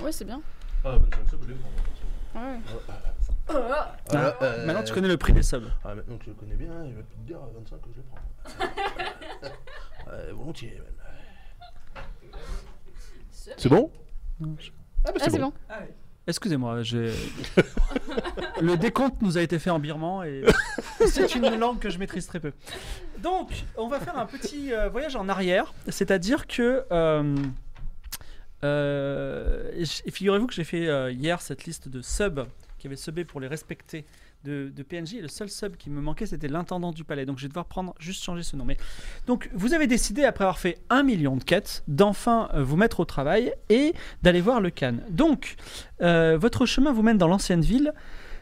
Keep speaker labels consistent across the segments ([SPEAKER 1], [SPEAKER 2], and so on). [SPEAKER 1] Ouais, c'est bien.
[SPEAKER 2] Ah, 25 subs, je les prends.
[SPEAKER 1] Ouais.
[SPEAKER 2] Ah,
[SPEAKER 3] Ah,
[SPEAKER 2] euh,
[SPEAKER 3] Maintenant, tu connais le prix des subs.
[SPEAKER 2] Ah, maintenant que je le connais bien, je vais te dire à 25 que je le prends. Euh, volontiers, même. C'est bon Ah, bah,
[SPEAKER 1] Ah, c'est bon.
[SPEAKER 3] Excusez-moi, j'ai. le décompte nous a été fait en birman et c'est une langue que je maîtrise très peu. Donc, on va faire un petit euh, voyage en arrière, c'est-à-dire que. euh, euh, et j- et Figurez-vous que j'ai fait euh, hier cette liste de subs qui avaient subé pour les respecter de, de PNJ. Et le seul sub qui me manquait, c'était l'intendant du palais. Donc je vais devoir prendre, juste changer ce nom. Mais donc vous avez décidé, après avoir fait un million de quêtes, d'enfin euh, vous mettre au travail et d'aller voir le Cannes. Donc euh, votre chemin vous mène dans l'ancienne ville.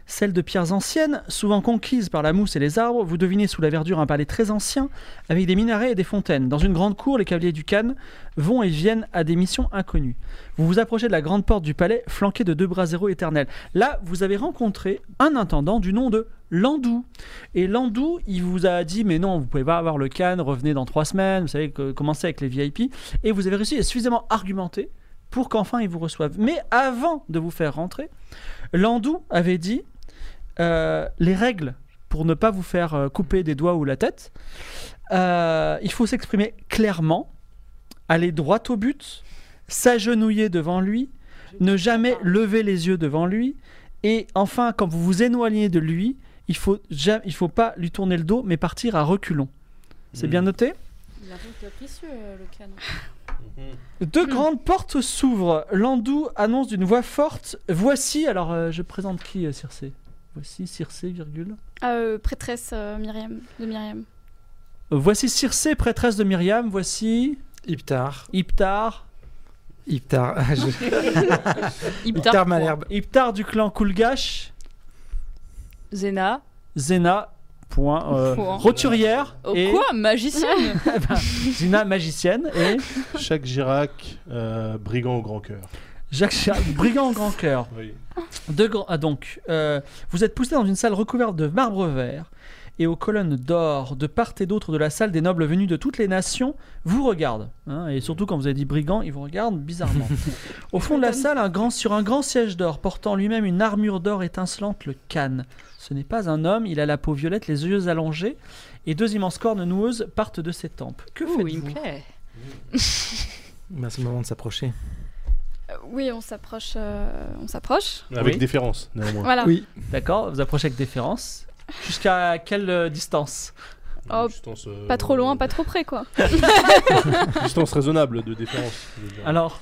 [SPEAKER 3] Celle de pierres anciennes, souvent conquises par la mousse et les arbres, vous devinez sous la verdure un palais très ancien, avec des minarets et des fontaines. Dans une grande cour, les cavaliers du Cannes vont et viennent à des missions inconnues. Vous vous approchez de la grande porte du palais, flanquée de deux braseros éternels. Là, vous avez rencontré un intendant du nom de Landou. Et Landou, il vous a dit Mais non, vous pouvez pas avoir le Cannes, revenez dans trois semaines, vous savez, que- commencez avec les VIP. Et vous avez réussi à suffisamment argumenter pour qu'enfin ils vous reçoivent. Mais avant de vous faire rentrer, Landou avait dit euh, Les règles pour ne pas vous faire euh, couper des doigts ou la tête, euh, il faut s'exprimer clairement, aller droit au but, s'agenouiller devant lui, ne jamais lever les yeux devant lui. Et enfin, quand vous vous éloignez de lui, il faut ja- il faut pas lui tourner le dos, mais partir à reculons. C'est
[SPEAKER 4] Mm.
[SPEAKER 2] Mm.
[SPEAKER 3] bien noté.
[SPEAKER 1] Il a un peu capricieux, euh, le canon.
[SPEAKER 2] Mhm.
[SPEAKER 3] Deux grandes portes s'ouvrent. Landou annonce d'une voix forte. Voici, alors euh, je présente qui, euh, Circé Voici Circé, virgule.
[SPEAKER 1] Ah, euh, prêtresse euh, Myriam, de Myriam.
[SPEAKER 3] Euh, Voici Circé, prêtresse de Myriam. Voici
[SPEAKER 5] Iptar.
[SPEAKER 3] Iptar.
[SPEAKER 5] Iptar. Je-
[SPEAKER 3] Iptar
[SPEAKER 5] Iptar Malherbe.
[SPEAKER 3] Iptar du clan Kulgash.
[SPEAKER 6] Zena.
[SPEAKER 3] Zena. Point. euh,
[SPEAKER 1] Point.
[SPEAKER 3] Roturière.
[SPEAKER 6] Oh,
[SPEAKER 3] et Eh ben,
[SPEAKER 6] Quoi Magicienne
[SPEAKER 3] Zena, magicienne. Et
[SPEAKER 2] Jacques Girac, euh, brigand au grand cœur.
[SPEAKER 3] Jacques Chirac, brigand au grand cœur.
[SPEAKER 2] Oui.
[SPEAKER 3] Deux grands- ah, donc, euh, vous êtes poussé dans une salle recouverte de marbre vert, et aux colonnes d'or, de part et d'autre de la salle, des nobles venus de toutes les nations vous regardent. hein, et surtout quand vous avez dit brigand, ils vous regardent bizarrement. Au fond de la salle, un grand, sur un grand siège d'or, portant lui-même une armure d'or étincelante, le canne. Ce n'est pas un homme, il a la peau violette, les yeux allongés, et deux immenses cornes noueuses partent de ses tempes. Que
[SPEAKER 6] Ouh, il
[SPEAKER 3] faites-vous
[SPEAKER 6] me plaît.
[SPEAKER 5] Ben, c'est le moment de s'approcher.
[SPEAKER 1] Euh, oui, on s'approche. euh, on s'approche.
[SPEAKER 2] Avec
[SPEAKER 3] Oui.
[SPEAKER 2] déférence, néanmoins.
[SPEAKER 1] Voilà.
[SPEAKER 5] Oui.
[SPEAKER 3] D'accord, vous approchez avec déférence. Jusqu'à quelle euh, distance
[SPEAKER 1] Oh,
[SPEAKER 2] Distance, euh,
[SPEAKER 1] Pas trop loin, pas trop près, quoi.
[SPEAKER 2] Distance raisonnable de déférence. je veux dire.
[SPEAKER 3] Alors,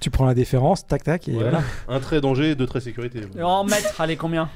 [SPEAKER 5] Tu prends la déférence, tac tac, et
[SPEAKER 2] Ouais.
[SPEAKER 5] voilà.
[SPEAKER 2] Un trait danger, deux traits sécurité.
[SPEAKER 3] Oh, en mètres, allez, combien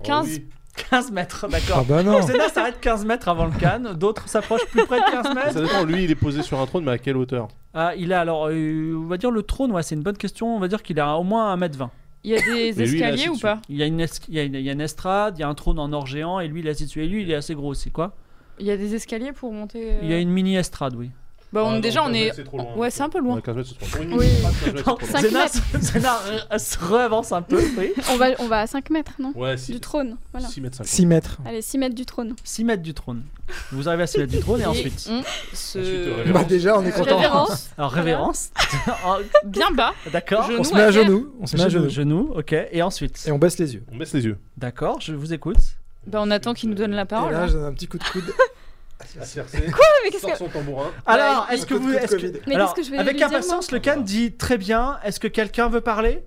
[SPEAKER 2] Oh,
[SPEAKER 1] 15.
[SPEAKER 2] oui.
[SPEAKER 3] 15 mètres,
[SPEAKER 5] Ah
[SPEAKER 3] d'accord.
[SPEAKER 5] bah non
[SPEAKER 3] Donc Zena s'arrête 15 mètres avant le canne, d'autres s'approchent plus près de 15 mètres.
[SPEAKER 2] Ça dépend, lui il est posé sur un trône, mais à quelle hauteur
[SPEAKER 3] Ah, il a alors, euh, on va dire le trône, ouais, c'est une bonne question, on va dire qu'il a au moins 1m20.
[SPEAKER 6] Il y a des
[SPEAKER 2] Mais lui, il est assis
[SPEAKER 6] escaliers ou
[SPEAKER 2] dessus.
[SPEAKER 6] pas
[SPEAKER 3] Il y, a une es- il, y a une, il y a une estrade, il y a un trône en or géant, et lui il est assis dessus, et lui il est assez gros aussi, quoi.
[SPEAKER 6] Il y a des escaliers pour monter. euh,
[SPEAKER 3] Il y a une mini estrade, oui.
[SPEAKER 6] Bah, on,
[SPEAKER 2] Ah, non,
[SPEAKER 6] déjà, on
[SPEAKER 2] 15
[SPEAKER 6] est.
[SPEAKER 2] mètres, c'est trop loin.
[SPEAKER 6] Ouais, c'est un peu loin.
[SPEAKER 2] Ouais, 15 mètres, c'est trop loin. Pour une
[SPEAKER 1] Oui.
[SPEAKER 2] minute, 15 mètres, c'est trop
[SPEAKER 1] Cinq
[SPEAKER 2] loin.
[SPEAKER 3] Zena, Zena re- se réavance un peu, oui.
[SPEAKER 1] On va, on va à 5 mètres, non
[SPEAKER 2] Ouais, 6
[SPEAKER 1] Du trône, voilà.
[SPEAKER 2] 6 mètres 50.
[SPEAKER 5] 6 mètres.
[SPEAKER 1] Allez, 6 mètres du trône.
[SPEAKER 3] 6 mètres du trône. Vous arrivez à 6 mètres du trône, et ensuite.
[SPEAKER 6] on
[SPEAKER 2] Ensuite,
[SPEAKER 6] se.
[SPEAKER 2] euh,
[SPEAKER 5] Bah déjà, on est content.
[SPEAKER 1] Révérence.
[SPEAKER 3] Alors révérence, Oh,
[SPEAKER 6] Bien bas.
[SPEAKER 3] d'accord.
[SPEAKER 6] Genou
[SPEAKER 5] On se met à
[SPEAKER 6] terre.
[SPEAKER 5] genoux. On se met à genoux.
[SPEAKER 3] Genou, ok, et ensuite.
[SPEAKER 5] Et on baisse les yeux.
[SPEAKER 2] On baisse les yeux.
[SPEAKER 3] D'accord, je vous écoute.
[SPEAKER 6] Bah, on attend qu'il nous donne la
[SPEAKER 5] et
[SPEAKER 6] parole.
[SPEAKER 5] là,
[SPEAKER 6] hein.
[SPEAKER 5] je donne un petit coup de coude.
[SPEAKER 2] Quoi
[SPEAKER 1] mais qu'est-ce que-
[SPEAKER 2] son tambourin.
[SPEAKER 4] Bah,
[SPEAKER 3] Alors,
[SPEAKER 5] Ouais,
[SPEAKER 3] est-ce
[SPEAKER 5] un
[SPEAKER 3] que
[SPEAKER 5] coup de
[SPEAKER 3] vous.
[SPEAKER 5] coude
[SPEAKER 3] est-ce que-
[SPEAKER 5] Covid.
[SPEAKER 1] Mais
[SPEAKER 3] Alors,
[SPEAKER 1] qu'est-ce que je vais
[SPEAKER 3] avec
[SPEAKER 1] lui dire, moi
[SPEAKER 3] impatience, le Khan dit très bien. Est-ce que quelqu'un veut parler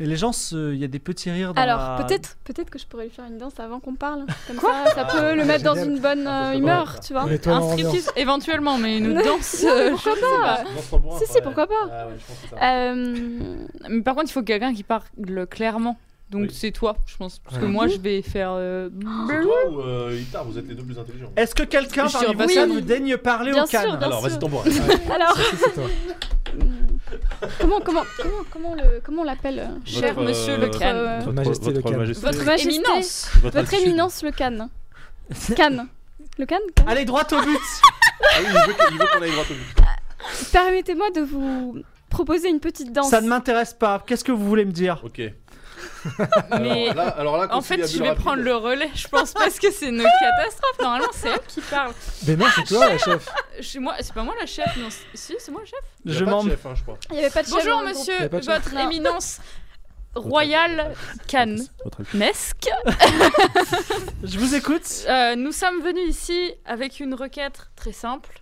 [SPEAKER 3] Et les gens, se- il y a des petits rires dans la-
[SPEAKER 1] Alors, peut-être peut-être que je pourrais lui faire une danse avant qu'on parle. Comme ça, ça peut le mettre dans
[SPEAKER 5] Génial.
[SPEAKER 1] une
[SPEAKER 2] Ah,
[SPEAKER 1] bonne
[SPEAKER 2] ça,
[SPEAKER 1] euh,
[SPEAKER 2] c'est
[SPEAKER 1] humeur,
[SPEAKER 2] pas mal,
[SPEAKER 1] tu vois.
[SPEAKER 5] Mais toi,
[SPEAKER 6] Un
[SPEAKER 5] Laurent, viens.
[SPEAKER 6] striptease éventuellement, mais une
[SPEAKER 1] Non,
[SPEAKER 6] danse.
[SPEAKER 1] mais
[SPEAKER 6] euh,
[SPEAKER 1] pourquoi pas Si, si, pourquoi pas.
[SPEAKER 2] Ah ouais, je pense que ça va.
[SPEAKER 1] Euh,
[SPEAKER 6] Mais par contre, il faut quelqu'un qui parle clairement. Donc
[SPEAKER 2] Oui.
[SPEAKER 6] c'est toi, je pense. Parce que
[SPEAKER 5] Ouais.
[SPEAKER 6] moi, je vais faire. euh,
[SPEAKER 2] C'est toi ou euh, Itar, vous êtes les deux plus intelligents.
[SPEAKER 3] Est-ce que quelqu'un
[SPEAKER 6] Je
[SPEAKER 3] parmi
[SPEAKER 6] dirais pas
[SPEAKER 3] vous
[SPEAKER 1] ça,
[SPEAKER 3] ne
[SPEAKER 1] mais-
[SPEAKER 3] daigne parler
[SPEAKER 1] Bien
[SPEAKER 3] au Khan
[SPEAKER 1] sûr, bien
[SPEAKER 2] Alors, vas-y,
[SPEAKER 1] sûr.
[SPEAKER 2] tambourin.
[SPEAKER 1] alors,
[SPEAKER 5] Si, c'est toi.
[SPEAKER 1] comment, comment, comment, comment, le, comment on l'appelle euh,
[SPEAKER 6] Cher
[SPEAKER 2] Votre,
[SPEAKER 6] monsieur
[SPEAKER 2] euh,
[SPEAKER 6] le crâne.
[SPEAKER 1] euh,
[SPEAKER 5] Votre Majesté le Khan.
[SPEAKER 2] Majesté.
[SPEAKER 6] Votre
[SPEAKER 1] Votre Majesté.
[SPEAKER 6] éminence
[SPEAKER 2] Votre
[SPEAKER 1] Votre
[SPEAKER 2] altitude.
[SPEAKER 1] éminence, le Cannes. Cannes. Le Cannes, Cannes.
[SPEAKER 3] Allez, droit au but
[SPEAKER 2] Ah oui, il veut que- il veut qu'on aille droit au but.
[SPEAKER 1] Permettez-moi de vous proposer une petite danse.
[SPEAKER 3] Ça ne m'intéresse pas. Qu'est-ce que vous voulez me dire
[SPEAKER 2] Ok.
[SPEAKER 6] Mais-
[SPEAKER 4] Alors là, alors là,
[SPEAKER 6] En fait, je
[SPEAKER 4] conciliabule
[SPEAKER 6] vais
[SPEAKER 4] rapide.
[SPEAKER 6] prendre le relais, je pense, parce que c'est une catastrophe. Normalement, c'est elle qui parle.
[SPEAKER 5] Mais non, c'est toi la chef.
[SPEAKER 6] Chez moi, c'est pas moi la chef, non. c'est- Si, c'est moi la chef.
[SPEAKER 4] Y a
[SPEAKER 3] Je
[SPEAKER 4] pas de
[SPEAKER 3] m'en.
[SPEAKER 4] chef, hein, je crois.
[SPEAKER 1] Il y avait pas de chef
[SPEAKER 6] Bonjour,
[SPEAKER 1] dans le groupe.
[SPEAKER 6] monsieur,
[SPEAKER 5] Y a pas de
[SPEAKER 6] votre
[SPEAKER 1] Non.
[SPEAKER 6] éminence royale Cannes. Mesque.
[SPEAKER 3] Je vous écoute.
[SPEAKER 6] Euh, nous sommes venus ici avec une requête très simple.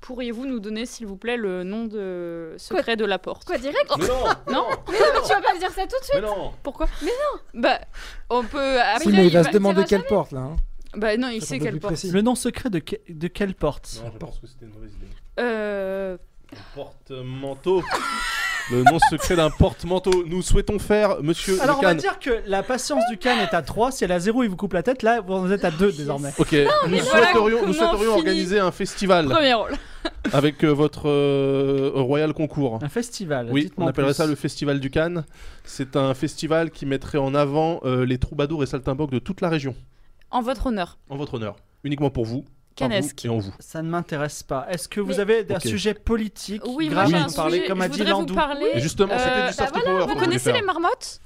[SPEAKER 6] Pourriez-vous nous donner, s'il vous plaît, le nom de secret de la porte
[SPEAKER 1] Quoi, direct
[SPEAKER 4] Mais non, mais
[SPEAKER 6] Non.
[SPEAKER 1] Mais non, mais tu vas pas me dire ça tout de suite
[SPEAKER 4] mais non.
[SPEAKER 6] Pourquoi Mais non Bah, on peut. Après,
[SPEAKER 5] Si, mais il va
[SPEAKER 6] va-
[SPEAKER 5] se demander
[SPEAKER 1] va
[SPEAKER 5] quelle porte là. hein.
[SPEAKER 6] Bah, non, il
[SPEAKER 5] Faut
[SPEAKER 6] sait
[SPEAKER 5] qu'on soit
[SPEAKER 6] quelle
[SPEAKER 5] plus
[SPEAKER 6] porte.
[SPEAKER 5] précis.
[SPEAKER 3] Le nom secret de, que- de quelle porte
[SPEAKER 4] Non, je pense que c'était une mauvaise idée.
[SPEAKER 6] Euh.
[SPEAKER 4] Porte-manteau. Le nom secret d'un porte-manteau. Nous souhaitons faire, monsieur
[SPEAKER 3] Alors, on va
[SPEAKER 4] Lecan.
[SPEAKER 3] dire que la patience du can est à 3. Si elle a 0, il vous coupe la tête. Là, vous en êtes à 2 désormais.
[SPEAKER 4] Ok, nous,
[SPEAKER 6] mais voilà
[SPEAKER 4] souhaiterions,
[SPEAKER 6] comment
[SPEAKER 4] nous souhaiterions
[SPEAKER 6] on finit.
[SPEAKER 4] organiser un festival
[SPEAKER 6] Premier rôle.
[SPEAKER 4] avec euh, votre euh, Royal Concours.
[SPEAKER 3] Un festival.
[SPEAKER 4] Oui,
[SPEAKER 3] Ah, bah, dites-moi
[SPEAKER 4] on
[SPEAKER 3] en
[SPEAKER 4] appellerait
[SPEAKER 3] plus.
[SPEAKER 4] ça le Festival du Cannes. C'est un festival qui mettrait en avant euh, les troubadours et saltimbanques de toute la région.
[SPEAKER 6] En votre honneur,
[SPEAKER 4] En votre honneur. Uniquement pour vous. par vous
[SPEAKER 6] Canesque.
[SPEAKER 4] Et en vous.
[SPEAKER 3] Ça ne m'intéresse pas. est-ce que vous
[SPEAKER 6] Mais-
[SPEAKER 3] avez un
[SPEAKER 4] Ok.
[SPEAKER 3] sujet politique
[SPEAKER 6] Oui, moi
[SPEAKER 3] grave
[SPEAKER 6] j'ai
[SPEAKER 3] à
[SPEAKER 6] un
[SPEAKER 3] nous
[SPEAKER 6] sujet.
[SPEAKER 3] parler, comme a
[SPEAKER 6] je
[SPEAKER 3] dit
[SPEAKER 6] voudrais vous
[SPEAKER 3] Landou
[SPEAKER 6] parler.
[SPEAKER 4] Et justement,
[SPEAKER 6] Euh,
[SPEAKER 4] c'était du
[SPEAKER 6] bah
[SPEAKER 4] soft
[SPEAKER 1] voilà,
[SPEAKER 4] power.
[SPEAKER 6] Vous
[SPEAKER 4] qu'on
[SPEAKER 6] connaissez
[SPEAKER 4] voulait
[SPEAKER 6] les marmottes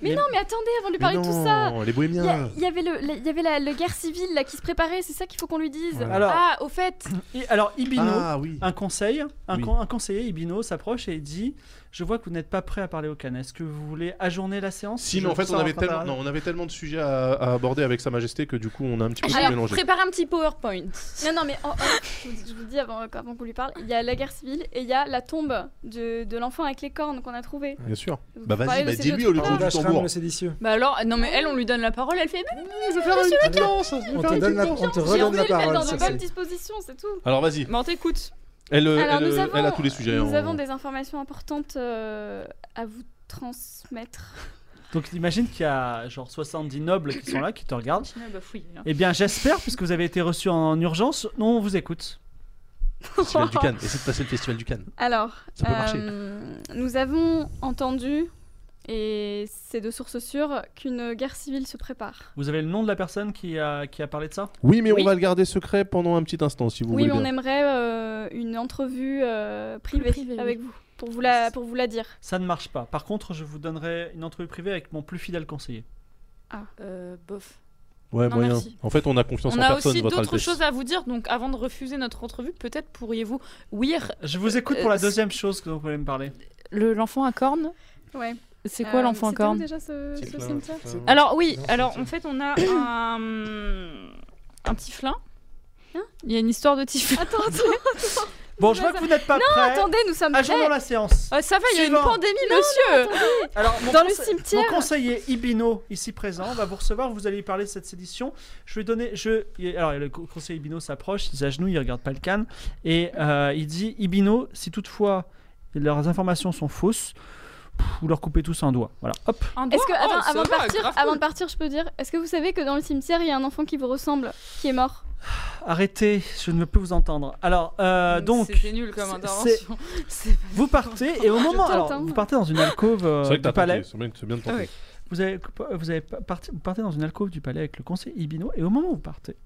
[SPEAKER 1] Mais
[SPEAKER 3] Les-
[SPEAKER 1] non, mais attendez, avant de lui
[SPEAKER 4] faire.
[SPEAKER 1] parler de
[SPEAKER 4] Mais
[SPEAKER 1] tout ça
[SPEAKER 4] non, Les
[SPEAKER 1] il y, a-
[SPEAKER 4] bohémiens.
[SPEAKER 1] il y avait, le, la- il y avait la, la guerre civile là, qui se préparait, c'est ça qu'il faut qu'on lui dise.
[SPEAKER 5] Voilà.
[SPEAKER 3] Alors-
[SPEAKER 1] ah, au fait,
[SPEAKER 3] Et Alors, Ibino,
[SPEAKER 4] Ah oui.
[SPEAKER 3] un conseil, un,
[SPEAKER 4] Oui.
[SPEAKER 3] con- un conseiller Ibino s'approche et dit Je vois que vous n'êtes pas prêt à parler au can. Est-ce que vous voulez ajourner la séance
[SPEAKER 4] Si,
[SPEAKER 3] Je
[SPEAKER 4] mais en
[SPEAKER 3] veux
[SPEAKER 4] fait, on
[SPEAKER 3] savoir
[SPEAKER 4] avait,
[SPEAKER 3] quand
[SPEAKER 4] tellement,
[SPEAKER 3] t'arrives.
[SPEAKER 4] non, on avait tellement de sujets à, à aborder avec Sa Majesté que du coup, on a un petit peu tout
[SPEAKER 6] Alors,
[SPEAKER 4] mélangé.
[SPEAKER 6] préparez un petit PowerPoint.
[SPEAKER 1] non, non, mais en- en- je, vous, je vous dis avant, avant qu'on lui parle, il y a la guerre civile et il y a la tombe de, de l'enfant avec les cornes qu'on a trouvé.
[SPEAKER 4] Bien sûr.
[SPEAKER 1] Vous
[SPEAKER 4] Bah, vas-y,
[SPEAKER 1] parlez de
[SPEAKER 4] bah,
[SPEAKER 1] ces
[SPEAKER 4] dis-lui
[SPEAKER 1] deux
[SPEAKER 4] au lieu de
[SPEAKER 1] trucs-là.
[SPEAKER 4] du
[SPEAKER 5] Ashram,
[SPEAKER 4] tambour.
[SPEAKER 5] le séditieux.
[SPEAKER 6] Bah alors, non mais elle, on lui donne la parole, elle fait. bah,
[SPEAKER 4] Ah, Je vais faire une petite danse.
[SPEAKER 5] On te, donne la- on te
[SPEAKER 1] J'ai
[SPEAKER 5] redonne
[SPEAKER 1] envie de
[SPEAKER 5] la
[SPEAKER 1] le mettre
[SPEAKER 5] parole.
[SPEAKER 1] dans de bonnes
[SPEAKER 5] Cersei.
[SPEAKER 1] dispositions, c'est tout.
[SPEAKER 4] Alors, vas-y.
[SPEAKER 6] Bon, t'écoutes.
[SPEAKER 4] Elle, euh,
[SPEAKER 1] Alors,
[SPEAKER 4] elle,
[SPEAKER 1] nous
[SPEAKER 4] euh,
[SPEAKER 1] avons-
[SPEAKER 4] elle a tous les sujets.
[SPEAKER 1] Nous
[SPEAKER 4] hein.
[SPEAKER 1] avons des informations importantes euh, à vous transmettre.
[SPEAKER 3] Donc, imagine qu'il y a genre 70 nobles qui sont là, qui te regardent.
[SPEAKER 6] Ah, bah, fouille, hein.
[SPEAKER 3] Eh bien, j'espère, puisque vous avez été reçu en urgence, on vous écoute.
[SPEAKER 4] Festival du Cannes. Essaye de passer le Festival du Cannes.
[SPEAKER 1] Alors,
[SPEAKER 4] Ça peut marcher.
[SPEAKER 1] euh, nous avons entendu, et c'est de source sûre, qu'une guerre civile se prépare.
[SPEAKER 3] Vous avez le nom de la personne qui a, qui a parlé de ça
[SPEAKER 4] Oui, mais
[SPEAKER 6] Oui.
[SPEAKER 4] on va le garder secret pendant un petit instant, si vous
[SPEAKER 1] oui, mais
[SPEAKER 4] voulez
[SPEAKER 1] on
[SPEAKER 4] bien.
[SPEAKER 1] aimerait euh, une entrevue euh, privée,
[SPEAKER 6] privée, oui.
[SPEAKER 1] avec vous, pour vous, la, pour vous la dire.
[SPEAKER 3] Ça ne marche pas. Par contre, je vous donnerai une entrevue privée avec mon plus fidèle conseiller.
[SPEAKER 6] Euh, bof.
[SPEAKER 4] Ouais,
[SPEAKER 6] Non,
[SPEAKER 4] moyen.
[SPEAKER 6] merci.
[SPEAKER 4] En fait, on a confiance
[SPEAKER 6] On
[SPEAKER 4] en
[SPEAKER 6] a
[SPEAKER 4] personne,
[SPEAKER 6] aussi
[SPEAKER 4] votre
[SPEAKER 6] d'autres
[SPEAKER 4] Altesse.
[SPEAKER 6] choses à vous dire, donc avant de refuser notre entrevue, peut-être pourriez-vous ouïr
[SPEAKER 3] Je vous écoute pour la
[SPEAKER 6] euh,
[SPEAKER 3] deuxième chose que vous voulez me parler.
[SPEAKER 6] le- l'enfant à cornes
[SPEAKER 1] Ouais.
[SPEAKER 6] C'est quoi
[SPEAKER 1] Euh,
[SPEAKER 6] l'enfant à
[SPEAKER 1] c'était où
[SPEAKER 6] cornes
[SPEAKER 1] déjà ce,
[SPEAKER 4] C'est
[SPEAKER 1] ce
[SPEAKER 4] plein,
[SPEAKER 1] cimetière
[SPEAKER 4] c'est plein.
[SPEAKER 6] Alors oui,
[SPEAKER 5] Non,
[SPEAKER 6] alors
[SPEAKER 5] c'est-
[SPEAKER 6] en fait on a un, un petit flin.
[SPEAKER 1] Hein
[SPEAKER 6] Il y a une histoire de petit flin.
[SPEAKER 1] Attends, attends,
[SPEAKER 3] Bon, je vois que vous n'êtes pas prêt.
[SPEAKER 1] attendez,
[SPEAKER 6] Euh,
[SPEAKER 1] nous sommes
[SPEAKER 3] Ajournons
[SPEAKER 1] prêts.
[SPEAKER 3] la séance.
[SPEAKER 6] Ah, ça va, il y a une
[SPEAKER 3] Suivant.
[SPEAKER 6] pandémie, monsieur
[SPEAKER 3] Alors, mon
[SPEAKER 1] Dans le
[SPEAKER 3] conseil-
[SPEAKER 1] cimetière.
[SPEAKER 3] Mon conseiller Ibino, ici présent, va vous recevoir. Vous allez lui parler de cette sédition. Je vais donner. Je... il- Alors, le co- conseiller Ibino s'approche, il s'agenouille, il regarde pas le canne. Et euh, il dit Ibino, si toutefois leurs informations sont fausses, pff, vous leur coupez tous un doigt. Voilà, hop.
[SPEAKER 6] Un doigt
[SPEAKER 1] Est-ce que,
[SPEAKER 6] Oh,
[SPEAKER 1] attends,
[SPEAKER 6] ça
[SPEAKER 1] avant, de
[SPEAKER 6] va,
[SPEAKER 1] partir,
[SPEAKER 6] grave
[SPEAKER 1] avant
[SPEAKER 6] cool.
[SPEAKER 1] de partir, je peux dire, est-ce que vous savez que dans le cimetière, il y a un enfant qui vous ressemble, qui est mort
[SPEAKER 3] Arrêtez, je ne veux plus vous entendre. Alors, euh, donc,
[SPEAKER 6] C'était nul comme
[SPEAKER 3] c'est-
[SPEAKER 6] intervention.
[SPEAKER 3] vous partez, et au moment.
[SPEAKER 1] Je
[SPEAKER 3] Alors,
[SPEAKER 1] t'entends.
[SPEAKER 3] vous partez dans une alcôve euh,
[SPEAKER 4] C'est vrai que
[SPEAKER 3] du
[SPEAKER 4] t'as
[SPEAKER 3] palais.
[SPEAKER 4] tenté, c'est bien, c'est bien de tenter.
[SPEAKER 6] Ah oui.
[SPEAKER 3] Vous, avez, vous, avez parti- vous partez dans une alcôve du palais avec le conseiller Ibino, et au moment où vous partez,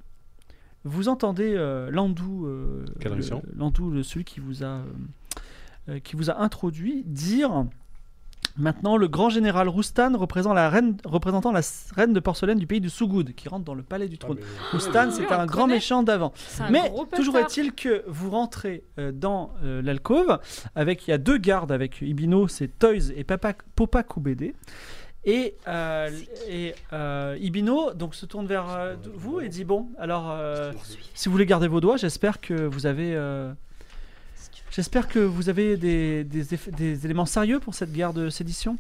[SPEAKER 3] vous entendez euh, Landou, euh,
[SPEAKER 4] Quel
[SPEAKER 3] le-
[SPEAKER 4] récent.
[SPEAKER 3] Landou, le- celui qui vous, a, euh, euh, qui vous a introduit, dire maintenant le grand général Roustan représentant la reine, représentant la s- reine de porcelaine du pays du Sougoud, qui rentre dans le palais du
[SPEAKER 4] Ah,
[SPEAKER 3] trône.
[SPEAKER 1] Euh,
[SPEAKER 3] Roustan, c'était
[SPEAKER 6] on
[SPEAKER 3] un
[SPEAKER 6] le
[SPEAKER 3] grand
[SPEAKER 6] connaît.
[SPEAKER 3] méchant d'avant.
[SPEAKER 6] C'est un
[SPEAKER 3] Mais
[SPEAKER 6] gros
[SPEAKER 3] toujours
[SPEAKER 6] pétard.
[SPEAKER 3] est-il que vous rentrez euh, dans euh, l'alcôve avec il y a deux gardes avec Ibino, c'est Toys et Papa Popa Koubédé. Et, euh, et euh, Ibino donc se tourne vers euh,
[SPEAKER 4] C'est pas vrai.
[SPEAKER 3] vous et dit bon alors euh, si vous voulez garder vos doigts, j'espère que vous avez euh, j'espère que vous avez des, des, eff- des éléments sérieux pour cette guerre de sédition.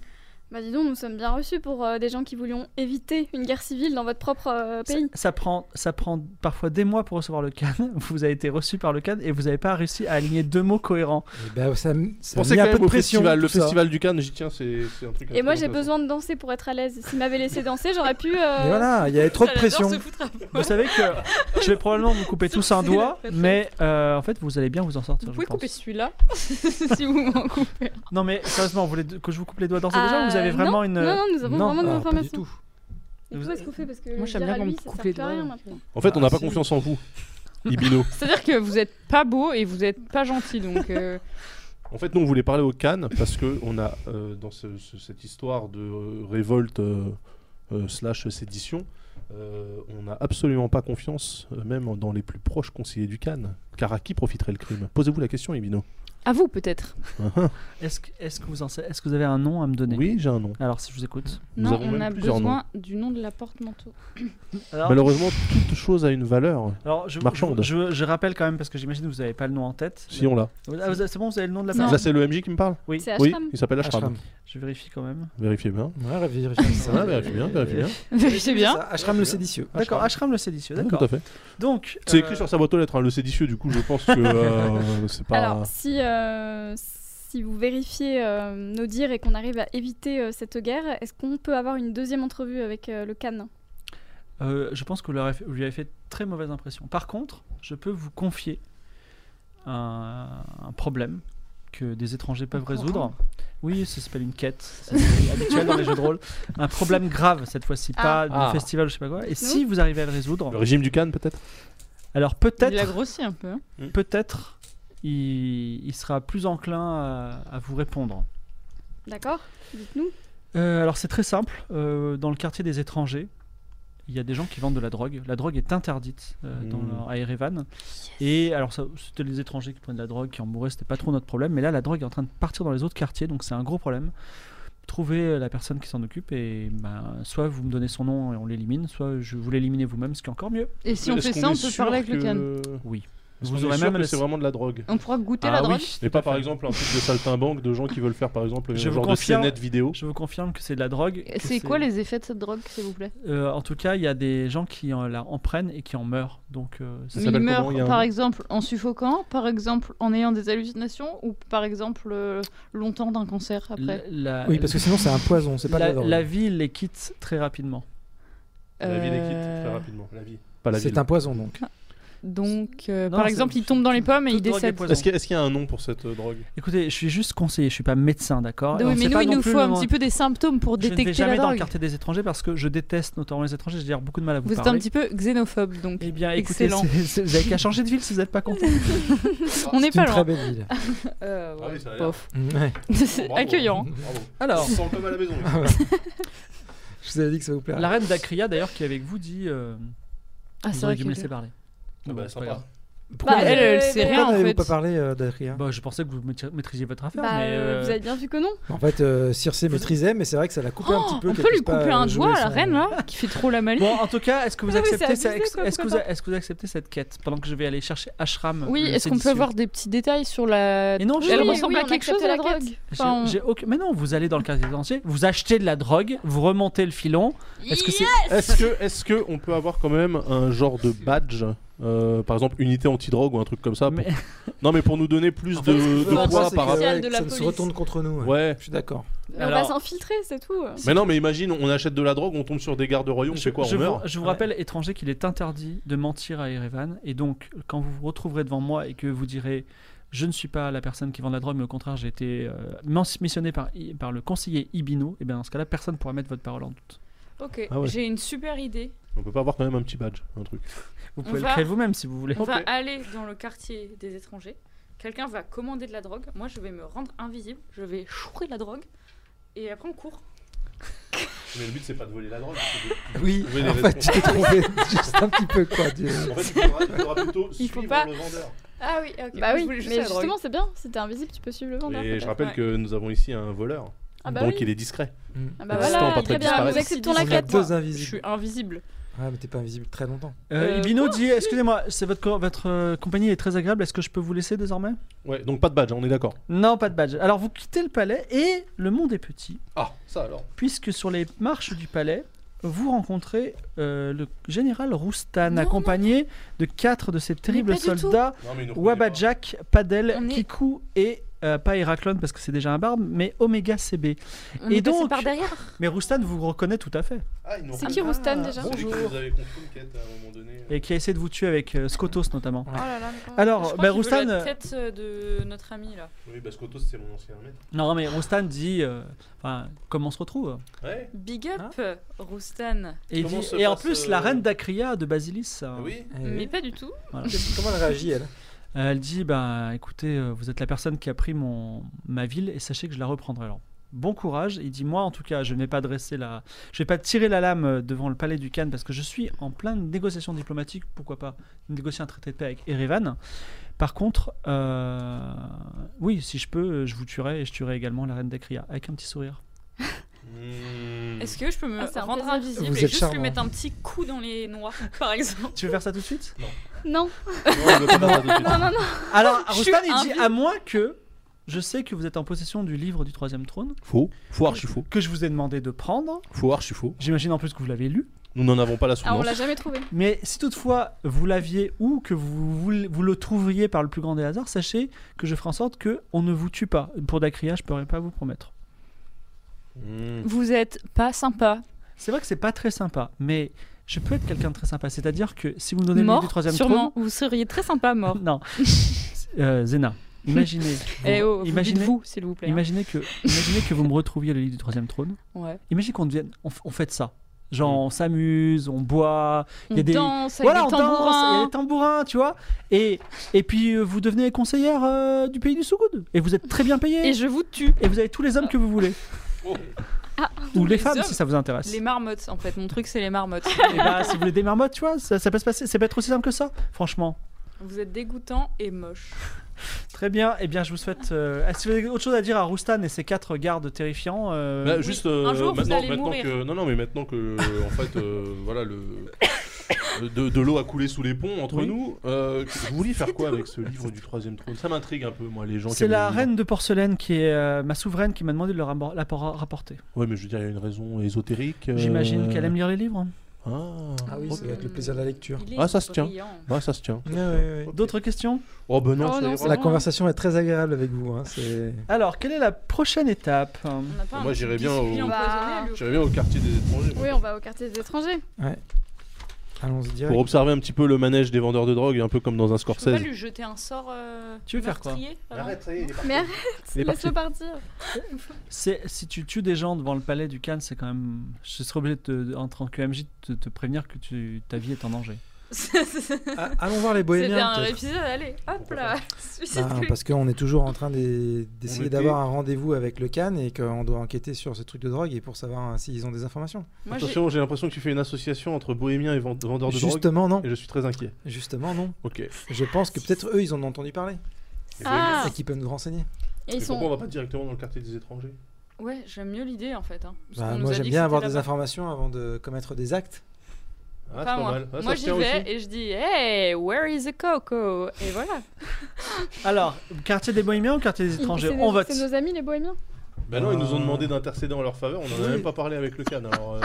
[SPEAKER 1] Bah dis donc, nous sommes bien reçus pour euh, des gens qui voulions éviter une guerre civile dans votre propre euh,
[SPEAKER 3] Ça,
[SPEAKER 1] pays.
[SPEAKER 3] ça prend ça prend parfois des mois pour recevoir le Cannes. Vous avez été reçu par le Cannes et vous n'avez pas réussi à aligner deux mots cohérents.
[SPEAKER 5] Eh ben, ça m- ça
[SPEAKER 4] Pensez quand
[SPEAKER 5] met un peu
[SPEAKER 4] même
[SPEAKER 5] de
[SPEAKER 4] au
[SPEAKER 5] pression.
[SPEAKER 4] festival. Le
[SPEAKER 5] tout ça.
[SPEAKER 4] Festival du Cannes, j'y tiens, c'est c'est un truc.
[SPEAKER 1] Et moi j'ai
[SPEAKER 4] intéressant.
[SPEAKER 1] besoin de danser pour être à l'aise. S'ils m'avaient laissé danser, j'aurais pu... euh,
[SPEAKER 5] Mais voilà, il y avait trop de
[SPEAKER 6] Elle adore
[SPEAKER 5] pression.
[SPEAKER 6] se foutre à poil.
[SPEAKER 3] Vous savez que je vais probablement vous couper tous un
[SPEAKER 6] C'est
[SPEAKER 3] doigt,
[SPEAKER 6] la fête.
[SPEAKER 3] mais euh, en fait, vous allez bien vous en sortir.
[SPEAKER 6] Vous
[SPEAKER 3] je
[SPEAKER 6] pouvez
[SPEAKER 3] pense.
[SPEAKER 6] couper celui-là si vous m'en coupez.
[SPEAKER 3] Non, mais sérieusement, vous voulez que je vous coupe les doigts d'ores et déjà
[SPEAKER 1] euh,
[SPEAKER 3] ou Vous avez vraiment
[SPEAKER 1] non,
[SPEAKER 3] une.
[SPEAKER 1] Non, non, nous avons
[SPEAKER 3] Non,
[SPEAKER 1] vraiment des
[SPEAKER 5] Ah, pas du
[SPEAKER 1] informations.
[SPEAKER 5] tout.
[SPEAKER 1] Et
[SPEAKER 3] Vous-
[SPEAKER 1] pourquoi est-ce qu'on fait Parce que
[SPEAKER 6] Moi, j'aime
[SPEAKER 1] dire
[SPEAKER 6] bien
[SPEAKER 1] à
[SPEAKER 6] qu'on
[SPEAKER 1] lui,
[SPEAKER 6] me
[SPEAKER 1] ça
[SPEAKER 6] coupe
[SPEAKER 1] sert
[SPEAKER 6] les
[SPEAKER 1] plus à rien
[SPEAKER 6] doigts.
[SPEAKER 1] maintenant.
[SPEAKER 4] En fait, on n'a
[SPEAKER 5] Ah,
[SPEAKER 4] pas
[SPEAKER 5] si.
[SPEAKER 4] confiance en vous, Ibino.
[SPEAKER 6] C'est-à-dire que vous êtes pas beau et vous êtes pas gentil, donc euh,
[SPEAKER 4] En fait, nous, on voulait parler au Cannes parce que on a, euh, dans ce- ce- cette histoire de euh, révolte euh, euh, slash sédition, euh, on n'a absolument pas confiance, euh, même dans les plus proches conseillers du Cannes. Car à qui profiterait le crime Posez-vous la question, Emino.
[SPEAKER 6] À vous, peut-être.
[SPEAKER 3] Est-ce que, est-ce que vous en savez- est-ce que vous avez un nom à me donner
[SPEAKER 4] Oui, j'ai un nom.
[SPEAKER 3] Alors, si je vous écoute.
[SPEAKER 4] Nous
[SPEAKER 6] non,
[SPEAKER 4] avons
[SPEAKER 6] on
[SPEAKER 4] même
[SPEAKER 6] a
[SPEAKER 4] plusieurs
[SPEAKER 6] besoin du nom de la porte-manteau.
[SPEAKER 4] Bah
[SPEAKER 3] Alors,
[SPEAKER 4] Malheureusement, toute chose a une valeur.
[SPEAKER 3] alors, je,
[SPEAKER 4] Marchande.
[SPEAKER 3] je- je rappelle quand même, parce que j'imagine que vous n'avez pas le nom en tête.
[SPEAKER 4] Si on l'a.
[SPEAKER 3] Ah, vous- c'est bon, vous avez le nom de la
[SPEAKER 6] Non.
[SPEAKER 4] Là, c'est
[SPEAKER 3] personne
[SPEAKER 4] le MJ qui me parle
[SPEAKER 3] Oui.
[SPEAKER 1] C'est
[SPEAKER 4] Oui,
[SPEAKER 1] Ashram.
[SPEAKER 4] il s'appelle Ashram.
[SPEAKER 5] Ashram.
[SPEAKER 3] Je vérifie quand même.
[SPEAKER 4] Vérifiez bien.
[SPEAKER 5] Ouais, vérifiez ça.
[SPEAKER 4] Ah, vérifiez bien, vérifiez bien.
[SPEAKER 6] Vérifiez bien.
[SPEAKER 5] Ça, Ashram le séditieux.
[SPEAKER 3] D'accord, Ashram le séditieux,
[SPEAKER 4] Ah, tout à
[SPEAKER 3] d'accord.
[SPEAKER 4] fait.
[SPEAKER 3] Donc,
[SPEAKER 4] C'est
[SPEAKER 3] euh,
[SPEAKER 4] écrit sur sa boîte aux lettres, hein, le séditieux, du coup, je pense que euh, c'est pas.
[SPEAKER 1] Alors, si, euh, si vous vérifiez euh, nos dires et qu'on arrive à éviter euh, cette guerre, est-ce qu'on peut avoir une deuxième entrevue avec euh, le Cannes
[SPEAKER 3] euh, je pense que vous leur avez fait- vous lui avez fait très mauvaise impression. Par contre, je peux vous confier un, un problème que des étrangers peuvent résoudre. Oui, ça s'appelle une quête, ça, c'est habituel dans les jeux de rôle. Un problème grave cette fois-ci, pas
[SPEAKER 4] Ah.
[SPEAKER 3] de festival, je sais pas quoi. Et si vous arrivez à le
[SPEAKER 4] Le
[SPEAKER 3] résoudre,
[SPEAKER 4] régime du Cannes, peut-être
[SPEAKER 3] alors
[SPEAKER 6] Il a
[SPEAKER 3] peut-être,
[SPEAKER 6] grossi un peu. hein.
[SPEAKER 3] peut-être, il, il sera plus enclin à- à vous répondre.
[SPEAKER 1] D'accord Dites-nous.
[SPEAKER 3] Euh, alors c'est très simple. Euh, dans le quartier des étrangers, il y a des gens qui vendent de la drogue. La drogue est interdite euh, dans
[SPEAKER 4] Mm.
[SPEAKER 3] le- à Erevan. Et alors ça- c'était les étrangers qui prenaient de la drogue, qui en mouraient, c'était pas trop notre problème. Mais là, la drogue est en train de partir dans les autres quartiers, donc c'est un gros problème. Trouvez euh, la personne qui s'en occupe et ben, soit vous me donnez son nom et on l'élimine, soit je vous l'éliminez vous-même, ce qui est encore mieux.
[SPEAKER 6] Et si on fait ça, on peut parler avec le canne.
[SPEAKER 3] Vous
[SPEAKER 4] Vous
[SPEAKER 3] aurez
[SPEAKER 4] aurez
[SPEAKER 3] même
[SPEAKER 4] même
[SPEAKER 3] le-
[SPEAKER 4] c'est vraiment de la drogue.
[SPEAKER 6] On pourra goûter
[SPEAKER 3] Ah
[SPEAKER 6] la
[SPEAKER 3] oui,
[SPEAKER 6] drogue.
[SPEAKER 4] Et pas par exemple un truc de saltimbanque de gens qui veulent faire par exemple un
[SPEAKER 3] Je vous
[SPEAKER 4] genre
[SPEAKER 3] confirme-
[SPEAKER 4] de CNET vidéo.
[SPEAKER 3] Je vous confirme que c'est de la drogue. que
[SPEAKER 6] C'est quoi les effets de cette drogue, s'il vous plaît
[SPEAKER 3] Euh, en tout cas, il y a des gens qui en, la, en prennent et qui en meurent. Donc euh,
[SPEAKER 4] Ça
[SPEAKER 6] Il
[SPEAKER 4] s'appelle
[SPEAKER 6] meurt,
[SPEAKER 4] comment, il y a un
[SPEAKER 6] par
[SPEAKER 4] nom
[SPEAKER 6] exemple, en suffoquant, par exemple, en ayant des hallucinations, ou par exemple, euh, longtemps d'un cancer après.
[SPEAKER 3] la- la-
[SPEAKER 5] Oui, parce que sinon c'est un poison, c'est pas
[SPEAKER 3] la,
[SPEAKER 5] de la drogue.
[SPEAKER 3] la vie les quitte très rapidement.
[SPEAKER 4] La vie les quitte
[SPEAKER 6] Euh,
[SPEAKER 4] très rapidement. La vie. Pas la vie.
[SPEAKER 5] C'est un poison donc.
[SPEAKER 6] Donc, euh,
[SPEAKER 3] Non,
[SPEAKER 6] par
[SPEAKER 3] c'est-
[SPEAKER 6] exemple, il tombe dans les pommes et
[SPEAKER 3] toute
[SPEAKER 6] il
[SPEAKER 3] drogue est
[SPEAKER 6] décède.
[SPEAKER 3] poison.
[SPEAKER 4] Est-ce qu'il y, a- est-ce qu'il y a un nom pour cette euh, drogue
[SPEAKER 3] Écoutez, je suis juste conseiller, je suis pas médecin, d'accord
[SPEAKER 6] Oui,
[SPEAKER 3] Et on
[SPEAKER 6] mais
[SPEAKER 3] sait
[SPEAKER 6] nous,
[SPEAKER 3] pas
[SPEAKER 6] il
[SPEAKER 3] non
[SPEAKER 6] nous
[SPEAKER 3] plus
[SPEAKER 6] faut
[SPEAKER 3] le
[SPEAKER 6] un
[SPEAKER 3] moment-
[SPEAKER 6] petit peu des symptômes pour
[SPEAKER 3] Je ne vais
[SPEAKER 6] détecter
[SPEAKER 3] jamais
[SPEAKER 6] la
[SPEAKER 3] dans le
[SPEAKER 6] drogue.
[SPEAKER 3] quartier des étrangers parce que je déteste notamment les étrangers. Je veux dire beaucoup de mal à vous,
[SPEAKER 6] Vous êtes
[SPEAKER 3] parler.
[SPEAKER 6] un petit peu xénophobe, donc.
[SPEAKER 3] Eh bien, écoutez,
[SPEAKER 6] Excellent.
[SPEAKER 3] c'est- c'est- vous avez qu'à changer de ville si vous n'êtes pas content.
[SPEAKER 6] On n'est
[SPEAKER 5] C'est
[SPEAKER 6] pas
[SPEAKER 5] une très
[SPEAKER 6] loin.
[SPEAKER 5] belle ville.
[SPEAKER 6] Euh,
[SPEAKER 4] Ah
[SPEAKER 6] ouais,
[SPEAKER 4] oui, ça a l'air.
[SPEAKER 6] bof.
[SPEAKER 5] Ouais.
[SPEAKER 6] C'est
[SPEAKER 4] Bravo. hein.
[SPEAKER 6] accueillant. Ah,
[SPEAKER 4] Bravo.
[SPEAKER 3] Alors,
[SPEAKER 4] On se sent comme à la maison.
[SPEAKER 5] Je vous avais dit que ça vous plairait.
[SPEAKER 3] la reine d'Akria, d'ailleurs, qui est avec vous, dit euh,
[SPEAKER 6] Ah,
[SPEAKER 3] Vous
[SPEAKER 6] c'est
[SPEAKER 3] auriez
[SPEAKER 6] vrai
[SPEAKER 3] dû
[SPEAKER 6] que
[SPEAKER 3] me laisser parler.
[SPEAKER 4] Ah
[SPEAKER 3] Bon,
[SPEAKER 4] bah,
[SPEAKER 3] c'est pas
[SPEAKER 4] sympa.
[SPEAKER 3] grave.
[SPEAKER 5] Pourquoi
[SPEAKER 1] Bah,
[SPEAKER 6] elle, elle
[SPEAKER 1] euh,
[SPEAKER 6] sait
[SPEAKER 1] bah,
[SPEAKER 6] rien en
[SPEAKER 5] n'avez-vous
[SPEAKER 6] fait.
[SPEAKER 5] pas parlé euh, d'Adrien
[SPEAKER 3] Bah, je pensais que vous maîtri- maîtrisiez votre affaire,
[SPEAKER 1] Bah,
[SPEAKER 3] mais.
[SPEAKER 1] euh,
[SPEAKER 3] euh,
[SPEAKER 1] Vous avez bien vu que non
[SPEAKER 5] En fait, euh, Circe maîtrisait, mais c'est vrai que ça l'a coupé un petit peu.
[SPEAKER 6] Oh, on
[SPEAKER 5] qu'elle
[SPEAKER 6] peut lui
[SPEAKER 5] puisse pas,
[SPEAKER 6] couper
[SPEAKER 5] euh,
[SPEAKER 6] un
[SPEAKER 5] jouer
[SPEAKER 6] doigt à la
[SPEAKER 5] son-
[SPEAKER 6] reine là, qui fait trop la maline.
[SPEAKER 3] Bon, en tout cas, est-ce que vous
[SPEAKER 6] Ah
[SPEAKER 1] Non, mais c'est
[SPEAKER 3] acceptez ça-
[SPEAKER 1] abusé, quoi,
[SPEAKER 3] Est-ce que vous-
[SPEAKER 1] pourquoi
[SPEAKER 3] est-ce que vous acceptez cette quête pendant que je vais aller chercher Ashram
[SPEAKER 6] oui,
[SPEAKER 3] le
[SPEAKER 6] est-ce qu'on peut
[SPEAKER 3] séditieux
[SPEAKER 6] avoir des petits détails sur la.
[SPEAKER 3] Et non, je-
[SPEAKER 6] Elle
[SPEAKER 3] Oui,
[SPEAKER 6] ressemble
[SPEAKER 1] oui,
[SPEAKER 6] à
[SPEAKER 1] on
[SPEAKER 6] quelque chose
[SPEAKER 1] accepte
[SPEAKER 6] la
[SPEAKER 1] la
[SPEAKER 6] drogue.
[SPEAKER 1] quête.
[SPEAKER 3] J'ai-
[SPEAKER 6] Enfin, on-
[SPEAKER 3] j'ai aucun- Mais non, vous allez dans le quartier des étrangers, vous achetez de la drogue, vous remontez le filon. Est-ce que c'est
[SPEAKER 4] Est-ce que, est-ce que on peut avoir quand même un genre de badge, euh, par exemple unité anti-drogue ou un truc comme ça pour-
[SPEAKER 3] Mais-
[SPEAKER 4] Non, mais pour nous donner plus de, de
[SPEAKER 5] Le point,
[SPEAKER 4] poids
[SPEAKER 5] c'est
[SPEAKER 4] par
[SPEAKER 5] que,
[SPEAKER 4] rapport.
[SPEAKER 6] Spécial
[SPEAKER 5] ouais,
[SPEAKER 6] de
[SPEAKER 5] que
[SPEAKER 6] la
[SPEAKER 5] ça ne se
[SPEAKER 6] police.
[SPEAKER 5] retourne contre nous. ouais.
[SPEAKER 4] Ouais.
[SPEAKER 5] Je suis d'accord.
[SPEAKER 1] Mais On va
[SPEAKER 3] Alors-
[SPEAKER 1] s'infiltrer, c'est tout.
[SPEAKER 4] Mais non, mais imagine, on achète de la drogue, on tombe sur des gardes royaux, on fait quoi,
[SPEAKER 3] je
[SPEAKER 4] on meurt
[SPEAKER 3] vous, je vous rappelle, étranger, qu'il est interdit de mentir à Erevan. Et donc, quand vous vous retrouverez devant moi et que vous direz Je ne suis pas la personne qui vend de la drogue, mais au contraire, j'ai été euh, mens- missionné par, I- par le conseiller Ibino, et bien dans ce cas-là, personne ne pourra mettre votre parole en doute.
[SPEAKER 6] Ok,
[SPEAKER 4] Ah ouais.
[SPEAKER 6] j'ai une super idée.
[SPEAKER 4] On peut pas avoir quand même un petit badge, un truc.
[SPEAKER 3] Vous
[SPEAKER 6] On
[SPEAKER 3] pouvez le
[SPEAKER 6] va-
[SPEAKER 3] créer vous-même si vous voulez.
[SPEAKER 6] On va
[SPEAKER 4] Ok.
[SPEAKER 6] aller dans le quartier des étrangers. Quelqu'un va commander de la drogue. Moi, je vais me rendre invisible. Je vais chourer la drogue. Et après, on court.
[SPEAKER 4] Mais le but c'est pas de voler la drogue.
[SPEAKER 5] Oui,
[SPEAKER 4] Oui, les
[SPEAKER 5] en fait, tu
[SPEAKER 4] responsables.
[SPEAKER 5] t'es trompé juste un petit peu, quoi. tu-
[SPEAKER 4] En fait, il faudra, plutôt
[SPEAKER 6] Il faut suivre pas- le
[SPEAKER 4] vendeur.
[SPEAKER 6] Ah oui, ok.
[SPEAKER 1] Bah oui, mais justement, c'est bien. Si t'es invisible, tu peux suivre le vendeur.
[SPEAKER 4] Et je
[SPEAKER 1] peut-être.
[SPEAKER 4] rappelle
[SPEAKER 6] ouais.
[SPEAKER 4] que nous avons ici un voleur,
[SPEAKER 1] Ah bah
[SPEAKER 4] donc
[SPEAKER 1] oui.
[SPEAKER 4] il est discret.
[SPEAKER 5] Mm.
[SPEAKER 1] Ah bah
[SPEAKER 4] Existant,
[SPEAKER 1] voilà, très
[SPEAKER 4] pas près de
[SPEAKER 1] bien, nous
[SPEAKER 4] disparaître.
[SPEAKER 1] acceptons la
[SPEAKER 5] On a
[SPEAKER 1] quête.
[SPEAKER 5] deux
[SPEAKER 6] Je suis
[SPEAKER 5] invisibles.
[SPEAKER 6] invisible.
[SPEAKER 5] Ouais, mais t'es pas invisible très longtemps.
[SPEAKER 3] Euh,
[SPEAKER 6] Euh,
[SPEAKER 3] Ibino dit Excusez-moi, c'est votre, co- votre euh, compagnie est très agréable, est-ce que je peux vous laisser désormais
[SPEAKER 4] Ouais, donc pas de badge, hein, on est d'accord.
[SPEAKER 3] Non, pas de badge. Alors, vous quittez le palais et le monde est petit.
[SPEAKER 4] Ah, ça alors.
[SPEAKER 3] puisque sur les marches du palais, vous rencontrez euh, le général Roustan,
[SPEAKER 6] Non,
[SPEAKER 3] accompagné de quatre de ses terribles
[SPEAKER 6] pas du tout.
[SPEAKER 3] soldats,
[SPEAKER 4] Non, mais il nous reconnaît
[SPEAKER 3] Wabajak, Padel,
[SPEAKER 6] On est-
[SPEAKER 3] Kiku et, euh, pas Héraclone parce que c'est déjà un barbe, mais Omega CB.
[SPEAKER 6] On
[SPEAKER 3] Et
[SPEAKER 6] est passé
[SPEAKER 3] donc-
[SPEAKER 6] par derrière.
[SPEAKER 3] Mais Roustan vous reconnaît tout à fait,
[SPEAKER 4] pas. Ah, il nous
[SPEAKER 1] C'est
[SPEAKER 4] reconnaît.
[SPEAKER 1] qui Roustan déjà
[SPEAKER 4] Celui qui
[SPEAKER 6] Bonjour.
[SPEAKER 4] nous avait confié une quête à un moment donné.
[SPEAKER 3] et qui a essayé de vous tuer avec euh, Skotos notamment.
[SPEAKER 6] Ah.
[SPEAKER 1] Oh là là, mais comment-
[SPEAKER 6] Je
[SPEAKER 3] Alors,
[SPEAKER 6] crois
[SPEAKER 3] bah,
[SPEAKER 6] qu'il veut
[SPEAKER 3] Roustan...
[SPEAKER 6] la tête euh, de notre ami là.
[SPEAKER 4] Oui, parce qu'Autos c'est mon ancien maître.
[SPEAKER 3] Non, mais Roustan dit... euh, Enfin, comment on se retrouve
[SPEAKER 4] Ouais.
[SPEAKER 6] Big
[SPEAKER 3] Hein
[SPEAKER 6] up, Roustan.
[SPEAKER 3] Et, il
[SPEAKER 4] Comment
[SPEAKER 3] dit-
[SPEAKER 4] se
[SPEAKER 3] et en
[SPEAKER 4] passe,
[SPEAKER 3] plus,
[SPEAKER 4] euh,
[SPEAKER 3] la reine d'Akria de Basilis... euh,
[SPEAKER 4] Oui.
[SPEAKER 5] Eh oui.
[SPEAKER 6] Mais pas du tout.
[SPEAKER 3] voilà.
[SPEAKER 5] Comment elle réagit, elle
[SPEAKER 3] Euh, elle dit bah, écoutez, euh, vous êtes la personne qui a pris mon, ma ville et sachez que je la reprendrai. Alors, bon courage. Il dit moi, en tout cas, je ne vais pas dresser la. Je vais pas tirer la lame euh, devant le palais du Cannes parce que je suis en pleine négociation diplomatique. Pourquoi pas négocier un traité de paix avec Erevan par contre, euh, oui, si je peux, euh, je vous tuerai et je tuerai également la reine d'Akria avec un petit sourire. Mm.
[SPEAKER 4] Mmh.
[SPEAKER 6] Est-ce que je peux me
[SPEAKER 1] Ah, c'est un
[SPEAKER 6] rendre
[SPEAKER 1] plaisir.
[SPEAKER 6] invisible
[SPEAKER 5] Vous
[SPEAKER 6] et
[SPEAKER 5] êtes
[SPEAKER 6] juste lui
[SPEAKER 5] charmant.
[SPEAKER 6] mettre un petit coup dans les noix, par exemple
[SPEAKER 3] Tu veux faire ça tout de suite
[SPEAKER 1] Non,
[SPEAKER 4] Non, je veux pas faire ça tout de suite.
[SPEAKER 1] non, non, non.
[SPEAKER 3] Alors,
[SPEAKER 6] Je suis
[SPEAKER 3] Rustan, il dit
[SPEAKER 6] invité.
[SPEAKER 3] à moins que je sais que vous êtes en possession du livre du troisième trône
[SPEAKER 4] Faux. Faux, archi faux.
[SPEAKER 3] que je vous ai demandé de prendre.
[SPEAKER 4] Faux, archi faux.
[SPEAKER 3] J'imagine en plus que vous l'avez lu.
[SPEAKER 4] Nous n'en avons pas la
[SPEAKER 1] Ah, on
[SPEAKER 4] souvenance.
[SPEAKER 1] l'a jamais trouvé.
[SPEAKER 3] Mais si toutefois vous l'aviez ou que vous, vous, le- vous le trouviez par le plus grand des hasards, sachez que je ferai en sorte que on ne vous tue pas. Pour Dacria, je ne pourrais pas vous promettre.
[SPEAKER 1] Ah,
[SPEAKER 4] Mmh.
[SPEAKER 6] Vous êtes pas sympa.
[SPEAKER 3] C'est vrai que c'est pas très sympa, mais je peux être quelqu'un de très sympa. C'est-à-dire que si vous me donnez le livre du troisième
[SPEAKER 6] sûrement. Vous seriez très sympa mort.
[SPEAKER 3] trône, non. Euh, Zena, imaginez.
[SPEAKER 6] Eh
[SPEAKER 3] vous-
[SPEAKER 6] oh, vous
[SPEAKER 3] imaginez,
[SPEAKER 6] dites vous, s'il vous plaît. hein.
[SPEAKER 3] imaginez que, imaginez que vous me retrouviez le livre du troisième trône.
[SPEAKER 6] Ouais.
[SPEAKER 3] Imagine qu'on devienne, on, f- on fait de ça. Genre, on s'amuse, on boit, Il y a
[SPEAKER 6] On
[SPEAKER 3] des-
[SPEAKER 6] danse avec
[SPEAKER 3] voilà,
[SPEAKER 6] des
[SPEAKER 3] on danse, il y a
[SPEAKER 6] tambourins.
[SPEAKER 3] des tambourins, tu vois. Et, et puis, euh, vous devenez conseillère euh, du pays du Sougoud. Et vous êtes très bien payé.
[SPEAKER 6] Et
[SPEAKER 3] Et,
[SPEAKER 6] je vous tue.
[SPEAKER 3] vous avez tous les hommes que vous voulez.
[SPEAKER 4] Oh.
[SPEAKER 3] Ou les,
[SPEAKER 6] les
[SPEAKER 3] femmes,
[SPEAKER 6] hommes.
[SPEAKER 3] si ça vous intéresse.
[SPEAKER 6] Les marmottes, en fait. Mon truc, c'est les marmottes.
[SPEAKER 3] Et bah, si vous voulez des marmottes, tu vois, ça, ça peut se passer. Ça peut être aussi simple que ça, franchement.
[SPEAKER 6] vous êtes dégoûtant et moche.
[SPEAKER 3] Très bien. Eh bien, je vous souhaite. euh, Est-ce que vous avez autre chose à dire à Roustan et ses quatre gardes terrifiants euh,
[SPEAKER 4] Bah,
[SPEAKER 6] oui.
[SPEAKER 4] juste euh,
[SPEAKER 6] Un jour, vous
[SPEAKER 4] maintenant,
[SPEAKER 6] allez
[SPEAKER 4] maintenant
[SPEAKER 6] mourir.
[SPEAKER 4] que non non mais maintenant que en fait euh, voilà le euh, de, de l'eau a coulé sous les ponts entre
[SPEAKER 3] Oui.
[SPEAKER 4] nous. euh, vous vouliez faire quoi avec ce livre du troisième trône Ça m'intrigue un peu moi les gens. qui
[SPEAKER 3] C'est
[SPEAKER 4] aiment
[SPEAKER 3] la
[SPEAKER 4] les livres.
[SPEAKER 3] reine de porcelaine qui est euh, ma souveraine qui m'a demandé de le ramo- la por- rapporter.
[SPEAKER 4] Ouais mais je veux dire il y a une raison ésotérique. euh,
[SPEAKER 3] J'imagine qu'elle aime lire les livres.
[SPEAKER 4] Ah.
[SPEAKER 5] Ah oui, ça doit être le plaisir de la lecture.
[SPEAKER 6] Il est
[SPEAKER 4] Ah, ça se tient.
[SPEAKER 6] brillant.
[SPEAKER 4] Ah, ça se tient.
[SPEAKER 3] D'autres questions
[SPEAKER 4] Oh ben non,
[SPEAKER 1] Oh
[SPEAKER 4] ça
[SPEAKER 1] non,
[SPEAKER 4] ira.
[SPEAKER 1] c'est
[SPEAKER 5] La
[SPEAKER 6] hein.
[SPEAKER 1] bon.
[SPEAKER 5] conversation est très agréable avec vous. hein, c'est-
[SPEAKER 3] Alors, quelle est la prochaine étape
[SPEAKER 6] On n'a pas
[SPEAKER 4] Moi,
[SPEAKER 6] un
[SPEAKER 4] j'irais
[SPEAKER 6] petit
[SPEAKER 4] bien au-
[SPEAKER 6] biscuit empoisonné,
[SPEAKER 1] Bah.
[SPEAKER 6] le-
[SPEAKER 4] J'irais bien au quartier des étrangers. moi.
[SPEAKER 1] Oui, on va au quartier des étrangers.
[SPEAKER 5] Allons-y direct.
[SPEAKER 4] Pour observer un petit peu le manège des vendeurs de drogue, un peu comme dans un
[SPEAKER 6] Je peux pas
[SPEAKER 4] Scorsese.
[SPEAKER 6] lui jeter un sort. euh,
[SPEAKER 3] Tu veux faire quoi
[SPEAKER 6] meurtrier, avant
[SPEAKER 2] ça y est, il est parti.
[SPEAKER 1] Mais arrête,
[SPEAKER 4] Il est
[SPEAKER 1] laisse-le partir.
[SPEAKER 3] C'est si tu tues des gens devant le palais du Cannes, c'est quand même. Je serais obligé de, te- en tant que MJ de te, te prévenir que tu, ta vie est en danger.
[SPEAKER 6] C'est
[SPEAKER 5] Ah, allons voir les
[SPEAKER 6] le
[SPEAKER 5] bohémiens.
[SPEAKER 6] dernier
[SPEAKER 5] peut-être.
[SPEAKER 6] épisode, allez, hop
[SPEAKER 4] Pourquoi
[SPEAKER 6] là,
[SPEAKER 5] Bah,
[SPEAKER 6] suicide-lui.
[SPEAKER 5] parce qu'on est toujours en train d'e- d'essayer
[SPEAKER 4] était-
[SPEAKER 5] d'avoir un rendez-vous avec le Cannes et qu'on doit enquêter sur ces trucs de drogue et pour savoir hein, s'ils ont des informations.
[SPEAKER 6] Moi, j'ai-
[SPEAKER 4] Attention, j'ai l'impression que tu fais une association entre bohémiens et vend- vendeurs de drogue.
[SPEAKER 5] Justement, non.
[SPEAKER 4] Et je suis très inquiet.
[SPEAKER 5] Justement, non.
[SPEAKER 4] Ok.
[SPEAKER 5] Je pense que peut-être eux, ils en ont entendu parler
[SPEAKER 1] Ah.
[SPEAKER 5] et qu'ils peuvent nous renseigner.
[SPEAKER 1] Et ils
[SPEAKER 4] Mais
[SPEAKER 1] sont.
[SPEAKER 4] pourquoi on va pas directement dans le quartier des étrangers
[SPEAKER 6] Ouais, j'aime mieux l'idée en fait. hein. Parce
[SPEAKER 5] Bah,
[SPEAKER 6] qu'on nous
[SPEAKER 5] moi,
[SPEAKER 6] a
[SPEAKER 5] j'aime
[SPEAKER 6] dit que
[SPEAKER 5] bien
[SPEAKER 6] c'était
[SPEAKER 5] avoir des
[SPEAKER 6] là-bas.
[SPEAKER 5] informations avant de commettre des actes.
[SPEAKER 4] Ah, c'est
[SPEAKER 6] Pas
[SPEAKER 4] pas
[SPEAKER 6] moi.
[SPEAKER 4] mal. Ah, ça
[SPEAKER 6] moi
[SPEAKER 4] se
[SPEAKER 6] j'y
[SPEAKER 4] tient
[SPEAKER 6] vais
[SPEAKER 4] aussi.
[SPEAKER 6] et je dis Hey, where is the coco Et voilà.
[SPEAKER 3] Alors, quartier des Bohémiens ou quartier des
[SPEAKER 1] ils-
[SPEAKER 3] étrangers
[SPEAKER 1] c'est
[SPEAKER 3] On
[SPEAKER 1] nos-
[SPEAKER 3] vote.
[SPEAKER 1] C'est nos amis les bohémiens.
[SPEAKER 4] Bah non, ils nous ont demandé d'intercéder en leur faveur, on en a
[SPEAKER 5] Euh. Oui.
[SPEAKER 4] même pas parlé avec le canne. Alors, euh,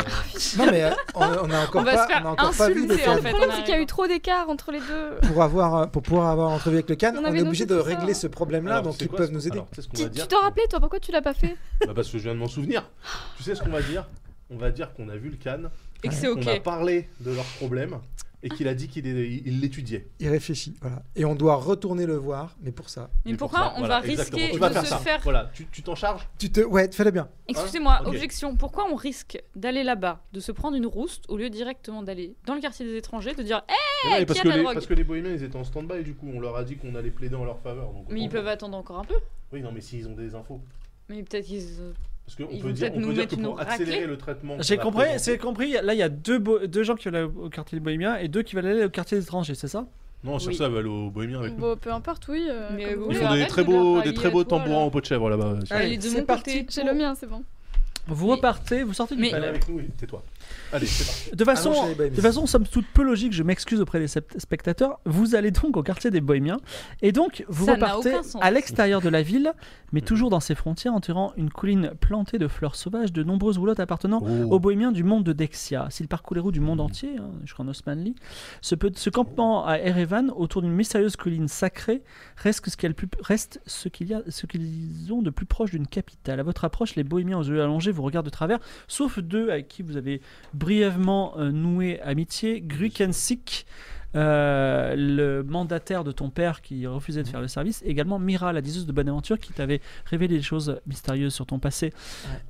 [SPEAKER 5] Non, mais euh, on, on a
[SPEAKER 6] On
[SPEAKER 5] encore
[SPEAKER 6] va se
[SPEAKER 5] pas,
[SPEAKER 6] faire
[SPEAKER 5] on a encore pas vu le
[SPEAKER 6] insulter en
[SPEAKER 5] Cannes.
[SPEAKER 6] fait.
[SPEAKER 1] Le
[SPEAKER 6] en
[SPEAKER 1] problème, c'est qu'il y a
[SPEAKER 6] arrivant.
[SPEAKER 1] eu trop d'écart entre les deux.
[SPEAKER 5] Pour, avoir, euh, pour pouvoir avoir entrevue avec le Cannes,
[SPEAKER 1] On
[SPEAKER 5] on,
[SPEAKER 1] avait
[SPEAKER 5] est obligé
[SPEAKER 1] noté
[SPEAKER 5] de
[SPEAKER 1] ça.
[SPEAKER 5] régler ce problème-là,
[SPEAKER 4] alors,
[SPEAKER 5] donc
[SPEAKER 4] c'est
[SPEAKER 5] ils
[SPEAKER 4] quoi
[SPEAKER 5] peuvent
[SPEAKER 4] ce-
[SPEAKER 5] nous aider.
[SPEAKER 4] alors, tu sais ce qu'on va
[SPEAKER 1] Tu
[SPEAKER 4] dire
[SPEAKER 1] tu t'en rappelais, toi, pourquoi tu l'as pas fait
[SPEAKER 4] Bah, Parce que je viens de m'en souvenir. Tu sais ce qu'on va dire On va dire qu'on a vu le canne,
[SPEAKER 6] Et que c'est
[SPEAKER 4] qu'on a
[SPEAKER 6] ok.
[SPEAKER 4] parlé de leurs problèmes et qu'il a dit qu'il est- il l'étudiait.
[SPEAKER 5] Il réfléchit, voilà. Et on doit retourner le voir, mais pour ça.
[SPEAKER 6] Mais
[SPEAKER 4] Et pour
[SPEAKER 6] pourquoi
[SPEAKER 4] ça,
[SPEAKER 6] on
[SPEAKER 4] voilà,
[SPEAKER 6] va
[SPEAKER 4] exactement.
[SPEAKER 6] risquer
[SPEAKER 4] Tu vas
[SPEAKER 6] de
[SPEAKER 4] faire
[SPEAKER 6] se
[SPEAKER 4] ça.
[SPEAKER 6] faire.
[SPEAKER 4] Voilà, tu tu t'en charges
[SPEAKER 5] Tu te... Ouais, fais-le bien.
[SPEAKER 6] Excusez-moi,
[SPEAKER 4] Ok.
[SPEAKER 6] objection. Pourquoi on risque d'aller là-bas, de se prendre une rouste au lieu directement d'aller dans le quartier des étrangers, de dire Hey,
[SPEAKER 4] Mais non, mais
[SPEAKER 6] qui
[SPEAKER 4] parce,
[SPEAKER 6] a
[SPEAKER 4] que
[SPEAKER 6] la
[SPEAKER 4] les,
[SPEAKER 6] drogue
[SPEAKER 4] parce que les bohémiens ils étaient en stand-by du coup, on leur a dit qu'on allait plaider en leur faveur. Donc
[SPEAKER 6] mais
[SPEAKER 4] on-
[SPEAKER 6] ils peuvent attendre encore un peu.
[SPEAKER 4] Oui, non, mais s'ils ont des infos.
[SPEAKER 6] Mais peut-être qu'ils. euh,
[SPEAKER 4] Parce qu'on
[SPEAKER 6] Ils
[SPEAKER 4] peut
[SPEAKER 6] vont
[SPEAKER 4] dire,
[SPEAKER 6] peut-être
[SPEAKER 4] on
[SPEAKER 6] nous
[SPEAKER 4] peut dire
[SPEAKER 6] mettre
[SPEAKER 4] que
[SPEAKER 6] une
[SPEAKER 4] pour
[SPEAKER 6] raclée.
[SPEAKER 4] accélérer le traitement.
[SPEAKER 3] J'ai
[SPEAKER 4] qu'on a
[SPEAKER 3] compris,
[SPEAKER 4] présenté-
[SPEAKER 3] c'est compris. Là, il y a deux, bo- deux gens qui veulent aller au quartier des Bohémiens et deux qui veulent aller au quartier des étrangers, c'est ça
[SPEAKER 4] Non, sur
[SPEAKER 6] Oui.
[SPEAKER 4] ça, va aller aux bohémiens avec nous.
[SPEAKER 1] Bon, peu importe, oui. euh,
[SPEAKER 6] Mais
[SPEAKER 1] comme vous
[SPEAKER 6] vous
[SPEAKER 4] Ils
[SPEAKER 6] Oui,
[SPEAKER 1] voulez.
[SPEAKER 4] font des
[SPEAKER 6] arrête
[SPEAKER 4] très
[SPEAKER 6] de leur
[SPEAKER 4] beaux,
[SPEAKER 6] rallier
[SPEAKER 4] des
[SPEAKER 6] à
[SPEAKER 4] très beaux
[SPEAKER 6] toi,
[SPEAKER 4] tambourins
[SPEAKER 6] là.
[SPEAKER 4] en pot de chèvre là-bas.
[SPEAKER 3] Ah, Allez,
[SPEAKER 6] aller de
[SPEAKER 3] c'est
[SPEAKER 6] mon
[SPEAKER 3] parti.
[SPEAKER 6] côté.
[SPEAKER 1] J'ai le mien, c'est bon.
[SPEAKER 3] Vous
[SPEAKER 6] Mais-
[SPEAKER 3] repartez, vous sortez du
[SPEAKER 6] Mais-
[SPEAKER 4] Viens
[SPEAKER 3] palais.
[SPEAKER 4] avec nous, et tais-toi. Allez, c'est parti.
[SPEAKER 3] De façon,
[SPEAKER 5] Allons chez les Bohémiens.
[SPEAKER 3] de façon, somme toute peu logique, je m'excuse auprès des sept- spectateurs. Vous allez donc au quartier des Bohémiens et donc vous
[SPEAKER 6] Ça n'a
[SPEAKER 3] repartez
[SPEAKER 6] aucun sens.
[SPEAKER 3] à l'extérieur de la ville, mais toujours dans ses frontières, entourant une colline plantée de fleurs sauvages, de nombreuses roulottes appartenant aux Bohémiens du monde de Dexia. S'il parcourt les routes du monde entier, hein, jusqu'en Osmanli, ce, pe- ce campement à Erevan, autour d'une mystérieuse colline sacrée, reste ce qu'il y a le plus- reste ce qu'il y a- ce qu'ils ont de plus proche d'une capitale. À votre approche, les Bohémiens aux yeux allongés vous regardent de travers, sauf deux avec qui vous avez brièvement euh, noué amitié, Grukensik. euh, le mandataire de ton père qui refusait de
[SPEAKER 4] Mhm.
[SPEAKER 3] faire le service, et également Mira, la diseuse de bonne aventure qui t'avait révélé des choses mystérieuses sur ton passé.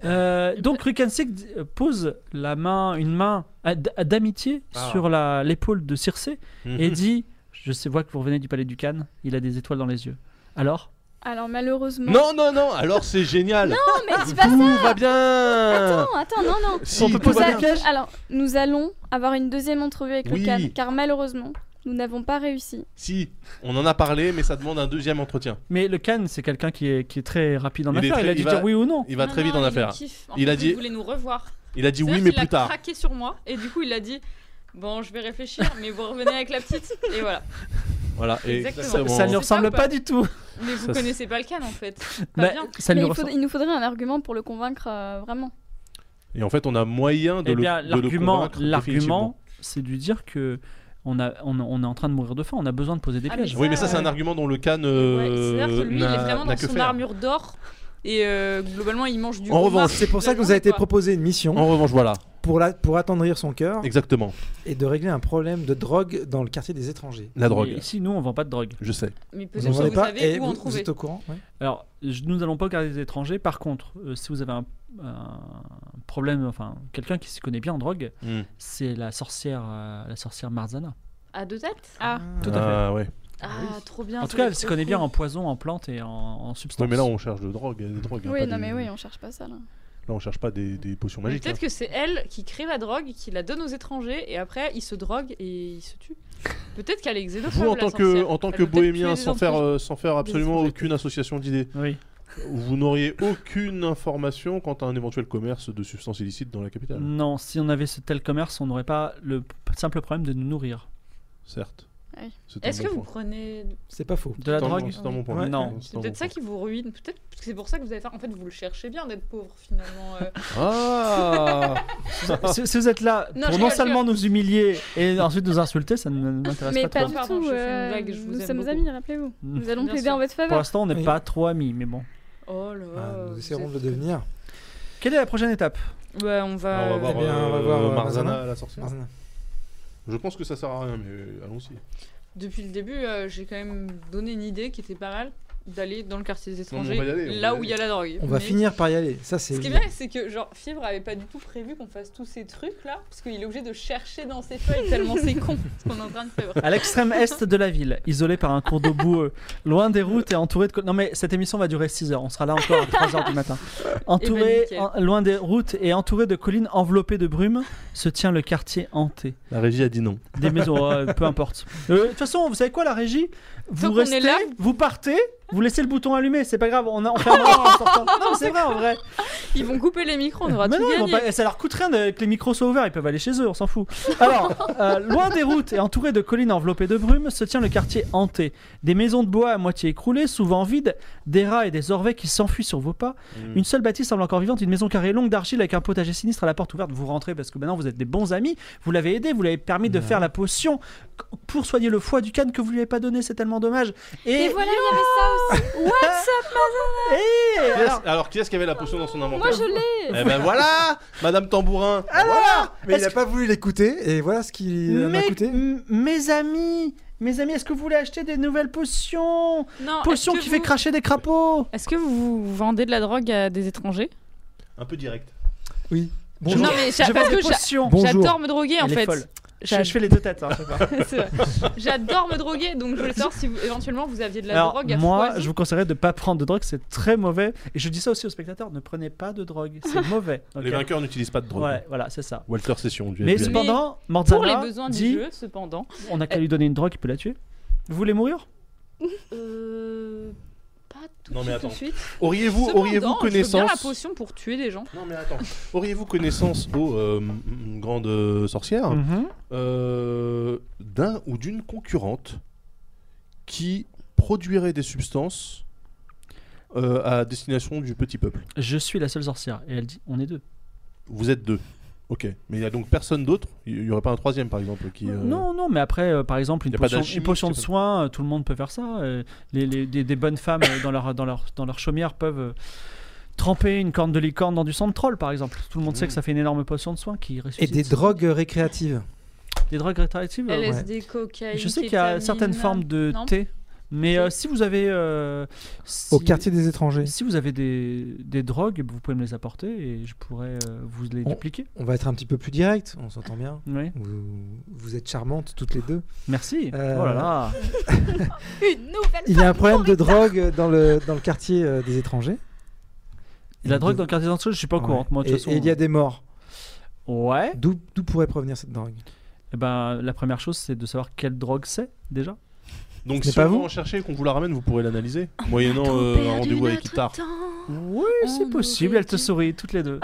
[SPEAKER 3] Euh, donc Rukansik d- euh, pose la main, une main à- d- à- d'amitié
[SPEAKER 4] Ah.
[SPEAKER 3] sur la- l'épaule de Circé
[SPEAKER 4] Mhm.
[SPEAKER 3] et dit je sais, vois que vous revenez du palais du Cannes, il a des étoiles dans les yeux. Alors
[SPEAKER 1] Alors malheureusement.
[SPEAKER 4] Non, non, non, alors c'est génial.
[SPEAKER 1] Non, mais dis pas ça
[SPEAKER 4] Tout va bien.
[SPEAKER 1] Attends, attends, non, non
[SPEAKER 4] Si,
[SPEAKER 3] On peut
[SPEAKER 4] tout
[SPEAKER 1] Nous
[SPEAKER 3] poser
[SPEAKER 4] va
[SPEAKER 3] un
[SPEAKER 1] a-
[SPEAKER 4] bien.
[SPEAKER 3] piège
[SPEAKER 1] Alors, nous allons avoir une deuxième entrevue avec
[SPEAKER 4] Oui.
[SPEAKER 1] le Cannes, car malheureusement, nous n'avons pas réussi.
[SPEAKER 4] Si, on en a parlé, mais ça demande un deuxième entretien.
[SPEAKER 3] Mais le Cannes, c'est quelqu'un qui est, qui est très rapide en
[SPEAKER 4] Il est
[SPEAKER 3] affaires.
[SPEAKER 4] très-
[SPEAKER 3] il a
[SPEAKER 4] il
[SPEAKER 3] dû
[SPEAKER 4] va-
[SPEAKER 3] dire oui ou non.
[SPEAKER 4] Il va très vite en affaire. Il
[SPEAKER 6] Il
[SPEAKER 4] a
[SPEAKER 6] a
[SPEAKER 4] dit-
[SPEAKER 6] dit. Il voulait nous revoir.
[SPEAKER 4] Il a dit oui,
[SPEAKER 6] C'est-à-dire
[SPEAKER 4] mais
[SPEAKER 6] qu'il
[SPEAKER 4] plus
[SPEAKER 6] a
[SPEAKER 4] tard.
[SPEAKER 6] craqué sur moi et du coup il a dit bon je vais réfléchir mais vous revenez avec la petite et voilà.
[SPEAKER 4] Voilà, et
[SPEAKER 6] Exactement.
[SPEAKER 4] ça, bon,
[SPEAKER 3] Ça ne
[SPEAKER 6] C'est
[SPEAKER 3] lui ressemble
[SPEAKER 6] ça ou
[SPEAKER 3] pas,
[SPEAKER 6] pas
[SPEAKER 3] du tout.
[SPEAKER 6] Mais vous
[SPEAKER 4] Ça, c'est-
[SPEAKER 6] connaissez pas le can en fait. Pas
[SPEAKER 3] Bah,
[SPEAKER 6] bien.
[SPEAKER 3] ça
[SPEAKER 1] mais
[SPEAKER 3] lui
[SPEAKER 1] il, faut-
[SPEAKER 3] ressemble.
[SPEAKER 1] il nous faudrait un argument pour le convaincre euh, vraiment.
[SPEAKER 4] Et en fait, on a moyen de
[SPEAKER 3] Eh
[SPEAKER 4] le,
[SPEAKER 3] bien,
[SPEAKER 4] de le
[SPEAKER 3] l'argument,
[SPEAKER 4] convaincre définitivement.
[SPEAKER 3] l'argument, c'est de lui dire que on, a, on, on est en train de mourir de faim. On a besoin de poser des
[SPEAKER 6] Ah, mais
[SPEAKER 3] pièges.
[SPEAKER 4] Oui, mais ça, c'est
[SPEAKER 6] Ouais.
[SPEAKER 4] un argument dont le Cannes
[SPEAKER 6] Ouais, C'est-à-dire que lui il est vraiment
[SPEAKER 4] euh, n'a
[SPEAKER 6] dans
[SPEAKER 4] que
[SPEAKER 6] son
[SPEAKER 4] faire.
[SPEAKER 6] armure d'or et euh, globalement il mange du.
[SPEAKER 4] En
[SPEAKER 6] homard
[SPEAKER 4] revanche,
[SPEAKER 6] toute
[SPEAKER 5] C'est pour
[SPEAKER 6] la
[SPEAKER 5] ça que vous a
[SPEAKER 6] journée,
[SPEAKER 5] été
[SPEAKER 6] quoi.
[SPEAKER 5] proposé une mission
[SPEAKER 4] En revanche, voilà,
[SPEAKER 5] pour, la, pour attendrir son cœur
[SPEAKER 4] exactement,
[SPEAKER 5] et de régler un problème de drogue dans le quartier des étrangers.
[SPEAKER 4] la
[SPEAKER 3] Mais
[SPEAKER 4] drogue.
[SPEAKER 3] Ici, nous, on vend pas de drogue.
[SPEAKER 4] Je sais.
[SPEAKER 6] Mais
[SPEAKER 5] Vous
[SPEAKER 6] peut-être
[SPEAKER 5] n'en
[SPEAKER 6] que vous,
[SPEAKER 5] voulez pas
[SPEAKER 6] savez
[SPEAKER 5] et
[SPEAKER 6] où
[SPEAKER 5] vous,
[SPEAKER 6] en
[SPEAKER 5] vous
[SPEAKER 6] trouver.
[SPEAKER 5] êtes au courant ouais.
[SPEAKER 3] Alors, je- nous n'allons pas garder des étrangers. Par contre, euh, si vous avez un, un problème, enfin, quelqu'un qui s'y connaît bien en drogue,
[SPEAKER 4] Mm.
[SPEAKER 3] c'est la sorcière, euh, la sorcière Marzana.
[SPEAKER 6] À deux têtes.
[SPEAKER 1] Ah.
[SPEAKER 3] Tout à fait.
[SPEAKER 4] Ah ouais.
[SPEAKER 6] Ah trop bien.
[SPEAKER 3] En
[SPEAKER 6] ça
[SPEAKER 3] tout
[SPEAKER 6] doit
[SPEAKER 3] cas, elle
[SPEAKER 6] être
[SPEAKER 3] s'y
[SPEAKER 6] trop
[SPEAKER 3] connaît
[SPEAKER 6] cool.
[SPEAKER 3] bien en poison, en plantes et en, en substances.
[SPEAKER 4] Ouais, mais là, on cherche de drogue, des drogues. hein,
[SPEAKER 1] Oui,
[SPEAKER 4] pas
[SPEAKER 1] non,
[SPEAKER 4] des-
[SPEAKER 1] mais oui, on cherche pas ça là.
[SPEAKER 4] Là, on cherche pas des, des potions
[SPEAKER 6] Mais
[SPEAKER 4] magiques. hein.
[SPEAKER 6] Peut-être que c'est elle qui crée la drogue, qui la donne aux étrangers et après ils se droguent et ils se tuent. Peut-être qu'elle est
[SPEAKER 4] hein.
[SPEAKER 6] xénophobe.
[SPEAKER 4] Vous, en
[SPEAKER 6] la
[SPEAKER 4] tant que,
[SPEAKER 6] sorcière.
[SPEAKER 4] en tant
[SPEAKER 6] Elle
[SPEAKER 4] que
[SPEAKER 6] peut peut-être tuer
[SPEAKER 4] bohémien,
[SPEAKER 6] des
[SPEAKER 4] sans faire,
[SPEAKER 6] étrangers.
[SPEAKER 4] euh, sans faire absolument
[SPEAKER 6] étrangers.
[SPEAKER 4] aucune association d'idées,
[SPEAKER 3] Oui.
[SPEAKER 4] vous n'auriez aucune information quant à un éventuel commerce de substances illicites dans la capitale.
[SPEAKER 3] Non, si on avait ce tel commerce, on n'aurait pas le p- simple problème de nous nourrir.
[SPEAKER 4] Certes.
[SPEAKER 1] Ouais.
[SPEAKER 4] C'est un bon
[SPEAKER 6] Est-ce que vous
[SPEAKER 4] point.
[SPEAKER 6] prenez
[SPEAKER 5] C'est pas faux.
[SPEAKER 3] De la
[SPEAKER 4] C'est un bon-
[SPEAKER 3] drogue
[SPEAKER 4] C'est un bon point.
[SPEAKER 3] Ouais. Non.
[SPEAKER 4] C'est
[SPEAKER 6] C'est
[SPEAKER 4] un
[SPEAKER 6] peut-être
[SPEAKER 4] bon
[SPEAKER 6] ça qui vous ruine, peut-être parce que c'est pour ça que vous avez fait. En fait, vous le cherchez bien d'être pauvre finalement. euh.
[SPEAKER 4] Ah
[SPEAKER 3] si, si vous êtes là
[SPEAKER 6] Non, je
[SPEAKER 3] pour non
[SPEAKER 6] rigole,
[SPEAKER 3] seulement nous humilier et ensuite nous insulter, ça ne m'intéresse
[SPEAKER 1] Mais pas
[SPEAKER 3] pas trop.
[SPEAKER 1] du
[SPEAKER 6] Pardon,
[SPEAKER 1] tout.
[SPEAKER 6] je fais une
[SPEAKER 1] euh,
[SPEAKER 6] blague, je vous
[SPEAKER 1] nous
[SPEAKER 6] aime
[SPEAKER 1] sommes
[SPEAKER 6] beaucoup.
[SPEAKER 1] amis, rappelez-vous.
[SPEAKER 3] Mm.
[SPEAKER 1] Nous allons
[SPEAKER 6] Bien
[SPEAKER 1] plaider
[SPEAKER 6] sûr.
[SPEAKER 1] en votre
[SPEAKER 3] Pour
[SPEAKER 1] faveur.
[SPEAKER 3] l'instant, on n'est
[SPEAKER 5] Oui.
[SPEAKER 3] pas trop amis, mais bon.
[SPEAKER 6] Oh là.
[SPEAKER 5] Ah,
[SPEAKER 6] vous
[SPEAKER 5] nous essaierons
[SPEAKER 6] êtes-
[SPEAKER 5] de le devenir.
[SPEAKER 3] Quelle est la prochaine étape
[SPEAKER 6] Bah, on va.
[SPEAKER 4] On va voir,
[SPEAKER 5] Eh bien,
[SPEAKER 4] euh,
[SPEAKER 5] on va voir, euh,
[SPEAKER 4] Marzana
[SPEAKER 5] Marzana.
[SPEAKER 4] à la sorcière.
[SPEAKER 5] Marzana.
[SPEAKER 4] Je pense que ça sert à rien, mais euh, allons-y.
[SPEAKER 6] Depuis le début, euh, j'ai quand même donné une idée qui était pas mal d'aller dans le quartier des
[SPEAKER 4] Non, mais on
[SPEAKER 6] étrangers,
[SPEAKER 4] va y aller, on
[SPEAKER 6] là
[SPEAKER 4] va y
[SPEAKER 6] où il y a la drogue.
[SPEAKER 5] On va
[SPEAKER 6] Mais-
[SPEAKER 5] finir par y aller. Ça, c'est.
[SPEAKER 6] Ce qui est bien, c'est que genre Fibre avait pas du tout prévu qu'on fasse tous ces trucs là, parce qu'il est obligé de chercher dans ses feuilles tellement c'est con ce qu'on est en train de faire.
[SPEAKER 3] À l'extrême est de la ville, isolé par un cours d'eau boueux, loin des routes et entouré de. co- Non mais cette émission va durer 6 heures, on sera là encore à 3 heures du matin. Entouré,
[SPEAKER 6] Eh ben, nickel.
[SPEAKER 3] en- loin des routes et entouré de collines enveloppées de brume, se tient le quartier hanté.
[SPEAKER 4] La régie a dit non.
[SPEAKER 3] Des maisons, euh, peu importe. Euh, De toute façon, vous savez quoi, la régie Vous
[SPEAKER 6] Tant qu'on est
[SPEAKER 3] restez,
[SPEAKER 6] là-
[SPEAKER 3] vous partez, vous laissez le bouton allumé, c'est pas grave, on, a, on fermera en sortant. Non, mais c'est vrai, en vrai.
[SPEAKER 6] Ils vont couper les micros, on aura
[SPEAKER 3] Mais
[SPEAKER 6] tout
[SPEAKER 3] non, ils vont
[SPEAKER 6] gagné.
[SPEAKER 3] pas- ça leur coûte rien de- que les micros soient ouverts, ils peuvent aller chez eux, on s'en fout. Alors, euh, loin des routes et entouré de collines enveloppées de brume, se tient le quartier hanté. Des maisons de bois à moitié écroulées, souvent vides, des rats et des orvets qui s'enfuient sur vos pas.
[SPEAKER 4] Mm.
[SPEAKER 6] Mm.
[SPEAKER 3] Une seule bâtisse semble encore vivante, une maison carrée longue d'argile avec un potager sinistre à la porte ouverte. Vous rentrez parce que maintenant vous êtes des bons amis, vous l'avez aidé, vous l'avez permis de
[SPEAKER 6] Mm.
[SPEAKER 5] Ouais.
[SPEAKER 3] faire la potion pour soigner le foie du canne que vous lui avez pas donné, c'est tellement dommage.
[SPEAKER 1] Et voilà, il y avait ça aussi.
[SPEAKER 3] Et
[SPEAKER 4] Qui est-ce-
[SPEAKER 3] alors,
[SPEAKER 4] alors, qui est-ce qui avait la potion dans son inventaire
[SPEAKER 1] Moi, je l'ai.
[SPEAKER 4] Eh ben voilà Madame Tambourin
[SPEAKER 6] Ah
[SPEAKER 4] Voilà
[SPEAKER 5] Mais il
[SPEAKER 3] Est-ce
[SPEAKER 5] n'a pas voulu l'écouter et voilà ce qu'il m'a
[SPEAKER 3] mes,
[SPEAKER 5] coûté.
[SPEAKER 3] m- mes amis, mes amis, est-ce que vous voulez acheter des nouvelles potions
[SPEAKER 6] Non,
[SPEAKER 3] Potion
[SPEAKER 6] Oh, est-ce que
[SPEAKER 3] qui fait
[SPEAKER 6] vous-
[SPEAKER 3] cracher des crapauds
[SPEAKER 6] Est-ce que vous vendez de la drogue à des étrangers
[SPEAKER 4] Un peu direct.
[SPEAKER 5] Oui.
[SPEAKER 6] Non,
[SPEAKER 5] Bonjour.
[SPEAKER 6] mais
[SPEAKER 3] Je
[SPEAKER 6] j'a- parce
[SPEAKER 3] vends des
[SPEAKER 6] que j'a-
[SPEAKER 3] potions.
[SPEAKER 5] Bonjour.
[SPEAKER 6] j'adore me droguer en
[SPEAKER 3] Elle est
[SPEAKER 6] fait.
[SPEAKER 3] folle. Je,
[SPEAKER 6] J'a-
[SPEAKER 3] je fais les deux têtes. hein, je sais pas.
[SPEAKER 6] C'est vrai. J'adore me droguer, donc je voulais savoir si vous- éventuellement vous aviez de la
[SPEAKER 3] Alors,
[SPEAKER 6] drogue à
[SPEAKER 3] moi,
[SPEAKER 6] foison.
[SPEAKER 3] je vous conseillerais de pas prendre de drogue, c'est très mauvais. Et je dis ça aussi aux spectateurs ne prenez pas de drogue, c'est mauvais. Ok.
[SPEAKER 4] Les vainqueurs n'utilisent pas de drogue.
[SPEAKER 3] Ouais, voilà, c'est ça.
[SPEAKER 4] Walter Session du
[SPEAKER 3] Mais
[SPEAKER 4] FBI.
[SPEAKER 3] cependant,
[SPEAKER 6] Pour
[SPEAKER 3] Mordzana
[SPEAKER 6] les besoins
[SPEAKER 3] dit
[SPEAKER 6] du jeu, cependant.
[SPEAKER 3] on n'a qu'à lui donner une drogue qui peut la tuer. Vous voulez mourir
[SPEAKER 6] Euh. Pas tout,
[SPEAKER 4] Non,
[SPEAKER 6] de
[SPEAKER 4] mais
[SPEAKER 6] suite, tout de
[SPEAKER 4] attends.
[SPEAKER 6] suite.
[SPEAKER 4] Auriez-vous
[SPEAKER 6] Cependant,
[SPEAKER 4] auriez
[SPEAKER 6] je veux bien la
[SPEAKER 4] connaissance
[SPEAKER 6] potion pour tuer des gens.
[SPEAKER 4] Non mais attends. Auriez-vous connaissance aux euh, m- m- grandes euh, sorcières
[SPEAKER 3] Mhm.
[SPEAKER 4] euh, d'un ou d'une concurrente qui produirait des substances euh, à destination du petit peuple
[SPEAKER 3] Je suis la seule sorcière. Et elle dit on est deux.
[SPEAKER 4] Vous êtes deux. Ok, mais il n'y a donc personne d'autre Il n'y aurait pas un troisième par exemple qui... euh,
[SPEAKER 3] Non, non, mais après, euh, par exemple, une
[SPEAKER 4] y a pas
[SPEAKER 3] potion,
[SPEAKER 4] d'alchimie,
[SPEAKER 3] une potion de
[SPEAKER 4] je sais pas.
[SPEAKER 3] soin, euh, tout le monde peut faire ça. euh, les, les- des, des bonnes femmes euh, dans, leur, dans, leur, dans leur chaumière peuvent euh, tremper une corne de licorne dans du sang de troll, par exemple. Tout le monde sait que ça fait une énorme potion de soin qui
[SPEAKER 5] Et
[SPEAKER 3] ressuscite.
[SPEAKER 5] des drogues récréatives.
[SPEAKER 3] Des drogues rétroactives euh,
[SPEAKER 6] LSD, cocaïne.
[SPEAKER 3] Je sais qu'il y a
[SPEAKER 6] kétamine.
[SPEAKER 3] certaines formes de
[SPEAKER 6] Non.
[SPEAKER 3] thé Mais euh, si vous avez. euh, si,
[SPEAKER 5] Au quartier des étrangers.
[SPEAKER 3] Euh, Si vous avez des, des drogues, vous pouvez me les apporter et je pourrais euh, vous les
[SPEAKER 5] On-
[SPEAKER 3] dupliquer.
[SPEAKER 5] On va être un petit peu plus direct, on s'entend bien.
[SPEAKER 3] Oui.
[SPEAKER 5] Vous, vous êtes charmantes toutes les deux.
[SPEAKER 3] Merci.
[SPEAKER 5] Euh,
[SPEAKER 3] Oh là là.
[SPEAKER 1] Une nouvelle
[SPEAKER 5] Il y a un problème de drogue dans le, dans le quartier euh, des étrangers.
[SPEAKER 3] Et La
[SPEAKER 5] Et
[SPEAKER 3] drogue
[SPEAKER 5] d'où-
[SPEAKER 3] dans le quartier d'entre je suis pas au
[SPEAKER 5] Ouais.
[SPEAKER 3] courant. Moi, de
[SPEAKER 5] et,
[SPEAKER 3] toute façon.
[SPEAKER 5] et il y a des morts.
[SPEAKER 3] Ouais.
[SPEAKER 5] D'où d'où pourrait provenir cette drogue
[SPEAKER 3] Eh ben, la première chose, c'est de savoir quelle drogue c'est déjà.
[SPEAKER 4] Donc
[SPEAKER 5] Ce n'est
[SPEAKER 4] si
[SPEAKER 5] pas
[SPEAKER 4] on
[SPEAKER 5] vous
[SPEAKER 4] va en chercher et qu'on vous la ramène, vous pourrez l'analyser. Moyennant euh, un rendez-vous avec Itar.
[SPEAKER 3] Oui,
[SPEAKER 6] On
[SPEAKER 3] c'est possible.
[SPEAKER 6] aurait
[SPEAKER 3] Elle te
[SPEAKER 6] dû-
[SPEAKER 3] sourit toutes les deux.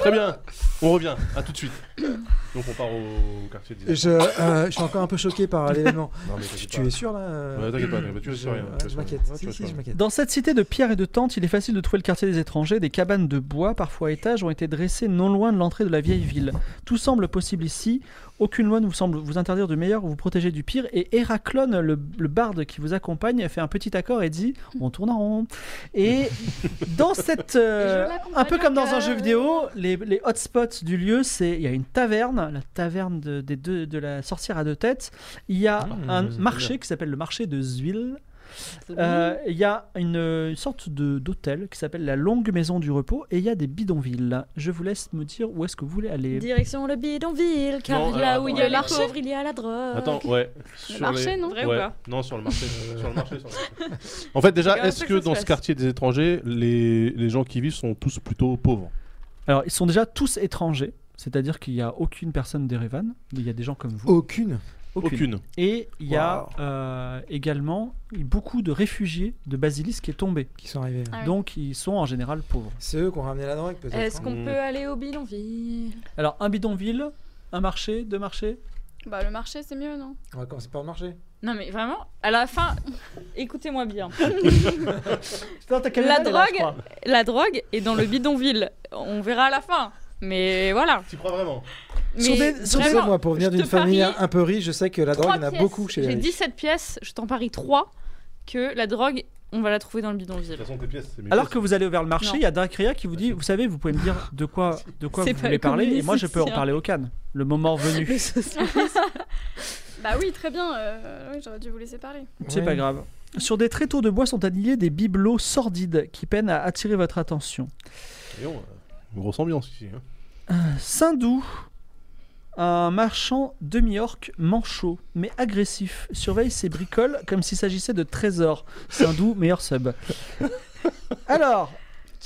[SPEAKER 4] Très bien, on revient, à tout de suite. Donc on part au quartier des
[SPEAKER 5] je, euh, je suis encore un peu choqué par l'événement.
[SPEAKER 4] Non, mais
[SPEAKER 5] Tu,
[SPEAKER 4] t'inquiète
[SPEAKER 5] tu
[SPEAKER 4] pas.
[SPEAKER 5] es sûr là euh,
[SPEAKER 4] Ouais, t'inquiète pas, t'inquiète pas, tu es sûr,
[SPEAKER 5] Je-
[SPEAKER 4] rien,
[SPEAKER 5] ouais,
[SPEAKER 4] tu es
[SPEAKER 5] je
[SPEAKER 4] sûr,
[SPEAKER 5] m'inquiète.
[SPEAKER 4] ouais, tu
[SPEAKER 5] Si,
[SPEAKER 4] es
[SPEAKER 5] si,
[SPEAKER 4] sûr.
[SPEAKER 5] je m'inquiète.
[SPEAKER 3] Dans cette cité de pierres et de tentes, il est facile de trouver le quartier des étrangers. Des cabanes de bois, parfois à étages, ont été dressées non loin de l'entrée de la vieille ville. Tout semble possible ici. Aucune loi ne vous semble vous interdire du meilleur ou vous protéger du pire. Et Héraclone, le, le barde qui vous accompagne, fait un petit accord et dit On tourne en rond. Et dans cette. euh,
[SPEAKER 1] Et je l'accompagne
[SPEAKER 3] un peu comme dans un
[SPEAKER 1] encore.
[SPEAKER 3] jeu vidéo, les, les hotspots du lieu, c'est. Il y a une taverne, la taverne de, des deux, de la sorcière à deux têtes. Il y a
[SPEAKER 5] Mmh,
[SPEAKER 3] un
[SPEAKER 5] c'est
[SPEAKER 3] marché qui s'appelle le marché de Zuil. Euh, Il y a une, une sorte de- d'hôtel qui s'appelle la Longue Maison du Repos et il y a des bidonvilles. Je vous laisse me dire où est-ce que vous voulez aller.
[SPEAKER 6] Euh, Direction le bidonville, car
[SPEAKER 4] Non,
[SPEAKER 6] là
[SPEAKER 4] alors,
[SPEAKER 6] où il y a
[SPEAKER 4] attends,
[SPEAKER 6] les
[SPEAKER 1] attends.
[SPEAKER 6] pauvres, il y a la drogue.
[SPEAKER 4] Attends, ouais. Sur
[SPEAKER 1] marché, non
[SPEAKER 6] Vrai ou
[SPEAKER 4] Ouais.
[SPEAKER 6] pas
[SPEAKER 4] Non, sur le marché. sur le marché, sur le marché. En fait, déjà,
[SPEAKER 6] Regarde
[SPEAKER 4] est-ce
[SPEAKER 6] ça
[SPEAKER 4] que
[SPEAKER 6] que ça se
[SPEAKER 4] dans ce
[SPEAKER 6] passe.
[SPEAKER 4] quartier des étrangers, les, les gens qui vivent sont tous plutôt pauvres
[SPEAKER 3] Alors, ils sont déjà tous étrangers, c'est-à-dire qu'il n'y a aucune personne d'Erevan, mais il y a des gens comme vous.
[SPEAKER 5] Aucune.
[SPEAKER 4] Aucune.
[SPEAKER 3] Et il y a euh, également beaucoup de réfugiés de Basilis qui est tombé.
[SPEAKER 5] Qui sont arrivés. là.
[SPEAKER 1] Ah oui.
[SPEAKER 3] Donc, ils sont en général pauvres.
[SPEAKER 5] C'est eux qui ont ramené la drogue peut-être.
[SPEAKER 6] Euh, Est-ce
[SPEAKER 5] hein.
[SPEAKER 6] qu'on
[SPEAKER 4] Hmm.
[SPEAKER 6] peut aller au bidonville
[SPEAKER 3] Alors, un bidonville, un marché, deux marchés.
[SPEAKER 1] Bah, le marché, c'est mieux, non
[SPEAKER 5] On va commencer par le marché.
[SPEAKER 6] Non mais vraiment, à la fin, écoutez-moi bien.
[SPEAKER 3] Putain, t'as qu'à
[SPEAKER 6] La
[SPEAKER 3] y aller, là, je
[SPEAKER 6] drogue
[SPEAKER 3] crois.
[SPEAKER 6] La drogue est dans le bidonville. On verra à la fin. Mais voilà.
[SPEAKER 4] Tu crois vraiment
[SPEAKER 6] Mais
[SPEAKER 3] Sur des- sur
[SPEAKER 5] Tu sais,
[SPEAKER 6] vraiment,
[SPEAKER 5] moi, pour venir
[SPEAKER 6] je
[SPEAKER 5] d'une
[SPEAKER 6] te
[SPEAKER 5] famille
[SPEAKER 6] parie
[SPEAKER 5] un peu riche, je sais que la drogue,
[SPEAKER 6] trois
[SPEAKER 5] il y en a
[SPEAKER 6] pièces.
[SPEAKER 5] beaucoup chez les
[SPEAKER 6] J'ai
[SPEAKER 5] riches.
[SPEAKER 6] 17 pièces, je t'en parie 3 que la drogue, on va la trouver dans le
[SPEAKER 4] De
[SPEAKER 6] bidonville.
[SPEAKER 4] toute façon, tes pièces, c'est mes
[SPEAKER 3] Alors
[SPEAKER 4] pièces.
[SPEAKER 3] que vous allez vers le marché,
[SPEAKER 6] Non.
[SPEAKER 3] il y a Dacria qui vous dit, vous savez, vous pouvez me dire de quoi, de quoi
[SPEAKER 6] C'est
[SPEAKER 3] vous
[SPEAKER 6] pas hein.
[SPEAKER 3] voulez parler, et
[SPEAKER 6] communiste,
[SPEAKER 3] moi je peux en
[SPEAKER 6] tiens.
[SPEAKER 3] parler au Cannes, le moment venu.
[SPEAKER 1] Bah oui, très bien. euh, oui, J'aurais dû vous laisser parler.
[SPEAKER 3] C'est
[SPEAKER 5] Ouais.
[SPEAKER 3] pas grave. Sur des tréteaux de bois sont alignés des bibelots sordides qui peinent à attirer votre attention.
[SPEAKER 4] Voyons, euh, une grosse ambiance ici. hein.
[SPEAKER 3] Sindou, un marchand demi-orc manchot, mais agressif, surveille ses bricoles comme s'il s'agissait de trésors. Sindou, meilleur sub. Alors,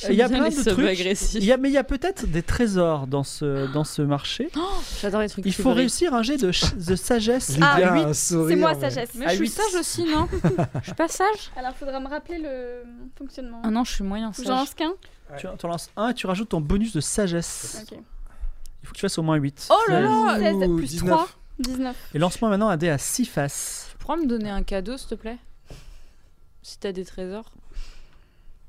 [SPEAKER 3] il y a plein de trucs. il y a- mais il y a peut-être des trésors dans ce, dans ce marché.
[SPEAKER 6] Oh, J'adore les trucs.
[SPEAKER 3] Il faut réussir un jet de, ch- de sagesse
[SPEAKER 6] Ah,
[SPEAKER 3] Ah,
[SPEAKER 5] Lydia
[SPEAKER 3] à
[SPEAKER 5] a
[SPEAKER 3] 8.
[SPEAKER 5] un sourire,
[SPEAKER 1] C'est moi,
[SPEAKER 5] mais-
[SPEAKER 1] sagesse.
[SPEAKER 6] Mais
[SPEAKER 3] À
[SPEAKER 6] je suis
[SPEAKER 3] huit.
[SPEAKER 6] sage aussi, non Je suis pas sage
[SPEAKER 1] Alors, faudra me rappeler le fonctionnement.
[SPEAKER 6] Ah non, je suis moyen sage.
[SPEAKER 1] J'en lance qu'un
[SPEAKER 3] Tu, tu en lances un et tu rajoutes ton bonus de sagesse.
[SPEAKER 1] Ok.
[SPEAKER 3] Il faut que tu fasses au moins 8.
[SPEAKER 6] Oh là là
[SPEAKER 1] Oh, 16
[SPEAKER 5] Ouh,
[SPEAKER 1] plus
[SPEAKER 5] 19.
[SPEAKER 1] 3, 19.
[SPEAKER 3] Et lance-moi maintenant un dé à 6 faces.
[SPEAKER 6] Tu pourras me donner un cadeau, s'il te plaît Si t'as des trésors.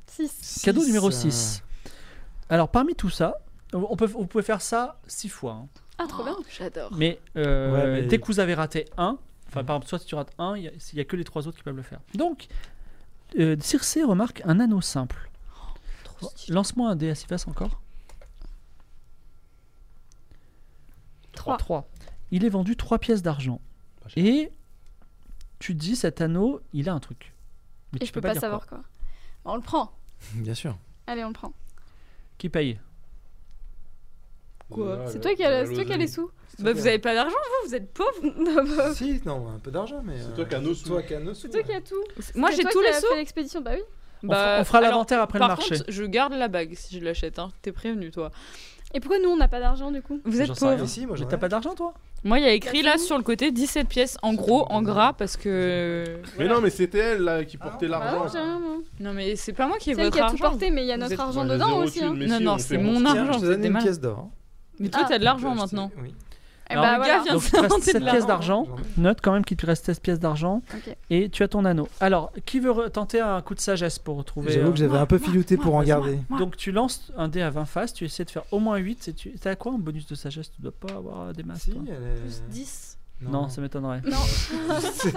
[SPEAKER 1] 6.
[SPEAKER 3] Cadeau
[SPEAKER 5] Six,
[SPEAKER 3] numéro
[SPEAKER 5] euh,
[SPEAKER 3] 6. Alors, parmi tout ça, on peut, on pouvait faire ça 6 fois. hein.
[SPEAKER 1] Ah, trop bien.
[SPEAKER 6] J'adore.
[SPEAKER 3] Mais, euh,
[SPEAKER 5] Ouais, mais-
[SPEAKER 3] dès que vous avez raté un, enfin, par exemple, soit si tu rates un, il n'y a, il y a que les trois autres qui peuvent le faire. Donc, euh, Circé remarque un anneau simple.
[SPEAKER 6] Trop stylé.
[SPEAKER 3] Oh, Lance-moi un dé à 6 faces encore.
[SPEAKER 1] Trois.
[SPEAKER 3] 3. Il est vendu 3 pièces d'argent.
[SPEAKER 4] Pas cher.
[SPEAKER 3] Et tu te dis, cet anneau, il a un truc. Mais
[SPEAKER 1] Et
[SPEAKER 3] tu
[SPEAKER 1] je peux pas,
[SPEAKER 3] dire
[SPEAKER 1] savoir
[SPEAKER 3] quoi.
[SPEAKER 1] quoi. Bon, on le prend.
[SPEAKER 5] Bien sûr.
[SPEAKER 1] Allez, on le prend.
[SPEAKER 3] Qui paye
[SPEAKER 1] Quoi
[SPEAKER 4] Ah,
[SPEAKER 1] C'est
[SPEAKER 4] la-
[SPEAKER 1] toi qui as
[SPEAKER 4] la
[SPEAKER 1] c'est toi qui as
[SPEAKER 4] loserie.
[SPEAKER 1] les sous.
[SPEAKER 6] Bah vous avez pas d'argent, vous Vous êtes pauvres
[SPEAKER 1] Non, bah,
[SPEAKER 5] Euh, Si, non, un peu d'argent, mais.
[SPEAKER 4] C'est
[SPEAKER 5] euh,
[SPEAKER 4] toi qui as nos
[SPEAKER 5] c'est
[SPEAKER 4] sous.
[SPEAKER 5] Toi qui as nos sous.
[SPEAKER 1] C'est toi qui as tout.
[SPEAKER 6] Moi,
[SPEAKER 1] C'est
[SPEAKER 6] j'ai
[SPEAKER 1] toi
[SPEAKER 6] tous
[SPEAKER 1] qui
[SPEAKER 6] les
[SPEAKER 1] as
[SPEAKER 6] sous.
[SPEAKER 1] fait l'expédition, bah oui.
[SPEAKER 3] On
[SPEAKER 6] Bah,
[SPEAKER 3] fera- on fera
[SPEAKER 6] alors,
[SPEAKER 3] l'inventaire après le
[SPEAKER 6] Par
[SPEAKER 3] marché.
[SPEAKER 6] contre, je garde la bague si je l'achète. Hein. T'es prévenu, toi.
[SPEAKER 1] Et pourquoi nous on n'a pas d'argent du coup
[SPEAKER 6] Vous êtes
[SPEAKER 3] J'en sais
[SPEAKER 6] pauvres.
[SPEAKER 3] rien.
[SPEAKER 5] Mais Bah, si, moi
[SPEAKER 3] Mais
[SPEAKER 5] j'en
[SPEAKER 3] t'as
[SPEAKER 5] ai.
[SPEAKER 3] pas d'argent, toi
[SPEAKER 6] Moi, il y a écrit là
[SPEAKER 1] Merci.
[SPEAKER 6] sur le côté 17 pièces en gros, en gras, parce que. euh,
[SPEAKER 4] Mais non, mais c'était elle là, qui portait
[SPEAKER 5] Ah,
[SPEAKER 1] Bah
[SPEAKER 4] l'argent.
[SPEAKER 1] non, j'ai rien, moi.
[SPEAKER 6] Non, mais c'est pas moi qui ai
[SPEAKER 1] C'est elle
[SPEAKER 6] votre
[SPEAKER 1] qui a tout
[SPEAKER 6] argent.
[SPEAKER 1] porté, mais il y a
[SPEAKER 6] Vous
[SPEAKER 1] notre
[SPEAKER 6] êtes-
[SPEAKER 1] argent
[SPEAKER 4] Moi, j'ai
[SPEAKER 1] dedans
[SPEAKER 4] zéro
[SPEAKER 1] aussi.
[SPEAKER 4] thune,
[SPEAKER 1] hein.
[SPEAKER 4] mais
[SPEAKER 6] Non,
[SPEAKER 4] si,
[SPEAKER 6] non,
[SPEAKER 4] on
[SPEAKER 6] c'est
[SPEAKER 4] fait
[SPEAKER 6] mon
[SPEAKER 4] mentir.
[SPEAKER 6] argent.
[SPEAKER 5] Tiens, je
[SPEAKER 6] c'est
[SPEAKER 5] vous
[SPEAKER 6] des
[SPEAKER 5] donne une
[SPEAKER 6] malins.
[SPEAKER 5] pièce d'or.
[SPEAKER 6] Mais toi,
[SPEAKER 1] Ah.
[SPEAKER 6] t'as de l'argent
[SPEAKER 5] Je-
[SPEAKER 6] maintenant.
[SPEAKER 5] Oui.
[SPEAKER 1] Eh
[SPEAKER 3] Alors,
[SPEAKER 1] bah
[SPEAKER 6] le gars
[SPEAKER 1] voilà.
[SPEAKER 6] vient-
[SPEAKER 3] Donc il te reste
[SPEAKER 6] C'est de
[SPEAKER 3] 7 pièces
[SPEAKER 6] l'argent.
[SPEAKER 3] d'argent. Note quand même qu'il te reste 16 pièces d'argent.
[SPEAKER 1] Ok.
[SPEAKER 3] Et tu as ton anneau. Alors, qui veut re- tenter un coup de sagesse pour retrouver
[SPEAKER 5] J'avoue
[SPEAKER 3] euh,
[SPEAKER 5] que j'avais un Ah, peu filouté
[SPEAKER 6] moi,
[SPEAKER 5] pour en
[SPEAKER 6] moi,
[SPEAKER 5] garder.
[SPEAKER 3] Donc tu lances un dé à 20 faces, tu essaies de faire au moins 8. Et tu as quoi en bonus de sagesse Tu dois pas avoir des masses.
[SPEAKER 5] Si,
[SPEAKER 3] toi.
[SPEAKER 5] elle est.
[SPEAKER 6] Plus 10.
[SPEAKER 3] Non, ça m'étonnerait.
[SPEAKER 1] Ça,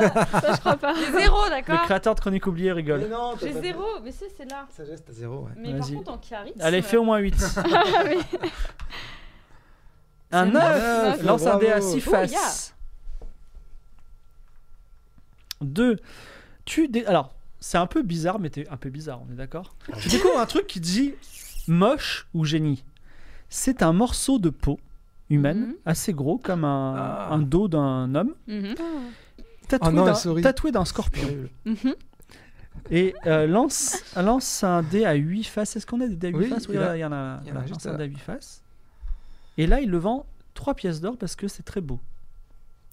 [SPEAKER 1] je crois pas.
[SPEAKER 6] J'ai zéro,
[SPEAKER 3] Le
[SPEAKER 6] d'accord
[SPEAKER 3] créateur de Chronique Oubliée rigole.
[SPEAKER 5] Mais non, t'as
[SPEAKER 6] J'ai
[SPEAKER 5] pas de-
[SPEAKER 6] zéro, mais si, c'est là.
[SPEAKER 5] Sagesse, t'as zéro, ouais.
[SPEAKER 6] Mais par
[SPEAKER 3] Vas-y.
[SPEAKER 6] contre, en euh, charisme.
[SPEAKER 3] Allez, fais au moins 8. un
[SPEAKER 6] C'est
[SPEAKER 3] 9
[SPEAKER 5] neuf,
[SPEAKER 3] Lance un dé à
[SPEAKER 5] bravo.
[SPEAKER 3] 6
[SPEAKER 6] Oh,
[SPEAKER 3] faces. Deux, tu. dé- Alors, c'est un peu bizarre, mais t'es un peu bizarre, on est d'accord Tu découvres un truc qui dit moche ou génie. C'est un morceau de peau humaine,
[SPEAKER 6] Mhm.
[SPEAKER 3] assez gros, comme un,
[SPEAKER 5] Ah.
[SPEAKER 3] un dos d'un homme,
[SPEAKER 6] Mhm.
[SPEAKER 3] tatoué
[SPEAKER 5] non,
[SPEAKER 3] d'un-
[SPEAKER 5] la souris.
[SPEAKER 3] tatoué d'un scorpion.
[SPEAKER 5] Horrible.
[SPEAKER 6] Mhm.
[SPEAKER 3] Et euh, lance, lance un dé à 8 faces. Est-ce qu'on a des dés à 8
[SPEAKER 5] Oui,
[SPEAKER 3] faces
[SPEAKER 5] il y en a-
[SPEAKER 3] il y en a,
[SPEAKER 5] il y en a
[SPEAKER 3] voilà,
[SPEAKER 5] juste
[SPEAKER 3] lance
[SPEAKER 5] là.
[SPEAKER 3] un dé à 8 faces. Et là, il le vend 3 pièces d'or parce que c'est très beau.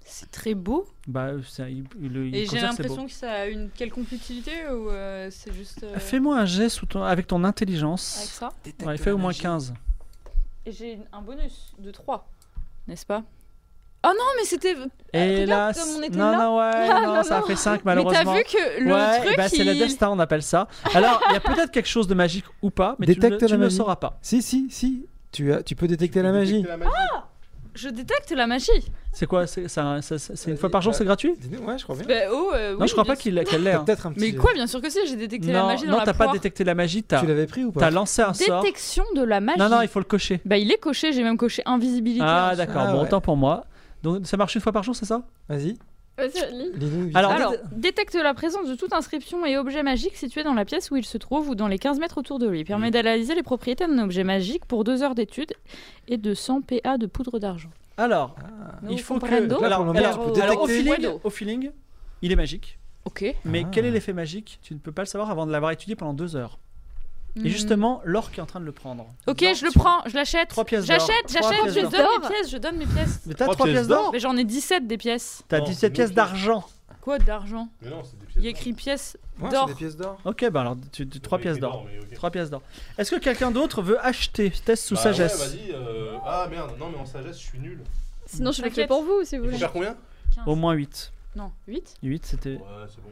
[SPEAKER 6] C'est très beau.
[SPEAKER 3] Bah, ça, il, il- il
[SPEAKER 6] Et j'ai
[SPEAKER 3] considère que c'est beau.
[SPEAKER 6] l'impression que ça a une quelconque utilité ou euh, c'est juste. euh,
[SPEAKER 3] Fais-moi un geste sous ton- avec ton
[SPEAKER 6] Avec
[SPEAKER 3] intelligence.
[SPEAKER 6] ça.
[SPEAKER 3] Ouais, fais au moins 15.
[SPEAKER 6] Et j'ai un bonus de 3. N'est-ce pas Oh non, mais c'était.
[SPEAKER 3] Et
[SPEAKER 6] Euh, regarde
[SPEAKER 3] là,
[SPEAKER 6] comme on
[SPEAKER 3] c-
[SPEAKER 6] était
[SPEAKER 3] non,
[SPEAKER 6] là.
[SPEAKER 3] non, ouais,
[SPEAKER 6] Ah,
[SPEAKER 3] non,
[SPEAKER 6] non,
[SPEAKER 3] ça a
[SPEAKER 6] non.
[SPEAKER 3] fait 5
[SPEAKER 6] Mais t'as
[SPEAKER 3] malheureusement.
[SPEAKER 6] vu que le
[SPEAKER 3] ouais,
[SPEAKER 6] truc.
[SPEAKER 3] bah, c'est la
[SPEAKER 6] il-
[SPEAKER 3] destin, on appelle ça. Alors, il y a peut-être quelque chose de magique ou pas, mais tu, ne,
[SPEAKER 5] Détecte
[SPEAKER 3] tu
[SPEAKER 5] la
[SPEAKER 3] ne le
[SPEAKER 5] magie.
[SPEAKER 3] sauras pas.
[SPEAKER 5] Si, si, si. Tu, as, tu peux détecter la magie.
[SPEAKER 6] Je détecte la magie.
[SPEAKER 3] C'est quoi C'est c'est un- c'est- c'est une
[SPEAKER 5] Euh,
[SPEAKER 3] fois par jour,
[SPEAKER 5] bah,
[SPEAKER 3] c'est gratuit
[SPEAKER 5] Ouais, je crois bien.
[SPEAKER 6] Bah, oh, euh,
[SPEAKER 3] Non,
[SPEAKER 6] oui,
[SPEAKER 3] je crois
[SPEAKER 6] bien
[SPEAKER 3] pas
[SPEAKER 6] sûr.
[SPEAKER 3] qu'il qu'elle l'ait.
[SPEAKER 5] T'as
[SPEAKER 3] hein.
[SPEAKER 5] Peut-être un petit.
[SPEAKER 6] Mais quoi, bien sûr que si, j'ai détecté la
[SPEAKER 3] Non,
[SPEAKER 6] magie dans
[SPEAKER 3] non,
[SPEAKER 6] la
[SPEAKER 3] t'as pas
[SPEAKER 6] poire.
[SPEAKER 3] détecté la magie, t'as
[SPEAKER 5] Tu l'avais pris ou
[SPEAKER 3] t'as
[SPEAKER 5] pas
[SPEAKER 3] lancé un sort.
[SPEAKER 6] Détection de la magie.
[SPEAKER 3] Non, non, il faut le cocher.
[SPEAKER 6] Bah, il est coché, j'ai même coché invisibilité.
[SPEAKER 3] Ah,
[SPEAKER 6] ensuite.
[SPEAKER 3] d'accord,
[SPEAKER 5] Ah,
[SPEAKER 3] bon,
[SPEAKER 5] ouais.
[SPEAKER 3] autant pour moi. Donc ça marche une fois par jour, c'est ça
[SPEAKER 5] Vas-y.
[SPEAKER 1] Ah, Vas-y, lis.
[SPEAKER 5] lis-nous vite.
[SPEAKER 3] Alors,
[SPEAKER 6] Alors,
[SPEAKER 3] dé-
[SPEAKER 6] détecte la présence de toute inscription et objet magique situé dans la pièce où il se trouve ou dans les 15 mètres autour de lui. Permet d'analyser les propriétés d'un objet magique pour 2 heures d'études et de 100 PA de poudre d'argent.
[SPEAKER 3] Alors, Ah, il
[SPEAKER 5] Ah,
[SPEAKER 6] Nous
[SPEAKER 3] faut que. Alors,
[SPEAKER 6] comprendo.
[SPEAKER 3] alors,
[SPEAKER 5] Là, pour le moment, tu peux
[SPEAKER 3] alors, au,
[SPEAKER 6] détecter.
[SPEAKER 3] feeling, au feeling, il est magique.
[SPEAKER 6] Ok.
[SPEAKER 3] Mais
[SPEAKER 5] Ah.
[SPEAKER 3] quel est l'effet magique Tu ne peux pas le savoir avant de l'avoir étudié pendant deux heures.
[SPEAKER 6] Hmm.
[SPEAKER 3] Et justement, l'orque est en train de le prendre.
[SPEAKER 6] Ok,
[SPEAKER 3] Non,
[SPEAKER 6] je le
[SPEAKER 3] tu-
[SPEAKER 6] prends, je l'achète.
[SPEAKER 3] Trois pièces d'or.
[SPEAKER 6] J'achète,
[SPEAKER 3] Trois
[SPEAKER 6] j'achète,
[SPEAKER 3] pièces
[SPEAKER 6] je
[SPEAKER 3] d'or.
[SPEAKER 6] donne mes pièces, je donne mes pièces.
[SPEAKER 3] Mais t'as
[SPEAKER 4] Trois
[SPEAKER 3] 3
[SPEAKER 4] pièces
[SPEAKER 3] pièces d'or
[SPEAKER 6] Mais j'en ai 17 des pièces.
[SPEAKER 3] T'as
[SPEAKER 4] Non,
[SPEAKER 3] 17
[SPEAKER 4] c'est
[SPEAKER 3] pièces
[SPEAKER 4] nous qui-
[SPEAKER 3] d'argent.
[SPEAKER 6] Quoi d'argent
[SPEAKER 4] Mais non, c'est des pièces
[SPEAKER 6] Il y a écrit pièces
[SPEAKER 5] Ouais,
[SPEAKER 6] d'or.
[SPEAKER 5] c'est des pièces d'or.
[SPEAKER 3] Ok, bah alors, tu, tu- trois
[SPEAKER 4] Oui,
[SPEAKER 3] pièces
[SPEAKER 4] mais
[SPEAKER 3] d'or.
[SPEAKER 4] non, mais ok.
[SPEAKER 3] Trois pièces d'or. Est-ce que quelqu'un d'autre veut acheter Test sous
[SPEAKER 4] Bah ouais,
[SPEAKER 3] sagesse.
[SPEAKER 4] vas-y, euh, Ah merde, non mais en sagesse, je suis nul.
[SPEAKER 1] Sinon, je le fais
[SPEAKER 6] T'inquiète.
[SPEAKER 1] pour vous, si vous
[SPEAKER 4] Il faut
[SPEAKER 1] voulez.
[SPEAKER 4] faire combien
[SPEAKER 3] Au moins 8.
[SPEAKER 6] Non, 8
[SPEAKER 3] 8, c'était.
[SPEAKER 4] Ouais, c'est bon.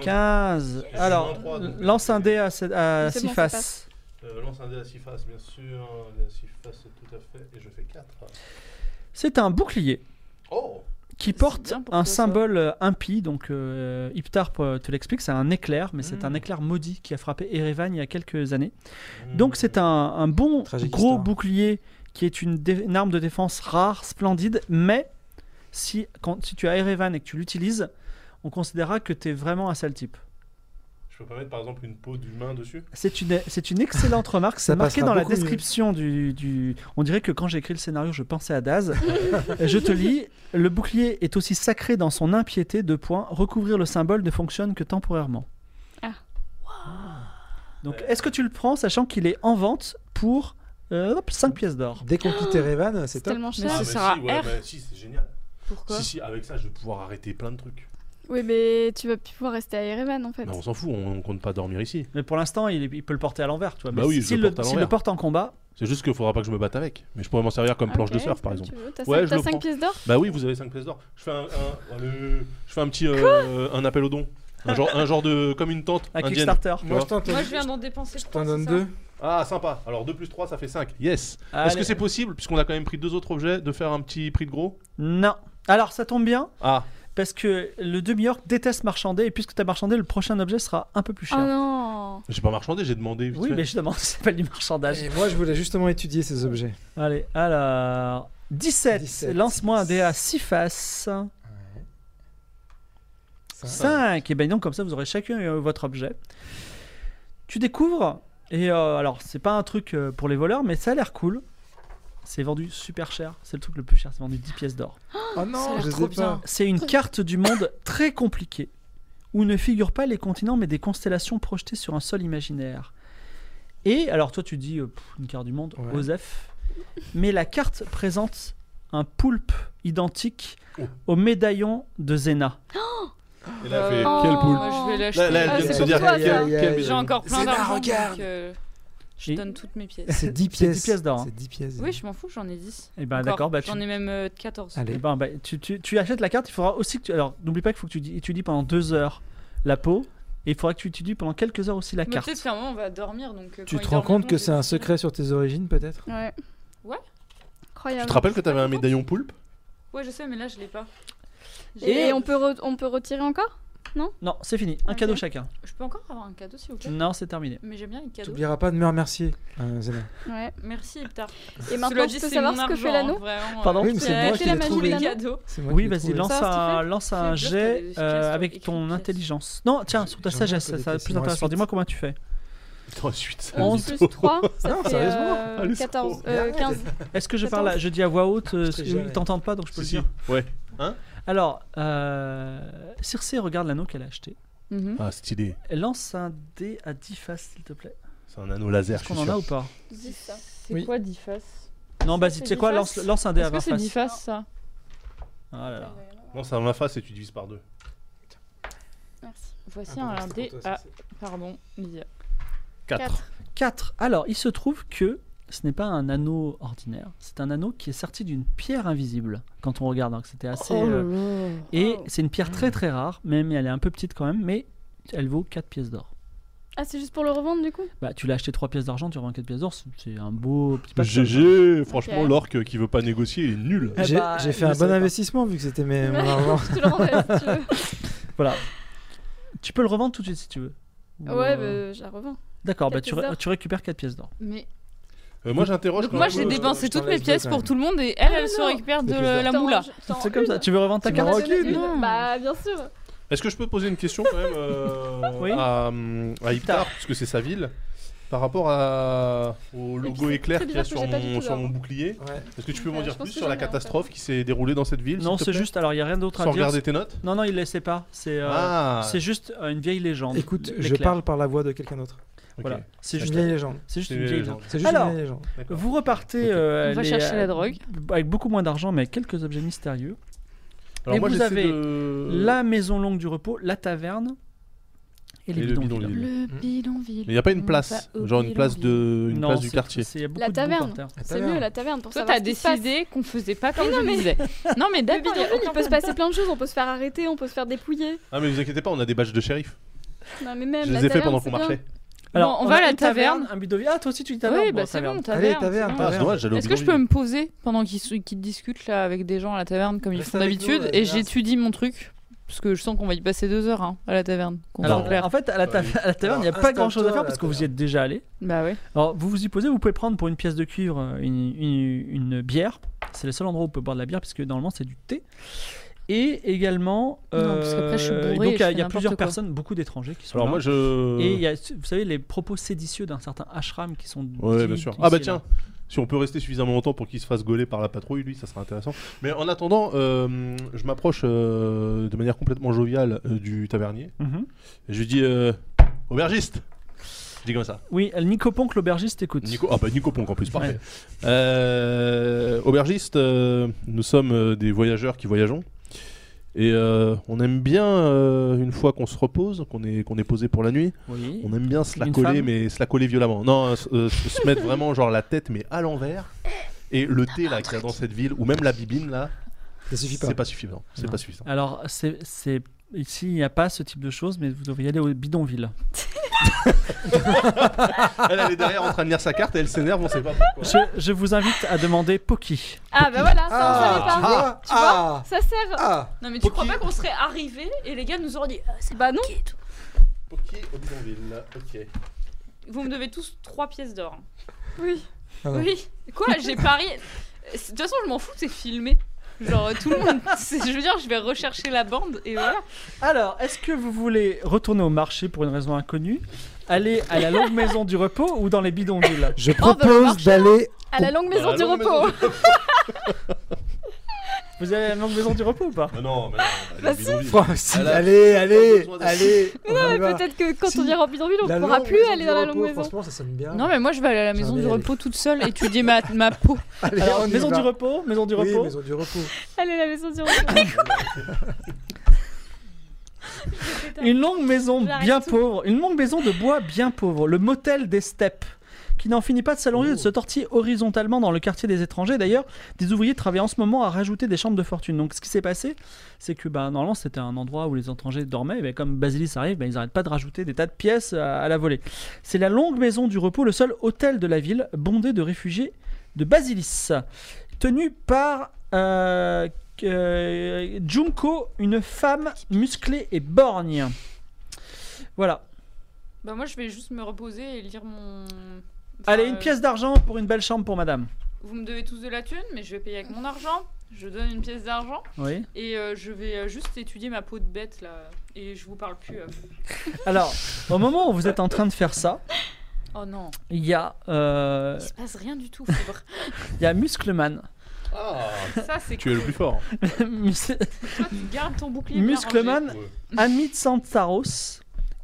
[SPEAKER 4] 15.
[SPEAKER 3] 15.
[SPEAKER 4] Parce que
[SPEAKER 3] Alors,
[SPEAKER 4] c'est moins trois, donc-
[SPEAKER 3] lance un dé à, à
[SPEAKER 1] C'est
[SPEAKER 3] 6
[SPEAKER 1] bon, ça
[SPEAKER 3] faces.
[SPEAKER 1] passe.
[SPEAKER 4] Euh, lance un dé à 6 faces, bien sûr. Un dé à 6 faces, tout à fait. Et je fais 4.
[SPEAKER 3] C'est un bouclier
[SPEAKER 4] Oh
[SPEAKER 3] qui
[SPEAKER 6] C'est
[SPEAKER 3] porte
[SPEAKER 6] bien pour
[SPEAKER 3] un
[SPEAKER 6] toi, ça.
[SPEAKER 3] symbole euh, impie. Donc, euh, Iptar euh, te l'explique, c'est un éclair, mais c'est
[SPEAKER 4] Mmh.
[SPEAKER 5] Mm.
[SPEAKER 3] un éclair maudit qui a frappé Erevan il y a quelques années. Donc, c'est un, un bon
[SPEAKER 5] Tragique
[SPEAKER 3] gros
[SPEAKER 5] histoire.
[SPEAKER 3] bouclier qui est une, dé- une arme de défense rare, splendide, mais si, quand, si tu as Erevan et que tu l'utilises, on considérera que tu es vraiment un sale type.
[SPEAKER 4] Je peux pas mettre par exemple une peau d'humain dessus
[SPEAKER 3] C'est une, c'est une excellente remarque.
[SPEAKER 5] Ça
[SPEAKER 3] C'est marqué
[SPEAKER 5] passera
[SPEAKER 3] dans la
[SPEAKER 5] beaucoup mieux.
[SPEAKER 3] description du, du- On dirait que quand j'ai écrit le scénario, je pensais à Daz. je te lis. Le bouclier est aussi sacré dans son impiété. Deux points. Recouvrir le symbole ne fonctionne que temporairement. Ah.
[SPEAKER 1] Ah.
[SPEAKER 3] Donc, est-ce que tu le prends, sachant qu'il est en vente pour 5 pièces d'or
[SPEAKER 5] Dès qu'on quitte Erevan, c'est
[SPEAKER 1] C'est
[SPEAKER 5] top.
[SPEAKER 1] tellement
[SPEAKER 6] Mais
[SPEAKER 1] cher.
[SPEAKER 6] ça
[SPEAKER 4] bah
[SPEAKER 6] sert à
[SPEAKER 4] si, ouais,
[SPEAKER 6] R.
[SPEAKER 4] bah si, c'est génial.
[SPEAKER 6] Pourquoi
[SPEAKER 4] si, si, avec ça, je vais pouvoir arrêter plein de trucs.
[SPEAKER 1] Oui, mais tu vas plus pouvoir rester à Erevan en fait.
[SPEAKER 4] Mais on s'en fout, on, on compte pas dormir ici.
[SPEAKER 3] Mais pour l'instant, il, est- il peut le porter à l'envers. Tu vois.
[SPEAKER 4] Bah
[SPEAKER 3] Mais
[SPEAKER 4] oui,
[SPEAKER 3] s'il
[SPEAKER 4] je le
[SPEAKER 3] le,
[SPEAKER 4] porte à
[SPEAKER 3] s'il
[SPEAKER 4] l'envers.
[SPEAKER 3] le porte en combat,
[SPEAKER 4] C'est juste qu'il faudra pas que je me batte avec. Mais je pourrais m'en servir
[SPEAKER 1] Ah
[SPEAKER 4] comme planche de surf par exemple.
[SPEAKER 1] T'as
[SPEAKER 4] Ouais, je le
[SPEAKER 1] 5
[SPEAKER 4] prends.
[SPEAKER 1] pièces d'or
[SPEAKER 4] Bah oui, vous avez 5 pièces d'or. Je fais un, un- allez, je fais un petit euh, un appel au don. Un genre, un genre de. comme une tente
[SPEAKER 3] à
[SPEAKER 4] indienne.
[SPEAKER 3] Kickstarter.
[SPEAKER 5] Moi, je t'en
[SPEAKER 6] Moi, je viens d'en dépenser.
[SPEAKER 5] je t'en donne deux.
[SPEAKER 4] Ah, sympa. Alors 2 plus 3, ça fait 5. Yes. Est-ce
[SPEAKER 3] Allez.
[SPEAKER 4] que c'est possible, puisqu'on a quand même pris deux autres objets, de faire un petit prix de gros
[SPEAKER 3] Non. Alors, ça tombe bien.
[SPEAKER 4] Ah,
[SPEAKER 3] Parce que le demi-orc déteste marchander, et puisque tu as marchandé, le prochain objet sera un peu plus
[SPEAKER 1] Oh
[SPEAKER 3] cher.
[SPEAKER 1] non
[SPEAKER 4] j'ai pas marchandé, j'ai demandé. vite
[SPEAKER 3] oui,
[SPEAKER 4] fait.
[SPEAKER 3] mais justement, ça s'appelle du marchandage.
[SPEAKER 5] Et moi, je voulais justement étudier ces objets.
[SPEAKER 3] Allez, alors. 17,
[SPEAKER 5] 17.
[SPEAKER 3] lance-moi un dé à 6 faces.
[SPEAKER 5] Ça.
[SPEAKER 3] 5, et ben donc, comme ça, vous aurez chacun euh, votre objet. Tu découvres, et euh, alors, c'est pas un truc euh, pour les voleurs, mais ça a l'air cool. C'est vendu super cher, c'est le truc le plus cher, c'est vendu 10 pièces d'or.
[SPEAKER 5] Oh
[SPEAKER 6] Ça a
[SPEAKER 5] non,
[SPEAKER 6] l'air
[SPEAKER 5] je les
[SPEAKER 6] trop
[SPEAKER 5] ai pas.
[SPEAKER 6] bien.
[SPEAKER 3] C'est une carte du monde très compliquée, où ne figurent pas les continents mais des constellations projetées sur un sol imaginaire. Et alors toi tu dis euh, pff, une carte du monde,
[SPEAKER 5] Ouais.
[SPEAKER 3] Osef, mais la carte présente un poulpe identique
[SPEAKER 4] Oh.
[SPEAKER 3] au médaillon de Zéna.
[SPEAKER 4] Et là, elle fait,
[SPEAKER 1] Oh.
[SPEAKER 4] quel poule.
[SPEAKER 6] Moi, Euh, bah, je
[SPEAKER 4] Là,
[SPEAKER 6] vais l'acheter.
[SPEAKER 4] là, elle
[SPEAKER 1] Ah,
[SPEAKER 4] vient de
[SPEAKER 1] c'est
[SPEAKER 4] se
[SPEAKER 1] pour
[SPEAKER 4] dire
[SPEAKER 1] toi,
[SPEAKER 4] quel,
[SPEAKER 1] ça.
[SPEAKER 4] quel
[SPEAKER 6] J'ai
[SPEAKER 4] médaillon.
[SPEAKER 6] encore plein
[SPEAKER 5] C'est là,
[SPEAKER 6] d'argent.
[SPEAKER 5] regarde.
[SPEAKER 6] donc, euh, Je
[SPEAKER 3] Et-
[SPEAKER 6] donne toutes mes pièces.
[SPEAKER 5] C'est 10
[SPEAKER 3] C'est
[SPEAKER 5] pièces.
[SPEAKER 3] 10 pièces d'or, hein.
[SPEAKER 5] C'est 10 pièces.
[SPEAKER 6] Oui, je m'en fous, j'en ai 10.
[SPEAKER 3] Et ben
[SPEAKER 6] Encore.
[SPEAKER 3] d'accord, bah, tu,
[SPEAKER 6] J'en ai même euh, 14.
[SPEAKER 3] eh
[SPEAKER 5] Allez.
[SPEAKER 3] ben, bah, tu, tu- tu achètes la carte, il faudra aussi que tu... Alors n'oublie pas qu'il faut que tu di- étudies pendant deux heures la peau, et il faudra que tu étudies pendant quelques heures aussi la
[SPEAKER 6] Mais
[SPEAKER 3] carte.
[SPEAKER 6] Peut-être qu'à un moment, on va dormir. Donc, euh,
[SPEAKER 5] Tu
[SPEAKER 6] quand
[SPEAKER 5] te
[SPEAKER 6] il
[SPEAKER 5] rends
[SPEAKER 6] dormira,
[SPEAKER 5] compte
[SPEAKER 6] on
[SPEAKER 5] que
[SPEAKER 6] va
[SPEAKER 5] c'est un
[SPEAKER 6] décider.
[SPEAKER 5] secret sur tes origines, peut-être
[SPEAKER 1] Ouais.
[SPEAKER 6] Ouais.
[SPEAKER 1] Incroyable.
[SPEAKER 4] Tu te rappelles que t'avais un médaillon poulpe
[SPEAKER 6] Ouais, je sais, mais là, je l'ai pas. J'ai-
[SPEAKER 1] Et on peut, re- on peut retirer encore non
[SPEAKER 3] Non, c'est fini. Un
[SPEAKER 6] Ok.
[SPEAKER 3] cadeau chacun.
[SPEAKER 6] Je peux encore avoir un cadeau, s'il vous plaît
[SPEAKER 3] Non, c'est terminé.
[SPEAKER 6] Mais j'aime bien les cadeaux.
[SPEAKER 5] T'oublieras pas de me remercier, euh, Zéna.
[SPEAKER 1] Ouais.
[SPEAKER 6] Merci, Iptar.
[SPEAKER 1] Et
[SPEAKER 6] Cela
[SPEAKER 1] maintenant,
[SPEAKER 6] dit,
[SPEAKER 1] je peux
[SPEAKER 6] c'est
[SPEAKER 1] savoir
[SPEAKER 6] mon
[SPEAKER 1] ce que fait
[SPEAKER 6] argent,
[SPEAKER 1] l'anneau
[SPEAKER 6] vraiment,
[SPEAKER 3] Pardon,
[SPEAKER 6] euh,
[SPEAKER 5] Oui, mais
[SPEAKER 6] qui
[SPEAKER 5] c'est
[SPEAKER 6] a
[SPEAKER 5] moi
[SPEAKER 6] acheté
[SPEAKER 5] qui
[SPEAKER 6] la
[SPEAKER 5] l'ai
[SPEAKER 6] magie
[SPEAKER 5] trouvé.
[SPEAKER 6] des cadeaux.
[SPEAKER 5] C'est moi
[SPEAKER 3] Oui,
[SPEAKER 5] qui l'ai
[SPEAKER 3] vas-y,
[SPEAKER 5] trouvé.
[SPEAKER 3] lance
[SPEAKER 1] Ça, c'est
[SPEAKER 3] un, lance
[SPEAKER 6] C'est
[SPEAKER 3] un
[SPEAKER 6] dur, t'as des
[SPEAKER 3] jet
[SPEAKER 6] efficaces
[SPEAKER 3] euh,
[SPEAKER 6] sur
[SPEAKER 3] avec
[SPEAKER 6] écrire une
[SPEAKER 3] ton
[SPEAKER 6] pièce.
[SPEAKER 3] intelligence. Non, tiens,
[SPEAKER 5] J'ai-
[SPEAKER 3] sur ta
[SPEAKER 5] j'aimerais
[SPEAKER 3] sagesse, ça,
[SPEAKER 5] bien que
[SPEAKER 3] ça va
[SPEAKER 5] des
[SPEAKER 3] être plus
[SPEAKER 5] questions
[SPEAKER 3] intéressant.
[SPEAKER 5] ensuite.
[SPEAKER 3] Dis-moi comment tu fais.
[SPEAKER 4] Putain, suite, ça,
[SPEAKER 1] 11
[SPEAKER 4] dis
[SPEAKER 1] plus
[SPEAKER 4] donc.
[SPEAKER 1] 3, ça
[SPEAKER 5] Non,
[SPEAKER 1] fait
[SPEAKER 5] sérieusement,
[SPEAKER 1] euh,
[SPEAKER 4] allez, c'est
[SPEAKER 1] 14,
[SPEAKER 4] trop.
[SPEAKER 1] euh,
[SPEAKER 5] Arrête.
[SPEAKER 1] 15.
[SPEAKER 3] Est-ce que je
[SPEAKER 1] Attends.
[SPEAKER 3] parle à- Je dis à voix haute, euh,
[SPEAKER 5] Je
[SPEAKER 3] si-
[SPEAKER 5] sais
[SPEAKER 3] ils
[SPEAKER 5] jamais.
[SPEAKER 3] t'entendent pas, donc je peux
[SPEAKER 4] Si,
[SPEAKER 3] le
[SPEAKER 4] si.
[SPEAKER 3] dire.
[SPEAKER 4] Ouais.
[SPEAKER 3] Alors, euh, Circe regarde l'anneau qu'elle a acheté.
[SPEAKER 6] Mhm.
[SPEAKER 4] Ah, stylé.
[SPEAKER 3] Elle lance un dé à 10 faces, s'il te plaît.
[SPEAKER 4] C'est un anneau laser,
[SPEAKER 3] Est-ce
[SPEAKER 4] je
[SPEAKER 3] qu'on
[SPEAKER 4] suis
[SPEAKER 3] en
[SPEAKER 4] sûr.
[SPEAKER 3] a ou pas
[SPEAKER 6] C'est
[SPEAKER 5] Oui.
[SPEAKER 6] quoi 10 faces
[SPEAKER 3] Non, vas-y,
[SPEAKER 6] c'est
[SPEAKER 3] tu sais
[SPEAKER 6] 10
[SPEAKER 3] quoi, lance,
[SPEAKER 6] faces
[SPEAKER 3] lance un dé à
[SPEAKER 6] Est-ce
[SPEAKER 3] 20
[SPEAKER 6] que c'est 10
[SPEAKER 3] faces.
[SPEAKER 6] faces, ça
[SPEAKER 3] Ah là là.
[SPEAKER 4] Non, c'est un 20 face et tu divises par deux.
[SPEAKER 1] Merci.
[SPEAKER 6] Voici
[SPEAKER 5] Ah,
[SPEAKER 6] un
[SPEAKER 5] pardon,
[SPEAKER 6] dé
[SPEAKER 5] c'est pour toi,
[SPEAKER 6] à...
[SPEAKER 5] ça, c'est-
[SPEAKER 6] Pardon, Lydia.
[SPEAKER 4] 4.
[SPEAKER 3] 4. Alors, il se trouve que ce n'est pas un anneau ordinaire, c'est un anneau qui est sorti d'une pierre invisible, quand on regarde. Donc, c'était assez. euh, Et
[SPEAKER 1] Oh.
[SPEAKER 3] c'est une pierre très très rare, même elle est un peu petite quand même, mais elle vaut 4 pièces d'or.
[SPEAKER 1] Ah, c'est juste pour le revendre du coup
[SPEAKER 3] Bah, tu l'as acheté 3 pièces d'argent, tu revends 4 pièces d'or, c'est- c'est un beau petit package.
[SPEAKER 4] GG, franchement,
[SPEAKER 1] Ok.
[SPEAKER 4] l'orque qui veut pas négocier, il est nul.
[SPEAKER 3] Eh
[SPEAKER 5] J'ai
[SPEAKER 3] bah,
[SPEAKER 5] j'ai fait
[SPEAKER 3] il
[SPEAKER 5] un
[SPEAKER 3] le savait
[SPEAKER 5] bon
[SPEAKER 3] pas.
[SPEAKER 5] investissement vu que c'était mes- mon argent.
[SPEAKER 1] Je te le renverrai si tu veux.
[SPEAKER 3] Voilà. Tu peux le revendre tout de suite si tu veux. Ou,
[SPEAKER 1] Ouais,
[SPEAKER 3] euh,
[SPEAKER 1] bah, je la revends.
[SPEAKER 3] D'accord, bah,
[SPEAKER 1] quatre
[SPEAKER 3] tu,
[SPEAKER 1] pièces
[SPEAKER 3] ré-
[SPEAKER 1] d'or.
[SPEAKER 3] tu récupères 4 pièces d'or.
[SPEAKER 6] Mais...
[SPEAKER 4] Euh, moi, j'interroge
[SPEAKER 6] Donc
[SPEAKER 4] quand
[SPEAKER 6] moi
[SPEAKER 4] même,
[SPEAKER 6] j'ai
[SPEAKER 4] euh,
[SPEAKER 6] dépensé
[SPEAKER 5] je t'en
[SPEAKER 6] toutes mes
[SPEAKER 5] laisse deux,
[SPEAKER 6] pièces
[SPEAKER 5] quand
[SPEAKER 6] pour
[SPEAKER 5] même.
[SPEAKER 6] tout le monde et elle,
[SPEAKER 1] Ah,
[SPEAKER 6] elle se
[SPEAKER 1] non.
[SPEAKER 6] récupère de
[SPEAKER 5] C'est bizarre.
[SPEAKER 6] la
[SPEAKER 1] T'en
[SPEAKER 6] moula.
[SPEAKER 1] ranges- t'en
[SPEAKER 3] C'est comme
[SPEAKER 1] ranges
[SPEAKER 3] ça,
[SPEAKER 1] une.
[SPEAKER 3] tu veux revendre ta
[SPEAKER 5] C'est
[SPEAKER 1] T'en
[SPEAKER 3] carte
[SPEAKER 1] as
[SPEAKER 5] marocaine.
[SPEAKER 1] donné une
[SPEAKER 6] Non.
[SPEAKER 1] Bah, bien sûr.
[SPEAKER 4] Est-ce que je peux poser une question quand même euh,
[SPEAKER 3] Oui.
[SPEAKER 4] à, hum, à Iptar, puisque c'est sa ville, par rapport à, au
[SPEAKER 1] puis c'est
[SPEAKER 4] logo
[SPEAKER 1] très
[SPEAKER 4] éclair qu'il y
[SPEAKER 1] bizarre
[SPEAKER 4] a
[SPEAKER 1] que
[SPEAKER 4] sur
[SPEAKER 1] j'ai pas du
[SPEAKER 4] mon,
[SPEAKER 1] tout
[SPEAKER 4] sur
[SPEAKER 1] d'or.
[SPEAKER 4] mon bouclier
[SPEAKER 5] Ouais.
[SPEAKER 4] Est-ce que tu peux
[SPEAKER 1] Ouais,
[SPEAKER 4] m'en
[SPEAKER 1] je
[SPEAKER 4] dire
[SPEAKER 1] pense
[SPEAKER 4] plus
[SPEAKER 1] que
[SPEAKER 4] sur la
[SPEAKER 1] j'en ai, en fait.
[SPEAKER 4] catastrophe qui s'est déroulée dans cette ville
[SPEAKER 3] Non,
[SPEAKER 4] s'il te
[SPEAKER 3] c'est
[SPEAKER 4] plaît
[SPEAKER 3] juste. Alors, il n'y a rien d'autre à
[SPEAKER 4] Sans
[SPEAKER 3] dire.
[SPEAKER 4] regarder tes notes
[SPEAKER 3] Non, non, il ne laissait pas. C'est euh,
[SPEAKER 4] Ah
[SPEAKER 3] c'est juste euh, une vieille légende.
[SPEAKER 5] Écoute, je
[SPEAKER 3] L'éclair.
[SPEAKER 5] parle par la voix de quelqu'un d'autre.
[SPEAKER 4] ok.
[SPEAKER 3] Voilà. C'est
[SPEAKER 5] C'est une
[SPEAKER 3] juste,
[SPEAKER 5] vieille légende.
[SPEAKER 3] c'est juste
[SPEAKER 4] C'est
[SPEAKER 3] une
[SPEAKER 4] une
[SPEAKER 3] vieille
[SPEAKER 4] légende.
[SPEAKER 3] légende.
[SPEAKER 5] C'est juste
[SPEAKER 3] Alors,
[SPEAKER 5] une vieille légende.
[SPEAKER 4] D'accord.
[SPEAKER 3] Vous repartez euh,
[SPEAKER 6] On va
[SPEAKER 3] les,
[SPEAKER 6] chercher
[SPEAKER 3] euh,
[SPEAKER 6] la drogue.
[SPEAKER 3] avec beaucoup moins d'argent, mais avec quelques objets mystérieux.
[SPEAKER 4] Alors
[SPEAKER 3] Et
[SPEAKER 4] moi,
[SPEAKER 3] vous
[SPEAKER 4] j'essaie
[SPEAKER 3] avez
[SPEAKER 4] de...
[SPEAKER 3] La maison longue du repos, la taverne et les
[SPEAKER 4] Et le
[SPEAKER 3] bidonvilles.
[SPEAKER 4] bidonville.
[SPEAKER 6] Le
[SPEAKER 5] Hmm.
[SPEAKER 4] Il
[SPEAKER 6] bidonville.
[SPEAKER 4] n'y a pas
[SPEAKER 6] On
[SPEAKER 4] une place,
[SPEAKER 6] va au
[SPEAKER 4] genre une place, de, une
[SPEAKER 3] Non,
[SPEAKER 4] place du
[SPEAKER 3] c'est-
[SPEAKER 4] quartier.
[SPEAKER 3] c'est- il y a beaucoup
[SPEAKER 1] La
[SPEAKER 3] de boue par
[SPEAKER 1] taverne.
[SPEAKER 3] terre.
[SPEAKER 1] C'est mieux la taverne pour
[SPEAKER 6] Toi,
[SPEAKER 1] savoir
[SPEAKER 6] t'as
[SPEAKER 1] ce qui se passe.
[SPEAKER 6] décidé qu'on faisait pas comme
[SPEAKER 1] Mais non,
[SPEAKER 6] je
[SPEAKER 1] mais-
[SPEAKER 6] disais. Non, mais
[SPEAKER 1] Le
[SPEAKER 6] d'accord, y a
[SPEAKER 1] bidonville,
[SPEAKER 6] aucun
[SPEAKER 1] il peut se
[SPEAKER 6] problème.
[SPEAKER 1] passer plein de choses. On peut se faire arrêter, on peut se faire dépouiller.
[SPEAKER 4] Ah mais vous inquiétez pas, on a des badges de shérif.
[SPEAKER 1] Non, mais même
[SPEAKER 4] Je
[SPEAKER 1] la
[SPEAKER 4] les ai fait
[SPEAKER 1] taverne,
[SPEAKER 4] pendant
[SPEAKER 1] c'est
[SPEAKER 4] qu'on
[SPEAKER 1] bien.
[SPEAKER 4] marchait.
[SPEAKER 6] Bon, on va
[SPEAKER 3] a
[SPEAKER 6] à la
[SPEAKER 3] une taverne, Un
[SPEAKER 6] taverne.
[SPEAKER 3] bidonville. Ah, toi aussi, tu dis taverne.
[SPEAKER 6] Oui,
[SPEAKER 3] Bon,
[SPEAKER 6] bah c'est bon,
[SPEAKER 5] Allez,
[SPEAKER 6] taverne.
[SPEAKER 5] taverne,
[SPEAKER 6] c'est bon.
[SPEAKER 4] Ah, c'est dommage, j'allais au
[SPEAKER 6] Est-ce que je
[SPEAKER 4] bidonville.
[SPEAKER 6] peux me poser pendant qu'ils sou- qu'ils discutent là avec des gens à la taverne comme ils
[SPEAKER 5] Reste
[SPEAKER 6] font
[SPEAKER 5] avec nous,
[SPEAKER 6] d'habitude
[SPEAKER 5] euh,
[SPEAKER 6] et
[SPEAKER 5] Gérard.
[SPEAKER 6] j'étudie mon truc parce que je sens qu'on va y passer deux heures hein, à la taverne. qu'on
[SPEAKER 3] Alors,
[SPEAKER 6] soit clair.
[SPEAKER 3] en fait, à la, ta-
[SPEAKER 4] Ouais.
[SPEAKER 3] à la taverne, il n'y a
[SPEAKER 5] Alors,
[SPEAKER 3] pas grand chose à
[SPEAKER 5] installe-toi
[SPEAKER 3] faire
[SPEAKER 5] à
[SPEAKER 3] parce
[SPEAKER 5] la
[SPEAKER 3] que vous y êtes déjà allé.
[SPEAKER 6] Bah ouais.
[SPEAKER 3] Alors, vous vous y posez, vous pouvez prendre pour une pièce de cuivre euh, une, une- une bière. C'est le seul endroit où on peut boire de la bière, puisque normalement c'est du thé. Et également. euh,
[SPEAKER 6] Non, parce qu'après, je suis bourré
[SPEAKER 3] et
[SPEAKER 6] et
[SPEAKER 3] donc,
[SPEAKER 6] je
[SPEAKER 3] il y a- il
[SPEAKER 6] fais
[SPEAKER 3] y a
[SPEAKER 6] n'importe
[SPEAKER 3] plusieurs
[SPEAKER 6] quoi.
[SPEAKER 3] personnes, beaucoup d'étrangers qui sont
[SPEAKER 4] Alors
[SPEAKER 3] là.
[SPEAKER 4] moi, je...
[SPEAKER 3] Et il y a, vous savez, les propos séditieux d'un certain ashram qui sont.
[SPEAKER 4] Ouais,
[SPEAKER 3] dits
[SPEAKER 4] bien sûr.
[SPEAKER 3] ici
[SPEAKER 4] Ah bah
[SPEAKER 3] et là.
[SPEAKER 4] tiens, si on peut rester suffisamment longtemps pour qu'il se fasse gauler par la patrouille, lui, ça sera intéressant. Mais en attendant, euh, je m'approche euh, de manière complètement joviale euh, du tavernier.
[SPEAKER 3] Mhm.
[SPEAKER 4] Et je lui dis, euh, aubergiste Je dis comme ça.
[SPEAKER 3] Oui, Nico Ponk, l'aubergiste, écoute.
[SPEAKER 4] Nico, ah bah Nico Ponk en plus, parfait.
[SPEAKER 3] Ouais.
[SPEAKER 4] Euh, aubergiste, euh, nous sommes euh, des voyageurs qui voyageons. Et euh, on aime bien, euh, une fois qu'on se repose, qu'on est, qu'on est posé pour la nuit,
[SPEAKER 3] Oui.
[SPEAKER 4] on aime bien se la
[SPEAKER 3] Une
[SPEAKER 4] coller,
[SPEAKER 3] femme.
[SPEAKER 4] mais se la coller violemment. Non, euh, se- euh, se mettre vraiment genre la tête, mais à l'envers. Et le thé là qu'il y a dans cette ville, ou même la bibine là,
[SPEAKER 5] Ça suffit pas.
[SPEAKER 4] c'est pas suffisant. C'est
[SPEAKER 3] Non.
[SPEAKER 4] pas suffisant.
[SPEAKER 3] Alors, c'est, c'est- ici, il n'y a pas ce type de choses, mais vous devriez aller au bidonville.
[SPEAKER 4] Elle, elle est derrière en train de lire sa carte et elle s'énerve, on sait pas pourquoi.
[SPEAKER 3] Je, je vous invite à demander Poki.
[SPEAKER 1] Ah, bah voilà, ça on savait
[SPEAKER 5] Ah,
[SPEAKER 1] pas.
[SPEAKER 5] tu vois Ah,
[SPEAKER 1] Ça sert.
[SPEAKER 5] ah.
[SPEAKER 6] Non mais
[SPEAKER 4] tu crois pas
[SPEAKER 6] qu'on serait arrivé et les gars nous auraient dit
[SPEAKER 1] Bah non.
[SPEAKER 4] Poki au bidonville, ok.
[SPEAKER 6] vous me devez tous trois pièces d'or.
[SPEAKER 1] Oui.
[SPEAKER 5] Ah non.
[SPEAKER 6] Oui. Quoi J'ai parié. De toute façon, je m'en fous, c'est filmé. Genre euh, tout le monde. C'est- Je veux dire, je vais rechercher la bande et voilà.
[SPEAKER 3] Alors, est-ce que vous voulez retourner au marché pour une raison inconnue Aller à la longue maison du repos ou dans les bidonvilles
[SPEAKER 5] Je
[SPEAKER 6] bah, le
[SPEAKER 5] propose
[SPEAKER 6] marché,
[SPEAKER 5] d'aller.
[SPEAKER 1] À la longue maison
[SPEAKER 4] Bah, la
[SPEAKER 1] du
[SPEAKER 4] longue maison
[SPEAKER 1] repos.
[SPEAKER 3] Vous allez à la longue maison du repos ou pas
[SPEAKER 4] Ah non, mais non, elle est
[SPEAKER 1] Bah
[SPEAKER 4] au bidonville.
[SPEAKER 5] Francis,
[SPEAKER 4] Elle a-
[SPEAKER 5] allez, allez,
[SPEAKER 4] besoin de-
[SPEAKER 5] allez. on y
[SPEAKER 3] Ah.
[SPEAKER 5] va.
[SPEAKER 1] Peut-être que quand
[SPEAKER 5] Si.
[SPEAKER 1] on vient en bidonville, on
[SPEAKER 5] La
[SPEAKER 1] pourra
[SPEAKER 5] longue
[SPEAKER 1] plus
[SPEAKER 5] maison
[SPEAKER 1] aller
[SPEAKER 5] du
[SPEAKER 1] dans la
[SPEAKER 5] repos,
[SPEAKER 1] longue maison.
[SPEAKER 5] Franchement, ça sonne
[SPEAKER 3] Ah.
[SPEAKER 5] bien.
[SPEAKER 6] Non mais moi, je vais aller à la maison
[SPEAKER 5] J'en ai
[SPEAKER 6] du
[SPEAKER 5] allé.
[SPEAKER 6] repos toute seule étudier ma, ma peau.
[SPEAKER 5] Allez, on
[SPEAKER 3] Alors,
[SPEAKER 5] y
[SPEAKER 3] maison
[SPEAKER 5] va.
[SPEAKER 3] du repos, maison du
[SPEAKER 5] Oui,
[SPEAKER 3] repos.
[SPEAKER 5] maison du repos.
[SPEAKER 1] Allez, à la maison du repos.
[SPEAKER 3] Une longue maison
[SPEAKER 1] J'arrête
[SPEAKER 3] bien
[SPEAKER 1] tout.
[SPEAKER 3] pauvre, une longue maison de bois bien pauvre, le motel des steppes, qui n'en finit pas de s'allonger et de
[SPEAKER 5] Oh.
[SPEAKER 3] se tortiller horizontalement dans le quartier des étrangers. D'ailleurs, des ouvriers travaillent en ce moment à rajouter des chambres de fortune. Donc, ce qui s'est passé, c'est que bah, normalement, c'était un endroit où les étrangers dormaient. Mais comme Basilis arrive, bah, ils n'arrêtent pas de rajouter des tas de pièces à, à la volée. C'est la longue maison du repos, le seul hôtel de la ville, bondé de réfugiés de Basilis, tenu par. euh, euh, Junko, une femme musclée et borgne. Voilà.
[SPEAKER 6] Bah moi je vais juste me reposer et lire mon. Enfin,
[SPEAKER 3] Allez,
[SPEAKER 6] euh,
[SPEAKER 3] une pièce d'argent pour une belle chambre pour madame.
[SPEAKER 6] Vous me devez tous de la thune, mais je vais payer avec mon argent. Je donne une pièce d'argent
[SPEAKER 3] Oui.
[SPEAKER 6] et euh, je vais euh, juste étudier ma peau de bête là. Et je vous parle plus. euh.
[SPEAKER 3] Alors, au moment où vous êtes en train de faire ça,
[SPEAKER 6] Oh non,
[SPEAKER 3] il y a, euh,
[SPEAKER 6] il se passe rien du tout. Fibre.
[SPEAKER 3] il y a Muscleman.
[SPEAKER 2] Ah,
[SPEAKER 6] Ça c'est
[SPEAKER 4] Tu es le plus fort.
[SPEAKER 3] Mus-
[SPEAKER 6] Toi, tu gardes ton bouclier. bien
[SPEAKER 3] Muscleman,
[SPEAKER 4] rangé.
[SPEAKER 3] ami de Santaros,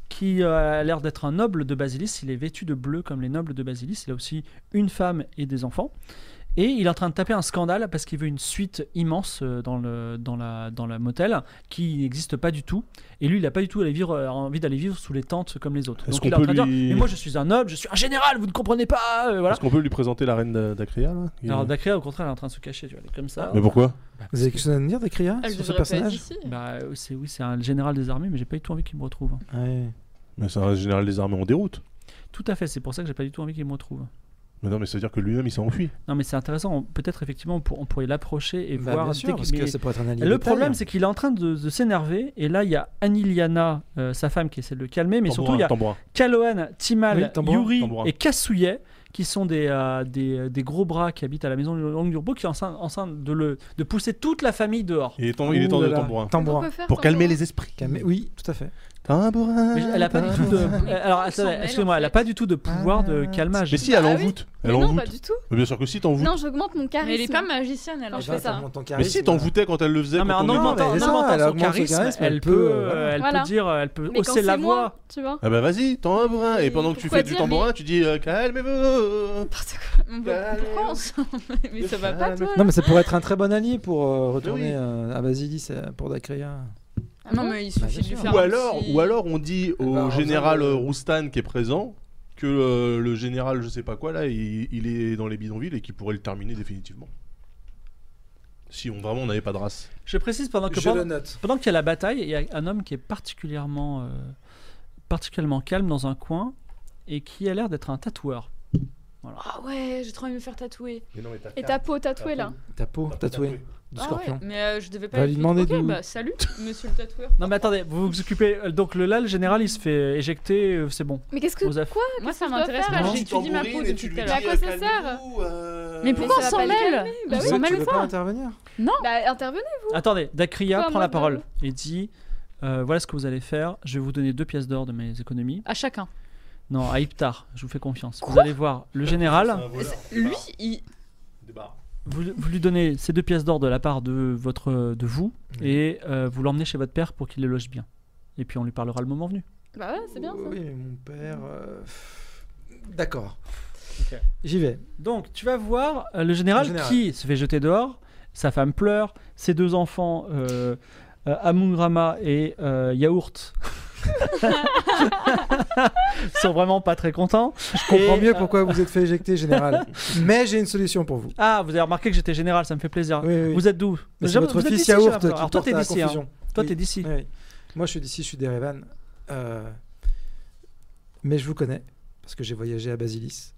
[SPEAKER 3] qui euh, a l'air d'être un noble de Basilis. Il est vêtu de bleu comme les nobles de Basilis. Il a aussi une femme et des enfants. Et il est en train de taper un scandale parce qu'il veut une suite immense euh, dans, le, dans, la, dans la motel qui n'existe pas du tout. Et lui, il n'a pas du tout aller vivre, euh, envie d'aller vivre sous les tentes comme les autres.
[SPEAKER 4] Est-ce
[SPEAKER 3] Donc il est
[SPEAKER 4] qu'on
[SPEAKER 3] en train de
[SPEAKER 4] peut lui-
[SPEAKER 3] dire, Mais moi, je suis un noble, je suis un général, vous ne comprenez pas euh, voilà.
[SPEAKER 4] Est-ce qu'on peut lui présenter la reine d'A- d'Acria là Il-
[SPEAKER 3] Alors Dakria, au contraire, elle est en train de se cacher. Tu vois, elle est comme ça.
[SPEAKER 4] Mais pourquoi
[SPEAKER 5] Vous avez quelque chose à me dire, Dakria,
[SPEAKER 6] rangé. Elle
[SPEAKER 5] sur ce
[SPEAKER 6] devrait pas être
[SPEAKER 5] personnage
[SPEAKER 6] ici.
[SPEAKER 3] Bah, euh, c'est oui, c'est un général des armées, mais j'ai pas du tout envie qu'il me retrouve.
[SPEAKER 5] Ouais.
[SPEAKER 4] Mais c'est un général des armées en déroute.
[SPEAKER 3] Tout à fait, c'est pour ça que j'ai pas du tout envie qu'il me retrouve.
[SPEAKER 4] Mais non, mais ça veut dire que lui-même il s'est enfui.
[SPEAKER 3] Non, mais c'est intéressant. on- Peut-être effectivement, on, pour- on pourrait l'approcher et
[SPEAKER 5] Bah,
[SPEAKER 3] voir.
[SPEAKER 5] bien
[SPEAKER 3] dès
[SPEAKER 5] sûr,
[SPEAKER 3] qu'il-
[SPEAKER 5] parce que
[SPEAKER 3] mais-
[SPEAKER 5] ça pourrait être un allié.
[SPEAKER 3] le
[SPEAKER 5] de taille.
[SPEAKER 3] problème, c'est qu'il est en train de, de s'énerver. Et là, il y a Aniliana, euh, sa femme, qui essaie de le calmer. Mais surtout, il y a
[SPEAKER 4] Tambourin.
[SPEAKER 3] Kalohan,
[SPEAKER 5] Oui,
[SPEAKER 3] Timal,
[SPEAKER 5] Tambourin,
[SPEAKER 3] Yuri
[SPEAKER 4] Tambourin.
[SPEAKER 3] et Kasuye, qui sont des, euh, des, des gros bras qui habitent à la maison longue d'Urbo, qui est en train, en train de, le, de pousser toute la famille dehors.
[SPEAKER 4] Il est temps, il est temps
[SPEAKER 5] Ouh
[SPEAKER 4] de
[SPEAKER 5] là là.
[SPEAKER 4] tambourin.
[SPEAKER 5] Tambourin.
[SPEAKER 1] faire
[SPEAKER 4] Pour calmer
[SPEAKER 1] Tambourin
[SPEAKER 4] les esprits.
[SPEAKER 5] Calme- Oui, tout à fait.
[SPEAKER 4] Tambourin.
[SPEAKER 3] Mais elle a pas du tout de. euh, Alors,
[SPEAKER 6] Ils s'en
[SPEAKER 3] attendez,
[SPEAKER 6] mêlent,
[SPEAKER 3] excusez-moi,
[SPEAKER 6] en
[SPEAKER 3] elle a
[SPEAKER 6] fait.
[SPEAKER 3] pas du tout de pouvoir de
[SPEAKER 5] Ah.
[SPEAKER 3] calmage.
[SPEAKER 4] Mais si, elle
[SPEAKER 1] Bah oui.
[SPEAKER 4] envoûte.
[SPEAKER 1] Mais
[SPEAKER 4] Elle
[SPEAKER 1] non, pas
[SPEAKER 4] envoûte.
[SPEAKER 1] du tout.
[SPEAKER 4] Mais Bien sûr que si, t'envoûtes.
[SPEAKER 1] Non, j'augmente mon charisme.
[SPEAKER 6] Mais elle est pas magicienne alors.
[SPEAKER 1] je fais ça.
[SPEAKER 5] Mon temps
[SPEAKER 4] Mais
[SPEAKER 5] charisme,
[SPEAKER 4] si, t'envoûtais quand elle le faisait.
[SPEAKER 3] Non, mais
[SPEAKER 4] quand
[SPEAKER 3] en
[SPEAKER 4] on lui
[SPEAKER 5] augmentant-
[SPEAKER 4] parlait.
[SPEAKER 3] augmentant,
[SPEAKER 5] mais
[SPEAKER 3] en
[SPEAKER 5] ça,
[SPEAKER 3] augmentant
[SPEAKER 5] elle
[SPEAKER 3] son
[SPEAKER 5] augmente son
[SPEAKER 3] charisme,
[SPEAKER 5] charisme,
[SPEAKER 3] elle
[SPEAKER 5] elle
[SPEAKER 3] peut,
[SPEAKER 5] peut,
[SPEAKER 3] euh,
[SPEAKER 5] voilà.
[SPEAKER 3] elle
[SPEAKER 1] Voilà.
[SPEAKER 3] peut dire, elle peut
[SPEAKER 1] Mais quand
[SPEAKER 3] hausser la
[SPEAKER 1] c'est moi,
[SPEAKER 3] voix.
[SPEAKER 1] Tu vois
[SPEAKER 4] Ah bah vas-y, tambourin. Et
[SPEAKER 1] Mais
[SPEAKER 4] pendant que tu
[SPEAKER 1] pourquoi
[SPEAKER 4] fais du
[SPEAKER 1] dire,
[SPEAKER 4] tambourin, tu dis euh, calmez-vous.
[SPEAKER 1] N'importe quoi.
[SPEAKER 6] Pourquoi on s'en- Mais ça va pas toi
[SPEAKER 5] Non, mais
[SPEAKER 1] Ah.
[SPEAKER 5] ça pourrait être un très bon allié pour euh, retourner
[SPEAKER 4] oui.
[SPEAKER 5] euh, à Basilis euh, pour Dacria.
[SPEAKER 6] Ah Non, mais il
[SPEAKER 5] Bah, bien
[SPEAKER 6] suffit de lui
[SPEAKER 5] sûr.
[SPEAKER 6] faire
[SPEAKER 4] Ou
[SPEAKER 6] un
[SPEAKER 4] alors,
[SPEAKER 6] petit-
[SPEAKER 4] ou alors on dit
[SPEAKER 5] va
[SPEAKER 4] au
[SPEAKER 5] avoir
[SPEAKER 4] général
[SPEAKER 5] besoin de-
[SPEAKER 4] euh, Roustan qui est présent que euh, le général je sais pas quoi là il, il est dans les bidonvilles et qu'il pourrait le terminer définitivement. Si on vraiment n'avait pas de race.
[SPEAKER 3] Je précise pendant que
[SPEAKER 5] Je
[SPEAKER 3] pendant-
[SPEAKER 5] le note.
[SPEAKER 3] Pendant qu'il y a la bataille, il y a un homme qui est particulièrement, euh, particulièrement calme dans un coin et qui a l'air d'être un tatoueur.
[SPEAKER 6] Ah ouais, j'ai trop envie de me faire tatouer.
[SPEAKER 4] Mais non, mais
[SPEAKER 1] Et ta peau tatouée là
[SPEAKER 5] Ta peau tatouée du
[SPEAKER 6] ah
[SPEAKER 5] scorpion.
[SPEAKER 6] ouais,
[SPEAKER 1] Bah
[SPEAKER 6] mais euh, je devais pas.
[SPEAKER 5] Va
[SPEAKER 6] être
[SPEAKER 5] lui
[SPEAKER 6] vite.
[SPEAKER 5] demander
[SPEAKER 6] Ok,
[SPEAKER 5] d'où-
[SPEAKER 6] bah salut, monsieur le tatoueur.
[SPEAKER 3] Non mais attendez, vous vous occupez... euh, Donc le là, le général, il se fait éjecter, euh, c'est bon.
[SPEAKER 1] Mais qu'est-ce que.
[SPEAKER 3] Aux aff-
[SPEAKER 1] Quoi
[SPEAKER 6] Moi ça
[SPEAKER 1] que je dois
[SPEAKER 6] m'intéresse
[SPEAKER 1] faire
[SPEAKER 6] pas,
[SPEAKER 3] Non,
[SPEAKER 6] Ah, j'ai étudié ma peau depuis tout à l'heure.
[SPEAKER 1] dis- à quoi ça sert
[SPEAKER 4] euh,
[SPEAKER 6] Mais
[SPEAKER 1] ça
[SPEAKER 6] pourquoi on
[SPEAKER 1] va
[SPEAKER 6] s'en
[SPEAKER 1] pas le
[SPEAKER 6] mêle
[SPEAKER 1] calmer, bah
[SPEAKER 6] On
[SPEAKER 5] Tu
[SPEAKER 1] oui.
[SPEAKER 6] s'en
[SPEAKER 5] veux- tu
[SPEAKER 6] mêle
[SPEAKER 5] veux pas
[SPEAKER 6] pas
[SPEAKER 5] intervenir
[SPEAKER 1] Bah intervenez
[SPEAKER 3] Attendez, Dakria
[SPEAKER 1] Quoi,
[SPEAKER 3] prend
[SPEAKER 1] moi,
[SPEAKER 3] la
[SPEAKER 1] de-
[SPEAKER 3] parole et dit... euh, voilà ce que vous allez faire. Je vais vous donner deux pièces d'or de mes économies.
[SPEAKER 6] À chacun.
[SPEAKER 3] Non, à Iptar, je vous fais confiance. vous
[SPEAKER 6] Quoi
[SPEAKER 3] allez voir le général.
[SPEAKER 6] Lui, il.
[SPEAKER 3] Vous, vous lui donnez ces deux pièces d'or de la part de votre, de vous et euh, vous l'emmenez chez votre père pour qu'il les loge bien. Et puis on lui parlera le moment venu.
[SPEAKER 1] Bah voilà, c'est bien ça.
[SPEAKER 5] Oui, mais mon père. euh, pff, D'accord.
[SPEAKER 3] Ok.
[SPEAKER 5] J'y vais.
[SPEAKER 3] Donc, tu vas voir euh, le, général
[SPEAKER 5] Le général.
[SPEAKER 3] qui se fait jeter dehors, sa femme pleure, ses deux enfants, euh, euh, Amungrama et euh, Yaourt, sont vraiment pas très contents.
[SPEAKER 5] Je comprends
[SPEAKER 3] Et,
[SPEAKER 5] mieux
[SPEAKER 3] euh,
[SPEAKER 5] pourquoi vous êtes fait éjecter, général. mais j'ai une solution pour vous.
[SPEAKER 3] Ah, vous avez remarqué que j'étais général, ça me fait plaisir.
[SPEAKER 5] Oui, oui, oui.
[SPEAKER 3] Vous êtes d'où
[SPEAKER 5] Mais c'est
[SPEAKER 3] Vous-
[SPEAKER 5] votre
[SPEAKER 3] vous êtes
[SPEAKER 5] fils
[SPEAKER 3] d'ici,
[SPEAKER 5] Yaourt
[SPEAKER 3] Gérard.
[SPEAKER 5] qui
[SPEAKER 3] Alors, toi,
[SPEAKER 5] porte
[SPEAKER 3] t'es
[SPEAKER 5] à la
[SPEAKER 3] d'ici. hein.
[SPEAKER 5] confusion.
[SPEAKER 3] Toi,
[SPEAKER 5] Oui.
[SPEAKER 3] t'es d'ici.
[SPEAKER 5] Oui, oui. Moi, je suis d'ici, je suis d'Erevan. Euh, mais je vous connais, parce que j'ai voyagé à Basilis.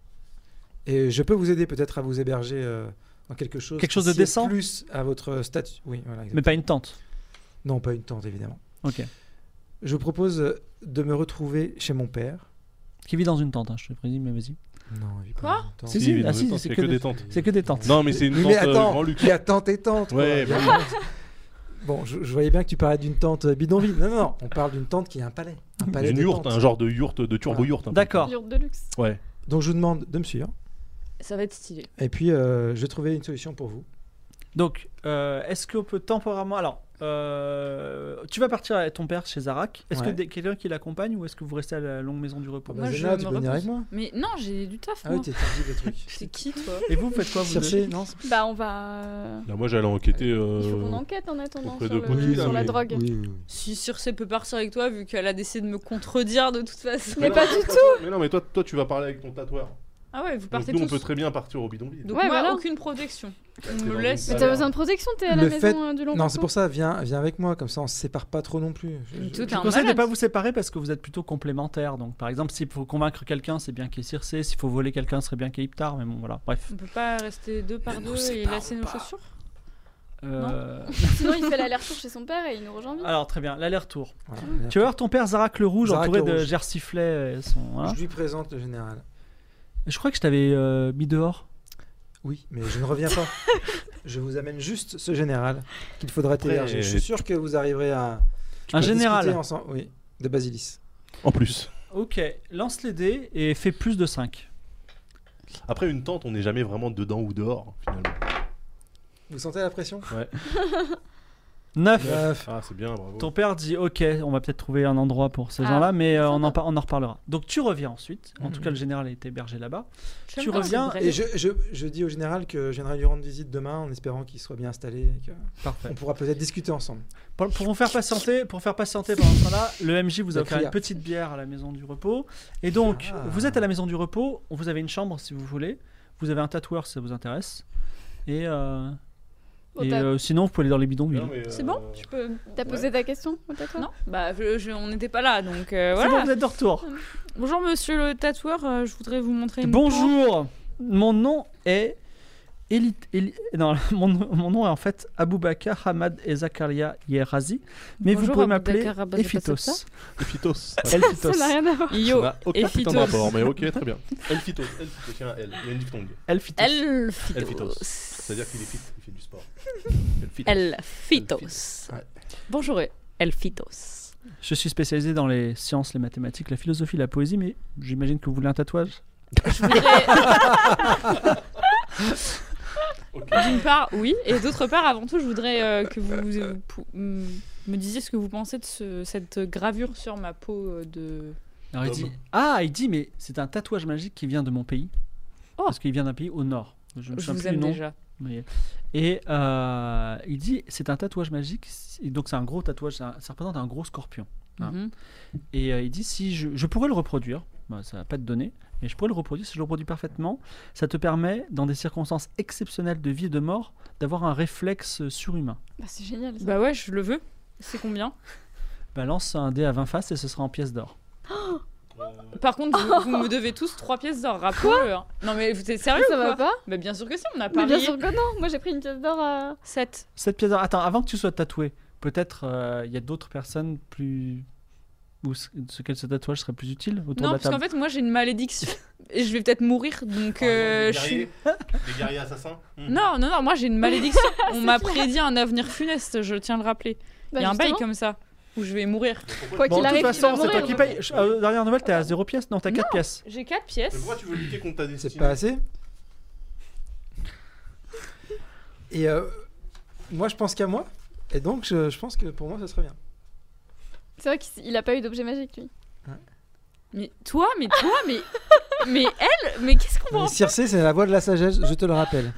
[SPEAKER 5] Et je peux vous aider peut-être à vous héberger euh, dans quelque chose.
[SPEAKER 3] Quelque
[SPEAKER 5] qui
[SPEAKER 3] chose de
[SPEAKER 5] sied
[SPEAKER 3] décent
[SPEAKER 5] Plus à votre statut. Oui, voilà. exact.
[SPEAKER 3] Mais pas une tente.
[SPEAKER 5] Non, pas une tente, évidemment.
[SPEAKER 3] Ok.
[SPEAKER 5] Je vous propose de me retrouver chez mon père.
[SPEAKER 3] Qui vit dans une tente, hein, je te prédis, mais vas-y.
[SPEAKER 5] Non,
[SPEAKER 6] Quoi
[SPEAKER 3] Si, si, ah, si, c'est
[SPEAKER 4] c'est
[SPEAKER 3] que
[SPEAKER 4] que
[SPEAKER 3] des-
[SPEAKER 4] des tentes.
[SPEAKER 3] C'est que des tentes.
[SPEAKER 4] Non, mais c'est une
[SPEAKER 5] Oui,
[SPEAKER 4] tente
[SPEAKER 5] mais
[SPEAKER 4] euh,
[SPEAKER 5] attends.
[SPEAKER 4] grand luxe.
[SPEAKER 5] Il y a tente et tente. quoi.
[SPEAKER 4] Ouais,
[SPEAKER 5] Il y a- Bon, je, je voyais bien que tu parlais d'une tente bidonville. Non, non, non, on parle d'une tente qui a un palais. Un palais
[SPEAKER 4] Une
[SPEAKER 5] de
[SPEAKER 4] yourte,
[SPEAKER 5] tentes.
[SPEAKER 4] un genre de yourte, de turbo yourte. un peu.
[SPEAKER 3] D'accord.
[SPEAKER 1] Yurte de luxe.
[SPEAKER 4] Ouais.
[SPEAKER 5] Donc je vous demande de me suivre.
[SPEAKER 6] Ça va être stylé.
[SPEAKER 5] Et puis, euh, je vais trouver une solution pour vous.
[SPEAKER 3] Donc, euh, est-ce qu'on peut temporairement. Alors, euh, tu vas partir avec ton père chez Zarak. Est-ce
[SPEAKER 5] Ouais.
[SPEAKER 3] que des- quelqu'un qui l'accompagne ou est-ce que vous restez à la longue maison du repos
[SPEAKER 5] Ah bah,
[SPEAKER 6] Moi, je
[SPEAKER 5] Zéna,
[SPEAKER 6] me
[SPEAKER 5] tu peux venir
[SPEAKER 6] repose.
[SPEAKER 5] avec moi
[SPEAKER 6] Mais non, j'ai du taf
[SPEAKER 5] Ah oui,
[SPEAKER 6] moi.
[SPEAKER 5] t'es dit des trucs.
[SPEAKER 6] C'est qui toi
[SPEAKER 3] Et vous, vous faites quoi Ah, vous deux
[SPEAKER 5] Chercher, non c'est-
[SPEAKER 1] Bah on va.
[SPEAKER 4] Là, moi j'allais enquêter.
[SPEAKER 1] Il faut qu'on
[SPEAKER 4] euh,
[SPEAKER 1] enquête en attendant
[SPEAKER 4] auprès
[SPEAKER 1] sur,
[SPEAKER 4] de
[SPEAKER 1] le-
[SPEAKER 4] Pocky,
[SPEAKER 1] Euh,
[SPEAKER 4] là,
[SPEAKER 1] sur la
[SPEAKER 4] mais-
[SPEAKER 1] drogue.
[SPEAKER 6] Si Circe peut partir avec toi, vu qu'elle a décidé de me contredire de toute façon.
[SPEAKER 1] Mais
[SPEAKER 4] non,
[SPEAKER 1] pas
[SPEAKER 4] mais
[SPEAKER 1] du tout.
[SPEAKER 4] toi, toi- Mais non, mais toi, toi tu vas parler avec ton tatoueur.
[SPEAKER 6] Ah ouais, vous
[SPEAKER 4] Donc
[SPEAKER 6] partez
[SPEAKER 4] nous, on
[SPEAKER 6] tous.
[SPEAKER 4] peut très bien partir au bidonville.
[SPEAKER 6] Donc
[SPEAKER 1] Ouais,
[SPEAKER 6] moi,
[SPEAKER 1] voilà.
[SPEAKER 6] aucune protection.
[SPEAKER 4] t'es
[SPEAKER 6] On
[SPEAKER 4] dans
[SPEAKER 6] me
[SPEAKER 4] une
[SPEAKER 6] laisse.
[SPEAKER 1] Mais
[SPEAKER 4] salle.
[SPEAKER 1] t'as besoin de protection, t'es à la
[SPEAKER 5] Le
[SPEAKER 1] maison
[SPEAKER 5] fait-
[SPEAKER 1] euh, du long
[SPEAKER 5] Non, c'est
[SPEAKER 1] repos.
[SPEAKER 5] pour ça, viens, viens avec moi, comme ça on se sépare pas trop non plus. Je-
[SPEAKER 6] Mais
[SPEAKER 5] je-
[SPEAKER 6] toi, t'es
[SPEAKER 3] Je
[SPEAKER 6] un
[SPEAKER 3] conseille de ne
[SPEAKER 6] malade.
[SPEAKER 3] pas vous séparer parce que vous êtes plutôt complémentaires. Donc, par exemple, s'il faut convaincre quelqu'un, c'est bien qu'il y ait Circé. S'il faut voler quelqu'un, ce serait bien qu'il y ait Iptar. Mais bon, voilà, bref.
[SPEAKER 6] On peut pas rester deux par
[SPEAKER 5] Ne
[SPEAKER 6] deux
[SPEAKER 5] nous
[SPEAKER 6] et
[SPEAKER 5] séparons
[SPEAKER 6] lasser nos
[SPEAKER 5] pas.
[SPEAKER 6] chaussures
[SPEAKER 3] Euh,
[SPEAKER 1] Sinon, il fait l'aller-retour chez son père et il nous rejoint vite.
[SPEAKER 3] Alors très bien, l'aller-retour.
[SPEAKER 5] Voilà.
[SPEAKER 3] Tu vas voir ton père Zarak le Rouge
[SPEAKER 5] Zarak
[SPEAKER 3] entouré
[SPEAKER 5] le
[SPEAKER 3] de
[SPEAKER 5] Rouge.
[SPEAKER 3] gersiflets. et Son, voilà.
[SPEAKER 5] Je lui présente le général.
[SPEAKER 3] Je crois que je t'avais euh, mis dehors.
[SPEAKER 5] Oui, mais je ne reviens pas. je vous amène juste ce général qu'il faudra
[SPEAKER 4] Après,
[SPEAKER 5] héberger. Je suis sûr que vous arriverez à.
[SPEAKER 3] Un
[SPEAKER 5] à
[SPEAKER 3] général.
[SPEAKER 5] discuter ensemble. Oui, de Basilis.
[SPEAKER 4] En plus.
[SPEAKER 3] Ok, lance les dés et fais plus de 5.
[SPEAKER 4] Après une tente, on n'est jamais vraiment dedans ou dehors, finalement.
[SPEAKER 5] Vous sentez la pression
[SPEAKER 3] 9.
[SPEAKER 5] Neuf.
[SPEAKER 4] Ah, c'est bien, bravo.
[SPEAKER 3] Ton père dit ok, on va peut-être trouver un endroit pour ces
[SPEAKER 1] Ah,
[SPEAKER 3] gens-là, mais euh, on, en
[SPEAKER 1] sympa.
[SPEAKER 3] par- on en reparlera. Donc tu reviens ensuite. En tout
[SPEAKER 5] Mhm.
[SPEAKER 3] cas, le général est hébergé là-bas.
[SPEAKER 6] J'aime
[SPEAKER 3] Tu
[SPEAKER 6] quand
[SPEAKER 3] reviens
[SPEAKER 6] c'est vrai.
[SPEAKER 5] Et je, je, je dis au général que je viendrai lui rendre visite demain en espérant qu'il soit bien installé et qu'on
[SPEAKER 3] Parfait.
[SPEAKER 5] pourra peut-être discuter ensemble.
[SPEAKER 3] Pour, pour vous faire patienter, pour faire patienter pendant ce temps-là, le MJ vous a
[SPEAKER 5] La
[SPEAKER 3] offert une
[SPEAKER 5] criade.
[SPEAKER 3] petite bière à la maison du repos. Et donc,
[SPEAKER 5] Ah.
[SPEAKER 3] vous êtes à la maison du repos. Vous avez une chambre si vous voulez. Vous avez un tatoueur si ça vous intéresse. Et, euh,
[SPEAKER 1] Bon,
[SPEAKER 3] et,
[SPEAKER 1] t'as-
[SPEAKER 3] euh, sinon, vous pouvez aller dans les bidonvilles.
[SPEAKER 4] Non, mais,
[SPEAKER 6] C'est
[SPEAKER 4] euh,
[SPEAKER 6] bon Tu peux.
[SPEAKER 1] T'as posé ta question au tatoueur
[SPEAKER 6] Non Bah, je- je- on n'était pas là, donc euh,
[SPEAKER 3] C'est
[SPEAKER 6] voilà.
[SPEAKER 3] bon, vous êtes de retour.
[SPEAKER 6] Bonjour, monsieur le tatoueur. euh, je voudrais vous montrer. Mon
[SPEAKER 3] Bonjour, mon nom est. Eli- Eli- non, mon, nom- mon nom est en fait Aboubakar Hamad et Zakaria Yerazi, mais vous
[SPEAKER 6] Bonjour,
[SPEAKER 3] pouvez m'appeler
[SPEAKER 6] Aboubacar Hamad
[SPEAKER 3] Ephitos.
[SPEAKER 4] Ephitos.
[SPEAKER 3] Elphitos.
[SPEAKER 1] Ça n'a rien à voir.
[SPEAKER 6] plan. Yo,
[SPEAKER 4] Ça n'a aucun putain de rapport, mais ok, très bien. Elphitos, Elphitos, il y a un L, il y a une diphtongue.
[SPEAKER 3] Elphitos.
[SPEAKER 4] Elphitos.
[SPEAKER 6] Elphitos.
[SPEAKER 4] C'est-à-dire qu'il est fit, il fait du sport. Elphitos.
[SPEAKER 6] Elphitos.
[SPEAKER 4] Ouais.
[SPEAKER 6] Bonjour, Elphitos.
[SPEAKER 3] Je suis spécialisé dans les sciences, les mathématiques, la philosophie, la poésie, mais j'imagine que vous voulez un tatouage.
[SPEAKER 4] Ok.
[SPEAKER 6] D'une part, oui, et d'autre part, avant tout, je voudrais euh, que vous, vous pou- m- me disiez ce que vous pensez de ce- cette gravure sur ma peau euh, de.
[SPEAKER 3] Alors il
[SPEAKER 4] Homme.
[SPEAKER 3] dit Ah, il dit, mais c'est un tatouage magique qui vient de mon pays.
[SPEAKER 6] Oh.
[SPEAKER 3] Parce qu'il vient d'un pays au nord. Je me
[SPEAKER 6] Je
[SPEAKER 3] souviens
[SPEAKER 6] vous
[SPEAKER 3] plus du
[SPEAKER 6] aime
[SPEAKER 3] nom.
[SPEAKER 6] déjà.
[SPEAKER 3] Oui. Et euh, il dit C'est un tatouage magique. Et donc c'est un gros tatouage, ça- ça représente un gros scorpion. Ah.
[SPEAKER 6] Mhm.
[SPEAKER 3] Et euh, il dit si je, je pourrais le reproduire, bah, ça va pas te donner, mais je pourrais le reproduire, si je le reproduis parfaitement, ça te permet, dans des circonstances exceptionnelles de vie et de mort, d'avoir un réflexe euh, surhumain.
[SPEAKER 1] Bah, c'est génial. Ça.
[SPEAKER 6] Bah ouais, je le veux. C'est combien
[SPEAKER 3] Balance un dé à 20 faces et ce sera en pièces d'or.
[SPEAKER 4] Euh,
[SPEAKER 6] Par contre, vous, vous me devez tous 3 pièces d'or, rappelez-le. hein. Non mais vous êtes sérieux
[SPEAKER 1] ça
[SPEAKER 6] ou
[SPEAKER 1] va
[SPEAKER 6] quoi
[SPEAKER 1] pas
[SPEAKER 6] Bah bien sûr que si, on a
[SPEAKER 1] Mais bien
[SPEAKER 6] parié
[SPEAKER 1] sûr que non. Moi, j'ai pris une pièce d'or à.
[SPEAKER 6] 7.
[SPEAKER 3] 7 pièces d'or. Attends, avant que tu sois tatoué, peut-être euh, il y a d'autres personnes plus. Ou ce ce quel ce tatouage serait plus utile autour
[SPEAKER 6] Non,
[SPEAKER 3] de la
[SPEAKER 6] parce qu'en
[SPEAKER 3] table.
[SPEAKER 6] fait, moi j'ai une malédiction. Et je vais peut-être mourir,
[SPEAKER 4] ah,
[SPEAKER 6] donc
[SPEAKER 4] Oh,
[SPEAKER 6] euh, je suis...
[SPEAKER 4] Des guerriers assassins
[SPEAKER 6] Non, non, non, moi j'ai une malédiction. On m'a prédit un avenir funeste, je tiens à le rappeler. Il
[SPEAKER 1] Bah,
[SPEAKER 6] y a un bail
[SPEAKER 1] justement.
[SPEAKER 6] comme ça, où je vais mourir.
[SPEAKER 1] Quoi
[SPEAKER 3] Bon,
[SPEAKER 1] qu'il
[SPEAKER 3] de toute
[SPEAKER 1] arrive, il va
[SPEAKER 3] façon, c'est toi
[SPEAKER 1] mourir.
[SPEAKER 3] qui paye. Je- euh, dernière nouvelle, t'es à 0 pièces Non, t'as 4 pièces.
[SPEAKER 6] J'ai 4
[SPEAKER 4] Mais
[SPEAKER 6] pièces.
[SPEAKER 4] pourquoi tu veux lutter contre ta destinée
[SPEAKER 5] C'est pas assez Et euh, moi, je pense qu'à moi. Et donc, je, je pense que pour moi, ça serait bien.
[SPEAKER 1] C'est vrai qu'il il a pas eu d'objet magique, lui.
[SPEAKER 6] Mais toi, mais toi, mais... Mais elle, mais qu'est-ce qu'on va
[SPEAKER 5] Mais
[SPEAKER 6] en
[SPEAKER 5] Circé, c'est la voix de la sagesse, je te le rappelle.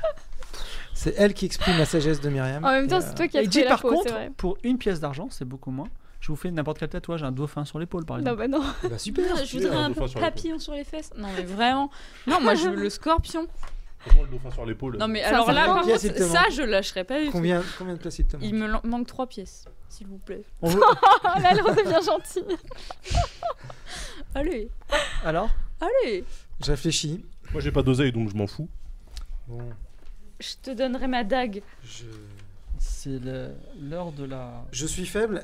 [SPEAKER 5] C'est elle qui exprime la sagesse de Myriam.
[SPEAKER 1] En même temps,
[SPEAKER 5] Et,
[SPEAKER 1] c'est
[SPEAKER 5] euh,
[SPEAKER 1] toi qui as
[SPEAKER 3] Et
[SPEAKER 1] trouvé
[SPEAKER 3] dit
[SPEAKER 1] la
[SPEAKER 3] par
[SPEAKER 1] peau, c'est
[SPEAKER 3] contre,
[SPEAKER 1] vrai.
[SPEAKER 3] pour une pièce d'argent, c'est beaucoup moins. Je vous fais n'importe quel tatouage, un dauphin sur l'épaule par exemple.
[SPEAKER 1] Non, bah non.
[SPEAKER 5] bah, super
[SPEAKER 6] Ah, Je voudrais
[SPEAKER 4] un
[SPEAKER 6] un
[SPEAKER 4] dauphin sur la peau.
[SPEAKER 6] papillon sur les fesses. Non mais vraiment. Non, moi je veux le scorpion.
[SPEAKER 4] Comment le dauphin sur l'épaule
[SPEAKER 6] Non mais
[SPEAKER 1] Ça,
[SPEAKER 6] alors
[SPEAKER 1] ça
[SPEAKER 6] là,
[SPEAKER 1] prend
[SPEAKER 6] par
[SPEAKER 5] bien,
[SPEAKER 6] contre,
[SPEAKER 5] s'il te manque.
[SPEAKER 6] ça je lâcherai pas du tout.
[SPEAKER 5] Combien, combien de places il te manque
[SPEAKER 6] Il me lan- manque 3 pièces, s'il vous plaît.
[SPEAKER 3] On veut-
[SPEAKER 1] Oh là, elle redevient gentille.
[SPEAKER 6] Allez,
[SPEAKER 1] bah.
[SPEAKER 3] Alors
[SPEAKER 6] allez.
[SPEAKER 5] Je réfléchis.
[SPEAKER 4] Moi j'ai pas d'oseille donc je m'en fous.
[SPEAKER 5] Bon,
[SPEAKER 6] Je te donnerai ma dague.
[SPEAKER 5] je...
[SPEAKER 3] C'est le- l'heure de la.
[SPEAKER 5] je suis faible,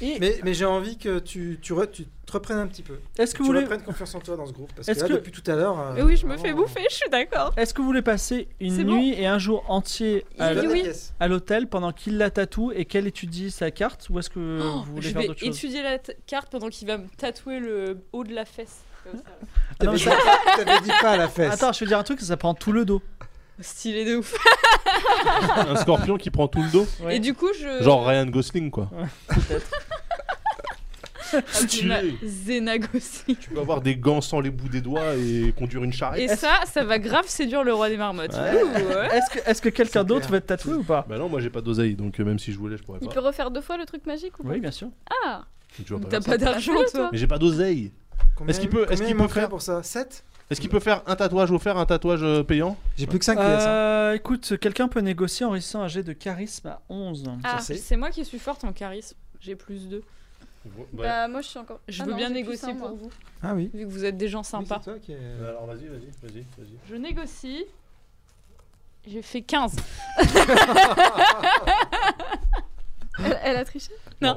[SPEAKER 3] Et
[SPEAKER 5] mais, mais j'ai envie que tu, tu, re- tu te reprennes un petit peu.
[SPEAKER 3] est-ce que,
[SPEAKER 5] tu
[SPEAKER 3] vous voulez...
[SPEAKER 5] reprennes confiance en toi dans ce groupe. Parce que
[SPEAKER 3] Est-ce
[SPEAKER 5] là,
[SPEAKER 3] que-
[SPEAKER 5] depuis tout à l'heure... euh,
[SPEAKER 6] oui, je me
[SPEAKER 5] vraiment,
[SPEAKER 6] fais bouffer, je suis d'accord.
[SPEAKER 3] est-ce que vous voulez passer une
[SPEAKER 6] C'est bon.
[SPEAKER 3] nuit et un jour entier
[SPEAKER 5] je
[SPEAKER 3] à l-
[SPEAKER 5] donne euh, la
[SPEAKER 6] Oui.
[SPEAKER 5] pièce.
[SPEAKER 3] à l'hôtel pendant qu'il la tatoue et qu'elle étudie sa carte Ou est-ce que vous voulez
[SPEAKER 6] Oh, je
[SPEAKER 3] faire
[SPEAKER 6] vais
[SPEAKER 3] d'autres choses
[SPEAKER 6] étudier la t- carte pendant qu'il va me tatouer le haut de la fesse. comme ça.
[SPEAKER 3] Ah non, mais
[SPEAKER 5] T'avais
[SPEAKER 3] ça-
[SPEAKER 5] t'avais dit pas à la fesse.
[SPEAKER 3] Attends, je vais dire un truc, ça prend tout le dos.
[SPEAKER 6] Stylé de ouf.
[SPEAKER 4] un scorpion qui prend tout le dos
[SPEAKER 3] Ouais.
[SPEAKER 6] Et du coup, je.
[SPEAKER 4] Genre Ryan Gosling quoi.
[SPEAKER 6] Ah, Zena- Zena Gosling.
[SPEAKER 4] Tu peux avoir des gants sans les bouts des doigts et conduire une
[SPEAKER 6] Et
[SPEAKER 4] charrette.
[SPEAKER 6] ça, ça va grave séduire le roi des marmottes.
[SPEAKER 4] Ouais.
[SPEAKER 6] Ouh, ouais.
[SPEAKER 3] Est-ce que, est-ce que quelqu'un
[SPEAKER 5] C'est
[SPEAKER 3] d'autre
[SPEAKER 5] clair.
[SPEAKER 3] veut être tatoué ou pas
[SPEAKER 4] Bah non, moi j'ai pas d'oseille donc euh, même si je voulais, je pourrais
[SPEAKER 1] Il
[SPEAKER 4] pas.
[SPEAKER 1] peut refaire deux fois le truc magique ou pas
[SPEAKER 3] Oui, bien sûr.
[SPEAKER 1] Ah
[SPEAKER 4] Tu vois pas
[SPEAKER 6] T'as
[SPEAKER 4] faire ça.
[SPEAKER 6] pas d'argent,
[SPEAKER 1] Fais-le,
[SPEAKER 6] toi.
[SPEAKER 1] toi.
[SPEAKER 4] Mais j'ai pas d'oseille.
[SPEAKER 5] Combien-
[SPEAKER 4] Est-ce qu'il peut- est-ce
[SPEAKER 5] combien
[SPEAKER 4] qu'il
[SPEAKER 5] il
[SPEAKER 4] peut
[SPEAKER 5] m'en ferait
[SPEAKER 4] faire
[SPEAKER 5] pour ça 7
[SPEAKER 4] Est-ce qu'il peut faire un tatouage offert, un tatouage euh, payant
[SPEAKER 5] J'ai plus que 5 pièces. hein.
[SPEAKER 3] Euh, écoute, quelqu'un peut négocier en réussissant un jet de charisme à 11.
[SPEAKER 6] Ah,
[SPEAKER 5] c'est-
[SPEAKER 6] c'est moi qui suis forte en charisme. J'ai plus 2.
[SPEAKER 1] Bah, moi, je suis encore.
[SPEAKER 6] Je
[SPEAKER 1] Ah
[SPEAKER 6] veux
[SPEAKER 1] non,
[SPEAKER 6] bien
[SPEAKER 1] j'ai plus
[SPEAKER 6] négocier
[SPEAKER 1] ça, moi.
[SPEAKER 6] pour vous,
[SPEAKER 5] Ah oui.
[SPEAKER 6] vu que vous êtes des gens
[SPEAKER 5] Oui,
[SPEAKER 4] Euh,
[SPEAKER 6] sympas.
[SPEAKER 5] c'est toi qui es-
[SPEAKER 4] Alors vas-y, vas-y, vas-y, vas-y.
[SPEAKER 6] Je négocie J'ai fait 15.
[SPEAKER 1] Elle, elle a triché
[SPEAKER 6] Non.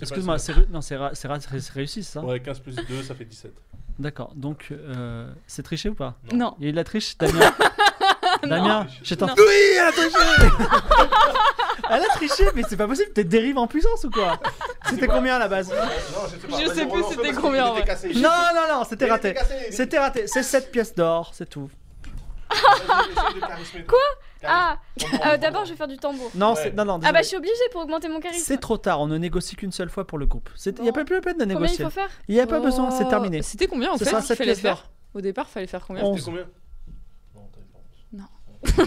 [SPEAKER 3] Excuse-moi, c'est ré- non, c'est ra- c'est ra- c'est réussi ça
[SPEAKER 4] Ouais, 15 plus 2, ça fait 17.
[SPEAKER 3] D'accord, donc euh, c'est triché ou pas
[SPEAKER 4] Non.
[SPEAKER 6] Non.
[SPEAKER 3] Il y a eu de la triche, Damien Damien, je t'en
[SPEAKER 6] Non.
[SPEAKER 3] Elle a triché, mais c'est pas possible, t'es dérive en puissance ou quoi C'était combien à la base
[SPEAKER 6] Je sais plus c'était combien, ouais.
[SPEAKER 3] Non, non, non, c'était raté. C'était raté, c'est 7 pièces d'or, c'est tout.
[SPEAKER 4] Quoi
[SPEAKER 1] Ah euh, D'abord, je vais faire du tambour.
[SPEAKER 3] Non,
[SPEAKER 4] Ouais.
[SPEAKER 3] c'est- non, non,
[SPEAKER 1] Ah bah,
[SPEAKER 3] désolé.
[SPEAKER 1] je suis obligée pour augmenter mon charisme.
[SPEAKER 3] c'est trop tard, on ne négocie qu'une seule fois pour le groupe. Il n'y a
[SPEAKER 6] Bon.
[SPEAKER 3] pas plus la peine de
[SPEAKER 1] Combien il
[SPEAKER 3] négocier.
[SPEAKER 1] faut faire
[SPEAKER 3] Il n'y a pas besoin, c'est terminé.
[SPEAKER 6] C'était combien Oh, en
[SPEAKER 3] Ce
[SPEAKER 6] fait
[SPEAKER 3] sera
[SPEAKER 6] qu'il
[SPEAKER 3] 7
[SPEAKER 6] fallait
[SPEAKER 3] pièces
[SPEAKER 6] faire
[SPEAKER 3] d'or.
[SPEAKER 6] Au départ, fallait faire combien
[SPEAKER 3] On-
[SPEAKER 4] combien Non, t'as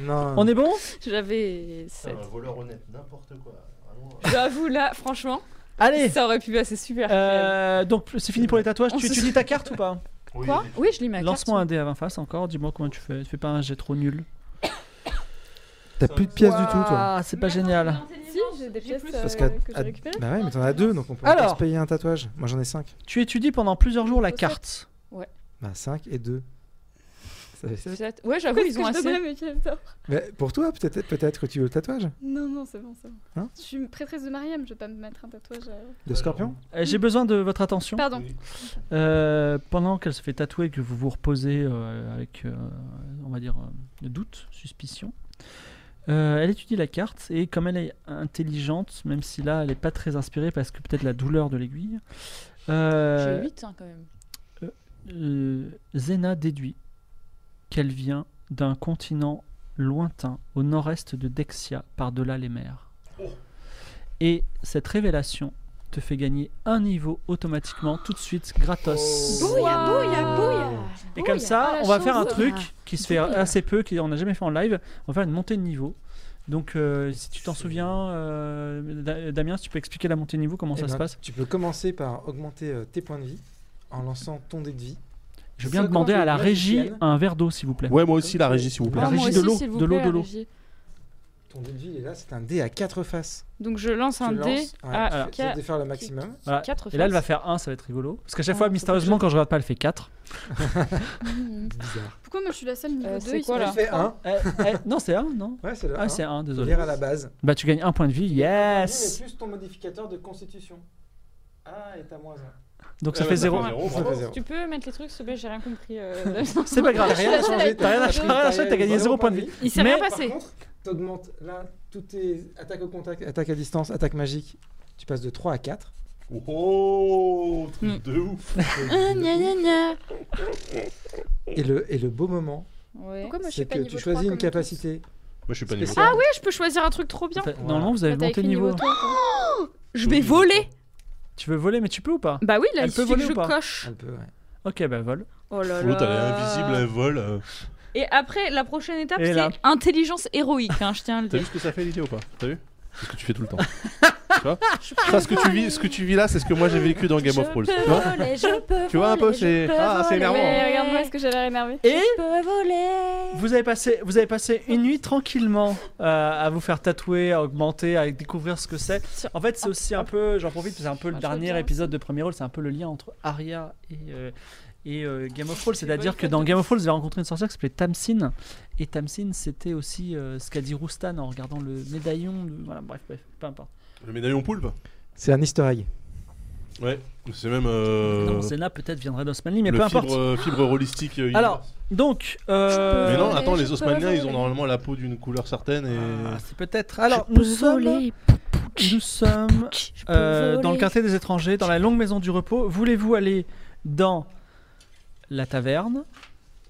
[SPEAKER 5] Non.
[SPEAKER 3] On est bon
[SPEAKER 6] J'avais 7.
[SPEAKER 4] un
[SPEAKER 3] Ah.
[SPEAKER 4] voleur honnête, n'importe quoi. Vraiment, euh,
[SPEAKER 6] J'avoue, là, franchement,
[SPEAKER 3] Allez
[SPEAKER 6] ça aurait pu passer super.
[SPEAKER 3] euh, Donc c'est fini pour les tatouages,
[SPEAKER 6] On
[SPEAKER 3] tu,
[SPEAKER 6] se-
[SPEAKER 3] tu lis ta carte ou pas
[SPEAKER 6] faible. Quoi Oui, je lis ma carte.
[SPEAKER 3] Lance-moi un dé à 20 faces encore, dis-moi comment tu fais. Tu fais pas un jet trop nul.
[SPEAKER 5] T'as plus de pièces du tout, toi.
[SPEAKER 3] Ah, c'est pas génial.
[SPEAKER 1] Si, j'ai des pièces euh,
[SPEAKER 5] Parce qu'à-
[SPEAKER 1] que j'ai
[SPEAKER 5] à-
[SPEAKER 1] récupérées.
[SPEAKER 5] Bah ouais, mais t'en as deux, donc on peut
[SPEAKER 3] Alors.
[SPEAKER 5] encore se payer un tatouage. Moi j'en ai cinq.
[SPEAKER 3] Tu étudies pendant plusieurs jours la carte.
[SPEAKER 5] Bah cinq et deux. Ça fait sept.
[SPEAKER 6] Sept. Ouais, j'avoue,
[SPEAKER 1] Pourquoi
[SPEAKER 6] ils
[SPEAKER 1] est-ce
[SPEAKER 6] ont
[SPEAKER 1] que je
[SPEAKER 6] assez.
[SPEAKER 1] donnerais mes pièces d'or
[SPEAKER 5] Mais pour toi, peut-être peut-être que tu veux le tatouage
[SPEAKER 1] Non, non, c'est bon, c'est bon.
[SPEAKER 5] Hein
[SPEAKER 1] je suis une prêtresse de Mariam, je vais pas me mettre un tatouage. euh.
[SPEAKER 5] de scorpion
[SPEAKER 3] Euh, J'ai besoin de votre attention.
[SPEAKER 1] Pardon.
[SPEAKER 3] Euh, pendant qu'elle se fait tatouer, que vous vous reposez euh, avec, euh, on va dire, euh, doute, suspicion, euh, elle étudie la carte et comme elle est intelligente, même si là elle n'est pas très inspirée parce que peut-être la douleur de l'aiguille, euh,
[SPEAKER 6] J'ai 8 hein, quand même.
[SPEAKER 3] euh, Zena déduit qu'elle vient d'un continent lointain au nord-est de Dexia, par-delà les mers.
[SPEAKER 4] Oh.
[SPEAKER 3] Et cette révélation te fait gagner un niveau automatiquement tout de suite gratos.
[SPEAKER 4] Oh.
[SPEAKER 6] Bouya, bouya, bouya.
[SPEAKER 3] Et comme ça,
[SPEAKER 6] Ah, la
[SPEAKER 3] on va faire un
[SPEAKER 6] chance.
[SPEAKER 3] truc qui se fait assez peu, qu'on n'a jamais fait en live. On va faire une montée de niveau. Donc, euh, si tu t'en souviens, euh, Da- Damien, si tu peux expliquer la montée de niveau, comment
[SPEAKER 5] Eh
[SPEAKER 3] ça se
[SPEAKER 5] ben,
[SPEAKER 3] passe
[SPEAKER 5] Tu peux commencer par augmenter euh, tes points de vie en lançant ton dé de vie.
[SPEAKER 3] Je veux bien
[SPEAKER 5] ça
[SPEAKER 3] demander
[SPEAKER 5] commence
[SPEAKER 3] à la
[SPEAKER 5] avec la
[SPEAKER 3] régie
[SPEAKER 5] chienne.
[SPEAKER 3] un verre d'eau, s'il vous plaît.
[SPEAKER 4] Ouais, moi aussi, la régie, s'il vous plaît.
[SPEAKER 3] La
[SPEAKER 6] Ah, moi
[SPEAKER 3] Bah, régie de
[SPEAKER 6] aussi,
[SPEAKER 3] l'eau,
[SPEAKER 6] s'il vous
[SPEAKER 3] de l'eau,
[SPEAKER 6] plaît,
[SPEAKER 3] de
[SPEAKER 6] la
[SPEAKER 3] l'eau.
[SPEAKER 6] régie.
[SPEAKER 5] Ton dé de vie, il est là, c'est un dé à quatre faces.
[SPEAKER 6] Donc je lance
[SPEAKER 5] Tu
[SPEAKER 6] un
[SPEAKER 5] le
[SPEAKER 6] dé
[SPEAKER 5] lances, ouais,
[SPEAKER 6] à
[SPEAKER 5] tu fais- essaie
[SPEAKER 6] quatre-
[SPEAKER 5] de faire le maximum.
[SPEAKER 3] Voilà.
[SPEAKER 6] quatre
[SPEAKER 3] Et là, elle va
[SPEAKER 6] faces.
[SPEAKER 3] faire 1, ça va être rigolo. Parce qu'à chaque
[SPEAKER 6] Ah,
[SPEAKER 3] fois,
[SPEAKER 6] faut que
[SPEAKER 3] mystérieusement, quand je regarde pas, elle fait 4.
[SPEAKER 5] Bizarre.
[SPEAKER 1] Pourquoi moi je suis la seule niveau
[SPEAKER 6] Euh,
[SPEAKER 1] 2
[SPEAKER 6] c'est quoi,
[SPEAKER 5] Tu
[SPEAKER 6] là
[SPEAKER 5] fais un.
[SPEAKER 3] Eh, non, c'est 1, non
[SPEAKER 5] Ouais, c'est là.
[SPEAKER 3] Ah, c'est 1, désolé.
[SPEAKER 5] Lire à la base.
[SPEAKER 3] Bah, tu gagnes un point de vie, yes
[SPEAKER 5] plus ton modificateur de constitution. Ah, et t'as moins un.
[SPEAKER 3] Donc ça
[SPEAKER 4] Ah, Ouais,
[SPEAKER 3] fait
[SPEAKER 4] ouais,
[SPEAKER 3] 0.
[SPEAKER 4] ça fait zéro,
[SPEAKER 5] Ça fait
[SPEAKER 4] bravo.
[SPEAKER 5] zéro.
[SPEAKER 6] Tu peux mettre les trucs, s'il te plaît, j'ai rien compris. euh,
[SPEAKER 3] C'est pas grave.
[SPEAKER 5] T'as rien à changer,
[SPEAKER 3] T'as rien à changer, t'as gagné zéro point de vie.
[SPEAKER 6] Il s'est
[SPEAKER 3] Mais-
[SPEAKER 6] rien passé.
[SPEAKER 5] contre, t'augmentes là toutes tes attaques au contact, attaques à distance, attaques magiques. Tu passes de 3 à 4.
[SPEAKER 4] Oh, truc de ouf.
[SPEAKER 6] Ah, gna, gna, gna.
[SPEAKER 5] Et le, et le beau moment,
[SPEAKER 6] Ouais.
[SPEAKER 1] Pourquoi moi je suis
[SPEAKER 5] c'est
[SPEAKER 1] pas
[SPEAKER 5] que
[SPEAKER 1] niveau
[SPEAKER 5] tu
[SPEAKER 1] 3,
[SPEAKER 5] choisis une
[SPEAKER 1] comme tous
[SPEAKER 5] capacité.
[SPEAKER 4] Moi, je suis pas niveau.
[SPEAKER 5] spéciale.
[SPEAKER 6] Ouais, je peux choisir un truc trop bien.
[SPEAKER 3] T'as-
[SPEAKER 5] Voilà.
[SPEAKER 3] Normalement, vous avez
[SPEAKER 1] Bah, t'as
[SPEAKER 3] monté
[SPEAKER 1] écrit
[SPEAKER 3] niveau.
[SPEAKER 1] niveau 3, quoi.
[SPEAKER 6] Je vais voler.
[SPEAKER 3] Tu veux voler, mais tu peux ou pas
[SPEAKER 6] Bah oui, là,
[SPEAKER 3] Elle
[SPEAKER 6] il
[SPEAKER 3] peut
[SPEAKER 6] suffit que
[SPEAKER 3] voler ou
[SPEAKER 6] je
[SPEAKER 3] pas
[SPEAKER 6] coche.
[SPEAKER 5] Un peu, ouais.
[SPEAKER 3] Ok, bah vole.
[SPEAKER 6] Oh là
[SPEAKER 4] L'autre, elle est
[SPEAKER 6] là.
[SPEAKER 4] invisible, elle vole. euh.
[SPEAKER 6] Et après, la prochaine étape,
[SPEAKER 3] Et là.
[SPEAKER 6] c'est intelligence héroïque. hein, je tiens à le
[SPEAKER 4] T'as
[SPEAKER 6] dire.
[SPEAKER 4] vu ce que ça fait l'idée ou pas T'as vu C'est ce que tu fais tout le temps. tu vois Ça, ce que tu vis, ce que tu vis là, c'est ce que moi j'ai vécu dans Game of Thrones. Tu vois Tu vois un peu, c'est ah, c'est énervant.
[SPEAKER 1] Mais
[SPEAKER 4] hein.
[SPEAKER 1] Eh, regarde-moi, est-ce que j'ai l'air énervé
[SPEAKER 3] Et vous avez passé, vous avez passé une nuit tranquillement euh, à vous faire tatouer, à augmenter, à découvrir ce que c'est. En fait, c'est aussi un peu, j'en profite, c'est un peu le
[SPEAKER 6] Ah, je veux
[SPEAKER 3] dernier
[SPEAKER 6] bien.
[SPEAKER 3] épisode de Premier Rôle, c'est un peu le lien entre Arya et, euh, et euh, Game of Thrones.
[SPEAKER 6] C'est pas une
[SPEAKER 3] C'est-à-dire que
[SPEAKER 6] faute.
[SPEAKER 3] dans Game of Thrones, vous avez rencontré une sorcière qui s'appelait Tamsin. Et Tamsin, c'était aussi euh, ce qu'a dit Roustan en regardant le médaillon. de- Voilà, bref, bref, peu importe.
[SPEAKER 4] Le médaillon poulpe
[SPEAKER 5] C'est un easter egg.
[SPEAKER 4] Ouais, c'est même euh,
[SPEAKER 3] Non, Zena peut-être viendrait d'Osmanli, mais
[SPEAKER 4] le
[SPEAKER 3] peu
[SPEAKER 4] fibre,
[SPEAKER 3] importe.
[SPEAKER 4] euh, fibre rollistique. euh,
[SPEAKER 3] Alors,
[SPEAKER 4] universe.
[SPEAKER 3] Donc. euh,
[SPEAKER 4] mais non,
[SPEAKER 1] euh,
[SPEAKER 4] attends,
[SPEAKER 1] je
[SPEAKER 4] les
[SPEAKER 1] peux
[SPEAKER 4] Osmaniens,
[SPEAKER 1] voler.
[SPEAKER 4] ils ont normalement la peau d'une couleur certaine et
[SPEAKER 3] Ah, c'est peut-être. Alors, nous sommes, nous sommes euh, dans le quartier des étrangers, dans la longue maison du repos. Voulez-vous aller dans la taverne,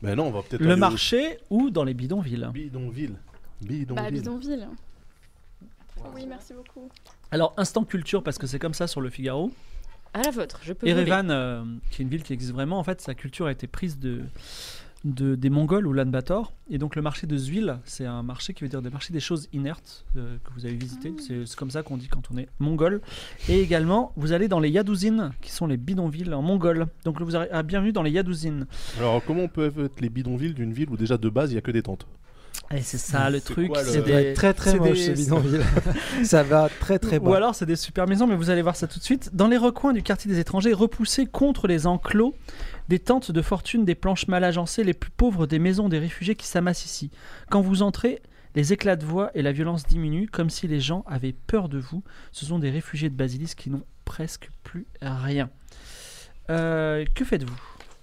[SPEAKER 4] Ben non, on va peut-être
[SPEAKER 3] le
[SPEAKER 4] aller au
[SPEAKER 3] marché ou dans les bidonvilles
[SPEAKER 4] Bidonville.
[SPEAKER 1] Bah,
[SPEAKER 4] Bidonville.
[SPEAKER 1] bidonville. Oui, merci beaucoup.
[SPEAKER 3] Alors, instant culture, parce que c'est comme ça sur le Figaro.
[SPEAKER 6] À la vôtre, je peux voler.
[SPEAKER 3] Erevan, euh, qui est une ville qui existe vraiment, en fait, sa culture a été prise de, de- des Mongols ou l'Anbator. Et donc, le marché de Zuil, c'est un marché qui veut dire des marchés des choses inertes euh, que vous avez visité. C'est c'est comme ça qu'on dit quand on est mongol. Et également, vous allez dans les Yadouzines, qui sont les bidonvilles en mongol. Donc, vous êtes bienvenue dans les Yadouzines.
[SPEAKER 4] Alors, comment on peut être les bidonvilles d'une ville où déjà de base il y a que des tentes
[SPEAKER 3] Et c'est ça le
[SPEAKER 4] C'est
[SPEAKER 3] truc.
[SPEAKER 4] quoi le-
[SPEAKER 3] c'est
[SPEAKER 5] Ça
[SPEAKER 4] C'est
[SPEAKER 3] des-
[SPEAKER 5] doit être très très
[SPEAKER 3] c'est
[SPEAKER 5] moche
[SPEAKER 3] des-
[SPEAKER 5] ce bidonville. ça va très très
[SPEAKER 3] Ou
[SPEAKER 5] bas.
[SPEAKER 3] alors c'est des super maisons, mais vous allez voir ça tout de suite. Dans les recoins du quartier des étrangers, repoussés contre les enclos, des tentes de fortune, des planches mal agencées, les plus pauvres des maisons des réfugiés qui s'amassent ici. Quand vous entrez, les éclats de voix et la violence diminuent, comme si les gens avaient peur de vous. Ce sont des réfugiés de Basilis qui n'ont presque plus rien. Euh, que faites-vous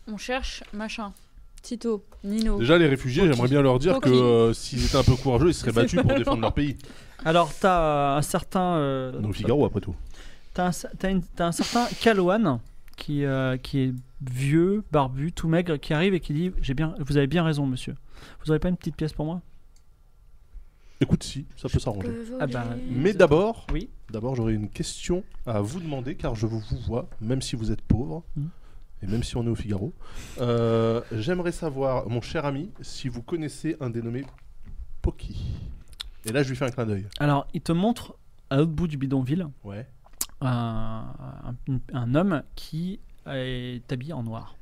[SPEAKER 6] On cherche machin. Tito, Nino.
[SPEAKER 4] Déjà, les réfugiés, j'aimerais bien leur dire
[SPEAKER 6] Ok.
[SPEAKER 4] que euh, s'ils étaient un peu courageux, ils seraient
[SPEAKER 3] C'est
[SPEAKER 4] battus pour
[SPEAKER 3] vraiment-
[SPEAKER 4] défendre leur pays.
[SPEAKER 3] Alors, t'as un certain. euh,
[SPEAKER 4] Donc, Figaro, après tout.
[SPEAKER 3] T'as un, cer- t'as une- t'as un certain Caloan qui, euh, qui est vieux, barbu, tout maigre, qui arrive et qui dit J'ai bien, Vous avez bien raison, monsieur. Vous n'aurez pas une petite pièce pour moi
[SPEAKER 4] Écoute, si, ça peut
[SPEAKER 1] Euh,
[SPEAKER 4] s'arranger.
[SPEAKER 3] Ah bah,
[SPEAKER 4] Mais d'abord,
[SPEAKER 3] Oui.
[SPEAKER 4] d'abord, j'aurais une question à vous demander, car je vous vous vois, même si vous êtes pauvre,
[SPEAKER 3] Mhm.
[SPEAKER 4] et même si on est au Figaro. Euh, J'aimerais savoir, mon cher ami, si vous connaissez un dénommé Poki. Et là, je lui fais un clin d'œil.
[SPEAKER 3] Alors, il te montre à l'autre bout du bidonville
[SPEAKER 4] Ouais.
[SPEAKER 3] un, un- un homme qui est habillé en noir.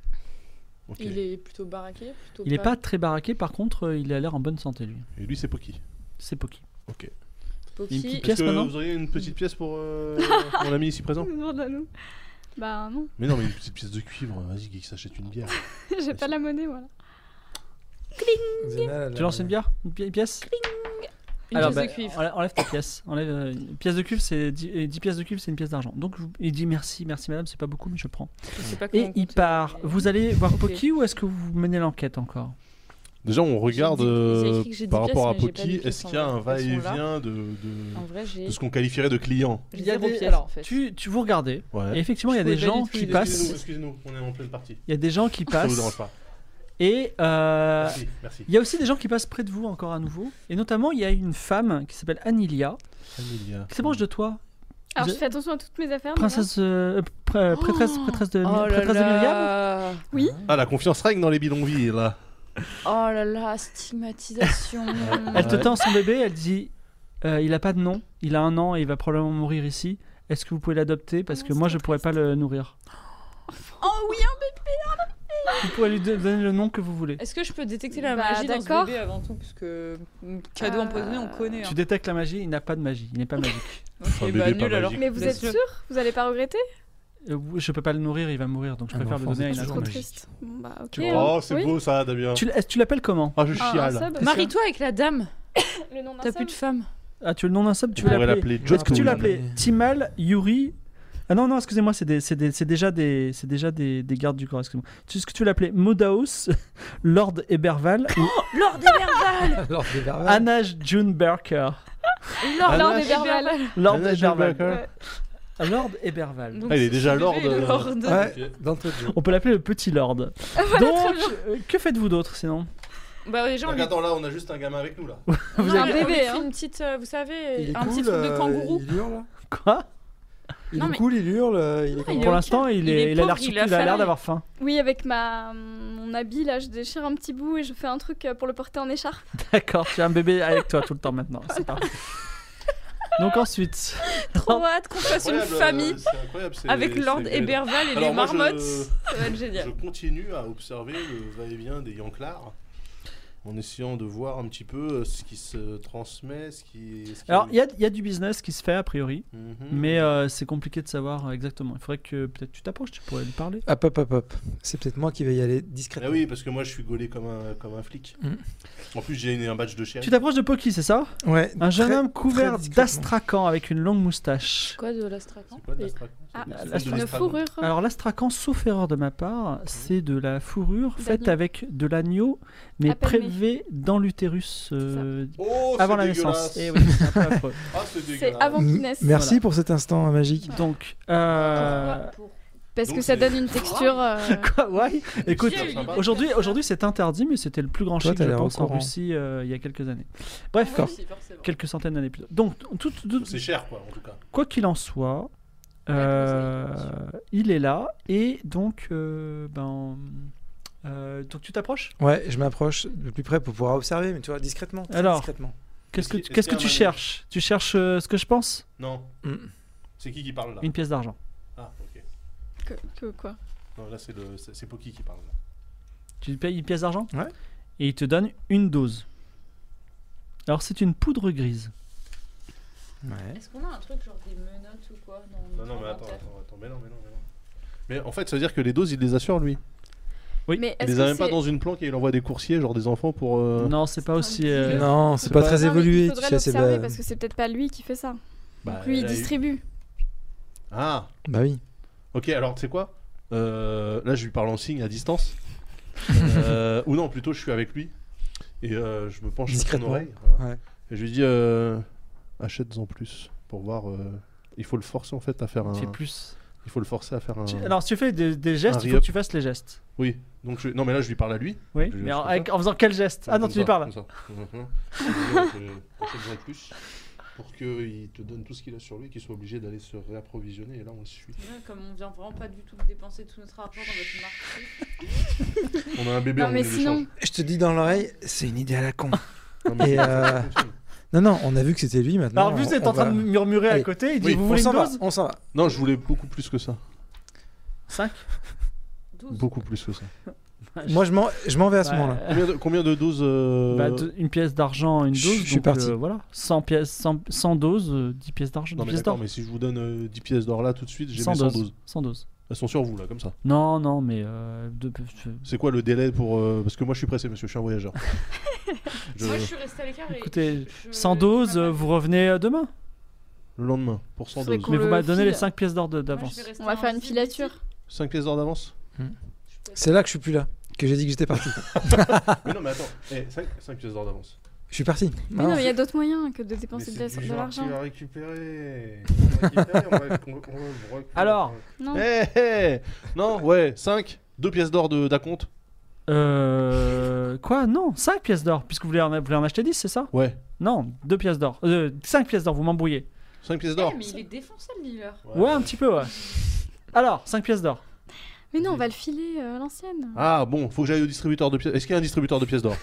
[SPEAKER 4] Ok.
[SPEAKER 6] Il est plutôt baraqué plutôt
[SPEAKER 3] Il n'est pas très baraqué, par contre, euh, il a l'air en bonne santé, lui.
[SPEAKER 4] Et lui, c'est Poki.
[SPEAKER 3] C'est Poki.
[SPEAKER 6] Poki.
[SPEAKER 3] une petite-
[SPEAKER 4] Est-ce
[SPEAKER 3] Pièce
[SPEAKER 4] que
[SPEAKER 3] maintenant
[SPEAKER 4] vous auriez une petite pièce pour euh, mon ami ici présent
[SPEAKER 1] Bah non,
[SPEAKER 4] Mais non, mais une petite pièce de cuivre. hein, Vas-y, qui s'achète une bière.
[SPEAKER 1] j'ai pas la monnaie, voilà.
[SPEAKER 5] Euh,
[SPEAKER 3] Tu lances une bière Une pi- pièce
[SPEAKER 6] Une
[SPEAKER 3] Alors,
[SPEAKER 6] pièce
[SPEAKER 3] bah,
[SPEAKER 6] de cuivre.
[SPEAKER 3] enlève- Enlève ta pièce. Enlève, euh, une pièce de cuivre, c'est 10, pièces de cuivre, c'est une pièce d'argent. Donc je vous- il dit merci, merci madame, c'est pas beaucoup, mais je prends.
[SPEAKER 6] Je sais pas
[SPEAKER 3] Et
[SPEAKER 6] comment
[SPEAKER 3] il
[SPEAKER 6] compter.
[SPEAKER 3] part. Vous allez voir
[SPEAKER 6] euh, Ok.
[SPEAKER 3] Poki ou est-ce que vous menez l'enquête encore
[SPEAKER 4] Déjà, on regarde
[SPEAKER 6] J'ai dit-
[SPEAKER 4] euh,
[SPEAKER 6] j'ai écrit que j'ai
[SPEAKER 4] par
[SPEAKER 6] dix pièces,
[SPEAKER 4] rapport à
[SPEAKER 6] mais j'ai pas
[SPEAKER 4] Poki,
[SPEAKER 6] dix pièces
[SPEAKER 4] est-ce
[SPEAKER 6] en
[SPEAKER 4] qu'il y a
[SPEAKER 6] vrai.
[SPEAKER 4] un
[SPEAKER 6] Elles sont là.
[SPEAKER 4] va-et-vient de, de-
[SPEAKER 6] En vrai, j'ai.
[SPEAKER 4] de ce qu'on qualifierait de client
[SPEAKER 6] j'ai zéro pièce, en
[SPEAKER 3] alors,
[SPEAKER 6] fait.
[SPEAKER 3] tu, tu vous regardez. Et
[SPEAKER 4] Ouais.
[SPEAKER 3] effectivement, il y a
[SPEAKER 6] Je
[SPEAKER 3] des
[SPEAKER 6] pouvais pas
[SPEAKER 3] gens
[SPEAKER 6] du tout
[SPEAKER 3] qui
[SPEAKER 6] les
[SPEAKER 3] passent.
[SPEAKER 4] excusez-nous, on est en pleine partie.
[SPEAKER 3] Il y a des gens qui
[SPEAKER 4] Ça vous dérange
[SPEAKER 3] passent.
[SPEAKER 4] pas.
[SPEAKER 3] Et euh,
[SPEAKER 4] Merci, merci.
[SPEAKER 3] il y a aussi des gens qui passent près de vous encore à nouveau. Et notamment, il y a une femme qui s'appelle Anilia
[SPEAKER 4] Amelia.
[SPEAKER 3] qui se branche de toi,
[SPEAKER 6] Oh
[SPEAKER 1] Alors
[SPEAKER 3] Vous
[SPEAKER 1] je fais attention à toutes mes affaires. mais
[SPEAKER 3] princesse, euh, pr- prêtresse, prêtresse de,
[SPEAKER 6] Oh là
[SPEAKER 3] prêtresse de Myriam.
[SPEAKER 6] là
[SPEAKER 4] Ah, la confiance règne dans les bidonvilles, là.
[SPEAKER 6] Oh là là, stigmatisation.
[SPEAKER 3] Elle te
[SPEAKER 4] Ouais.
[SPEAKER 3] tend son bébé, elle dit euh, il a pas de nom, il a un an et il va probablement mourir ici. Est-ce que vous pouvez l'adopter Parce
[SPEAKER 1] Ah,
[SPEAKER 3] que
[SPEAKER 1] c'est
[SPEAKER 3] moi,
[SPEAKER 1] pas
[SPEAKER 3] je pourrais pas le nourrir.
[SPEAKER 6] oh
[SPEAKER 1] hein.
[SPEAKER 6] oui
[SPEAKER 3] Vous pouvez lui do- donner le nom que vous voulez.
[SPEAKER 6] Est-ce que je peux détecter la
[SPEAKER 1] Bah,
[SPEAKER 6] magie dans
[SPEAKER 1] d'accord.
[SPEAKER 6] ce bébé avant tout Parce que mm, cadeau
[SPEAKER 1] Euh,
[SPEAKER 6] empoisonné, on connaît.
[SPEAKER 3] Tu
[SPEAKER 6] Hein.
[SPEAKER 3] détectes la magie, il n'a pas de magie, il n'est pas magique.
[SPEAKER 4] Un
[SPEAKER 6] Ok,
[SPEAKER 4] bébé
[SPEAKER 6] bah,
[SPEAKER 4] pas
[SPEAKER 6] nul alors.
[SPEAKER 1] bon.
[SPEAKER 4] magique.
[SPEAKER 1] Mais vous
[SPEAKER 6] Bien
[SPEAKER 1] êtes
[SPEAKER 6] sûr.
[SPEAKER 1] sûr Vous allez pas regretter
[SPEAKER 3] Euh, oui, je peux pas le nourrir, il va mourir, donc je
[SPEAKER 5] Un
[SPEAKER 3] préfère le
[SPEAKER 5] enfant,
[SPEAKER 3] donner à
[SPEAKER 5] Ah c'est
[SPEAKER 1] Je suis
[SPEAKER 3] une
[SPEAKER 5] toujours
[SPEAKER 3] autre.
[SPEAKER 1] trop
[SPEAKER 5] magique.
[SPEAKER 1] triste. Bon bah ok.
[SPEAKER 3] Tu-
[SPEAKER 1] hein.
[SPEAKER 4] Oh, c'est
[SPEAKER 1] Oui.
[SPEAKER 4] beau ça, Damien.
[SPEAKER 3] Tu, est-ce que tu l'appelles comment
[SPEAKER 4] Ah, je
[SPEAKER 1] Ah, un
[SPEAKER 4] chiale.
[SPEAKER 1] sub.
[SPEAKER 6] Marie-toi avec la dame.
[SPEAKER 1] Le nom d'un
[SPEAKER 6] T'as plus
[SPEAKER 1] sub.
[SPEAKER 6] de femme.
[SPEAKER 3] Ah, tu veux le nom d'un sub Tu
[SPEAKER 4] On
[SPEAKER 3] veux
[SPEAKER 4] pourrait
[SPEAKER 3] l'appeler
[SPEAKER 4] l'appeler
[SPEAKER 3] Est-ce que tu
[SPEAKER 4] Jotul.
[SPEAKER 3] l'appelais
[SPEAKER 5] Mais-
[SPEAKER 3] Timal, Yuri Ah non, non, excusez-moi, c'est des- c'est des- c'est déjà, des, c'est déjà des, des gardes du corps, excusez-moi. Tu- Est-ce que tu veux l'appeler Modaos, Lord Eberval ou
[SPEAKER 6] Lord Eberval
[SPEAKER 5] Alors, des barbares.
[SPEAKER 3] Anaj June Barker
[SPEAKER 6] Lord
[SPEAKER 4] Anna
[SPEAKER 6] Eberval
[SPEAKER 3] Lord
[SPEAKER 4] Anna June
[SPEAKER 3] Eberval. Ah,
[SPEAKER 4] Barker.
[SPEAKER 1] Ouais.
[SPEAKER 3] Lord Eberval.
[SPEAKER 6] Donc,
[SPEAKER 4] Ah, il est
[SPEAKER 6] ce-
[SPEAKER 4] déjà
[SPEAKER 6] ce
[SPEAKER 4] Lord,
[SPEAKER 6] bébé, il est
[SPEAKER 4] euh,
[SPEAKER 6] Lord.
[SPEAKER 5] Ouais,
[SPEAKER 4] Ok.
[SPEAKER 5] d'entrée de jeu.
[SPEAKER 3] On peut l'appeler le petit Lord. Donc, euh, que faites-vous d'autre sinon
[SPEAKER 6] Bah, les gens, on
[SPEAKER 4] Donc,
[SPEAKER 6] lui-
[SPEAKER 4] Attends, là, on a juste un gamin avec nous, là.
[SPEAKER 6] non,
[SPEAKER 1] avez un
[SPEAKER 6] on lui
[SPEAKER 1] bébé,
[SPEAKER 6] fait
[SPEAKER 1] hein.
[SPEAKER 6] une petite, euh, vous savez,
[SPEAKER 5] Il est
[SPEAKER 6] un petit
[SPEAKER 5] cool,
[SPEAKER 6] truc de
[SPEAKER 5] euh,
[SPEAKER 6] kangourou.
[SPEAKER 5] Il hurle.
[SPEAKER 3] Quoi
[SPEAKER 5] Il
[SPEAKER 6] Non,
[SPEAKER 5] est
[SPEAKER 6] mais-
[SPEAKER 5] cool, il hurle. euh, Il est
[SPEAKER 6] il
[SPEAKER 5] comment
[SPEAKER 6] est
[SPEAKER 3] Pour
[SPEAKER 6] ok.
[SPEAKER 3] l'instant, il,
[SPEAKER 6] Il
[SPEAKER 3] est- il
[SPEAKER 6] est
[SPEAKER 3] a l'air
[SPEAKER 6] pauvre, il
[SPEAKER 3] surpris,
[SPEAKER 6] a
[SPEAKER 3] il a l'air
[SPEAKER 6] faim.
[SPEAKER 3] d'avoir faim.
[SPEAKER 1] Oui, avec ma mon habit là, je déchire un petit bout et je fais un truc euh, pour le porter en écharpe.
[SPEAKER 3] D'accord, tu as un bébé avec toi tout le temps maintenant. C'est parti. Donc ensuite,
[SPEAKER 6] Trop hâte qu'on fasse une
[SPEAKER 4] Incroyable, euh,
[SPEAKER 6] famille
[SPEAKER 4] c'est incroyable, c'est-
[SPEAKER 6] avec Lord
[SPEAKER 4] c'est-
[SPEAKER 6] Eberval et
[SPEAKER 4] Alors,
[SPEAKER 6] les
[SPEAKER 4] moi, je-
[SPEAKER 6] marmottes. Ça va être
[SPEAKER 4] Je
[SPEAKER 6] génial.
[SPEAKER 4] continue à observer le va-et-vient des Yanklars en essayant de voir un petit peu euh, ce qui se transmet, ce qui. ce qui-
[SPEAKER 3] alors il y a, il y a du business qui se fait a priori,
[SPEAKER 4] Mhm.
[SPEAKER 3] mais euh, c'est compliqué de savoir euh, exactement. Il faudrait que peut-être tu t'approches, tu pourrais lui
[SPEAKER 4] Euh,
[SPEAKER 3] parler.
[SPEAKER 5] Hop, hop, hop, hop. C'est peut-être moi qui vais y aller
[SPEAKER 4] Ah
[SPEAKER 5] discrètement.
[SPEAKER 4] oui, parce que moi je suis gaulé comme un, comme un flic.
[SPEAKER 5] Mhm.
[SPEAKER 4] En plus, j'ai une- un badge de shérif.
[SPEAKER 3] Mm. Tu t'approches de Poki, c'est ça
[SPEAKER 5] Ouais,
[SPEAKER 3] Un jeune
[SPEAKER 5] très-
[SPEAKER 3] homme couvert
[SPEAKER 5] discrètement.
[SPEAKER 3] d'astracan avec une longue moustache.
[SPEAKER 6] Quoi de l'astrakhan
[SPEAKER 4] C'est quoi de l'astrakhan
[SPEAKER 1] Ah,
[SPEAKER 4] C'est
[SPEAKER 3] la-
[SPEAKER 4] de
[SPEAKER 1] Une
[SPEAKER 4] l'astrakhan.
[SPEAKER 1] fourrure.
[SPEAKER 3] Alors l'astracan, sauf erreur de ma part, c'est de la fourrure faite
[SPEAKER 1] D'agneau.
[SPEAKER 3] avec de l'agneau, mais
[SPEAKER 1] Appelmé.
[SPEAKER 3] prélevée dans l'utérus euh,
[SPEAKER 4] Oh,
[SPEAKER 3] avant
[SPEAKER 4] c'est
[SPEAKER 3] la naissance.
[SPEAKER 4] dégueulasse.
[SPEAKER 3] Eh oui, c'est un peu affreux.
[SPEAKER 4] Ah, c'est
[SPEAKER 1] C'est
[SPEAKER 4] dégueulasse.
[SPEAKER 1] avant
[SPEAKER 5] M-
[SPEAKER 1] qu'il naisse.
[SPEAKER 5] Merci
[SPEAKER 3] Voilà.
[SPEAKER 5] pour cet instant magique.
[SPEAKER 3] Donc, euh,
[SPEAKER 1] Parce
[SPEAKER 4] Donc
[SPEAKER 1] que ça
[SPEAKER 4] c'est-
[SPEAKER 1] donne une texture. euh,
[SPEAKER 3] Quoi, why Ah Écoute,
[SPEAKER 6] J'ai eu l'idée.
[SPEAKER 3] aujourd'hui, aujourd'hui c'est interdit, mais c'était le plus grand
[SPEAKER 5] Toi,
[SPEAKER 3] chic,
[SPEAKER 5] t'as
[SPEAKER 3] je
[SPEAKER 5] l'air au
[SPEAKER 3] pense, en
[SPEAKER 5] courant.
[SPEAKER 3] Russie euh, il y a quelques années. Bref, quelques centaines d'années plus tard. Donc, tout- tout-
[SPEAKER 4] C'est cher quoi, en tout cas.
[SPEAKER 3] quoi qu'il en soit, euh, il est là, et donc, euh, ben, euh, donc tu t'approches
[SPEAKER 5] Ouais, je m'approche de plus près pour pouvoir observer, mais tu vois, discrètement. très
[SPEAKER 3] Alors.
[SPEAKER 5] discrètement.
[SPEAKER 3] Qu'est-ce que,
[SPEAKER 4] Est-ce qu'il-
[SPEAKER 3] qu'est-ce que
[SPEAKER 4] est-ce qu'il y a
[SPEAKER 3] tu
[SPEAKER 4] un ami
[SPEAKER 3] cherches Tu cherches euh, ce que je pense
[SPEAKER 4] Non,
[SPEAKER 5] Mm.
[SPEAKER 4] c'est qui qui parle là
[SPEAKER 3] Une pièce d'argent.
[SPEAKER 4] Ah, ok.
[SPEAKER 1] que, que quoi
[SPEAKER 4] Non, là c'est le- c'est- c'est Poki qui parle. là.
[SPEAKER 3] Tu payes une pièce d'argent
[SPEAKER 5] Ouais.
[SPEAKER 3] Et il te donne une dose. Alors, c'est une poudre grise.
[SPEAKER 5] Ouais.
[SPEAKER 6] Est-ce qu'on a un truc genre des menottes ou quoi
[SPEAKER 4] Non, non, mais attends, attends, attends, mais non, mais non, mais non. Mais en fait, ça veut dire que les doses, il les assure lui.
[SPEAKER 3] Oui.
[SPEAKER 1] Mais
[SPEAKER 4] Il
[SPEAKER 1] est-ce
[SPEAKER 4] les
[SPEAKER 1] que
[SPEAKER 4] a même pas
[SPEAKER 1] c'est-
[SPEAKER 4] dans une planque et il envoie des coursiers, genre des enfants pour. euh,
[SPEAKER 3] Non, c'est pas
[SPEAKER 1] C'est un
[SPEAKER 3] aussi.
[SPEAKER 1] petit-
[SPEAKER 3] euh,
[SPEAKER 5] Non, c'est
[SPEAKER 4] c'est
[SPEAKER 5] pas
[SPEAKER 4] pas-
[SPEAKER 5] très
[SPEAKER 1] Non, mais
[SPEAKER 5] évolué.
[SPEAKER 1] Il
[SPEAKER 5] tu
[SPEAKER 1] faudrait
[SPEAKER 5] sais, c'est
[SPEAKER 1] l'observer
[SPEAKER 5] pas-
[SPEAKER 1] parce que c'est peut-être pas lui qui fait ça.
[SPEAKER 4] bah,
[SPEAKER 1] Donc lui, il
[SPEAKER 4] là,
[SPEAKER 1] distribue.
[SPEAKER 4] Ah
[SPEAKER 5] Bah oui.
[SPEAKER 4] Ok, alors tu sais quoi Euh, Là, je lui parle en signe à distance. Euh, ou non, plutôt, je suis avec lui. Et euh, je me penche sur son
[SPEAKER 5] Discrètement.
[SPEAKER 4] oreille. voilà.
[SPEAKER 5] Ouais.
[SPEAKER 4] Et je lui dis euh, achète-en plus pour voir. euh, il faut le forcer en fait à faire un.
[SPEAKER 3] tu fais plus.
[SPEAKER 4] Il faut le forcer à faire un.
[SPEAKER 3] Tu- Alors, si tu fais des, des gestes,
[SPEAKER 4] Un
[SPEAKER 3] il faut que
[SPEAKER 4] re-up.
[SPEAKER 3] tu fasses les gestes.
[SPEAKER 4] Oui, donc je... non, mais là, je lui parle à lui.
[SPEAKER 3] Oui.
[SPEAKER 4] Je-
[SPEAKER 3] Mais
[SPEAKER 4] je
[SPEAKER 3] en,
[SPEAKER 4] fais
[SPEAKER 3] avec- en faisant quel geste Ah non,
[SPEAKER 4] Comme
[SPEAKER 3] tu lui
[SPEAKER 4] ça,
[SPEAKER 3] parles.
[SPEAKER 4] comme ça. Mhm. Je lui dis, euh, achète-en plus pour qu'il te donne tout ce qu'il a sur lui, qu'il soit obligé d'aller se réapprovisionner. Et là, on le suit.
[SPEAKER 6] Comme on vient vraiment pas du tout de dépenser tout notre argent dans votre marché.
[SPEAKER 4] On a un bébé,
[SPEAKER 1] Non,
[SPEAKER 4] on
[SPEAKER 1] mais
[SPEAKER 4] lui
[SPEAKER 1] sinon-
[SPEAKER 4] l'échange.
[SPEAKER 5] Je te dis dans l'oreille, c'est une idée à la con.
[SPEAKER 4] Non, mais
[SPEAKER 5] Et,
[SPEAKER 4] ça, ça
[SPEAKER 5] euh,
[SPEAKER 4] fonctionne.
[SPEAKER 5] non, non, on a vu que c'était lui maintenant.
[SPEAKER 3] Alors, vous
[SPEAKER 5] on-
[SPEAKER 3] êtes
[SPEAKER 5] on
[SPEAKER 3] en train
[SPEAKER 5] va-
[SPEAKER 3] de murmurer à
[SPEAKER 5] Allez.
[SPEAKER 3] côté. Il dit
[SPEAKER 4] Oui,
[SPEAKER 3] Vous
[SPEAKER 5] on
[SPEAKER 3] voulez
[SPEAKER 5] s'en
[SPEAKER 3] une
[SPEAKER 5] va,
[SPEAKER 3] dose
[SPEAKER 5] on s'en va.
[SPEAKER 4] Non, je voulais beaucoup plus que ça.
[SPEAKER 3] 5
[SPEAKER 4] Beaucoup plus que ça.
[SPEAKER 5] Moi, je m'en, je m'en vais
[SPEAKER 3] Bah,
[SPEAKER 5] à ce moment-là.
[SPEAKER 4] Combien de, combien de doses euh,
[SPEAKER 3] Une pièce d'argent, une dose.
[SPEAKER 5] Je suis
[SPEAKER 3] donc,
[SPEAKER 5] parti.
[SPEAKER 3] euh, voilà. 100, pièces, 100, 100 doses, euh, 10 pièces d'argent.
[SPEAKER 4] Non,
[SPEAKER 3] 10
[SPEAKER 4] mais
[SPEAKER 3] pièces
[SPEAKER 4] d'accord,
[SPEAKER 3] d'or.
[SPEAKER 4] mais si je vous donne euh, 10 pièces d'or là tout de suite, j'ai
[SPEAKER 3] 100
[SPEAKER 4] mes 100
[SPEAKER 3] doses.
[SPEAKER 4] doses.
[SPEAKER 3] 100 doses.
[SPEAKER 4] Elles sont sur vous là, comme ça.
[SPEAKER 3] Non, non, mais. euh, de-
[SPEAKER 4] C'est quoi le délai pour. euh, Parce que moi je suis pressé, monsieur, je suis un voyageur. Je-
[SPEAKER 6] Moi, je suis restée à l'écart. et
[SPEAKER 3] Écoutez,
[SPEAKER 6] je-
[SPEAKER 3] 100 doses, euh, vous revenez euh, demain.
[SPEAKER 4] Le lendemain, pour 100
[SPEAKER 1] Faudrait
[SPEAKER 4] doses.
[SPEAKER 1] qu'on-
[SPEAKER 3] mais
[SPEAKER 1] le
[SPEAKER 3] vous m'avez donné les
[SPEAKER 1] file.
[SPEAKER 3] 5 pièces d'or de-
[SPEAKER 6] Moi, je
[SPEAKER 3] d'avance.
[SPEAKER 6] vais rester
[SPEAKER 1] On va
[SPEAKER 6] en
[SPEAKER 1] faire une
[SPEAKER 6] visite
[SPEAKER 1] filature.
[SPEAKER 4] 5 pièces d'or d'avance
[SPEAKER 5] C'est là que je suis plus là, que j'ai dit que j'étais parti.
[SPEAKER 4] Mais non, mais attends, 5, pièces d'or d'avance.
[SPEAKER 5] Je suis parti.
[SPEAKER 1] Mais non, mais il y a d'autres moyens que de dépenser de, de l'argent.
[SPEAKER 4] récupérer. On va récupérer, on va- on va- on va le reculer.
[SPEAKER 3] Alors.
[SPEAKER 1] Non.
[SPEAKER 4] Eh, eh, Non, ouais, 5, 2 pièces d'or de- d'acompte.
[SPEAKER 3] Euh. Quoi Non, 5 pièces d'or, puisque vous voulez en, vous voulez en acheter 10, c'est ça
[SPEAKER 4] Ouais,
[SPEAKER 3] Non, 2 pièces d'or. Euh, 5 pièces d'or, vous m'embrouillez.
[SPEAKER 4] 5 pièces
[SPEAKER 6] Eh,
[SPEAKER 4] d'or.
[SPEAKER 6] mais il est défoncé le dealer.
[SPEAKER 3] Ouais, un petit peu, ouais. Alors, 5 pièces d'or.
[SPEAKER 1] Mais non, on va le filer euh, à l'ancienne.
[SPEAKER 4] Ah bon, faut que j'aille au distributeur de pièces. Est-ce qu'il y a un distributeur de pièces d'or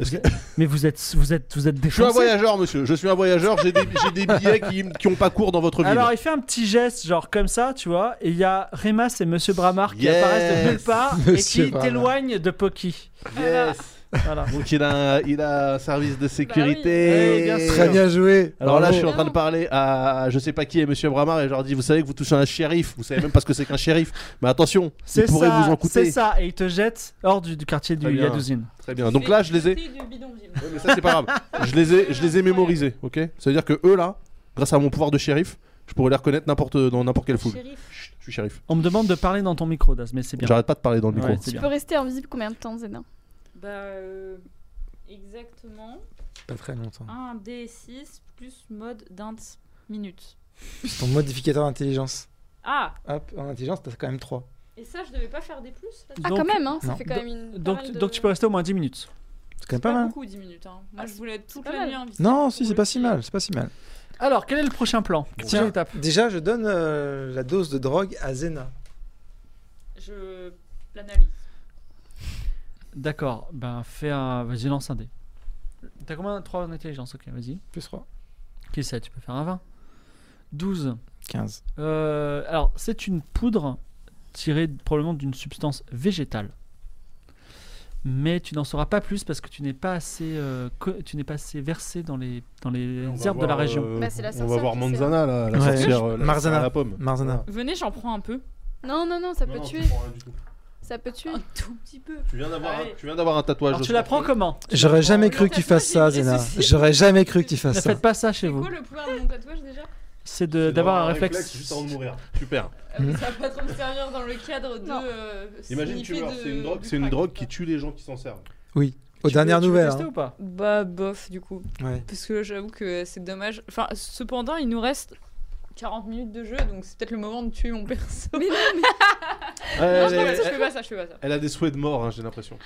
[SPEAKER 4] Est-ce que-
[SPEAKER 3] Mais vous êtes, vous êtes, vous êtes
[SPEAKER 4] Je suis un
[SPEAKER 3] défoncé.
[SPEAKER 4] voyageur, monsieur. Je suis un voyageur. J'ai des, j'ai des billets qui n'ont pas cours dans votre ville.
[SPEAKER 3] Alors, il fait un petit geste, genre comme ça, tu vois, et il y a Remas et Monsieur Bramar qui
[SPEAKER 4] Yes.
[SPEAKER 3] apparaissent de nulle part
[SPEAKER 5] Monsieur
[SPEAKER 3] et qui
[SPEAKER 5] Bramar.
[SPEAKER 3] t'éloignent de Poki.
[SPEAKER 4] Yes.
[SPEAKER 3] Voilà.
[SPEAKER 4] Donc il a, un- il a un service de
[SPEAKER 3] Eh,
[SPEAKER 4] sécurité.
[SPEAKER 3] bien sûr.
[SPEAKER 5] Très bien joué.
[SPEAKER 4] Alors là,
[SPEAKER 5] Bravo.
[SPEAKER 4] je suis en train de parler à je sais pas qui est Monsieur Bramar et je leur dis, vous savez que vous touchez un shérif, vous savez même pas ce que c'est qu'un shérif, mais attention, il
[SPEAKER 3] C'est
[SPEAKER 4] pourrait
[SPEAKER 3] ça,
[SPEAKER 4] vous en
[SPEAKER 3] c'est
[SPEAKER 4] coûter.
[SPEAKER 3] ça, et il te jette hors du, du quartier du
[SPEAKER 4] Très bien.
[SPEAKER 3] Yadouzine.
[SPEAKER 4] Très bien. Donc là, je les ai.
[SPEAKER 6] Fais du bidonville.
[SPEAKER 4] Ouais, mais ça c'est pas grave. Je les ai, je les ai mémorisés, ok. Ça veut dire que eux là, grâce à mon pouvoir de shérif, je pourrais les reconnaître n'importe dans n'importe quelle foule.
[SPEAKER 6] Shérif.
[SPEAKER 4] Chut, je suis shérif.
[SPEAKER 3] On me demande de parler dans ton micro, Das, mais c'est bien.
[SPEAKER 4] J'arrête pas de parler dans le micro.
[SPEAKER 3] Ouais,
[SPEAKER 1] Tu
[SPEAKER 3] c'est bien.
[SPEAKER 1] peux rester invisible combien de temps, Zéna Ah,
[SPEAKER 6] Bah, euh, exactement.
[SPEAKER 5] Pas très longtemps.
[SPEAKER 6] 1 D6 plus mode d'ints minutes.
[SPEAKER 5] C'est ton modificateur d'intelligence.
[SPEAKER 6] Ah
[SPEAKER 5] Hop, en intelligence, t'as quand même 3.
[SPEAKER 6] Et ça, je devais pas faire des plus là
[SPEAKER 1] Ah,
[SPEAKER 3] Donc-
[SPEAKER 1] quand même, hein, ça
[SPEAKER 5] non.
[SPEAKER 1] fait quand même une. pas
[SPEAKER 3] Donc,
[SPEAKER 1] mal de-
[SPEAKER 3] donc tu peux rester au moins 10 minutes.
[SPEAKER 5] C'est quand même
[SPEAKER 6] Pas,
[SPEAKER 5] pas mal.
[SPEAKER 6] beaucoup 10 minutes. Hein. Moi,
[SPEAKER 1] Ah,
[SPEAKER 6] je voulais être toute
[SPEAKER 1] pas
[SPEAKER 6] la
[SPEAKER 1] mal.
[SPEAKER 6] nuit invisible.
[SPEAKER 5] Non,
[SPEAKER 6] pour
[SPEAKER 5] si, c'est
[SPEAKER 6] le
[SPEAKER 5] pas si
[SPEAKER 6] filer.
[SPEAKER 5] mal. C'est pas si mal.
[SPEAKER 3] Alors, quel est le prochain plan Prochaine
[SPEAKER 5] Tiens,
[SPEAKER 3] étape.
[SPEAKER 5] déjà, je donne euh, la dose de drogue à Zena.
[SPEAKER 6] Je l'analyse.
[SPEAKER 3] D'accord, ben fais un. Vas-y, lance un dé. T'as combien 3 en intelligence, ok, vas-y.
[SPEAKER 5] Plus 3.
[SPEAKER 3] Qui sait, tu peux faire un 20. 12.
[SPEAKER 5] 15.
[SPEAKER 3] Euh, alors, c'est une poudre tirée probablement d'une substance végétale. Mais tu n'en sauras pas plus parce que tu n'es pas assez, euh, co- tu n'es pas assez versé dans les, dans les
[SPEAKER 4] On va
[SPEAKER 3] herbes de la
[SPEAKER 4] voir,
[SPEAKER 3] région.
[SPEAKER 4] euh,
[SPEAKER 1] Bah, c'est la
[SPEAKER 4] on
[SPEAKER 1] sorcière
[SPEAKER 4] va voir
[SPEAKER 1] qui sait,
[SPEAKER 4] Manzana, là, la
[SPEAKER 5] Ouais.
[SPEAKER 4] sorcière, euh, la,
[SPEAKER 5] Marzana.
[SPEAKER 4] sorcière à la pomme.
[SPEAKER 5] Marzana.
[SPEAKER 6] Venez, j'en prends un peu.
[SPEAKER 1] Non, non, non, ça peut
[SPEAKER 4] Non, tu
[SPEAKER 1] tuer.
[SPEAKER 4] prends rien du tout.
[SPEAKER 1] Ça peut tuer.
[SPEAKER 3] Ah,
[SPEAKER 6] Un tout petit peu.
[SPEAKER 4] Tu viens d'avoir un,
[SPEAKER 6] Allez.
[SPEAKER 4] tu viens d'avoir un tatouage.
[SPEAKER 3] Alors,
[SPEAKER 4] de
[SPEAKER 3] tu la prends
[SPEAKER 4] sorcière.
[SPEAKER 3] comment
[SPEAKER 5] J'aurais jamais
[SPEAKER 6] Non,
[SPEAKER 5] cru
[SPEAKER 6] mais
[SPEAKER 5] que tu
[SPEAKER 6] en fait, moi,
[SPEAKER 5] fasses ça,
[SPEAKER 6] j'ai-
[SPEAKER 5] Zena. J'aurais jamais cru que tu
[SPEAKER 3] Ne
[SPEAKER 5] fasses ça.
[SPEAKER 3] faites pas ça chez
[SPEAKER 6] C'est
[SPEAKER 3] vous.
[SPEAKER 6] quoi le pouvoir de mon tatouage déjà
[SPEAKER 3] C'est
[SPEAKER 4] C'est
[SPEAKER 3] de- d'avoir
[SPEAKER 4] d'avoir
[SPEAKER 3] un réflexe.
[SPEAKER 4] juste avant de mourir. Super.
[SPEAKER 6] Ah, mais Ça va pas trop me servir dans le cadre de.
[SPEAKER 1] Non.
[SPEAKER 6] euh,
[SPEAKER 4] Imagine tu
[SPEAKER 6] sniffer
[SPEAKER 4] meurs,
[SPEAKER 6] de-
[SPEAKER 4] c'est une drogue,
[SPEAKER 6] du
[SPEAKER 4] c'est une
[SPEAKER 6] crack,
[SPEAKER 4] drogue
[SPEAKER 6] quoi.
[SPEAKER 4] qui tue les gens qui s'en servent.
[SPEAKER 5] Oui. Aux
[SPEAKER 3] Tu veux-
[SPEAKER 5] dernières
[SPEAKER 3] tu veux
[SPEAKER 5] nouvelles.
[SPEAKER 3] tester
[SPEAKER 5] hein.
[SPEAKER 3] ou pas
[SPEAKER 6] Bah, bof, du coup.
[SPEAKER 5] Ouais.
[SPEAKER 6] Parce que j'avoue que c'est dommage. Enfin, cependant, il nous reste 40 minutes de jeu, donc c'est peut-être le moment de tuer mon perso. Mais non,
[SPEAKER 4] Elle,
[SPEAKER 6] je, fais pas ça, je
[SPEAKER 4] elle-
[SPEAKER 6] fais pas ça, je fais pas ça.
[SPEAKER 4] elle a des souhaits de mort, hein, j'ai l'impression.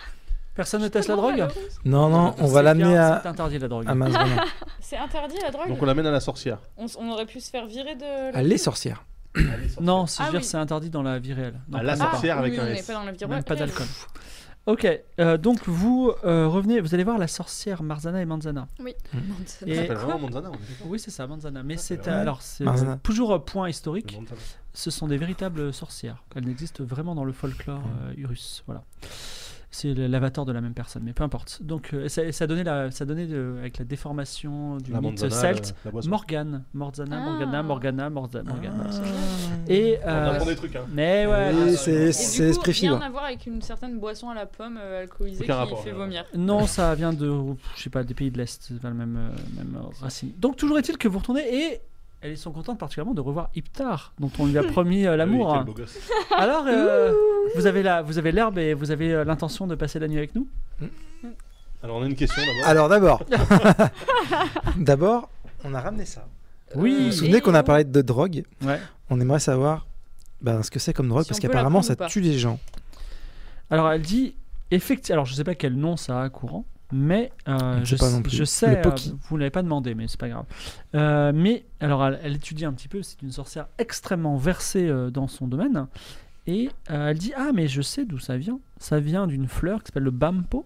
[SPEAKER 3] Personne ne teste la
[SPEAKER 6] Ah,
[SPEAKER 3] drogue
[SPEAKER 5] Non, non, on va
[SPEAKER 3] euh, C'est
[SPEAKER 5] l'amener
[SPEAKER 3] bien, C'est
[SPEAKER 5] à,
[SPEAKER 3] interdit la drogue.
[SPEAKER 5] à Marzana.
[SPEAKER 6] C'est interdit la drogue
[SPEAKER 4] Donc on l'amène à la sorcière.
[SPEAKER 6] on, s- on aurait pu se faire virer de. la-
[SPEAKER 5] À les sorcières.
[SPEAKER 3] Non, c'est
[SPEAKER 6] Ah
[SPEAKER 3] je veux dire,
[SPEAKER 6] oui.
[SPEAKER 3] c'est interdit dans la vie réelle. Non,
[SPEAKER 4] À la
[SPEAKER 3] pas-
[SPEAKER 6] Ah,
[SPEAKER 3] pas-
[SPEAKER 4] sorcière avec
[SPEAKER 6] oui,
[SPEAKER 4] un
[SPEAKER 6] on n'est
[SPEAKER 4] S.
[SPEAKER 6] pas dans la vie
[SPEAKER 3] Même
[SPEAKER 6] réelle.
[SPEAKER 3] pas d'alcool. Ok, euh, donc vous euh, revenez, vous allez voir la sorcière Marzana et Manzana.
[SPEAKER 6] Manzana.
[SPEAKER 3] Et-
[SPEAKER 4] Ça s'appelle vraiment Manzana. on est d'accord.
[SPEAKER 3] Oui, c'est ça, Manzana. Mais c'est
[SPEAKER 4] Ah, c'est
[SPEAKER 3] euh,
[SPEAKER 5] vrai.
[SPEAKER 3] alors c'est
[SPEAKER 5] Manzana.
[SPEAKER 3] toujours euh, point historique.
[SPEAKER 4] Manzana.
[SPEAKER 3] Ce sont des véritables sorcières. Elles n'existent vraiment dans le folklore euh, russe. Voilà. c'est le- l'avatar de la même personne, mais peu importe. Donc euh, ça, ça donnait, la, ça donnait de- avec la déformation du
[SPEAKER 4] La
[SPEAKER 3] mythe
[SPEAKER 4] manzana, euh,
[SPEAKER 3] celte,
[SPEAKER 4] la- la boisson.
[SPEAKER 3] Morgane, Morgana,
[SPEAKER 1] Ah.
[SPEAKER 3] Morgana, Morgana, Morza- Morgana. Et
[SPEAKER 4] Ah. On
[SPEAKER 3] euh,
[SPEAKER 4] apprend des trucs, hein.
[SPEAKER 3] mais ouais,
[SPEAKER 5] Et c'est
[SPEAKER 6] Et du
[SPEAKER 5] c'est
[SPEAKER 6] coup,
[SPEAKER 5] esprit
[SPEAKER 6] rien
[SPEAKER 5] fibre.
[SPEAKER 6] à voir avec une certaine boisson à la pomme euh, alcoolisée qui
[SPEAKER 4] Aucun rapport,
[SPEAKER 6] fait
[SPEAKER 4] rien à
[SPEAKER 6] vomir.
[SPEAKER 3] Non, ça vient de, je sais pas, des pays de l'Est, c'est pas le même, euh, même euh, racine. Donc toujours est-il que vous retournez et elles sont contentes particulièrement de revoir Iptar, dont on lui a promis euh, l'amour.
[SPEAKER 4] Oui, quel beau gosse.
[SPEAKER 3] Alors, euh, vous avez la, vous avez l'herbe et vous avez euh, l'intention de passer la nuit avec nous
[SPEAKER 4] Alors on a une question d'abord.
[SPEAKER 5] Alors d'abord, d'abord, on a ramené ça. Vous vous
[SPEAKER 3] Oui.
[SPEAKER 5] souvenez qu'on a parlé de drogue
[SPEAKER 3] Ouais.
[SPEAKER 5] On aimerait savoir ben, ce que c'est comme drogue,
[SPEAKER 6] Si
[SPEAKER 5] parce
[SPEAKER 6] on peut la
[SPEAKER 5] qu'apparemment
[SPEAKER 6] prendre
[SPEAKER 5] ça
[SPEAKER 6] ou pas.
[SPEAKER 5] tue les gens.
[SPEAKER 3] Alors elle dit effectivement. Alors je sais pas quel nom ça a courant, mais euh,
[SPEAKER 5] ne
[SPEAKER 3] je,
[SPEAKER 5] sait pas
[SPEAKER 3] sais-
[SPEAKER 5] non plus.
[SPEAKER 3] je
[SPEAKER 5] Le
[SPEAKER 3] sais. euh,
[SPEAKER 5] Poki.
[SPEAKER 3] vous l'avez pas demandé, mais c'est pas grave. Euh, mais alors elle, elle étudie un petit peu. C'est une sorcière extrêmement versée euh, dans son domaine. Et euh, elle dit ah mais je sais d'où ça vient. Ça vient d'une fleur qui s'appelle le bampo.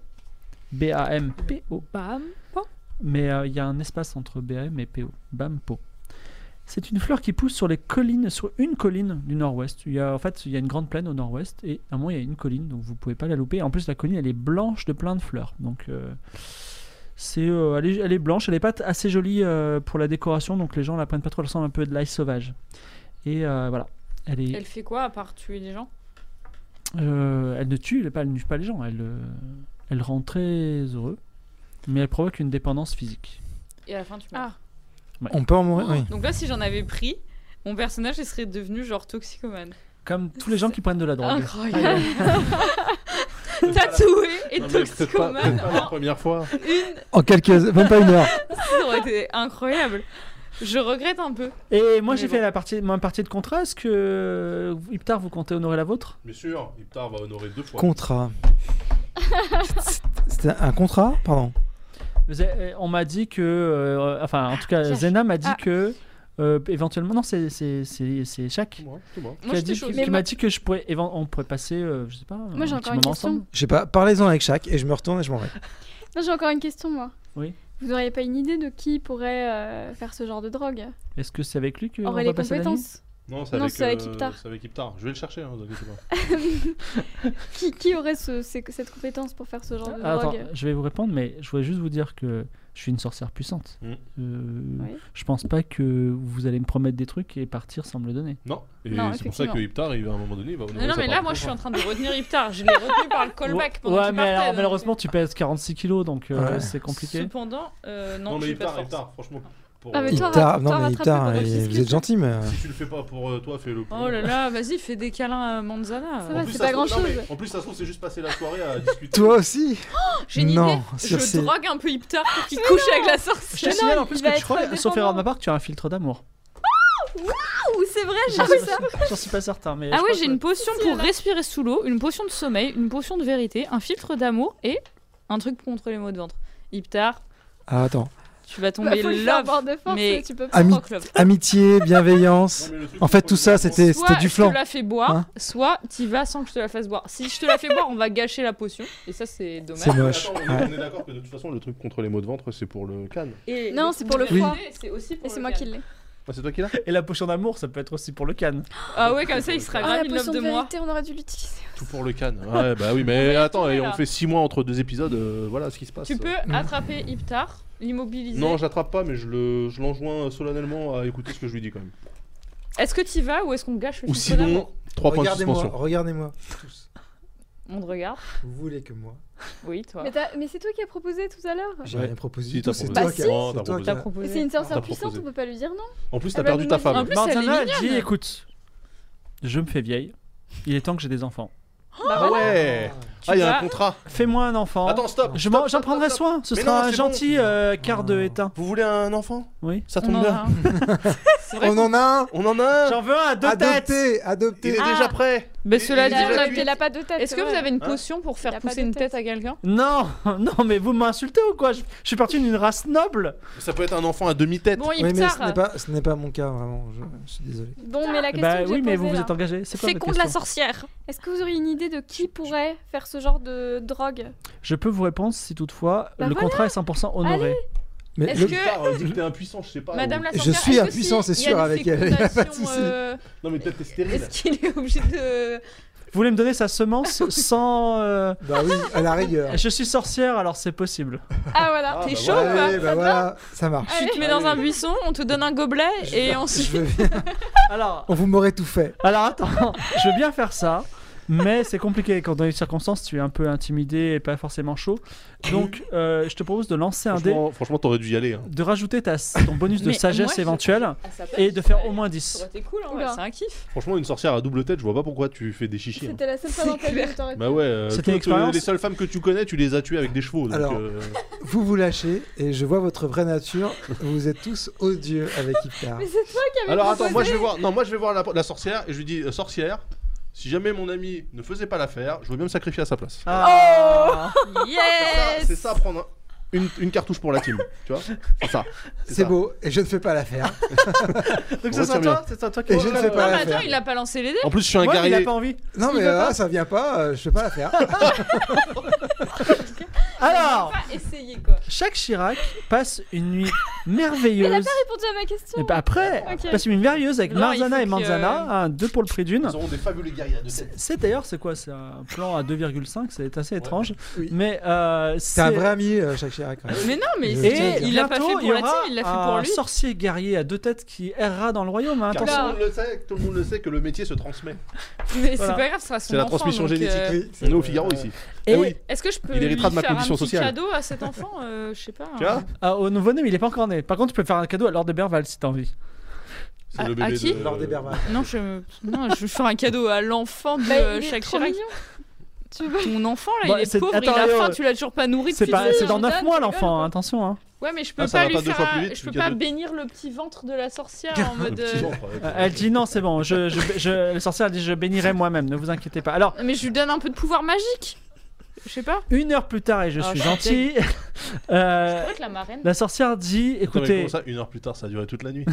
[SPEAKER 3] B-A-M-P-O.
[SPEAKER 6] Bam.
[SPEAKER 3] Mais euh, il y a un espace entre BAM et PO. BAMPO. C'est une fleur qui pousse sur les collines, sur une colline du nord-ouest. Il y a, en fait, il y a une grande plaine au nord-ouest et à un moment il y a une colline, donc vous pouvez pas la louper. En plus, la colline elle est blanche de plein de fleurs, donc euh, c'est, euh, elle, est, elle est blanche, elle est pas t- assez jolie euh, pour la décoration, donc les gens la prennent pas trop. Elle ressemble un peu à de l'ail sauvage. Et euh, voilà, elle est,
[SPEAKER 6] Elle fait quoi à part tuer des gens
[SPEAKER 3] euh, elle ne tue, elle, pas- elle ne tue pas les gens, elle, euh, elle rend très heureux, mais elle provoque une dépendance physique.
[SPEAKER 6] Et à la fin, tu meurs.
[SPEAKER 5] Ah. On peut en mourir, oui.
[SPEAKER 6] Donc là, si j'en avais pris, mon personnage, il serait devenu genre toxicomane.
[SPEAKER 3] Comme tous les gens qui prennent de la drogue.
[SPEAKER 6] Ah. Incroyable Tatoué et
[SPEAKER 4] Non, mais peut-être pas,
[SPEAKER 6] toxicomane
[SPEAKER 4] peut-être pas la première fois.
[SPEAKER 5] En quelques. même pas une heure.
[SPEAKER 6] Ça aurait été incroyable Je regrette un peu.
[SPEAKER 3] Et moi, j'ai
[SPEAKER 6] Mais
[SPEAKER 3] fait
[SPEAKER 6] bon.
[SPEAKER 3] la partie, ma partie de contrat. Est-ce que euh, Iptar, vous comptez honorer la vôtre
[SPEAKER 4] Bien sûr, Iptar va honorer deux fois.
[SPEAKER 5] Contrat. C'était un contrat Pardon.
[SPEAKER 3] Vous avez- On m'a dit que. euh, enfin, en tout cas,
[SPEAKER 6] Pierre.
[SPEAKER 3] Zena m'a dit
[SPEAKER 6] Ah.
[SPEAKER 3] que. euh, éventuellement, non, c'est c'est- c'est- c'est Shaq
[SPEAKER 4] C'est moi, c'est moi.
[SPEAKER 6] Moi,
[SPEAKER 3] qui a
[SPEAKER 6] j'étais
[SPEAKER 3] dit
[SPEAKER 6] chaude.
[SPEAKER 3] qui
[SPEAKER 1] Mais
[SPEAKER 3] m'a dit que je pourrais, éven- on pourrait passer, euh, je sais pas, un
[SPEAKER 1] Moi, j'ai
[SPEAKER 3] petit
[SPEAKER 1] encore une
[SPEAKER 3] moment
[SPEAKER 1] question.
[SPEAKER 3] ensemble.
[SPEAKER 5] Je sais pas, parlez-en avec chaque et je me retourne et je m'en vais.
[SPEAKER 1] Non, j'ai encore une question, moi.
[SPEAKER 3] Oui.
[SPEAKER 1] Vous n'auriez pas une idée de qui pourrait euh, faire ce genre de drogue
[SPEAKER 3] Est-ce que c'est avec lui que on
[SPEAKER 1] Aurait
[SPEAKER 3] va
[SPEAKER 1] les
[SPEAKER 3] passer la nuit
[SPEAKER 1] compétences
[SPEAKER 4] Non, c'est
[SPEAKER 1] Non,
[SPEAKER 4] avec,
[SPEAKER 1] c'est avec
[SPEAKER 4] euh,
[SPEAKER 1] Iptar.
[SPEAKER 4] c'est avec Iptar. Je vais le chercher, hein, vous inquiétez pas.
[SPEAKER 1] qui, qui aurait ce- ces- cette compétence pour faire ce genre de
[SPEAKER 3] Ah, Attends,
[SPEAKER 1] drogue
[SPEAKER 3] je vais vous répondre, mais je voulais juste vous dire que je suis une sorcière puissante.
[SPEAKER 4] Mm.
[SPEAKER 3] Euh,
[SPEAKER 1] Oui.
[SPEAKER 3] Je pense pas que vous allez me promettre des trucs et partir sans me le donner.
[SPEAKER 4] Non, et
[SPEAKER 1] Non,
[SPEAKER 4] c'est pour ça
[SPEAKER 1] effectivement.
[SPEAKER 4] que Iptar, il, va- à un moment donné, il va honorer
[SPEAKER 6] Non, non,
[SPEAKER 4] sa
[SPEAKER 6] mais
[SPEAKER 4] part
[SPEAKER 6] là,
[SPEAKER 4] de
[SPEAKER 6] moi, je suis
[SPEAKER 4] contrat.
[SPEAKER 6] en train de retenir Iptar. Je l'ai retenu par le callback
[SPEAKER 3] Ouais,
[SPEAKER 6] pendant qu'il
[SPEAKER 3] mais
[SPEAKER 6] partait,
[SPEAKER 3] alors,
[SPEAKER 6] donc- euh.
[SPEAKER 3] malheureusement, tu pèses 46 kilos, donc euh,
[SPEAKER 5] Ouais.
[SPEAKER 3] c'est compliqué.
[SPEAKER 6] Cependant, euh, non,
[SPEAKER 4] Non, mais
[SPEAKER 6] j'ai pas
[SPEAKER 4] Iptar,
[SPEAKER 6] de force.
[SPEAKER 4] Iptar, franchement. pour,
[SPEAKER 1] Ah, mais
[SPEAKER 4] euh,
[SPEAKER 1] toi,
[SPEAKER 5] Iptar,
[SPEAKER 1] rattrape-
[SPEAKER 5] non mais
[SPEAKER 1] rattrape-le pendant
[SPEAKER 5] Iptar,
[SPEAKER 1] le
[SPEAKER 5] et- vous
[SPEAKER 1] discute.
[SPEAKER 5] êtes gentil, mais.
[SPEAKER 4] Si tu le fais pas pour euh, toi, fais-le pour.
[SPEAKER 6] Oh là là, vas-y, fais des câlins à Manzana.
[SPEAKER 1] Ça
[SPEAKER 4] En
[SPEAKER 1] va,
[SPEAKER 4] plus,
[SPEAKER 1] c'est
[SPEAKER 4] ça
[SPEAKER 1] pas
[SPEAKER 4] se trouve- non,
[SPEAKER 1] grand-chose.
[SPEAKER 4] mais En plus, ça se trouve, c'est juste passer la soirée à discuter.
[SPEAKER 5] Toi aussi
[SPEAKER 6] J'ai une
[SPEAKER 5] Non,
[SPEAKER 6] idée. Je
[SPEAKER 5] Circe.
[SPEAKER 6] drogue un peu Iptar pour qu'il couche avec la sorcière.
[SPEAKER 3] Je te
[SPEAKER 1] Mais
[SPEAKER 3] signale
[SPEAKER 1] non,
[SPEAKER 3] en plus
[SPEAKER 1] il
[SPEAKER 3] que
[SPEAKER 1] va
[SPEAKER 3] tu
[SPEAKER 1] être
[SPEAKER 3] crois, sauf
[SPEAKER 1] dépendant.
[SPEAKER 3] erreur de ma part, que tu as un filtre d'amour.
[SPEAKER 1] Ouh, c'est vrai, j'ai
[SPEAKER 3] J'en
[SPEAKER 1] vu
[SPEAKER 3] suis,
[SPEAKER 1] ça
[SPEAKER 3] pas- j'en suis pas certain, mais.
[SPEAKER 6] Ah
[SPEAKER 3] je
[SPEAKER 6] ouais,
[SPEAKER 3] crois
[SPEAKER 6] j'ai
[SPEAKER 3] que-
[SPEAKER 6] une potion
[SPEAKER 1] Si,
[SPEAKER 6] pour
[SPEAKER 1] alors.
[SPEAKER 6] respirer sous l'eau, une potion de sommeil, une potion de vérité, un filtre d'amour et un truc contre les maux de ventre. Iptar,
[SPEAKER 5] Ah, attends.
[SPEAKER 6] tu vas
[SPEAKER 1] Bah,
[SPEAKER 6] tomber
[SPEAKER 1] faut le faire
[SPEAKER 6] love.
[SPEAKER 1] bord de force,
[SPEAKER 6] mais-
[SPEAKER 1] tu
[SPEAKER 3] Ah.
[SPEAKER 1] peux pas.
[SPEAKER 5] Ami-
[SPEAKER 6] Oh, club.
[SPEAKER 5] Amitié, bienveillance.
[SPEAKER 4] Non, mais le truc,
[SPEAKER 5] En
[SPEAKER 4] c'est
[SPEAKER 5] fait,
[SPEAKER 4] qu'on
[SPEAKER 5] tout
[SPEAKER 4] lui
[SPEAKER 5] ça,
[SPEAKER 4] annonce-
[SPEAKER 5] c'était
[SPEAKER 6] Soit
[SPEAKER 5] c'était du
[SPEAKER 6] je
[SPEAKER 5] flan.
[SPEAKER 6] te la fais boire,
[SPEAKER 5] Hein
[SPEAKER 6] soit t'y vas sans que je te la fasse boire. Si je te la fais boire, on va gâcher la potion. Et ça, c'est
[SPEAKER 5] C'est
[SPEAKER 6] dommage.
[SPEAKER 5] moche.
[SPEAKER 4] Attends, on est-
[SPEAKER 5] Ouais.
[SPEAKER 4] on est d'accord que de toute façon, le truc contre les maux de ventre, c'est pour le canne.
[SPEAKER 6] Et
[SPEAKER 1] Non, c'est pour le
[SPEAKER 6] Oui.
[SPEAKER 1] froid.
[SPEAKER 6] C'est aussi pour
[SPEAKER 1] Et
[SPEAKER 6] le
[SPEAKER 1] c'est moi
[SPEAKER 6] canne.
[SPEAKER 1] qui l'ai.
[SPEAKER 4] Ah, c'est toi qui l'as
[SPEAKER 3] Et la potion d'amour, ça peut être aussi pour le canne.
[SPEAKER 6] Ah ouais, comme ça, il sera
[SPEAKER 1] Oh,
[SPEAKER 6] grave
[SPEAKER 1] la
[SPEAKER 6] in love
[SPEAKER 1] potion
[SPEAKER 6] de
[SPEAKER 1] de
[SPEAKER 6] moi.
[SPEAKER 1] vérité, on aurait dû l'utiliser.
[SPEAKER 4] Tout pour le canne. Ouais, bah oui, mais attends, et on fait 6 mois entre deux épisodes, euh, voilà ce qui se passe.
[SPEAKER 6] Tu peux
[SPEAKER 5] Mm.
[SPEAKER 6] attraper Iptar, l'immobiliser.
[SPEAKER 4] Non, j'attrape pas, mais je le- je l'enjoins solennellement à écouter ce que je lui dis quand même.
[SPEAKER 6] Est-ce que t'y vas ou est-ce qu'on gâche le
[SPEAKER 4] Ou
[SPEAKER 6] filtre
[SPEAKER 4] sinon,
[SPEAKER 6] d'amour
[SPEAKER 4] 3 points de
[SPEAKER 5] Regardez-moi,
[SPEAKER 4] suspension.
[SPEAKER 5] regardez-moi. Tous.
[SPEAKER 6] On te regarde.
[SPEAKER 5] Vous voulez que moi
[SPEAKER 6] Oui, toi.
[SPEAKER 1] Mais, t'as- mais c'est toi qui as proposé tout à l'heure
[SPEAKER 5] J'ai
[SPEAKER 4] Ouais.
[SPEAKER 5] rien proposé.
[SPEAKER 4] Si,
[SPEAKER 5] du tout,
[SPEAKER 4] t'as
[SPEAKER 5] C'est
[SPEAKER 4] proposé.
[SPEAKER 5] toi
[SPEAKER 1] Bah,
[SPEAKER 5] qui
[SPEAKER 1] si.
[SPEAKER 4] Non, t'as
[SPEAKER 5] c'est toi
[SPEAKER 4] proposé.
[SPEAKER 5] qui
[SPEAKER 6] T'as
[SPEAKER 5] as-
[SPEAKER 1] Mais
[SPEAKER 6] proposé.
[SPEAKER 1] C'est une sorcière
[SPEAKER 4] T'as proposé.
[SPEAKER 1] puissante, on peut pas lui dire non.
[SPEAKER 4] En plus,
[SPEAKER 1] Ah
[SPEAKER 6] Eh
[SPEAKER 4] t'as
[SPEAKER 1] bah,
[SPEAKER 6] ben,
[SPEAKER 4] perdu
[SPEAKER 1] nous,
[SPEAKER 4] ta
[SPEAKER 1] nous,
[SPEAKER 6] En
[SPEAKER 4] femme.
[SPEAKER 6] plus, elle est
[SPEAKER 3] Marzana elle dit
[SPEAKER 6] mignonne.
[SPEAKER 3] écoute, je me fais vieille, il est temps que j'ai des enfants.
[SPEAKER 4] Ah ouais
[SPEAKER 6] Tu
[SPEAKER 4] Ah, il y a
[SPEAKER 6] vas-
[SPEAKER 4] un contrat.
[SPEAKER 3] Fais-moi un enfant.
[SPEAKER 4] Attends, stop.
[SPEAKER 3] Je m'en-
[SPEAKER 4] Stop,
[SPEAKER 3] J'en
[SPEAKER 4] stop,
[SPEAKER 3] prendrai
[SPEAKER 4] stop.
[SPEAKER 3] soin, ce
[SPEAKER 4] Mais
[SPEAKER 3] sera
[SPEAKER 4] non,
[SPEAKER 3] un
[SPEAKER 4] c'est bon.
[SPEAKER 3] gentil euh, quart de
[SPEAKER 5] Ah.
[SPEAKER 3] éteint.
[SPEAKER 4] Vous voulez un enfant
[SPEAKER 3] Oui.
[SPEAKER 4] Ça
[SPEAKER 6] On
[SPEAKER 4] tombe
[SPEAKER 6] en a
[SPEAKER 4] bien.
[SPEAKER 6] un. C'est vrai
[SPEAKER 5] On en a un
[SPEAKER 4] On en a un.
[SPEAKER 3] J'en veux un à deux têtes
[SPEAKER 5] Adopté
[SPEAKER 4] Il est
[SPEAKER 5] Adopté
[SPEAKER 6] Ah.
[SPEAKER 4] déjà prêt.
[SPEAKER 6] Mais
[SPEAKER 4] Il-
[SPEAKER 6] cela
[SPEAKER 4] il
[SPEAKER 6] dit,
[SPEAKER 4] est
[SPEAKER 1] Là,
[SPEAKER 4] déjà
[SPEAKER 1] on a-
[SPEAKER 6] on a-
[SPEAKER 4] cuit.
[SPEAKER 1] Elle a pas de tête.
[SPEAKER 6] est-ce que
[SPEAKER 1] ouais.
[SPEAKER 6] vous avez une
[SPEAKER 4] Hein
[SPEAKER 6] potion pour
[SPEAKER 1] Il a
[SPEAKER 6] faire
[SPEAKER 1] pas
[SPEAKER 6] pousser
[SPEAKER 1] de
[SPEAKER 6] une
[SPEAKER 1] tête.
[SPEAKER 6] tête à quelqu'un
[SPEAKER 3] Non, non, mais vous m'insultez ou quoi je, je suis parti d'une race noble.
[SPEAKER 4] Ça peut être un enfant à demi-tête.
[SPEAKER 6] Bon,
[SPEAKER 5] Oui, mais ce
[SPEAKER 1] hein.
[SPEAKER 5] n'est
[SPEAKER 6] Iptar,
[SPEAKER 5] pas, ce n'est pas mon cas, vraiment. Je, je suis désolé.
[SPEAKER 1] Bon, mais la question
[SPEAKER 3] Bah
[SPEAKER 1] que j'ai
[SPEAKER 3] oui, mais vous
[SPEAKER 1] posée,
[SPEAKER 3] vous
[SPEAKER 1] là,
[SPEAKER 3] êtes engagé. C'est quoi
[SPEAKER 6] c'est
[SPEAKER 3] votre
[SPEAKER 6] contre la
[SPEAKER 3] question
[SPEAKER 6] sorcière.
[SPEAKER 1] Est-ce que vous auriez une idée de qui pourrait faire ce genre de drogue
[SPEAKER 3] Je peux vous répondre si toutefois
[SPEAKER 1] Bah
[SPEAKER 3] le
[SPEAKER 1] voilà.
[SPEAKER 3] contrat est 100% honoré.
[SPEAKER 5] Mais
[SPEAKER 6] Est-ce
[SPEAKER 5] le-
[SPEAKER 6] que
[SPEAKER 4] Putain, on dit que t'es impuissant, je sais pas.
[SPEAKER 6] Madame la
[SPEAKER 5] Je
[SPEAKER 6] sorcière,
[SPEAKER 5] suis
[SPEAKER 6] est-ce que
[SPEAKER 5] impuissant,
[SPEAKER 6] si
[SPEAKER 5] c'est
[SPEAKER 6] il y a
[SPEAKER 5] sûr,
[SPEAKER 6] des
[SPEAKER 5] avec elle, il y a pas de
[SPEAKER 6] fécondations,
[SPEAKER 5] souci.
[SPEAKER 6] euh,
[SPEAKER 4] Non, mais peut-être t'es stérile.
[SPEAKER 6] Est-ce qu'il est obligé de
[SPEAKER 3] Vous voulez me donner sa semence sans. euh,
[SPEAKER 5] Bah oui, à la rigueur.
[SPEAKER 3] Je suis sorcière, alors c'est possible.
[SPEAKER 6] Ah voilà,
[SPEAKER 4] Ah,
[SPEAKER 6] t'es
[SPEAKER 4] bah
[SPEAKER 6] chaud
[SPEAKER 4] voilà.
[SPEAKER 6] quoi
[SPEAKER 5] Allez, bah voilà, ça marche.
[SPEAKER 6] Tu te mets dans un buisson, on te donne un gobelet et on se
[SPEAKER 5] Je veux bien-
[SPEAKER 3] Alors,
[SPEAKER 5] On vous m'aurait tout fait.
[SPEAKER 3] alors attends, je veux bien faire ça, mais c'est compliqué quand dans les circonstances tu es un peu intimidé et pas forcément chaud. Donc, euh, je te propose de lancer un dé,
[SPEAKER 4] Franchement, franchement, t'aurais dû y aller. hein.
[SPEAKER 3] de rajouter ta, ton bonus de
[SPEAKER 6] Mais
[SPEAKER 3] sagesse
[SPEAKER 6] moi, je-
[SPEAKER 3] éventuelle
[SPEAKER 6] Ah, ça peut
[SPEAKER 3] et
[SPEAKER 6] être-
[SPEAKER 3] de faire
[SPEAKER 6] ouais,
[SPEAKER 3] au moins
[SPEAKER 6] Ça
[SPEAKER 3] 10.
[SPEAKER 6] aurait été cool, hein,
[SPEAKER 1] Oula.
[SPEAKER 6] ouais, c'est un kiff.
[SPEAKER 4] Franchement, une sorcière à double tête, je vois pas pourquoi tu fais des chichis. hein.
[SPEAKER 1] C'était la seule fois dans ta vie où t'aurais
[SPEAKER 4] Bah ouais, euh,
[SPEAKER 3] C'était
[SPEAKER 4] toutes,
[SPEAKER 3] l'expérience.
[SPEAKER 4] euh, les seules femmes que tu connais, tu les as tuées avec des chevaux. donc,
[SPEAKER 5] Alors.
[SPEAKER 4] euh,
[SPEAKER 5] Vous vous lâchez et je vois votre vraie nature. Vous êtes tous odieux avec Iptar.
[SPEAKER 1] Mais c'est toi qui avais
[SPEAKER 4] Alors attends,
[SPEAKER 1] proposé.
[SPEAKER 4] moi je vais voir. Non, moi je vais voir la, la sorcière et je lui dis euh, sorcière. Si jamais mon ami ne faisait pas l'affaire, je veux bien me sacrifier à sa place.
[SPEAKER 3] Ah.
[SPEAKER 6] Oh
[SPEAKER 4] Ça,
[SPEAKER 6] Yes
[SPEAKER 4] C'est ça, prendre un- une, une cartouche pour la team, tu vois C'est ça.
[SPEAKER 5] C'est
[SPEAKER 4] ça.
[SPEAKER 5] beau et je ne fais pas l'affaire.
[SPEAKER 3] Donc
[SPEAKER 4] On
[SPEAKER 3] c'est ça
[SPEAKER 4] retire
[SPEAKER 3] toi, c'est ça toi qui.
[SPEAKER 5] Et je ne fais
[SPEAKER 6] Non
[SPEAKER 5] pas
[SPEAKER 6] Ah, mais
[SPEAKER 5] la
[SPEAKER 6] attends,
[SPEAKER 5] faire.
[SPEAKER 6] il a pas lancé les dés
[SPEAKER 4] En plus, je suis un
[SPEAKER 3] Ouais, mais il a
[SPEAKER 4] guerrier.
[SPEAKER 3] pas envie.
[SPEAKER 5] Non mais
[SPEAKER 1] veut
[SPEAKER 5] ah,
[SPEAKER 1] pas.
[SPEAKER 5] ça vient pas, euh, je fais pas l'affaire.
[SPEAKER 3] Alors,
[SPEAKER 6] Pas essayé quoi.
[SPEAKER 3] Jacques Chirac passe une nuit merveilleuse.
[SPEAKER 1] répondu à ma question.
[SPEAKER 3] Et bah après,
[SPEAKER 1] Ok.
[SPEAKER 3] passe une nuit merveilleuse avec
[SPEAKER 6] Non,
[SPEAKER 3] Marzana
[SPEAKER 6] il faut
[SPEAKER 3] et
[SPEAKER 6] que- euh,
[SPEAKER 3] Manzana, hein, deux pour le prix d'une.
[SPEAKER 4] Ils auront des fabuleux guerriers à deux
[SPEAKER 3] C'est
[SPEAKER 4] têtes.
[SPEAKER 3] c'est d'ailleurs, c'est quoi C'est un plan à 2,5, c'est assez étrange.
[SPEAKER 5] Oui.
[SPEAKER 3] Mais euh,
[SPEAKER 5] C'est un
[SPEAKER 3] c'est-
[SPEAKER 5] vrai ami, euh, Jacques Chirac. quand même.
[SPEAKER 6] Mais non, mais
[SPEAKER 5] Et
[SPEAKER 3] Et
[SPEAKER 6] c'est- il l'a pas fait
[SPEAKER 3] bientôt,
[SPEAKER 6] pour
[SPEAKER 3] il y
[SPEAKER 6] la team,
[SPEAKER 3] aura
[SPEAKER 6] il l'a fait pour
[SPEAKER 3] un
[SPEAKER 6] lui.
[SPEAKER 3] sorcier guerrier à deux têtes qui errera dans le royaume. hein,
[SPEAKER 4] Car
[SPEAKER 3] attention.
[SPEAKER 4] tout le monde le sait, tout le monde le sait que le métier se transmet.
[SPEAKER 6] Mais
[SPEAKER 3] Voilà.
[SPEAKER 6] c'est pas grave, ce sera son
[SPEAKER 4] C'est la
[SPEAKER 6] enfant,
[SPEAKER 4] transmission
[SPEAKER 6] donc,
[SPEAKER 4] génétique.
[SPEAKER 6] euh,
[SPEAKER 5] Oui,
[SPEAKER 4] On
[SPEAKER 5] c'est
[SPEAKER 4] est au
[SPEAKER 5] vrai.
[SPEAKER 4] Figaro ici.
[SPEAKER 3] Et
[SPEAKER 4] Eh oui.
[SPEAKER 6] Est-ce que je peux
[SPEAKER 4] Il héritera de
[SPEAKER 6] lui
[SPEAKER 4] ma
[SPEAKER 6] faire un
[SPEAKER 4] condition
[SPEAKER 6] petit
[SPEAKER 4] sociale.
[SPEAKER 6] cadeau à cet enfant euh, Je sais pas.
[SPEAKER 4] Tu vois
[SPEAKER 6] un-
[SPEAKER 3] Ah, au nouveau-né, mais il est pas encore né. Par contre, tu peux faire un cadeau à Lord de Berval si t'as envie.
[SPEAKER 4] C'est
[SPEAKER 6] À-
[SPEAKER 4] le
[SPEAKER 6] à
[SPEAKER 4] bébé
[SPEAKER 6] qui
[SPEAKER 4] de-
[SPEAKER 5] Lord Eberman.
[SPEAKER 6] Non, je non, je veux faire un cadeau à l'enfant de
[SPEAKER 1] Bah,
[SPEAKER 6] euh,
[SPEAKER 1] il est
[SPEAKER 6] Jacques
[SPEAKER 1] trop
[SPEAKER 6] Chirac.
[SPEAKER 1] mignon. Tu vois
[SPEAKER 6] Ton enfant là,
[SPEAKER 3] Bah,
[SPEAKER 6] il
[SPEAKER 3] c'est-
[SPEAKER 6] est pauvre,
[SPEAKER 3] attends,
[SPEAKER 6] il a
[SPEAKER 3] Léo,
[SPEAKER 6] faim,
[SPEAKER 3] euh,
[SPEAKER 6] tu l'as toujours pas nourri
[SPEAKER 3] C'est
[SPEAKER 6] depuis
[SPEAKER 3] pas-
[SPEAKER 6] deux
[SPEAKER 3] c'est
[SPEAKER 6] ans,
[SPEAKER 3] dans
[SPEAKER 6] je
[SPEAKER 3] 9
[SPEAKER 6] donne,
[SPEAKER 3] mois
[SPEAKER 6] tu
[SPEAKER 3] l'enfant,
[SPEAKER 6] rigoles,
[SPEAKER 3] hein,
[SPEAKER 6] quoi.
[SPEAKER 3] attention. hein.
[SPEAKER 6] Ouais, mais je peux
[SPEAKER 4] Ah, ça
[SPEAKER 6] pas
[SPEAKER 4] va
[SPEAKER 6] lui
[SPEAKER 4] pas deux
[SPEAKER 6] faire
[SPEAKER 4] fois
[SPEAKER 6] un-
[SPEAKER 4] plus vite,
[SPEAKER 6] je
[SPEAKER 4] le
[SPEAKER 6] peux pas
[SPEAKER 4] cadeau.
[SPEAKER 6] bénir le petit ventre de la sorcière en
[SPEAKER 4] Le
[SPEAKER 6] mode
[SPEAKER 4] petit
[SPEAKER 6] euh,
[SPEAKER 4] ventre, ouais.
[SPEAKER 3] Euh, Elle dit non, c'est bon. Je, je, je- le sorcier elle dit je bénirai moi-même. Ne vous inquiétez pas. Alors.
[SPEAKER 6] Non, Mais je lui donne un peu de pouvoir magique. Je sais pas.
[SPEAKER 3] Une heure plus tard, et je
[SPEAKER 6] Ah,
[SPEAKER 3] suis
[SPEAKER 6] je
[SPEAKER 3] gentil,
[SPEAKER 6] suis
[SPEAKER 3] euh,
[SPEAKER 6] C'est vrai que la marraine.
[SPEAKER 3] la sorcière
[SPEAKER 4] Attends,
[SPEAKER 3] dit
[SPEAKER 4] mais
[SPEAKER 3] écoutez,
[SPEAKER 4] comment ça, une heure plus tard, ça a duré toute la nuit.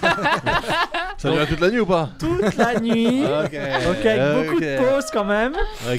[SPEAKER 4] ça a duré toute la nuit ou pas Ah,
[SPEAKER 3] toute la nuit,
[SPEAKER 4] Ok.
[SPEAKER 3] ok, avec beaucoup de
[SPEAKER 4] Ok.
[SPEAKER 3] pauses quand même,
[SPEAKER 4] Ok,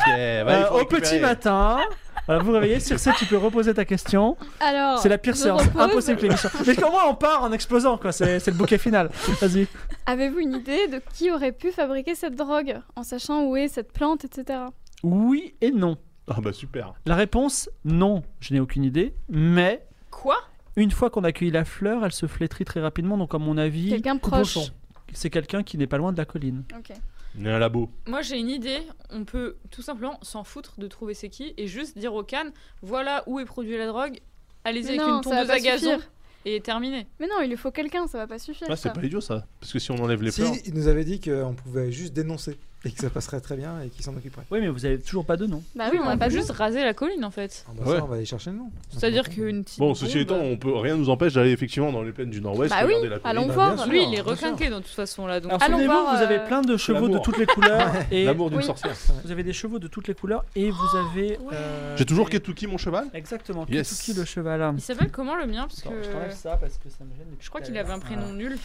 [SPEAKER 4] bah, il
[SPEAKER 3] euh,
[SPEAKER 4] faut
[SPEAKER 3] au
[SPEAKER 4] récupérer.
[SPEAKER 3] petit matin. Voilà, vous réveillez, Circe, tu peux reposer ta question.
[SPEAKER 1] Alors.
[SPEAKER 3] c'est la pire
[SPEAKER 1] Oh, je
[SPEAKER 3] séance,
[SPEAKER 1] repose.
[SPEAKER 3] impossible que l'émission. Mais comment on part en explosant, quoi C'est c'est le bouquet final. Vas-y.
[SPEAKER 1] Avez-vous une idée de qui aurait pu fabriquer cette drogue en sachant où est cette plante, etc.
[SPEAKER 3] Oui et non.
[SPEAKER 4] Ah bah super.
[SPEAKER 3] La réponse, non, je n'ai aucune idée. Mais
[SPEAKER 6] Quoi
[SPEAKER 3] une fois qu'on a cueilli la fleur, elle se flétrit très rapidement. Donc, à mon avis,
[SPEAKER 1] Quelqu'un proche.
[SPEAKER 3] cochon. c'est quelqu'un qui n'est pas loin de la colline.
[SPEAKER 1] Ok.
[SPEAKER 4] On est un labo.
[SPEAKER 6] Moi j'ai une idée, on peut tout simplement s'en foutre de trouver c'est qui et juste dire au Cannes voilà où est produit la drogue, allez-y
[SPEAKER 1] Mais
[SPEAKER 6] avec
[SPEAKER 1] non,
[SPEAKER 6] une
[SPEAKER 1] ça va
[SPEAKER 6] tondeuse
[SPEAKER 1] pas
[SPEAKER 6] à gazon
[SPEAKER 1] suffire.
[SPEAKER 6] et terminé.
[SPEAKER 1] Mais non, il lui faut quelqu'un, ça va pas suffire.
[SPEAKER 4] Ah,
[SPEAKER 1] ça.
[SPEAKER 4] c'est pas idiot ça. Parce que si on enlève les
[SPEAKER 5] Si,
[SPEAKER 4] fleurs.
[SPEAKER 5] il nous avait dit qu'on pouvait juste dénoncer et que ça passerait très bien et qu'il s'en occuperait.
[SPEAKER 3] Oui, mais vous avez toujours pas de nom.
[SPEAKER 1] Bah oui, on a
[SPEAKER 6] peut
[SPEAKER 1] pas
[SPEAKER 6] juste
[SPEAKER 1] juste.
[SPEAKER 6] raser la colline en fait.
[SPEAKER 5] Ah bah
[SPEAKER 4] Ouais.
[SPEAKER 5] ça, on va aller chercher le nom.
[SPEAKER 6] C'est-à-dire qu'une petite.
[SPEAKER 4] Bon, ceci étant,
[SPEAKER 6] bombe- euh,
[SPEAKER 4] on peut rien nous empêche d'aller effectivement dans les plaines du Nord-Ouest.
[SPEAKER 1] Bah oui,
[SPEAKER 4] regarder la colline.
[SPEAKER 1] allons
[SPEAKER 5] Bah, bien
[SPEAKER 1] voir.
[SPEAKER 5] sûr.
[SPEAKER 6] Lui, il est
[SPEAKER 5] bien sûr.
[SPEAKER 6] requinqué de toute façon là. Donc,
[SPEAKER 3] Alors,
[SPEAKER 1] Allons
[SPEAKER 3] souvenez-vous,
[SPEAKER 1] voir,
[SPEAKER 3] vous avez
[SPEAKER 1] euh,
[SPEAKER 3] plein de chevaux de
[SPEAKER 4] l'amour.
[SPEAKER 3] toutes les couleurs et
[SPEAKER 4] L'amour d'une
[SPEAKER 1] Oui.
[SPEAKER 4] sorcière.
[SPEAKER 3] vous avez des chevaux de toutes les couleurs et
[SPEAKER 6] Oh,
[SPEAKER 3] vous avez. euh,
[SPEAKER 4] J'ai toujours
[SPEAKER 3] des-
[SPEAKER 4] Ketuki mon cheval.
[SPEAKER 3] Exactement.
[SPEAKER 4] Yes.
[SPEAKER 3] Ketuki le cheval.
[SPEAKER 6] il s'appelle comment le mien Parce
[SPEAKER 3] Attends,
[SPEAKER 6] que
[SPEAKER 3] Je t'enlève ça parce que ça me gêne. depuis
[SPEAKER 6] je crois
[SPEAKER 3] tout à
[SPEAKER 6] qu'il avait
[SPEAKER 3] l'heure.
[SPEAKER 6] un prénom nul.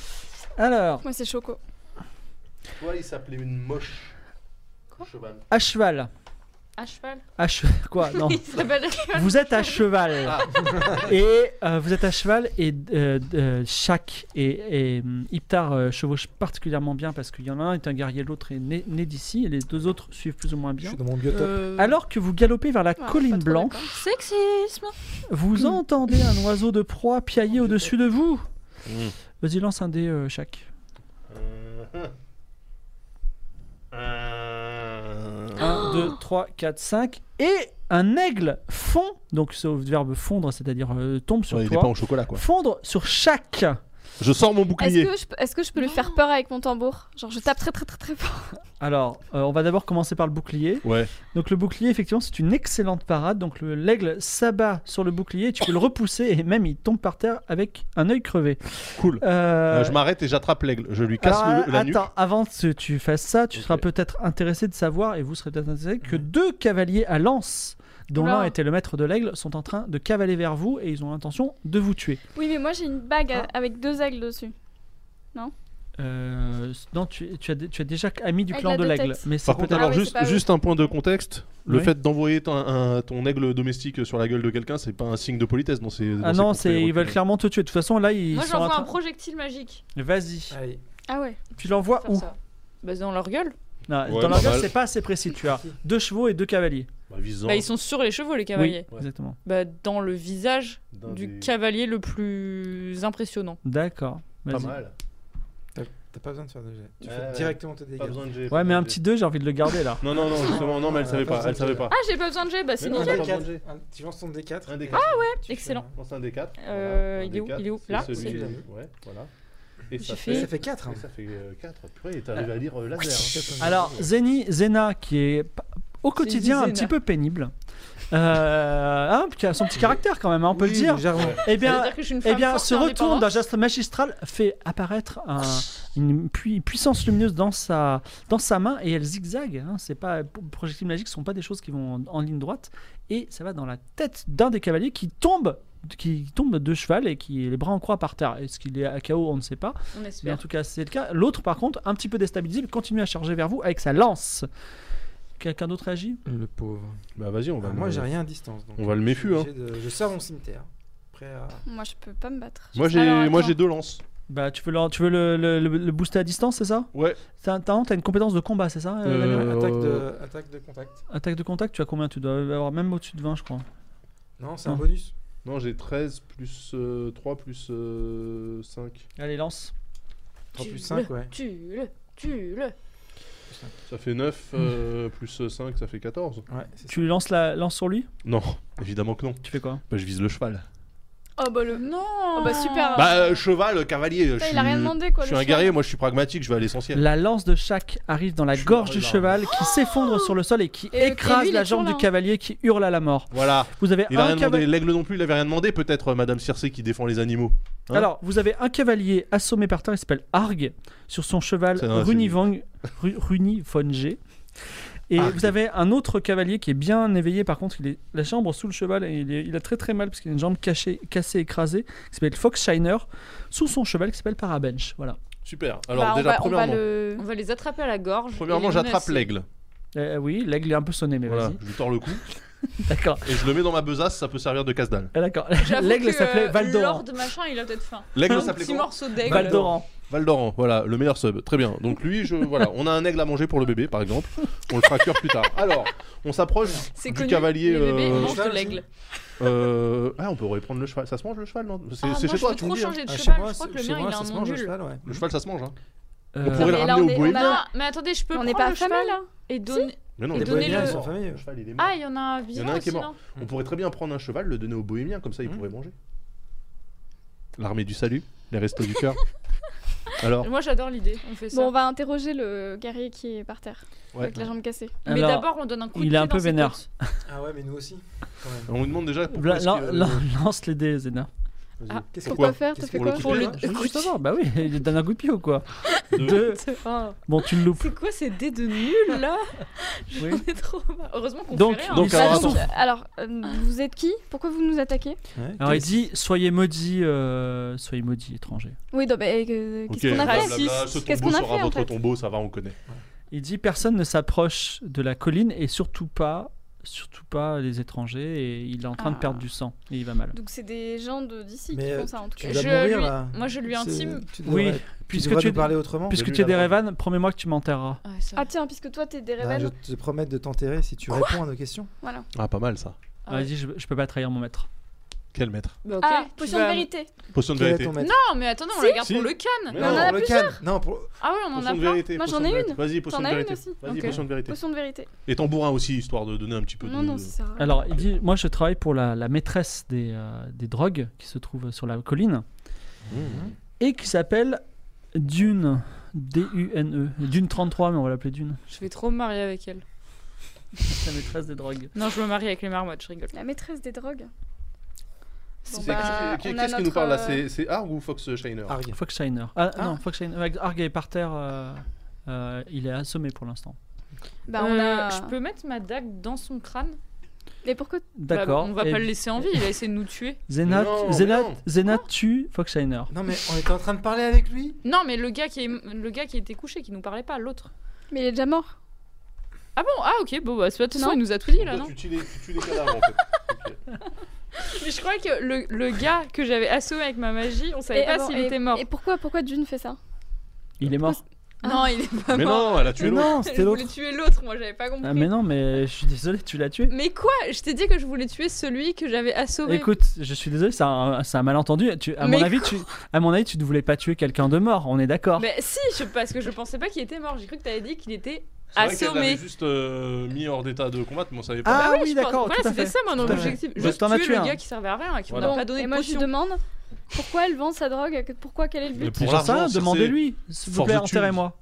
[SPEAKER 3] Alors,
[SPEAKER 1] Moi, c'est Choco.
[SPEAKER 4] Toi, il s'appelait une moche. Cheval.
[SPEAKER 3] à cheval.
[SPEAKER 6] À cheval.
[SPEAKER 3] À che- Quoi Non.
[SPEAKER 6] Il s'appelle.
[SPEAKER 3] Vous êtes à cheval
[SPEAKER 4] Ah.
[SPEAKER 3] et euh, vous êtes à cheval et euh, euh, Shaq et, et hum, Iptar euh, chevauchent particulièrement bien parce qu'il y en a un est un guerrier, l'autre est né, né d'ici et les deux autres suivent plus ou moins
[SPEAKER 5] Je
[SPEAKER 3] bien.
[SPEAKER 5] suis dans mon biotope.
[SPEAKER 6] euh,
[SPEAKER 3] Alors que vous galopez vers la
[SPEAKER 1] Ouais, Ah, pas
[SPEAKER 3] colline
[SPEAKER 1] trop
[SPEAKER 3] blanche,
[SPEAKER 1] d'accord.
[SPEAKER 6] Sexisme.
[SPEAKER 3] vous entendez un oiseau de proie piailler au-dessus de vous.
[SPEAKER 4] Mmh.
[SPEAKER 3] Vas-y, lance un dé, euh, Shaq.
[SPEAKER 4] Euh, euh,
[SPEAKER 3] 1, 2, 3, 4, 5. Et un aigle fond, donc ce verbe fondre, c'est-à-dire euh, tombe sur
[SPEAKER 4] Ouais, il est
[SPEAKER 3] toi.
[SPEAKER 4] pas en chocolat quoi.
[SPEAKER 3] Fondre sur chaque.
[SPEAKER 4] Je sors mon
[SPEAKER 1] Est-ce
[SPEAKER 4] bouclier.
[SPEAKER 1] que, je, peux- est-ce que je peux lui faire peur avec mon tambour Genre, je tape très très très très fort.
[SPEAKER 3] Alors, euh, on va d'abord commencer par le bouclier.
[SPEAKER 4] Ouais.
[SPEAKER 3] Donc, le bouclier, effectivement, c'est une excellente parade. Donc, le- l'aigle s'abat sur le bouclier, tu peux le repousser et même il tombe par terre avec un œil crevé.
[SPEAKER 4] Cool.
[SPEAKER 3] Euh,
[SPEAKER 4] Euh, je m'arrête et j'attrape l'aigle. Je lui casse
[SPEAKER 3] alors,
[SPEAKER 4] le- la nuque.
[SPEAKER 3] Attends, avant que tu fasses ça, tu
[SPEAKER 4] Ok.
[SPEAKER 3] seras peut-être intéressé de savoir, et vous serez peut-être intéressé, que deux cavaliers à lance, dont
[SPEAKER 6] Oula.
[SPEAKER 3] l'un était le maître de l'aigle, sont en train de cavaler vers vous et ils ont l'intention de vous tuer.
[SPEAKER 1] Oui, mais moi, j'ai une bague à- avec deux aigles dessus.
[SPEAKER 3] Euh, non, tu, tu as, dé- tu as déjà ami du
[SPEAKER 1] Avec
[SPEAKER 3] clan
[SPEAKER 1] la
[SPEAKER 3] de
[SPEAKER 1] deux
[SPEAKER 3] l'aigle,
[SPEAKER 1] têtes.
[SPEAKER 3] mais c'est
[SPEAKER 4] Par contre,
[SPEAKER 1] Ah
[SPEAKER 3] peut-être-
[SPEAKER 4] alors
[SPEAKER 1] oui, c'est
[SPEAKER 4] juste,
[SPEAKER 1] pas eux.
[SPEAKER 4] juste un point de contexte. Le
[SPEAKER 3] Oui.
[SPEAKER 4] fait d'envoyer ton, un- ton aigle domestique sur la gueule de quelqu'un, c'est pas un signe de politesse dans ces. dans ces
[SPEAKER 3] Ah non,
[SPEAKER 4] contrées hein.
[SPEAKER 3] c'est ils veulent
[SPEAKER 4] reculées.
[SPEAKER 3] clairement te tuer. De toute façon, là, ils
[SPEAKER 6] Moi,
[SPEAKER 3] sont en
[SPEAKER 6] j'envoie un
[SPEAKER 3] train...
[SPEAKER 6] projectile magique.
[SPEAKER 3] Vas-y.
[SPEAKER 5] Allez.
[SPEAKER 1] Ah ouais.
[SPEAKER 3] Tu l'envoies
[SPEAKER 6] Faire
[SPEAKER 3] où
[SPEAKER 6] ça. Bah, dans leur gueule.
[SPEAKER 3] Non,
[SPEAKER 4] Ouais,
[SPEAKER 3] dans
[SPEAKER 4] pas
[SPEAKER 3] l'orgueil,
[SPEAKER 4] mal.
[SPEAKER 3] c'est pas assez précis. Tu as deux chevaux et deux cavaliers.
[SPEAKER 4] Bah, visant
[SPEAKER 6] Bah, ils sont sur les chevaux, les cavaliers.
[SPEAKER 4] Ouais.
[SPEAKER 3] Exactement.
[SPEAKER 6] Bah, dans le visage
[SPEAKER 4] d'un
[SPEAKER 6] du
[SPEAKER 4] des-
[SPEAKER 6] cavalier le plus impressionnant.
[SPEAKER 3] D'accord.
[SPEAKER 4] Pas
[SPEAKER 3] Vas-y.
[SPEAKER 4] mal.
[SPEAKER 5] T'as pas besoin de faire de jet. Tu
[SPEAKER 4] Ouais,
[SPEAKER 5] fais
[SPEAKER 4] ouais.
[SPEAKER 5] directement tes dégâts.
[SPEAKER 4] Pas besoin de G, pas
[SPEAKER 3] Ouais, mais
[SPEAKER 4] besoin
[SPEAKER 3] un
[SPEAKER 4] de G.
[SPEAKER 3] petit 2, j'ai envie de le garder là.
[SPEAKER 4] Non, non, non, justement, non, mais elle savait pas. Elle savait pas.
[SPEAKER 6] Ah, j'ai pas besoin de jet, bah c'est
[SPEAKER 4] Mais non,
[SPEAKER 6] nickel.
[SPEAKER 4] pas besoin de
[SPEAKER 5] D4.
[SPEAKER 4] jet.
[SPEAKER 5] Un- Tu lances ton D4.
[SPEAKER 4] Un des quatre.
[SPEAKER 5] tu fais
[SPEAKER 6] excellent.
[SPEAKER 5] un-
[SPEAKER 4] Lance Ah un des quatre.
[SPEAKER 6] Euh,
[SPEAKER 4] Voilà, un
[SPEAKER 6] il
[SPEAKER 4] des
[SPEAKER 6] est où-
[SPEAKER 4] quatre.
[SPEAKER 6] il est où
[SPEAKER 4] C'est
[SPEAKER 6] Là,
[SPEAKER 4] celui
[SPEAKER 5] c'est-
[SPEAKER 4] Ouais, voilà. Et
[SPEAKER 6] J'ai
[SPEAKER 4] ça
[SPEAKER 6] fait-
[SPEAKER 4] fait.
[SPEAKER 5] Ça fait hein. 4.
[SPEAKER 4] et Ça fait 4. Purée, t'es arrivé à lire euh, laser. hein.
[SPEAKER 3] Alors, Zeni, Zena, qui est pa- au quotidien un
[SPEAKER 6] Zena.
[SPEAKER 3] petit peu pénible, euh, hein, qui a son petit caractère quand même, hein, on peut le dire, eh
[SPEAKER 6] Ça veut
[SPEAKER 3] bien,
[SPEAKER 6] dire que je suis une
[SPEAKER 3] eh
[SPEAKER 6] femme
[SPEAKER 3] bien
[SPEAKER 6] forte
[SPEAKER 3] ce
[SPEAKER 6] et
[SPEAKER 3] retour d'un
[SPEAKER 6] indépendante.
[SPEAKER 3] geste magistral fait apparaître un- une pui- puissance lumineuse dans sa, dans sa main et elle zigzague. Hein, c'est pas, projectiles magiques ne sont pas des choses qui vont en, en ligne droite. Et ça va dans la tête d'un des cavaliers qui tombe qui tombe de cheval et qui est les bras en croix par terre. Est-ce qu'il est à KO On ne sait pas.
[SPEAKER 6] On
[SPEAKER 3] Mais en
[SPEAKER 6] espère.
[SPEAKER 3] tout cas, c'est le cas. L'autre, par contre, un petit peu déstabilisé, mais continue à charger vers vous avec sa lance. Quelqu'un d'autre agit
[SPEAKER 5] Le pauvre.
[SPEAKER 4] Bah, vas-y, on va.
[SPEAKER 5] Ah, moi,
[SPEAKER 4] le-
[SPEAKER 5] j'ai rien à distance. donc
[SPEAKER 4] on va le
[SPEAKER 5] je suis
[SPEAKER 4] méfu, hein.
[SPEAKER 5] obligé de- Je sors mon cimetière. Prêt à.
[SPEAKER 1] Moi, je peux pas me battre.
[SPEAKER 4] Moi,
[SPEAKER 1] Alors,
[SPEAKER 4] j'ai moi,
[SPEAKER 1] attends.
[SPEAKER 4] j'ai deux lances.
[SPEAKER 3] Bah, tu veux le, tu veux le, le- le- le booster à distance, c'est ça
[SPEAKER 4] Ouais.
[SPEAKER 3] T'as t'as- t'as une compétence de combat, c'est ça euh,
[SPEAKER 4] Euh,
[SPEAKER 3] Damien
[SPEAKER 5] Attaque, de... Attaque de contact.
[SPEAKER 3] Attaque de contact, tu as combien Tu dois avoir même au-dessus de 20, je crois.
[SPEAKER 5] Non, c'est un
[SPEAKER 3] Non.
[SPEAKER 5] bonus.
[SPEAKER 4] Non, j'ai 13 plus 3 plus euh, 5.
[SPEAKER 3] Allez, lance.
[SPEAKER 5] 3 plus
[SPEAKER 6] Tu
[SPEAKER 5] 5, ouais.
[SPEAKER 6] Tue-le, tue-le.
[SPEAKER 4] Ça fait 9 plus 5, ça fait 14.
[SPEAKER 5] Ouais, c'est
[SPEAKER 3] Tu lui lances la lance sur lui
[SPEAKER 4] Non, évidemment que non.
[SPEAKER 3] Tu fais quoi
[SPEAKER 4] Bah, je vise le cheval.
[SPEAKER 1] Oh, bah le.
[SPEAKER 6] Non
[SPEAKER 1] Oh, bah super.
[SPEAKER 4] Bah, euh, cheval, euh, cavalier. je
[SPEAKER 1] Putain, il
[SPEAKER 4] suis-
[SPEAKER 1] a rien demandé quoi.
[SPEAKER 4] Je suis
[SPEAKER 1] le
[SPEAKER 4] un
[SPEAKER 1] chien.
[SPEAKER 4] guerrier, moi je suis pragmatique, je vais à l'essentiel.
[SPEAKER 3] La lance de chaque arrive dans la
[SPEAKER 4] Je suis
[SPEAKER 3] gorge du
[SPEAKER 4] là.
[SPEAKER 3] cheval qui s'effondre sur le sol et qui
[SPEAKER 1] Et le- et
[SPEAKER 3] écrase
[SPEAKER 1] lui, il
[SPEAKER 3] la
[SPEAKER 1] est toujours
[SPEAKER 3] jambe
[SPEAKER 1] là,
[SPEAKER 3] du
[SPEAKER 1] hein.
[SPEAKER 3] cavalier qui hurle à la mort.
[SPEAKER 4] Voilà.
[SPEAKER 3] Vous avez
[SPEAKER 4] Il a
[SPEAKER 1] Ah,
[SPEAKER 3] un
[SPEAKER 4] rien demandé.
[SPEAKER 1] bah.
[SPEAKER 3] cavalier.
[SPEAKER 4] L'aigle non plus, il avait rien demandé. Peut-être euh, Madame Circé qui défend les animaux. Hein
[SPEAKER 3] Alors, vous avez un cavalier assommé par terre, il s'appelle Arg, sur son cheval
[SPEAKER 4] C'est un
[SPEAKER 3] Runivang, Ru- Runi von G. Et
[SPEAKER 4] Arg.
[SPEAKER 3] vous avez un autre cavalier qui est bien éveillé, par contre, il est la jambe sous le cheval et il, est- il a très très mal parce qu'il a une jambe cachée, cassée, écrasée, qui s'appelle Fox Shiner, sous son cheval qui s'appelle Parabench. Voilà.
[SPEAKER 4] Super. Alors
[SPEAKER 1] Bah, on
[SPEAKER 4] déjà,
[SPEAKER 1] va- on va
[SPEAKER 4] premièrement,
[SPEAKER 1] le-
[SPEAKER 6] On va les attraper à la gorge. et
[SPEAKER 4] premièrement
[SPEAKER 6] les
[SPEAKER 4] j'attrape
[SPEAKER 6] menacer.
[SPEAKER 4] l'aigle.
[SPEAKER 3] Euh, oui, l'aigle est un peu sonné, mais
[SPEAKER 4] Voilà,
[SPEAKER 3] vas-y.
[SPEAKER 4] je lui tords le cou
[SPEAKER 3] D'accord.
[SPEAKER 4] et je le mets dans ma besace, ça peut servir de casse-dalle.
[SPEAKER 3] Ah, D'accord.
[SPEAKER 6] J'avoue
[SPEAKER 3] L'aigle
[SPEAKER 6] que euh,
[SPEAKER 3] s'appelait Valdoran.
[SPEAKER 6] Lord machin, il a peut-être faim.
[SPEAKER 4] L'aigle
[SPEAKER 6] Un
[SPEAKER 4] s'appelait
[SPEAKER 6] petit
[SPEAKER 4] comment
[SPEAKER 6] morceau d'aigle.
[SPEAKER 3] Valdoran.
[SPEAKER 4] Valdoran, voilà, le meilleur sub. Très bien. Donc lui, je, voilà, on a un aigle à manger pour le bébé, par exemple. On le fracture plus tard. Alors, on s'approche
[SPEAKER 6] C'est
[SPEAKER 4] du
[SPEAKER 6] connu.
[SPEAKER 4] cavalier.
[SPEAKER 6] les bébés
[SPEAKER 4] euh,
[SPEAKER 6] mangent de
[SPEAKER 5] cheval,
[SPEAKER 6] l'aigle.
[SPEAKER 4] euh, Ah, on pourrait prendre le cheval. Ça se mange le cheval, non C'est c'est
[SPEAKER 6] Ah, moi,
[SPEAKER 4] chez
[SPEAKER 6] je
[SPEAKER 4] toi,
[SPEAKER 6] veux
[SPEAKER 4] tu
[SPEAKER 6] trop
[SPEAKER 4] me dis, hein.
[SPEAKER 6] changer de
[SPEAKER 5] Ah, chez
[SPEAKER 6] cheval.
[SPEAKER 5] moi,
[SPEAKER 6] je crois
[SPEAKER 5] c'est-
[SPEAKER 6] que le
[SPEAKER 5] chez
[SPEAKER 6] mien,
[SPEAKER 5] moi,
[SPEAKER 6] il a
[SPEAKER 5] ça
[SPEAKER 6] un
[SPEAKER 5] se mange, le
[SPEAKER 6] mandule.
[SPEAKER 5] cheval, ouais.
[SPEAKER 4] Le cheval, ça se mange. Hein.
[SPEAKER 3] Euh,
[SPEAKER 4] pourrait
[SPEAKER 1] mais là,
[SPEAKER 4] ramener
[SPEAKER 1] on
[SPEAKER 4] au
[SPEAKER 1] est- on
[SPEAKER 4] Bohémien.
[SPEAKER 1] a-
[SPEAKER 6] Non, mais attendez, je peux
[SPEAKER 1] On n'est
[SPEAKER 6] prendre
[SPEAKER 1] pas
[SPEAKER 6] le
[SPEAKER 1] affamé
[SPEAKER 6] cheval
[SPEAKER 1] là
[SPEAKER 6] et donner.
[SPEAKER 4] Mais non,
[SPEAKER 6] Et
[SPEAKER 4] le
[SPEAKER 6] donnez-le.
[SPEAKER 4] Bohémien, il est
[SPEAKER 5] Ils sont
[SPEAKER 4] mort.
[SPEAKER 5] familles, eux.
[SPEAKER 4] Le cheval, il est mort.
[SPEAKER 6] Ah, il y en a un
[SPEAKER 4] Il y en
[SPEAKER 6] vivant
[SPEAKER 4] a un qui
[SPEAKER 6] aussi,
[SPEAKER 4] est mort.
[SPEAKER 6] non
[SPEAKER 4] On pourrait très bien prendre un cheval, le donner aux bohémiens, comme ça ils
[SPEAKER 1] Mmh.
[SPEAKER 5] Mm.
[SPEAKER 4] pourraient manger. L'armée du salut, les restos du cœur. Alors,
[SPEAKER 6] Moi, j'adore l'idée. On fait ça.
[SPEAKER 1] Bon, on va interroger le guerrier qui est par terre
[SPEAKER 4] ouais.
[SPEAKER 1] avec la jambe cassée.
[SPEAKER 6] mais
[SPEAKER 3] Alors,
[SPEAKER 6] d'abord, on donne un coup de
[SPEAKER 3] il est
[SPEAKER 6] pied
[SPEAKER 3] un peu
[SPEAKER 6] dans ses
[SPEAKER 3] vénère.
[SPEAKER 6] côtes.
[SPEAKER 5] Ah ouais, mais nous aussi. quand même.
[SPEAKER 4] on nous demande déjà pourquoi.
[SPEAKER 3] Vla-
[SPEAKER 4] est-ce
[SPEAKER 3] lan-
[SPEAKER 4] que-
[SPEAKER 3] lan- Lance les dés, Zena.
[SPEAKER 4] Vas-y.
[SPEAKER 6] Ah,
[SPEAKER 5] Qu'est-ce
[SPEAKER 1] Faut
[SPEAKER 4] Pourquoi
[SPEAKER 1] quoi faire T'as
[SPEAKER 5] Qu'est-ce
[SPEAKER 1] fait
[SPEAKER 4] qu'on
[SPEAKER 1] quoi
[SPEAKER 4] le coupe
[SPEAKER 6] Pour le-
[SPEAKER 3] Je veux juste savoir, bah oui, il donne un coup de pied ou quoi Deux. Bon, tu le loupes.
[SPEAKER 6] C'est quoi ces dés de nul là
[SPEAKER 3] Oui.
[SPEAKER 6] J'en ai trop marre. Heureusement qu'on
[SPEAKER 3] Donc-
[SPEAKER 6] fait rien.
[SPEAKER 4] donc,
[SPEAKER 3] Ah,
[SPEAKER 1] Alors,
[SPEAKER 4] alors,
[SPEAKER 3] souffle.
[SPEAKER 4] attends.
[SPEAKER 1] alors, euh, vous êtes qui Pourquoi vous nous attaquez
[SPEAKER 5] Ouais,
[SPEAKER 3] Alors il
[SPEAKER 5] qu'est-ce-
[SPEAKER 3] dit soyez maudits, euh, soyez maudits étrangers.
[SPEAKER 1] Oui, non, mais, euh,
[SPEAKER 4] Ok,
[SPEAKER 1] qu'est-ce qu'on a fait
[SPEAKER 6] raciste.
[SPEAKER 4] blablabla, Ah, ce
[SPEAKER 1] Qu'est-ce
[SPEAKER 4] tombeau
[SPEAKER 1] qu'on a
[SPEAKER 4] sera
[SPEAKER 1] fait, en
[SPEAKER 4] votre
[SPEAKER 1] fait
[SPEAKER 4] tombeau, ça va, on connaît.
[SPEAKER 3] Il dit personne ne s'approche de la colline et surtout pas, surtout pas les étrangers et il est en train de
[SPEAKER 1] Ah.
[SPEAKER 3] perdre du sang et il va mal.
[SPEAKER 1] Donc c'est des gens de- d'ici qui
[SPEAKER 5] Mais, euh,
[SPEAKER 1] font ça en tout
[SPEAKER 5] Tu
[SPEAKER 1] cas.
[SPEAKER 5] vas
[SPEAKER 6] Je
[SPEAKER 5] mourir
[SPEAKER 6] lui-
[SPEAKER 5] là.
[SPEAKER 6] Moi je lui
[SPEAKER 5] C'est-
[SPEAKER 6] intime.
[SPEAKER 5] Tu
[SPEAKER 3] Oui,
[SPEAKER 5] devrais,
[SPEAKER 3] puisque
[SPEAKER 5] tu devrais
[SPEAKER 3] tu es-
[SPEAKER 5] nous parler autrement.
[SPEAKER 3] Puisque
[SPEAKER 4] lui,
[SPEAKER 3] tu
[SPEAKER 4] il
[SPEAKER 3] es
[SPEAKER 4] a
[SPEAKER 3] des
[SPEAKER 4] raison.
[SPEAKER 3] Revan, promets-moi que tu m'enterreras.
[SPEAKER 6] Ah, ça-
[SPEAKER 1] Ah tiens, puisque toi t'es des
[SPEAKER 5] Bah, je
[SPEAKER 1] rebelles.
[SPEAKER 5] te promets de t'enterrer si tu réponds à nos questions.
[SPEAKER 1] Voilà.
[SPEAKER 4] Ah, pas mal ça.
[SPEAKER 6] Ah
[SPEAKER 3] Alors,
[SPEAKER 6] ouais.
[SPEAKER 3] il dit je, je peux pas trahir mon maître.
[SPEAKER 4] Quel maître
[SPEAKER 6] Bah, ok,
[SPEAKER 1] Ah,
[SPEAKER 6] tu
[SPEAKER 1] potion
[SPEAKER 6] vas-
[SPEAKER 1] de vérité.
[SPEAKER 4] Potion de
[SPEAKER 5] Quel est
[SPEAKER 4] vérité.
[SPEAKER 5] ton maître
[SPEAKER 6] Non, mais attendez, on la garde
[SPEAKER 4] Si.
[SPEAKER 6] pour le canne.
[SPEAKER 1] Mais on en a
[SPEAKER 5] pour le
[SPEAKER 1] plusieurs.
[SPEAKER 5] canne. Non, pour...
[SPEAKER 6] Ah ouais, on en a
[SPEAKER 4] Potion de
[SPEAKER 6] plein.
[SPEAKER 4] vérité.
[SPEAKER 1] Moi,
[SPEAKER 4] potion
[SPEAKER 1] j'en ai
[SPEAKER 4] de vérité.
[SPEAKER 1] une.
[SPEAKER 4] Vas-y, potion
[SPEAKER 1] T'en
[SPEAKER 4] de
[SPEAKER 1] as une
[SPEAKER 4] vérité.
[SPEAKER 1] aussi
[SPEAKER 4] Vas-y,
[SPEAKER 6] Ok.
[SPEAKER 4] potion de vérité.
[SPEAKER 1] Potion de vérité.
[SPEAKER 4] Et tambourin aussi, histoire de donner un petit peu
[SPEAKER 1] Non,
[SPEAKER 4] de.
[SPEAKER 1] non, c'est ça. sert à rien.
[SPEAKER 6] Ah.
[SPEAKER 3] Alors il dit moi je travaille pour la, la maîtresse des, euh, des drogues qui se trouve sur la colline
[SPEAKER 4] Mhm.
[SPEAKER 3] et qui s'appelle Dune. D-U-N-E. E. Dune 33, mais on va l'appeler Dune.
[SPEAKER 6] Je vais trop me marier avec elle.
[SPEAKER 3] La maîtresse des drogues.
[SPEAKER 6] Non, je me marie avec les marmottes, je rigole.
[SPEAKER 1] La maîtresse des drogues.
[SPEAKER 6] C'est-
[SPEAKER 1] Bon,
[SPEAKER 4] C'est-
[SPEAKER 1] bah,
[SPEAKER 4] qu'est-
[SPEAKER 1] on a
[SPEAKER 4] Qu'est-ce qui nous
[SPEAKER 1] notre,
[SPEAKER 4] parle là
[SPEAKER 1] euh,
[SPEAKER 4] C'est- C'est Arg ou Fox Shiner
[SPEAKER 5] Arg.
[SPEAKER 3] Fox Shiner. Ah,
[SPEAKER 5] Ah.
[SPEAKER 3] non, Fox Shiner. Arg est par terre. euh, euh, il est assommé pour l'instant.
[SPEAKER 1] Bah, on
[SPEAKER 6] Euh,
[SPEAKER 1] a.
[SPEAKER 6] Je peux mettre ma dague dans son crâne
[SPEAKER 1] Mais pourquoi
[SPEAKER 6] Bah,
[SPEAKER 3] D'accord.
[SPEAKER 6] On va
[SPEAKER 3] Et
[SPEAKER 6] pas le laisser en vie, il a essayé de nous tuer.
[SPEAKER 3] Zena,
[SPEAKER 4] Non,
[SPEAKER 3] Zena,
[SPEAKER 4] mais non.
[SPEAKER 3] Zena tue Fox Shiner.
[SPEAKER 5] Non, mais on était en train de parler avec lui.
[SPEAKER 6] Non, mais le gars qui, est... le gars qui était couché, qui nous parlait pas, l'autre.
[SPEAKER 1] Mais il est déjà mort.
[SPEAKER 6] Ah bon Ah ok, bon, bah, c'est pas de toute façon,
[SPEAKER 1] Non.
[SPEAKER 6] il nous a tout dit là,
[SPEAKER 4] Toi,
[SPEAKER 6] non
[SPEAKER 4] tu tues les- tu tues les cadavres en fait. Ok.
[SPEAKER 6] Mais je croyais que le, le gars que j'avais assommé avec ma magie, on savait
[SPEAKER 1] Et
[SPEAKER 6] pas
[SPEAKER 1] avant-
[SPEAKER 6] s'il
[SPEAKER 1] et-
[SPEAKER 6] était mort.
[SPEAKER 1] Et pourquoi, pourquoi Dune fait ça
[SPEAKER 3] Il est mort.
[SPEAKER 6] Ah. Non, il est pas
[SPEAKER 4] Mais
[SPEAKER 6] mort.
[SPEAKER 4] non, elle a
[SPEAKER 5] Mais
[SPEAKER 4] tué l'autre.
[SPEAKER 5] non,
[SPEAKER 6] je
[SPEAKER 5] c'était
[SPEAKER 6] voulais
[SPEAKER 5] l'autre.
[SPEAKER 6] tuer l'autre, moi j'avais pas compris.
[SPEAKER 3] Ah, mais non, mais je suis désolé, tu l'as tué.
[SPEAKER 6] Mais quoi Je t'ai dit que je voulais tuer celui que j'avais assommé.
[SPEAKER 3] Écoute, je suis désolé, c'est un, c'est un malentendu. Tu, à, mon
[SPEAKER 6] Mais
[SPEAKER 3] avis, tu, à mon avis, tu ne voulais pas tuer quelqu'un de mort, on est d'accord.
[SPEAKER 6] Mais si, je, parce que je pensais pas qu'il était mort. J'ai cru que t'avais dit qu'il était
[SPEAKER 4] C'est vrai qu'elle l'avait
[SPEAKER 6] assommé.
[SPEAKER 4] juste euh, mis hors d'état de combattre, mais on savait pas.
[SPEAKER 5] Ah
[SPEAKER 6] ouais,
[SPEAKER 5] oui,
[SPEAKER 6] je pense-
[SPEAKER 5] d'accord,
[SPEAKER 6] Voilà,
[SPEAKER 5] tout à
[SPEAKER 6] c'était
[SPEAKER 5] fait.
[SPEAKER 6] ça mon
[SPEAKER 5] Tout à fait.
[SPEAKER 6] objectif.
[SPEAKER 3] Bah,
[SPEAKER 6] Juste
[SPEAKER 3] t'en as
[SPEAKER 6] tué
[SPEAKER 3] tué
[SPEAKER 6] le
[SPEAKER 3] un.
[SPEAKER 6] gars qui servait à rien, à qui
[SPEAKER 4] Voilà.
[SPEAKER 6] on n'a
[SPEAKER 1] Bon,
[SPEAKER 6] pas donné
[SPEAKER 1] et
[SPEAKER 6] de
[SPEAKER 1] moi, je lui
[SPEAKER 6] potion.
[SPEAKER 1] demande pourquoi elle vend sa drogue que- Pourquoi Quel est le
[SPEAKER 4] Mais
[SPEAKER 1] but
[SPEAKER 4] pour
[SPEAKER 3] Pour
[SPEAKER 4] l'argent,
[SPEAKER 3] ça,
[SPEAKER 4] Circé,
[SPEAKER 3] demandez-lui, s'il vous plaît,
[SPEAKER 4] fortitude.
[SPEAKER 3] enterrez-moi.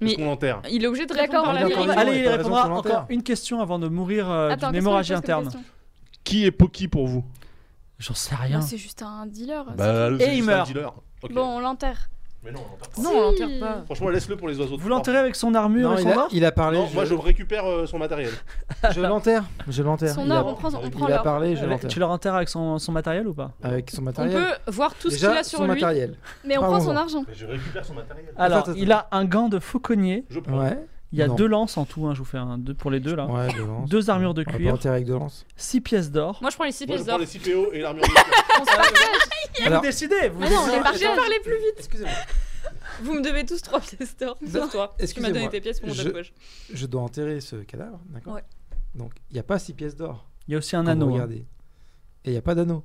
[SPEAKER 4] Est-ce
[SPEAKER 6] Mais-
[SPEAKER 4] qu'on l'enterre
[SPEAKER 6] Il est obligé de
[SPEAKER 1] D'accord,
[SPEAKER 6] répondre par la
[SPEAKER 1] d'accord,
[SPEAKER 6] vérité.
[SPEAKER 5] d'accord.
[SPEAKER 3] Allez,
[SPEAKER 5] il
[SPEAKER 3] il
[SPEAKER 5] a raison
[SPEAKER 3] répondra
[SPEAKER 5] qu'on l'enterre.
[SPEAKER 3] encore une question avant de mourir euh,
[SPEAKER 1] Attends,
[SPEAKER 3] d'une
[SPEAKER 1] qu'est-ce
[SPEAKER 3] hémorragie
[SPEAKER 1] qu'on pose comme
[SPEAKER 3] interne.
[SPEAKER 1] question
[SPEAKER 4] Qui est Poki pour vous
[SPEAKER 3] J'en sais rien.
[SPEAKER 1] Non, C'est juste un dealer. Oh, c'est
[SPEAKER 4] Bah,
[SPEAKER 1] tout.
[SPEAKER 4] c'est
[SPEAKER 3] il
[SPEAKER 4] juste un
[SPEAKER 3] meurt.
[SPEAKER 4] dealer. Ok.
[SPEAKER 1] Bon, on l'enterre.
[SPEAKER 4] Mais non, on l'enterre pas.
[SPEAKER 7] Non, on
[SPEAKER 1] Si.
[SPEAKER 7] l'enterre pas.
[SPEAKER 4] Franchement, laisse-le pour les oiseaux. de
[SPEAKER 3] Vous
[SPEAKER 4] proie.
[SPEAKER 3] l'enterrez avec son armure
[SPEAKER 5] Non,
[SPEAKER 3] et
[SPEAKER 5] il
[SPEAKER 3] son
[SPEAKER 5] a,
[SPEAKER 3] or
[SPEAKER 5] il a parlé.
[SPEAKER 4] Non,
[SPEAKER 5] je,
[SPEAKER 4] moi je récupère euh, son matériel.
[SPEAKER 5] je l'enterre. Je l'enterre.
[SPEAKER 1] Son
[SPEAKER 5] Il a-
[SPEAKER 1] or, on prend, on
[SPEAKER 4] il
[SPEAKER 1] prend
[SPEAKER 5] Il a
[SPEAKER 1] l'or.
[SPEAKER 5] parlé, je
[SPEAKER 3] Avec-
[SPEAKER 5] l'enterre.
[SPEAKER 3] Tu leur enterres avec son, son matériel ou pas
[SPEAKER 5] Avec son
[SPEAKER 6] On
[SPEAKER 5] matériel.
[SPEAKER 6] peut voir tout ce qu'il
[SPEAKER 5] Déjà,
[SPEAKER 6] a sur
[SPEAKER 5] son
[SPEAKER 6] lui.
[SPEAKER 5] matériel.
[SPEAKER 1] Mais on
[SPEAKER 5] Pas
[SPEAKER 1] prend
[SPEAKER 5] au
[SPEAKER 1] son
[SPEAKER 5] moment.
[SPEAKER 1] argent.
[SPEAKER 4] Mais je récupère son matériel.
[SPEAKER 3] Alors,
[SPEAKER 5] attends,
[SPEAKER 3] il a un gant de fauconnier.
[SPEAKER 4] Je prends.
[SPEAKER 5] Ouais.
[SPEAKER 3] Il y a
[SPEAKER 5] Non.
[SPEAKER 3] deux lances en tout, hein, je vous fais un deux pour les deux là.
[SPEAKER 5] Ouais, de lance.
[SPEAKER 3] Deux armures de
[SPEAKER 5] On va pas
[SPEAKER 3] cuir.
[SPEAKER 5] enterrer avec de lance.
[SPEAKER 3] Six pièces d'or.
[SPEAKER 6] Moi je prends les 6
[SPEAKER 4] Moi je
[SPEAKER 6] pièces
[SPEAKER 4] prends
[SPEAKER 6] d'or.
[SPEAKER 4] les 6 PO et l'armure.
[SPEAKER 5] Alors-
[SPEAKER 3] Vous décidez, vous
[SPEAKER 1] Ah non, on
[SPEAKER 3] décidez.
[SPEAKER 1] est parti.
[SPEAKER 6] J'ai parlé plus vite.
[SPEAKER 5] Excusez-moi.
[SPEAKER 6] Vous me devez tous 3 pièces d'or. Sauf toi. Tu m'as donné
[SPEAKER 5] Excusez-moi.
[SPEAKER 6] tes pièces pour mon
[SPEAKER 5] Je-
[SPEAKER 6] tatouage.
[SPEAKER 5] Je dois enterrer ce cadavre, d'accord
[SPEAKER 6] Ouais.
[SPEAKER 5] Donc, il n'y a pas six pièces d'or.
[SPEAKER 3] Il y a aussi un
[SPEAKER 5] quand vous
[SPEAKER 3] anneau. hein.
[SPEAKER 5] regardez. Et il n'y a pas d'anneau.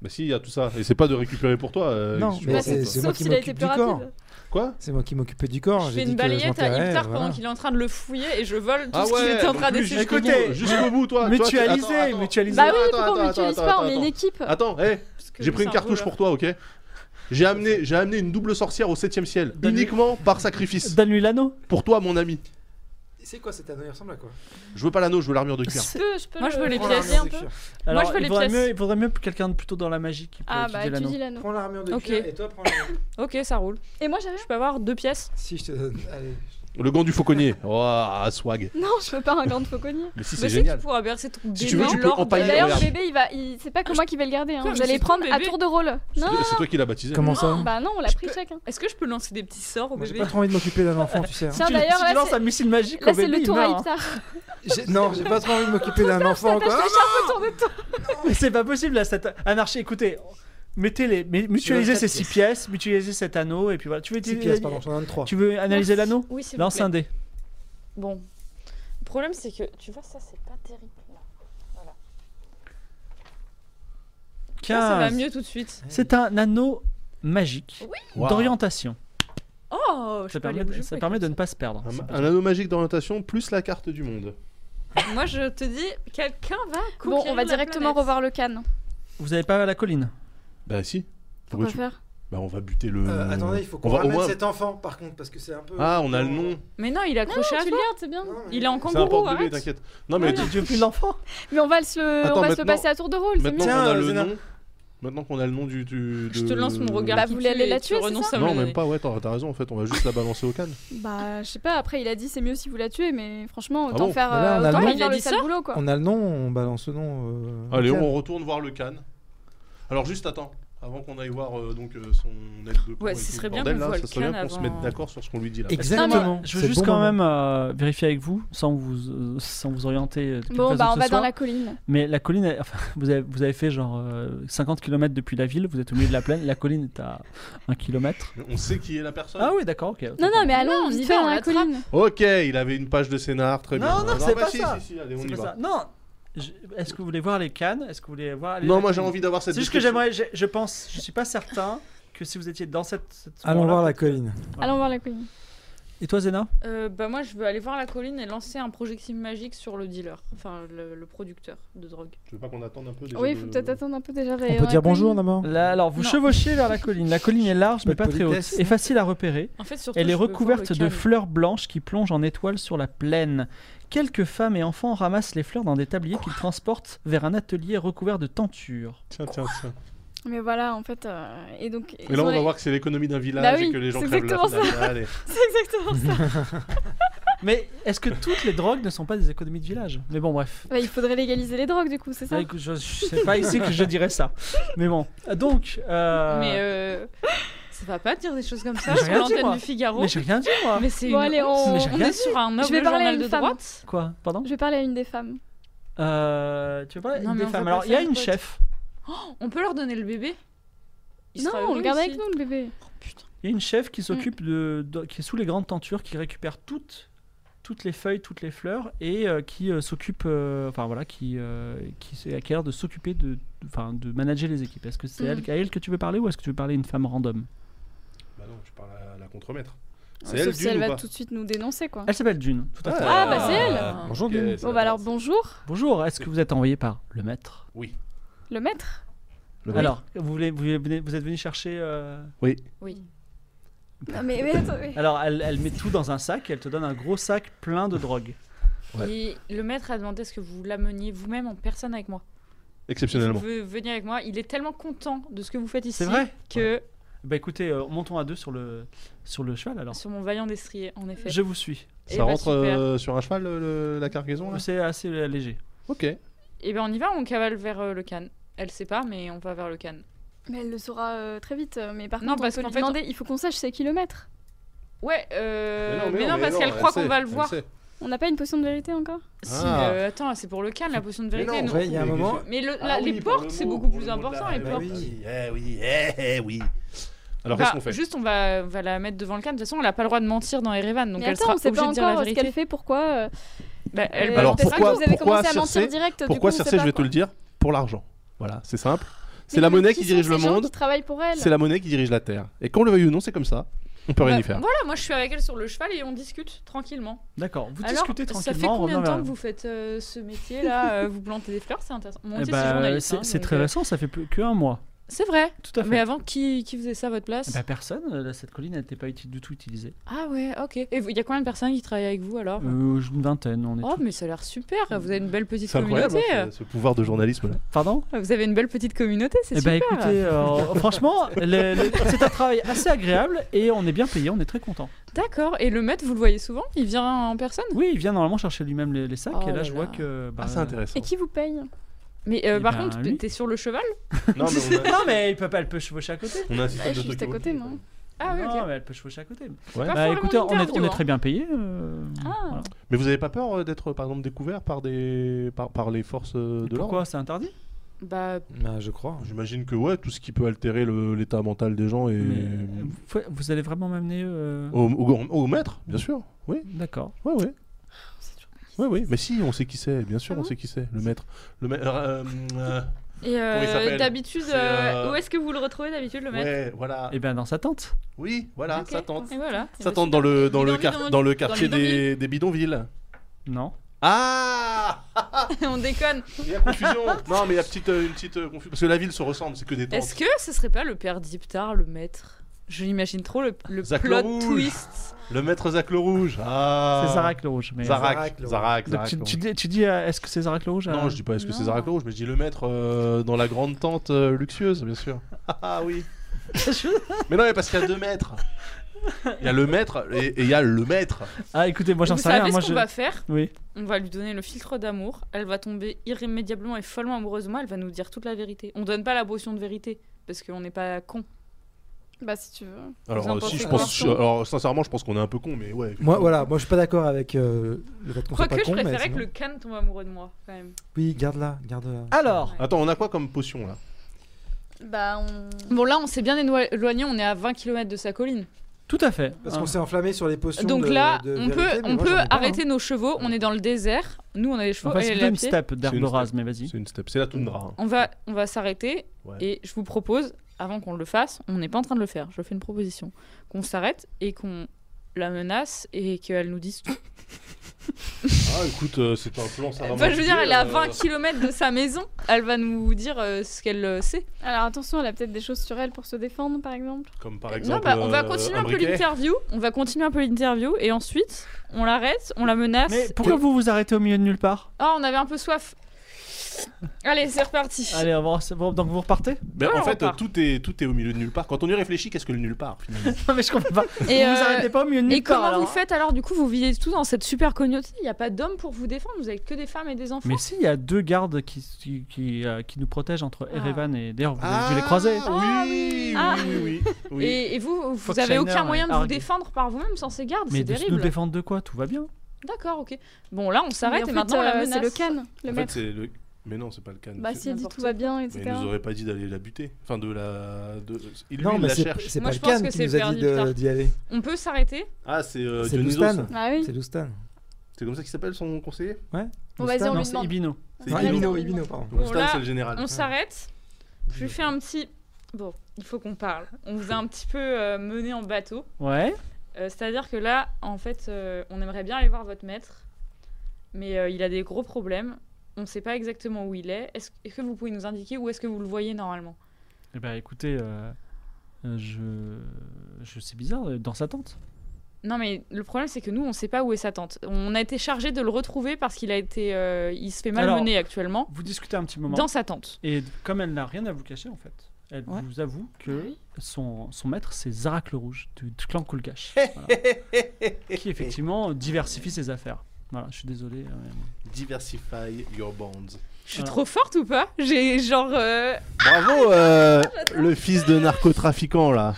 [SPEAKER 4] Bah si, il y a tout ça. Et c'est pas de récupérer pour toi. euh,
[SPEAKER 5] Non,
[SPEAKER 4] qu'est-ce que
[SPEAKER 5] mais
[SPEAKER 4] tu
[SPEAKER 1] Bah,
[SPEAKER 4] penses,
[SPEAKER 5] c'est-
[SPEAKER 4] toi
[SPEAKER 5] c'est moi
[SPEAKER 1] Sauf
[SPEAKER 5] qui
[SPEAKER 1] s'il a été Bah
[SPEAKER 5] m'occupe
[SPEAKER 1] plus
[SPEAKER 5] du corps.
[SPEAKER 1] rapide.
[SPEAKER 4] Quoi
[SPEAKER 5] C'est moi qui m'occupais du corps.
[SPEAKER 6] Je
[SPEAKER 5] j'ai
[SPEAKER 6] fais
[SPEAKER 5] dit
[SPEAKER 6] une
[SPEAKER 5] que je
[SPEAKER 6] balayette à
[SPEAKER 5] l'enterrais,
[SPEAKER 6] Iftar pendant
[SPEAKER 5] voilà.
[SPEAKER 6] qu'il est en train de le fouiller et je vole tout
[SPEAKER 4] Ah
[SPEAKER 6] ce qu'il
[SPEAKER 4] ouais,
[SPEAKER 6] était en train
[SPEAKER 4] donc lui,
[SPEAKER 6] d'essayer de
[SPEAKER 4] jusqu'au
[SPEAKER 6] gagner.
[SPEAKER 4] bout, Jusqu'au bout, toi. toi, tu-
[SPEAKER 3] Mutualiser,
[SPEAKER 4] attends, attends.
[SPEAKER 3] mutualiser.
[SPEAKER 1] Bah oui,
[SPEAKER 4] Attends,
[SPEAKER 1] pourquoi on
[SPEAKER 4] attends,
[SPEAKER 1] l'utilise
[SPEAKER 4] attends,
[SPEAKER 1] pas On est une
[SPEAKER 4] attends.
[SPEAKER 1] équipe.
[SPEAKER 4] Attends, hé,
[SPEAKER 6] Parce que
[SPEAKER 4] j'ai
[SPEAKER 6] lui,
[SPEAKER 4] pris une
[SPEAKER 6] c'est un
[SPEAKER 4] cartouche
[SPEAKER 6] voleur.
[SPEAKER 4] pour toi, ok J'ai amené, j'ai amené une double sorcière au 7ème ciel,
[SPEAKER 3] Donne-
[SPEAKER 4] uniquement par sacrifice.
[SPEAKER 3] Donne-lui l'anneau.
[SPEAKER 4] Pour toi, mon ami.
[SPEAKER 5] C'est quoi cet anneau Il ressemble à quoi
[SPEAKER 4] Je veux pas l'anneau, je veux l'armure de cuir.
[SPEAKER 1] Je peux, je peux
[SPEAKER 6] Moi, je
[SPEAKER 1] le-
[SPEAKER 6] veux les
[SPEAKER 1] prendre
[SPEAKER 6] pièces.
[SPEAKER 1] l'argent.
[SPEAKER 6] un peu.
[SPEAKER 3] Alors,
[SPEAKER 6] je veux
[SPEAKER 3] il,
[SPEAKER 6] les
[SPEAKER 3] vaudrait
[SPEAKER 6] pièces.
[SPEAKER 3] mieux, il vaudrait mieux que quelqu'un de plutôt dans la magie qui peut
[SPEAKER 5] Euh,
[SPEAKER 1] Ah bah
[SPEAKER 3] utiliser
[SPEAKER 1] tu
[SPEAKER 3] l'anneau.
[SPEAKER 1] dis l'anneau.
[SPEAKER 5] Prends l'armure de
[SPEAKER 6] Ok.
[SPEAKER 5] cuir et toi prends l'anneau.
[SPEAKER 6] Ok, ça roule.
[SPEAKER 1] Et moi j'ai rien.
[SPEAKER 6] Je peux avoir 2 pièces.
[SPEAKER 5] Si, je te donne. Allez.
[SPEAKER 4] Le gant du fauconnier. Oh, swag.
[SPEAKER 1] Non, je veux pas un grand fauconnier.
[SPEAKER 4] Mais si,
[SPEAKER 6] Mais
[SPEAKER 4] c'est
[SPEAKER 6] si,
[SPEAKER 4] génial.
[SPEAKER 6] Tu pourras bercer ton
[SPEAKER 4] Si tu veux,
[SPEAKER 6] bébé
[SPEAKER 4] tu peux
[SPEAKER 6] lord.
[SPEAKER 4] empailler.
[SPEAKER 1] D'ailleurs,
[SPEAKER 4] regarde.
[SPEAKER 1] bébé, il va, il... c'est pas que moi qui vais le garder. hein.
[SPEAKER 6] Quoi,
[SPEAKER 1] Vous
[SPEAKER 6] mais
[SPEAKER 1] allez
[SPEAKER 6] c'est
[SPEAKER 1] prendre
[SPEAKER 6] ton
[SPEAKER 1] à
[SPEAKER 6] bébé.
[SPEAKER 1] tour de rôle.
[SPEAKER 4] C'est
[SPEAKER 1] Non,
[SPEAKER 4] c'est toi qui l'as baptisé.
[SPEAKER 5] Comment ça
[SPEAKER 1] bah non, on l'a
[SPEAKER 6] Je
[SPEAKER 1] pris
[SPEAKER 6] peux-
[SPEAKER 1] chacun.
[SPEAKER 6] Est-ce que je peux lancer des petits sorts au
[SPEAKER 5] Moi, j'ai
[SPEAKER 6] Oh, bébé
[SPEAKER 5] pas trop envie de m'occuper d'un enfant, tu sais. hein.
[SPEAKER 1] Tiens,
[SPEAKER 3] tu,
[SPEAKER 1] d'ailleurs,
[SPEAKER 3] tu
[SPEAKER 1] là,
[SPEAKER 3] lances
[SPEAKER 1] c'est-
[SPEAKER 3] un missile magique
[SPEAKER 1] Là,
[SPEAKER 3] au
[SPEAKER 1] c'est
[SPEAKER 3] bébé,
[SPEAKER 1] le
[SPEAKER 3] il
[SPEAKER 1] tour à
[SPEAKER 3] meurt, hein.
[SPEAKER 1] Iftar.
[SPEAKER 5] J'ai- Non, j'ai pas trop envie de m'occuper d'un enfant,
[SPEAKER 1] T'attaches
[SPEAKER 5] quoi.
[SPEAKER 1] les charbes autour de toi.
[SPEAKER 3] Mais c'est pas possible là, cette anarchie. Écoutez, mettez les, mais- mutualisez
[SPEAKER 5] quatre
[SPEAKER 3] ces six pièces, mutualisez cet anneau, et puis voilà. Tu veux,
[SPEAKER 5] Six
[SPEAKER 3] utiliser-
[SPEAKER 5] pièces, pardon, j'en donne trois.
[SPEAKER 3] tu veux analyser
[SPEAKER 6] Merci.
[SPEAKER 3] l'anneau
[SPEAKER 6] Oui, c'est vous
[SPEAKER 3] Lance
[SPEAKER 6] plaît.
[SPEAKER 3] un dé.
[SPEAKER 6] Bon. Le problème, c'est que tu vois, ça, c'est pas terrible. Là. Ça, ça va
[SPEAKER 3] 15.
[SPEAKER 6] mieux tout de suite.
[SPEAKER 3] C'est un anneau magique
[SPEAKER 4] Waouh.
[SPEAKER 3] d'orientation.
[SPEAKER 6] Oh, je
[SPEAKER 3] Ça
[SPEAKER 6] peux aller
[SPEAKER 3] permet,
[SPEAKER 6] où je
[SPEAKER 3] de, ça
[SPEAKER 6] veux
[SPEAKER 3] permet
[SPEAKER 6] avec
[SPEAKER 3] de ne pas se perdre.
[SPEAKER 4] Un,
[SPEAKER 3] C'est
[SPEAKER 4] un anneau magique d'orientation plus la carte du monde.
[SPEAKER 6] ça. Moi, je te dis, quelqu'un va
[SPEAKER 1] Bon, on
[SPEAKER 6] conquérir
[SPEAKER 1] va
[SPEAKER 6] la
[SPEAKER 1] directement
[SPEAKER 6] planète.
[SPEAKER 1] revoir le canne.
[SPEAKER 3] Vous avez pas la colline
[SPEAKER 4] Bah si. Pourquoi
[SPEAKER 1] Pourquoi
[SPEAKER 4] tu-
[SPEAKER 1] faire
[SPEAKER 4] Bah on va buter le.
[SPEAKER 5] Euh, attendez, il faut
[SPEAKER 4] On
[SPEAKER 5] qu'on
[SPEAKER 4] va au
[SPEAKER 5] ramène
[SPEAKER 4] moins-
[SPEAKER 5] cet enfant, par contre, parce que c'est un peu.
[SPEAKER 4] Ah, on a le nom.
[SPEAKER 6] Mais non, il est accroché à
[SPEAKER 1] Tu le
[SPEAKER 6] toi.
[SPEAKER 1] gardes, c'est bien.
[SPEAKER 5] Non, mais-
[SPEAKER 6] Il est en
[SPEAKER 4] C'est un
[SPEAKER 6] kangourou,
[SPEAKER 4] porte-bébé,
[SPEAKER 6] arrête.
[SPEAKER 4] t'inquiète. Non mais
[SPEAKER 3] Tu veux plus l'enfant
[SPEAKER 1] Mais on va se le,
[SPEAKER 4] Attends,
[SPEAKER 1] on va se le
[SPEAKER 4] maintenant-
[SPEAKER 1] passer à tour de rôle, c'est
[SPEAKER 4] maintenant
[SPEAKER 1] mieux.
[SPEAKER 4] qu'on
[SPEAKER 5] Tiens,
[SPEAKER 4] a le
[SPEAKER 5] Zéna.
[SPEAKER 4] nom. Maintenant qu'on a le nom du. du-
[SPEAKER 6] Je
[SPEAKER 4] de-
[SPEAKER 6] te lance mon regard.
[SPEAKER 1] Bah,
[SPEAKER 6] qui
[SPEAKER 1] vous
[SPEAKER 6] tue
[SPEAKER 1] voulez aller
[SPEAKER 6] et
[SPEAKER 1] la
[SPEAKER 6] tu
[SPEAKER 1] tuer, c'est
[SPEAKER 6] renonces
[SPEAKER 1] ça
[SPEAKER 6] à me
[SPEAKER 4] Non,
[SPEAKER 6] la
[SPEAKER 4] même
[SPEAKER 6] donner.
[SPEAKER 4] pas, ouais, t'as t'as raison en fait, on va juste la balancer au canne.
[SPEAKER 1] Bah, je sais pas, après il a dit c'est mieux si vous la tuez, mais franchement,
[SPEAKER 4] Ah
[SPEAKER 1] autant
[SPEAKER 4] bon
[SPEAKER 1] faire,
[SPEAKER 5] Mais là,
[SPEAKER 1] euh,
[SPEAKER 5] on
[SPEAKER 1] autant
[SPEAKER 5] a le
[SPEAKER 1] pas
[SPEAKER 6] nom. Il
[SPEAKER 1] faire
[SPEAKER 6] a
[SPEAKER 1] le
[SPEAKER 6] dit
[SPEAKER 1] sale
[SPEAKER 6] ça
[SPEAKER 1] boulot quoi.
[SPEAKER 5] On a le nom, on balance le nom. euh,
[SPEAKER 4] Allez,
[SPEAKER 5] nickel.
[SPEAKER 4] on retourne voir le canne. Alors juste attends, avant qu'on aille voir euh, donc euh, son aide de camp
[SPEAKER 6] Ouais,
[SPEAKER 4] et
[SPEAKER 6] ce
[SPEAKER 4] tout le
[SPEAKER 6] serait bien
[SPEAKER 4] bordel,
[SPEAKER 6] qu'on
[SPEAKER 4] là,
[SPEAKER 6] voit
[SPEAKER 4] ça
[SPEAKER 6] le
[SPEAKER 4] serait bien
[SPEAKER 6] Khan
[SPEAKER 4] qu'on se mette
[SPEAKER 6] avant.
[SPEAKER 4] d'accord sur ce qu'on lui dit là.
[SPEAKER 5] Exactement.
[SPEAKER 3] Je veux
[SPEAKER 5] c'est
[SPEAKER 3] juste
[SPEAKER 5] le bon
[SPEAKER 3] quand
[SPEAKER 5] moment.
[SPEAKER 3] même euh, vérifier avec vous, sans vous, euh, sans vous orienter. euh, de quelque
[SPEAKER 1] Bon,
[SPEAKER 3] façon
[SPEAKER 1] bah
[SPEAKER 3] que
[SPEAKER 1] on
[SPEAKER 3] ce
[SPEAKER 1] va
[SPEAKER 3] soit.
[SPEAKER 1] dans la colline.
[SPEAKER 3] Mais la colline, elle- enfin, vous, avez, vous avez fait genre euh, 50 km depuis la ville, vous êtes au milieu de la plaine, la colline est à 1 km.
[SPEAKER 4] On sait qui est la personne.
[SPEAKER 3] Ah oui, d'accord, ok.
[SPEAKER 1] Non, non, mais
[SPEAKER 6] Non,
[SPEAKER 1] allons
[SPEAKER 6] on y
[SPEAKER 1] vite
[SPEAKER 6] va,
[SPEAKER 1] faire
[SPEAKER 6] on
[SPEAKER 1] dans la
[SPEAKER 6] l'attrape.
[SPEAKER 1] colline.
[SPEAKER 4] Ok, il avait une page de scénar, très
[SPEAKER 3] Non,
[SPEAKER 4] bien.
[SPEAKER 3] non, c'est
[SPEAKER 4] bah,
[SPEAKER 3] pas
[SPEAKER 4] si,
[SPEAKER 3] ça.
[SPEAKER 4] Si, si, allez, on
[SPEAKER 3] C'est
[SPEAKER 4] y va.
[SPEAKER 3] pas ça. Non, je- est-ce que vous voulez voir les cannes Est-ce que vous voulez voir les
[SPEAKER 4] Non, moi j'ai envie d'avoir cette.
[SPEAKER 3] C'est juste que
[SPEAKER 4] description.
[SPEAKER 3] j'aimerais, j'ai- je pense, je suis pas certain que si vous étiez dans cette. cette-
[SPEAKER 5] Allons
[SPEAKER 3] voilà.
[SPEAKER 5] voir la colline.
[SPEAKER 1] Allons voir la colline.
[SPEAKER 3] Et toi, Zena
[SPEAKER 6] Euh, bah moi je veux aller voir la colline et lancer un projectile magique sur le dealer, enfin le, le producteur de drogue.
[SPEAKER 4] Tu veux pas qu'on attende un peu déjà
[SPEAKER 1] Oui,
[SPEAKER 4] de-
[SPEAKER 1] faut peut-être attendre un peu déjà.
[SPEAKER 5] On peut dire bonjour d'abord
[SPEAKER 3] Là, alors vous
[SPEAKER 6] Non.
[SPEAKER 3] chevauchez vers la colline. La colline est large
[SPEAKER 5] Pas
[SPEAKER 3] mais
[SPEAKER 5] de
[SPEAKER 3] pas très haute
[SPEAKER 5] politesse.
[SPEAKER 3] et facile à repérer.
[SPEAKER 6] En fait surtout
[SPEAKER 3] Elle
[SPEAKER 6] je
[SPEAKER 3] est
[SPEAKER 6] veux
[SPEAKER 3] recouverte
[SPEAKER 6] voir
[SPEAKER 3] de
[SPEAKER 6] le calme.
[SPEAKER 3] fleurs blanches qui plongent en étoiles sur la plaine. Quelques femmes et enfants ramassent les fleurs dans des tabliers qu'ils transportent vers un atelier recouvert de tentures.
[SPEAKER 4] Tiens, tiens, tiens.
[SPEAKER 1] Mais voilà, en fait, euh, et donc.
[SPEAKER 4] Et
[SPEAKER 1] ils ont
[SPEAKER 4] là, on va
[SPEAKER 1] les-
[SPEAKER 4] voir que c'est l'économie d'un village
[SPEAKER 1] Bah oui,
[SPEAKER 4] et que les gens
[SPEAKER 1] c'est
[SPEAKER 4] crèvent la
[SPEAKER 1] exactement
[SPEAKER 4] dalle. Allez.
[SPEAKER 1] C'est exactement ça.
[SPEAKER 3] Mais est-ce que toutes les drogues ne sont pas des économies de village Mais bon, bref.
[SPEAKER 1] Bah, il faudrait légaliser les drogues du coup, c'est ça
[SPEAKER 3] Ouais, écoute, je, je sais pas ici que je dirais ça. Mais bon. Ah, Donc. euh,
[SPEAKER 6] Mais euh, ça va pas dire des choses comme ça
[SPEAKER 3] Mais j'ai
[SPEAKER 6] sur
[SPEAKER 3] rien dit,
[SPEAKER 6] l'antenne
[SPEAKER 3] moi.
[SPEAKER 6] du Figaro.
[SPEAKER 3] mais j'ai rien dit moi.
[SPEAKER 6] euh, Mais c'est
[SPEAKER 1] Bon,
[SPEAKER 6] une
[SPEAKER 1] allez,
[SPEAKER 6] honte.
[SPEAKER 1] on-
[SPEAKER 3] Mais j'ai
[SPEAKER 6] on
[SPEAKER 3] rien
[SPEAKER 6] est
[SPEAKER 3] dit.
[SPEAKER 6] sur un
[SPEAKER 1] Je vais
[SPEAKER 6] noble
[SPEAKER 1] parler à
[SPEAKER 6] journal
[SPEAKER 1] une
[SPEAKER 6] de
[SPEAKER 1] femme.
[SPEAKER 6] droite.
[SPEAKER 3] Quoi Pardon
[SPEAKER 1] Je vais parler à une des femmes.
[SPEAKER 3] Euh, Tu veux parler
[SPEAKER 6] Non, mais
[SPEAKER 3] des
[SPEAKER 6] on veut
[SPEAKER 3] femmes
[SPEAKER 6] pas
[SPEAKER 3] Alors il y a
[SPEAKER 6] faire
[SPEAKER 3] une
[SPEAKER 6] pote.
[SPEAKER 3] chef.
[SPEAKER 6] On peut leur donner le bébé. Il
[SPEAKER 1] non,
[SPEAKER 6] sera
[SPEAKER 1] on
[SPEAKER 6] heureux
[SPEAKER 1] le garde
[SPEAKER 6] ici.
[SPEAKER 1] avec nous, le bébé.
[SPEAKER 3] Il y a une chef qui s'occupe de, de- qui est sous les grandes tentures, qui récupère toutes, toutes les feuilles, toutes les fleurs et euh, qui euh, s'occupe, euh, enfin voilà, qui, euh, qui, s'est- qui a l'air de s'occuper de, de- enfin de manager les équipes. Est-ce que c'est
[SPEAKER 6] Mhm.
[SPEAKER 3] elle- à elle que tu veux parler ou est-ce que tu veux parler à une femme random
[SPEAKER 4] Bah non, tu parles à la contremaître.
[SPEAKER 1] Sauf
[SPEAKER 4] C'est elle,
[SPEAKER 1] si
[SPEAKER 4] Dune,
[SPEAKER 1] elle
[SPEAKER 4] ou
[SPEAKER 1] va
[SPEAKER 4] pas
[SPEAKER 1] tout de suite nous dénoncer, quoi.
[SPEAKER 3] Elle s'appelle Dune. Tout à fait.
[SPEAKER 1] Ah, bah, c'est elle.
[SPEAKER 5] Bonjour,
[SPEAKER 4] Ok,
[SPEAKER 5] Dune.
[SPEAKER 4] c'est
[SPEAKER 1] Bon,
[SPEAKER 4] la
[SPEAKER 1] bah alors
[SPEAKER 4] partie.
[SPEAKER 1] bonjour,
[SPEAKER 3] Bonjour. Est-ce que vous êtes envoyé par le maître
[SPEAKER 4] Oui.
[SPEAKER 1] le maître.
[SPEAKER 4] Le maître.
[SPEAKER 3] Alors, vous, voulez, vous, venez- vous êtes venu chercher. euh,
[SPEAKER 6] Oui.
[SPEAKER 1] Non, mais, mais attends, mais-
[SPEAKER 3] Alors, elle, elle met tout dans un sac et elle te donne un gros sac plein de drogue.
[SPEAKER 4] Ouais.
[SPEAKER 6] Et le maître a demandé à ce que vous l'ameniez vous-même en personne avec moi. Vous
[SPEAKER 4] Exceptionnellement.
[SPEAKER 6] pouvez venir avec moi. Il est tellement content de ce que vous faites ici
[SPEAKER 3] C'est vrai
[SPEAKER 6] que
[SPEAKER 3] Bah écoutez, euh, montons à deux sur le, sur le cheval alors.
[SPEAKER 6] sur mon vaillant destrier, en effet.
[SPEAKER 3] Je vous suis.
[SPEAKER 6] Eh
[SPEAKER 4] Ça
[SPEAKER 6] bah,
[SPEAKER 4] rentre
[SPEAKER 6] super.
[SPEAKER 4] euh, sur un cheval, le- le- la cargaison là
[SPEAKER 3] C'est assez euh, léger.
[SPEAKER 4] Ok.
[SPEAKER 6] Et bien Eh bah, on y va, on cavale vers euh, le Cannes. Elle sait pas, mais on va vers le Cannes.
[SPEAKER 1] mais elle le saura euh, très vite. euh, Mais par
[SPEAKER 6] Non,
[SPEAKER 1] contre,
[SPEAKER 6] parce
[SPEAKER 1] on peut
[SPEAKER 6] qu'en
[SPEAKER 1] lui
[SPEAKER 6] fait,
[SPEAKER 1] demander, il faut qu'on sache c'est qui le maître.
[SPEAKER 6] Ouais, euh, mais, non, parce qu'elle croit qu'on va le voir.
[SPEAKER 1] On n'a pas une potion de vérité encore
[SPEAKER 6] Si,
[SPEAKER 4] Ah.
[SPEAKER 6] euh, attends, c'est pour le Cannes la potion de
[SPEAKER 4] Mais
[SPEAKER 6] vérité.
[SPEAKER 4] non,
[SPEAKER 6] nous.
[SPEAKER 5] Ouais, il y a un moment.
[SPEAKER 6] Mais le- la- les portes, c'est beaucoup plus important, les
[SPEAKER 5] Bah
[SPEAKER 6] portes.
[SPEAKER 5] oui.
[SPEAKER 4] Eh oui, eh, eh oui. Alors
[SPEAKER 6] Enfin,
[SPEAKER 4] qu'est-ce qu'on fait
[SPEAKER 6] Juste, on va, on va la mettre devant le Cannes. De toute façon, on n'a pas le droit de mentir dans Erevan, donc
[SPEAKER 1] Mais
[SPEAKER 6] elle
[SPEAKER 1] attends,
[SPEAKER 6] sera
[SPEAKER 1] on sait
[SPEAKER 6] obligée
[SPEAKER 1] pas
[SPEAKER 6] de dire la
[SPEAKER 1] encore ce
[SPEAKER 6] vérité.
[SPEAKER 1] qu'elle fait, pourquoi. euh,
[SPEAKER 6] Bah, elle-
[SPEAKER 1] euh,
[SPEAKER 4] Alors,
[SPEAKER 1] peut-être
[SPEAKER 4] pourquoi-
[SPEAKER 1] que vous avez
[SPEAKER 4] pourquoi
[SPEAKER 1] commencé à
[SPEAKER 4] Cersei-
[SPEAKER 1] mentir direct. du
[SPEAKER 4] Pourquoi
[SPEAKER 1] coup, on sait
[SPEAKER 4] Cersei,
[SPEAKER 1] pas,
[SPEAKER 4] je vais te
[SPEAKER 1] quoi.
[SPEAKER 4] le dire Pour l'argent. Voilà, c'est simple. C'est
[SPEAKER 1] Mais non,
[SPEAKER 4] la
[SPEAKER 1] mais
[SPEAKER 4] monnaie
[SPEAKER 1] qui
[SPEAKER 4] qui
[SPEAKER 1] sont
[SPEAKER 4] dirige
[SPEAKER 1] ces
[SPEAKER 4] le
[SPEAKER 1] gens
[SPEAKER 4] monde,
[SPEAKER 1] Qui travaille pour elle.
[SPEAKER 4] c'est la monnaie qui dirige la Terre. Et qu'on le veuille ou non, c'est comme ça. On peut rien y
[SPEAKER 6] Bah,
[SPEAKER 4] faire.
[SPEAKER 6] Voilà, moi je suis avec elle sur le cheval et on discute tranquillement.
[SPEAKER 3] D'accord, vous
[SPEAKER 6] Alors,
[SPEAKER 3] discutez
[SPEAKER 6] ça fait
[SPEAKER 3] tranquillement. on
[SPEAKER 6] combien de
[SPEAKER 3] revient
[SPEAKER 6] temps
[SPEAKER 3] vers-
[SPEAKER 6] que vous faites euh, ce métier là euh, Vous plantez des fleurs, c'est intéressant. Mon
[SPEAKER 3] Eh
[SPEAKER 6] métier,
[SPEAKER 3] bah,
[SPEAKER 6] c'est journaliste. hein,
[SPEAKER 3] c'est c'est
[SPEAKER 6] donc,
[SPEAKER 3] très
[SPEAKER 6] euh,
[SPEAKER 3] récent, ça fait plus qu'un mois.
[SPEAKER 6] C'est vrai.
[SPEAKER 3] Tout à fait.
[SPEAKER 6] Mais avant, qui, qui faisait ça à votre place
[SPEAKER 3] Eh bah, personne, euh, là, cette colline n'était pas uti- du tout utilisée.
[SPEAKER 6] Ah ouais, ok. Et il y a combien de personnes qui travaillent avec vous alors
[SPEAKER 3] Euh, une vingtaine, on est.
[SPEAKER 6] Ah. Oh,
[SPEAKER 3] tous-
[SPEAKER 6] mais ça a l'air super. Vous avez une belle petite
[SPEAKER 4] C'est incroyable,
[SPEAKER 6] communauté.
[SPEAKER 4] hein, ce, ce pouvoir de journalisme là.
[SPEAKER 3] Pardon
[SPEAKER 6] Vous avez une belle petite communauté, c'est
[SPEAKER 3] Eh bah
[SPEAKER 6] super.
[SPEAKER 3] écoutez, euh, franchement, le- le- c'est un travail assez agréable et on est bien payé, on est très content.
[SPEAKER 6] D'accord. Et le maître, vous le voyez souvent Il vient en personne
[SPEAKER 3] Oui, il vient normalement chercher lui-même les, les sacs
[SPEAKER 6] Oh
[SPEAKER 3] et là,
[SPEAKER 6] là
[SPEAKER 3] je vois
[SPEAKER 6] là.
[SPEAKER 3] que. bah,
[SPEAKER 4] Ah, c'est intéressant.
[SPEAKER 1] Et qui vous paye
[SPEAKER 6] Mais euh,
[SPEAKER 3] Eh
[SPEAKER 6] par
[SPEAKER 3] ben,
[SPEAKER 6] contre,
[SPEAKER 3] lui.
[SPEAKER 6] t'es sur le cheval
[SPEAKER 4] Non, mais on a-
[SPEAKER 3] Non, mais il peut pas, elle peut chevaucher à côté.
[SPEAKER 4] on a un système
[SPEAKER 1] Je
[SPEAKER 4] de
[SPEAKER 1] suis juste à
[SPEAKER 4] Tokyo.
[SPEAKER 1] côté, moi.
[SPEAKER 6] Ah oui,
[SPEAKER 3] non,
[SPEAKER 6] ok.
[SPEAKER 3] mais elle peut chevaucher à côté.
[SPEAKER 4] Ouais.
[SPEAKER 6] Pas
[SPEAKER 3] Bah
[SPEAKER 6] forcément
[SPEAKER 3] écoutez, on est,
[SPEAKER 6] d'interview,
[SPEAKER 3] on est
[SPEAKER 6] hein. Ah.
[SPEAKER 3] très bien payé. euh, voilà.
[SPEAKER 4] Mais vous avez pas peur euh, d'être par exemple découvert par des par, par les forces euh,
[SPEAKER 3] Et
[SPEAKER 4] de l'ordre
[SPEAKER 3] Pourquoi c'est interdit
[SPEAKER 6] Bah,
[SPEAKER 5] Bah, je crois.
[SPEAKER 4] J'imagine que ouais, tout ce qui peut altérer le- l'état mental des gens et
[SPEAKER 3] Mais, euh, vous, vous allez vraiment m'amener. euh,
[SPEAKER 4] au, au, au maître, bien sûr. Oui,
[SPEAKER 3] D'accord.
[SPEAKER 4] ouais, ouais.
[SPEAKER 1] sait toujours
[SPEAKER 4] Ouais, ouais. Mais si, on sait qui c'est, bien sûr,
[SPEAKER 1] Ah
[SPEAKER 4] on
[SPEAKER 1] bon
[SPEAKER 4] sait qui c'est, le maître. Le maître. euh, euh,
[SPEAKER 6] et euh,
[SPEAKER 4] Comment il s'appelle
[SPEAKER 6] d'habitude,
[SPEAKER 4] C'est, euh,
[SPEAKER 6] euh, où est-ce que vous le retrouvez d'habitude, le maître
[SPEAKER 4] ouais, voilà.
[SPEAKER 3] Et Eh bien dans sa tente.
[SPEAKER 4] Oui, voilà,
[SPEAKER 6] Ok.
[SPEAKER 4] ça tente.
[SPEAKER 6] Et voilà.
[SPEAKER 4] Ça tente dans le dans le
[SPEAKER 6] Bidonville,
[SPEAKER 4] quar-
[SPEAKER 6] dans-
[SPEAKER 4] dans le quartier
[SPEAKER 6] dans les
[SPEAKER 4] des, des bidonvilles.
[SPEAKER 3] Non.
[SPEAKER 4] Ah
[SPEAKER 6] on déconne.
[SPEAKER 4] Il y a confusion. non, mais il y a petite, euh, une petite euh, confusion parce que la ville se ressemble, c'est que des tentes.
[SPEAKER 6] Est-ce que ce serait pas le père d'Iptar, le maître Je l'imagine trop, le, le
[SPEAKER 4] Zac
[SPEAKER 6] plot
[SPEAKER 4] le Rouge.
[SPEAKER 6] twist.
[SPEAKER 4] Le maître Zac le rouge. Ah.
[SPEAKER 3] C'est Zarak le rouge. Mais... euh,
[SPEAKER 4] Zarak.
[SPEAKER 5] Zarak le Rouge.
[SPEAKER 4] Zarak.
[SPEAKER 3] Donc,
[SPEAKER 4] Zarak
[SPEAKER 3] tu,
[SPEAKER 4] le
[SPEAKER 3] tu
[SPEAKER 4] Rouge.
[SPEAKER 3] dis, tu dis, euh, est-ce que c'est Zarak le rouge euh,
[SPEAKER 4] Non, je dis pas est-ce que c'est
[SPEAKER 6] Non.
[SPEAKER 4] Zarak le rouge, mais je dis le maître euh, dans la grande tente euh, luxueuse, bien sûr. Ah, Ah oui. mais non, mais parce qu'il y a deux maîtres. Il y a le maître et et il y a le maître.
[SPEAKER 3] Ah, écoutez, moi j'en
[SPEAKER 6] vous
[SPEAKER 3] sais
[SPEAKER 6] savez
[SPEAKER 3] rien.
[SPEAKER 6] ce
[SPEAKER 3] Moi,
[SPEAKER 6] qu'on
[SPEAKER 3] je...
[SPEAKER 6] va faire
[SPEAKER 3] Oui.
[SPEAKER 6] On va lui donner le filtre d'amour. Elle va tomber irrémédiablement et follement amoureuse de moi. Elle va nous dire toute la vérité. On donne pas la potion de vérité parce qu'on n'est pas con.
[SPEAKER 1] Bah, si tu veux.
[SPEAKER 6] Vous en
[SPEAKER 4] Alors, si,
[SPEAKER 6] pensez
[SPEAKER 4] je
[SPEAKER 6] quoi
[SPEAKER 4] pense, alors sincèrement, je pense qu'on est un peu con, mais ouais.
[SPEAKER 5] Moi, voilà, moi je suis pas d'accord avec euh, le fait qu'on soit
[SPEAKER 6] Quoique,
[SPEAKER 5] pas
[SPEAKER 6] je
[SPEAKER 5] con, mais
[SPEAKER 6] préférais que
[SPEAKER 5] sinon-
[SPEAKER 6] le Khan tombe amoureux de moi quand même.
[SPEAKER 5] Oui, garde-la, garde-la.
[SPEAKER 3] Alors,
[SPEAKER 6] Ouais.
[SPEAKER 4] Attends, on a quoi comme potion là
[SPEAKER 1] Bah, on.
[SPEAKER 6] Bon, là, on s'est bien éloigné. éloigné, On est à 20 km de sa colline.
[SPEAKER 3] tout à fait.
[SPEAKER 5] Parce
[SPEAKER 3] Hein.
[SPEAKER 5] qu'on s'est enflammé sur les potions.
[SPEAKER 6] Ah. Donc
[SPEAKER 5] de-
[SPEAKER 6] là,
[SPEAKER 5] de
[SPEAKER 6] on
[SPEAKER 5] vérité,
[SPEAKER 6] peut,
[SPEAKER 5] mais
[SPEAKER 6] on
[SPEAKER 5] moi,
[SPEAKER 6] peut
[SPEAKER 5] j'en ai pas, hein.
[SPEAKER 6] arrêter nos chevaux. On est dans le désert. Nous, on a les chevaux.
[SPEAKER 3] Enfin,
[SPEAKER 6] elle,
[SPEAKER 3] c'est
[SPEAKER 6] elle est
[SPEAKER 3] plutôt
[SPEAKER 6] à
[SPEAKER 3] une
[SPEAKER 6] pied.
[SPEAKER 3] steppe d'herbe
[SPEAKER 4] une steppe.
[SPEAKER 3] rase, mais vas-y.
[SPEAKER 4] C'est une step, c'est la toundra. hein.
[SPEAKER 6] On va, on va s'arrêter
[SPEAKER 4] Ouais.
[SPEAKER 6] et je vous propose, avant qu'on le fasse, on n'est pas en train de le faire, je fais une proposition, qu'on s'arrête et qu'on la menace et qu'elle nous dise tout.
[SPEAKER 4] Ah, écoute, euh, c'est un plan, ça va.
[SPEAKER 6] Enfin, je veux dire,
[SPEAKER 4] m'intriguer,
[SPEAKER 6] elle est à
[SPEAKER 4] euh,
[SPEAKER 6] 20 km de sa maison, elle va nous dire euh, ce qu'elle euh, sait.
[SPEAKER 1] Alors, attention, elle a peut-être des choses sur elle pour se défendre, par exemple.
[SPEAKER 4] Comme par exemple.
[SPEAKER 6] non, bah, on va
[SPEAKER 4] euh,
[SPEAKER 6] continuer
[SPEAKER 4] un
[SPEAKER 6] un, peu
[SPEAKER 4] briquet.
[SPEAKER 6] l'interview, on va continuer un peu l'interview et ensuite, on l'arrête, on la menace.
[SPEAKER 3] Mais pourquoi
[SPEAKER 6] Ah, et-
[SPEAKER 3] vous vous arrêtez au milieu de nulle part
[SPEAKER 6] Ah, on avait un peu soif. Allez, c'est reparti.
[SPEAKER 3] Allez, on va- c'est bon, donc vous repartez
[SPEAKER 4] Mais
[SPEAKER 6] Ouais,
[SPEAKER 4] en
[SPEAKER 6] on
[SPEAKER 4] fait,
[SPEAKER 6] repart.
[SPEAKER 4] tout est, tout est au milieu de nulle part. Quand on y réfléchit, qu'est-ce que le nulle part finalement
[SPEAKER 3] Non, mais je comprends pas. vous
[SPEAKER 6] Et,
[SPEAKER 3] vous
[SPEAKER 6] euh,
[SPEAKER 3] arrêtez pas au milieu de nulle
[SPEAKER 6] Et
[SPEAKER 3] part.
[SPEAKER 6] comment
[SPEAKER 3] alors,
[SPEAKER 6] vous
[SPEAKER 3] hein.
[SPEAKER 6] faites alors du coup Vous vivez tout dans cette super communauté, il n'y a pas d'hommes pour vous défendre, vous avez que des femmes et des enfants.
[SPEAKER 3] Mais si, il y a deux gardes qui, qui, qui, euh, qui nous protègent entre
[SPEAKER 6] Ah.
[SPEAKER 3] Erevan et. D'ailleurs, vous avez dû les croiser.
[SPEAKER 6] Ah
[SPEAKER 4] oui,
[SPEAKER 6] Ah.
[SPEAKER 4] oui, oui, oui, oui.
[SPEAKER 6] Et, et vous, vous
[SPEAKER 3] Fox
[SPEAKER 6] n'avez
[SPEAKER 3] Shiner,
[SPEAKER 6] aucun moyen
[SPEAKER 3] ouais,
[SPEAKER 6] de vous
[SPEAKER 3] argue.
[SPEAKER 6] défendre par vous-même sans ces gardes,
[SPEAKER 3] Mais
[SPEAKER 6] c'est
[SPEAKER 3] de- nous
[SPEAKER 6] terrible.
[SPEAKER 3] défendre de quoi Tout va bien.
[SPEAKER 6] D'accord, ok. Bon, là, on s'arrête
[SPEAKER 1] Mais
[SPEAKER 6] et
[SPEAKER 1] en
[SPEAKER 6] maintenant
[SPEAKER 1] fait,
[SPEAKER 6] on la
[SPEAKER 1] euh,
[SPEAKER 6] menace.
[SPEAKER 1] C'est le canne, le
[SPEAKER 4] En fait,
[SPEAKER 1] maître.
[SPEAKER 4] c'est le. Mais non, c'est pas le Cannes.
[SPEAKER 1] Bah,
[SPEAKER 4] C'est-
[SPEAKER 1] si elle dit
[SPEAKER 6] n'importe
[SPEAKER 1] tout va bien,
[SPEAKER 4] Mais
[SPEAKER 1] etc.
[SPEAKER 4] il nous aurait pas dit d'aller la buter. Enfin, de la. De... Il, lui,
[SPEAKER 5] non,
[SPEAKER 4] il
[SPEAKER 5] mais
[SPEAKER 4] la
[SPEAKER 5] c'est
[SPEAKER 4] cherche.
[SPEAKER 5] c'est
[SPEAKER 6] Moi,
[SPEAKER 5] pas
[SPEAKER 6] je
[SPEAKER 5] le
[SPEAKER 6] pense
[SPEAKER 5] Cannes
[SPEAKER 6] que
[SPEAKER 5] qui
[SPEAKER 6] c'est
[SPEAKER 5] nous a
[SPEAKER 6] perdu
[SPEAKER 5] dit
[SPEAKER 6] plus
[SPEAKER 5] de-
[SPEAKER 6] tard.
[SPEAKER 5] d'y aller.
[SPEAKER 6] On peut s'arrêter
[SPEAKER 4] Ah, c'est euh,
[SPEAKER 5] C'est
[SPEAKER 4] Dionysos.
[SPEAKER 5] Boustan.
[SPEAKER 4] ça.
[SPEAKER 1] Ah oui.
[SPEAKER 5] C'est Loustan.
[SPEAKER 4] C'est comme ça qu'il s'appelle son conseiller
[SPEAKER 1] Bon, vas-y, on
[SPEAKER 3] Non,
[SPEAKER 1] lui
[SPEAKER 3] c'est
[SPEAKER 1] demande.
[SPEAKER 3] Ibino.
[SPEAKER 4] C'est
[SPEAKER 5] Non,
[SPEAKER 1] Ibino.
[SPEAKER 5] Ibino, Ibino, pardon.
[SPEAKER 4] Donc, Stan,
[SPEAKER 6] là,
[SPEAKER 4] c'est le général.
[SPEAKER 6] On s'arrête. Je lui fais un petit. Bon, il faut qu'on parle. On vous a un petit peu euh, mené en bateau.
[SPEAKER 3] Ouais.
[SPEAKER 6] Euh, C'est-à-dire que là, en fait, euh, on aimerait bien aller voir votre maître, mais euh, il a des gros problèmes. On ne sait pas exactement où il est. Est-ce est-ce que vous pouvez nous indiquer où est-ce que vous le voyez normalement
[SPEAKER 3] Eh ben, écoutez, euh, euh, je, je c'est bizarre, euh, dans sa tente.
[SPEAKER 6] Non, mais le problème, c'est que nous, on ne sait pas où est sa tante. On a été chargé de le retrouver parce qu'il a été, euh, il se fait
[SPEAKER 3] Alors,
[SPEAKER 6] malmener actuellement
[SPEAKER 3] Vous discutez un petit moment.
[SPEAKER 6] dans sa tante.
[SPEAKER 3] Et comme elle n'a rien à vous cacher en fait, elle
[SPEAKER 6] Ouais.
[SPEAKER 3] vous avoue que son, son maître c'est Zarak le Rouge du, du clan Kulgash, qui effectivement diversifie ses affaires. Voilà, je suis désolé. euh,
[SPEAKER 4] Diversify your bonds.
[SPEAKER 6] Je suis
[SPEAKER 3] Alors.
[SPEAKER 6] trop forte ou pas J'ai genre. euh,
[SPEAKER 4] Bravo, euh, le fils de narcotrafiquant, là.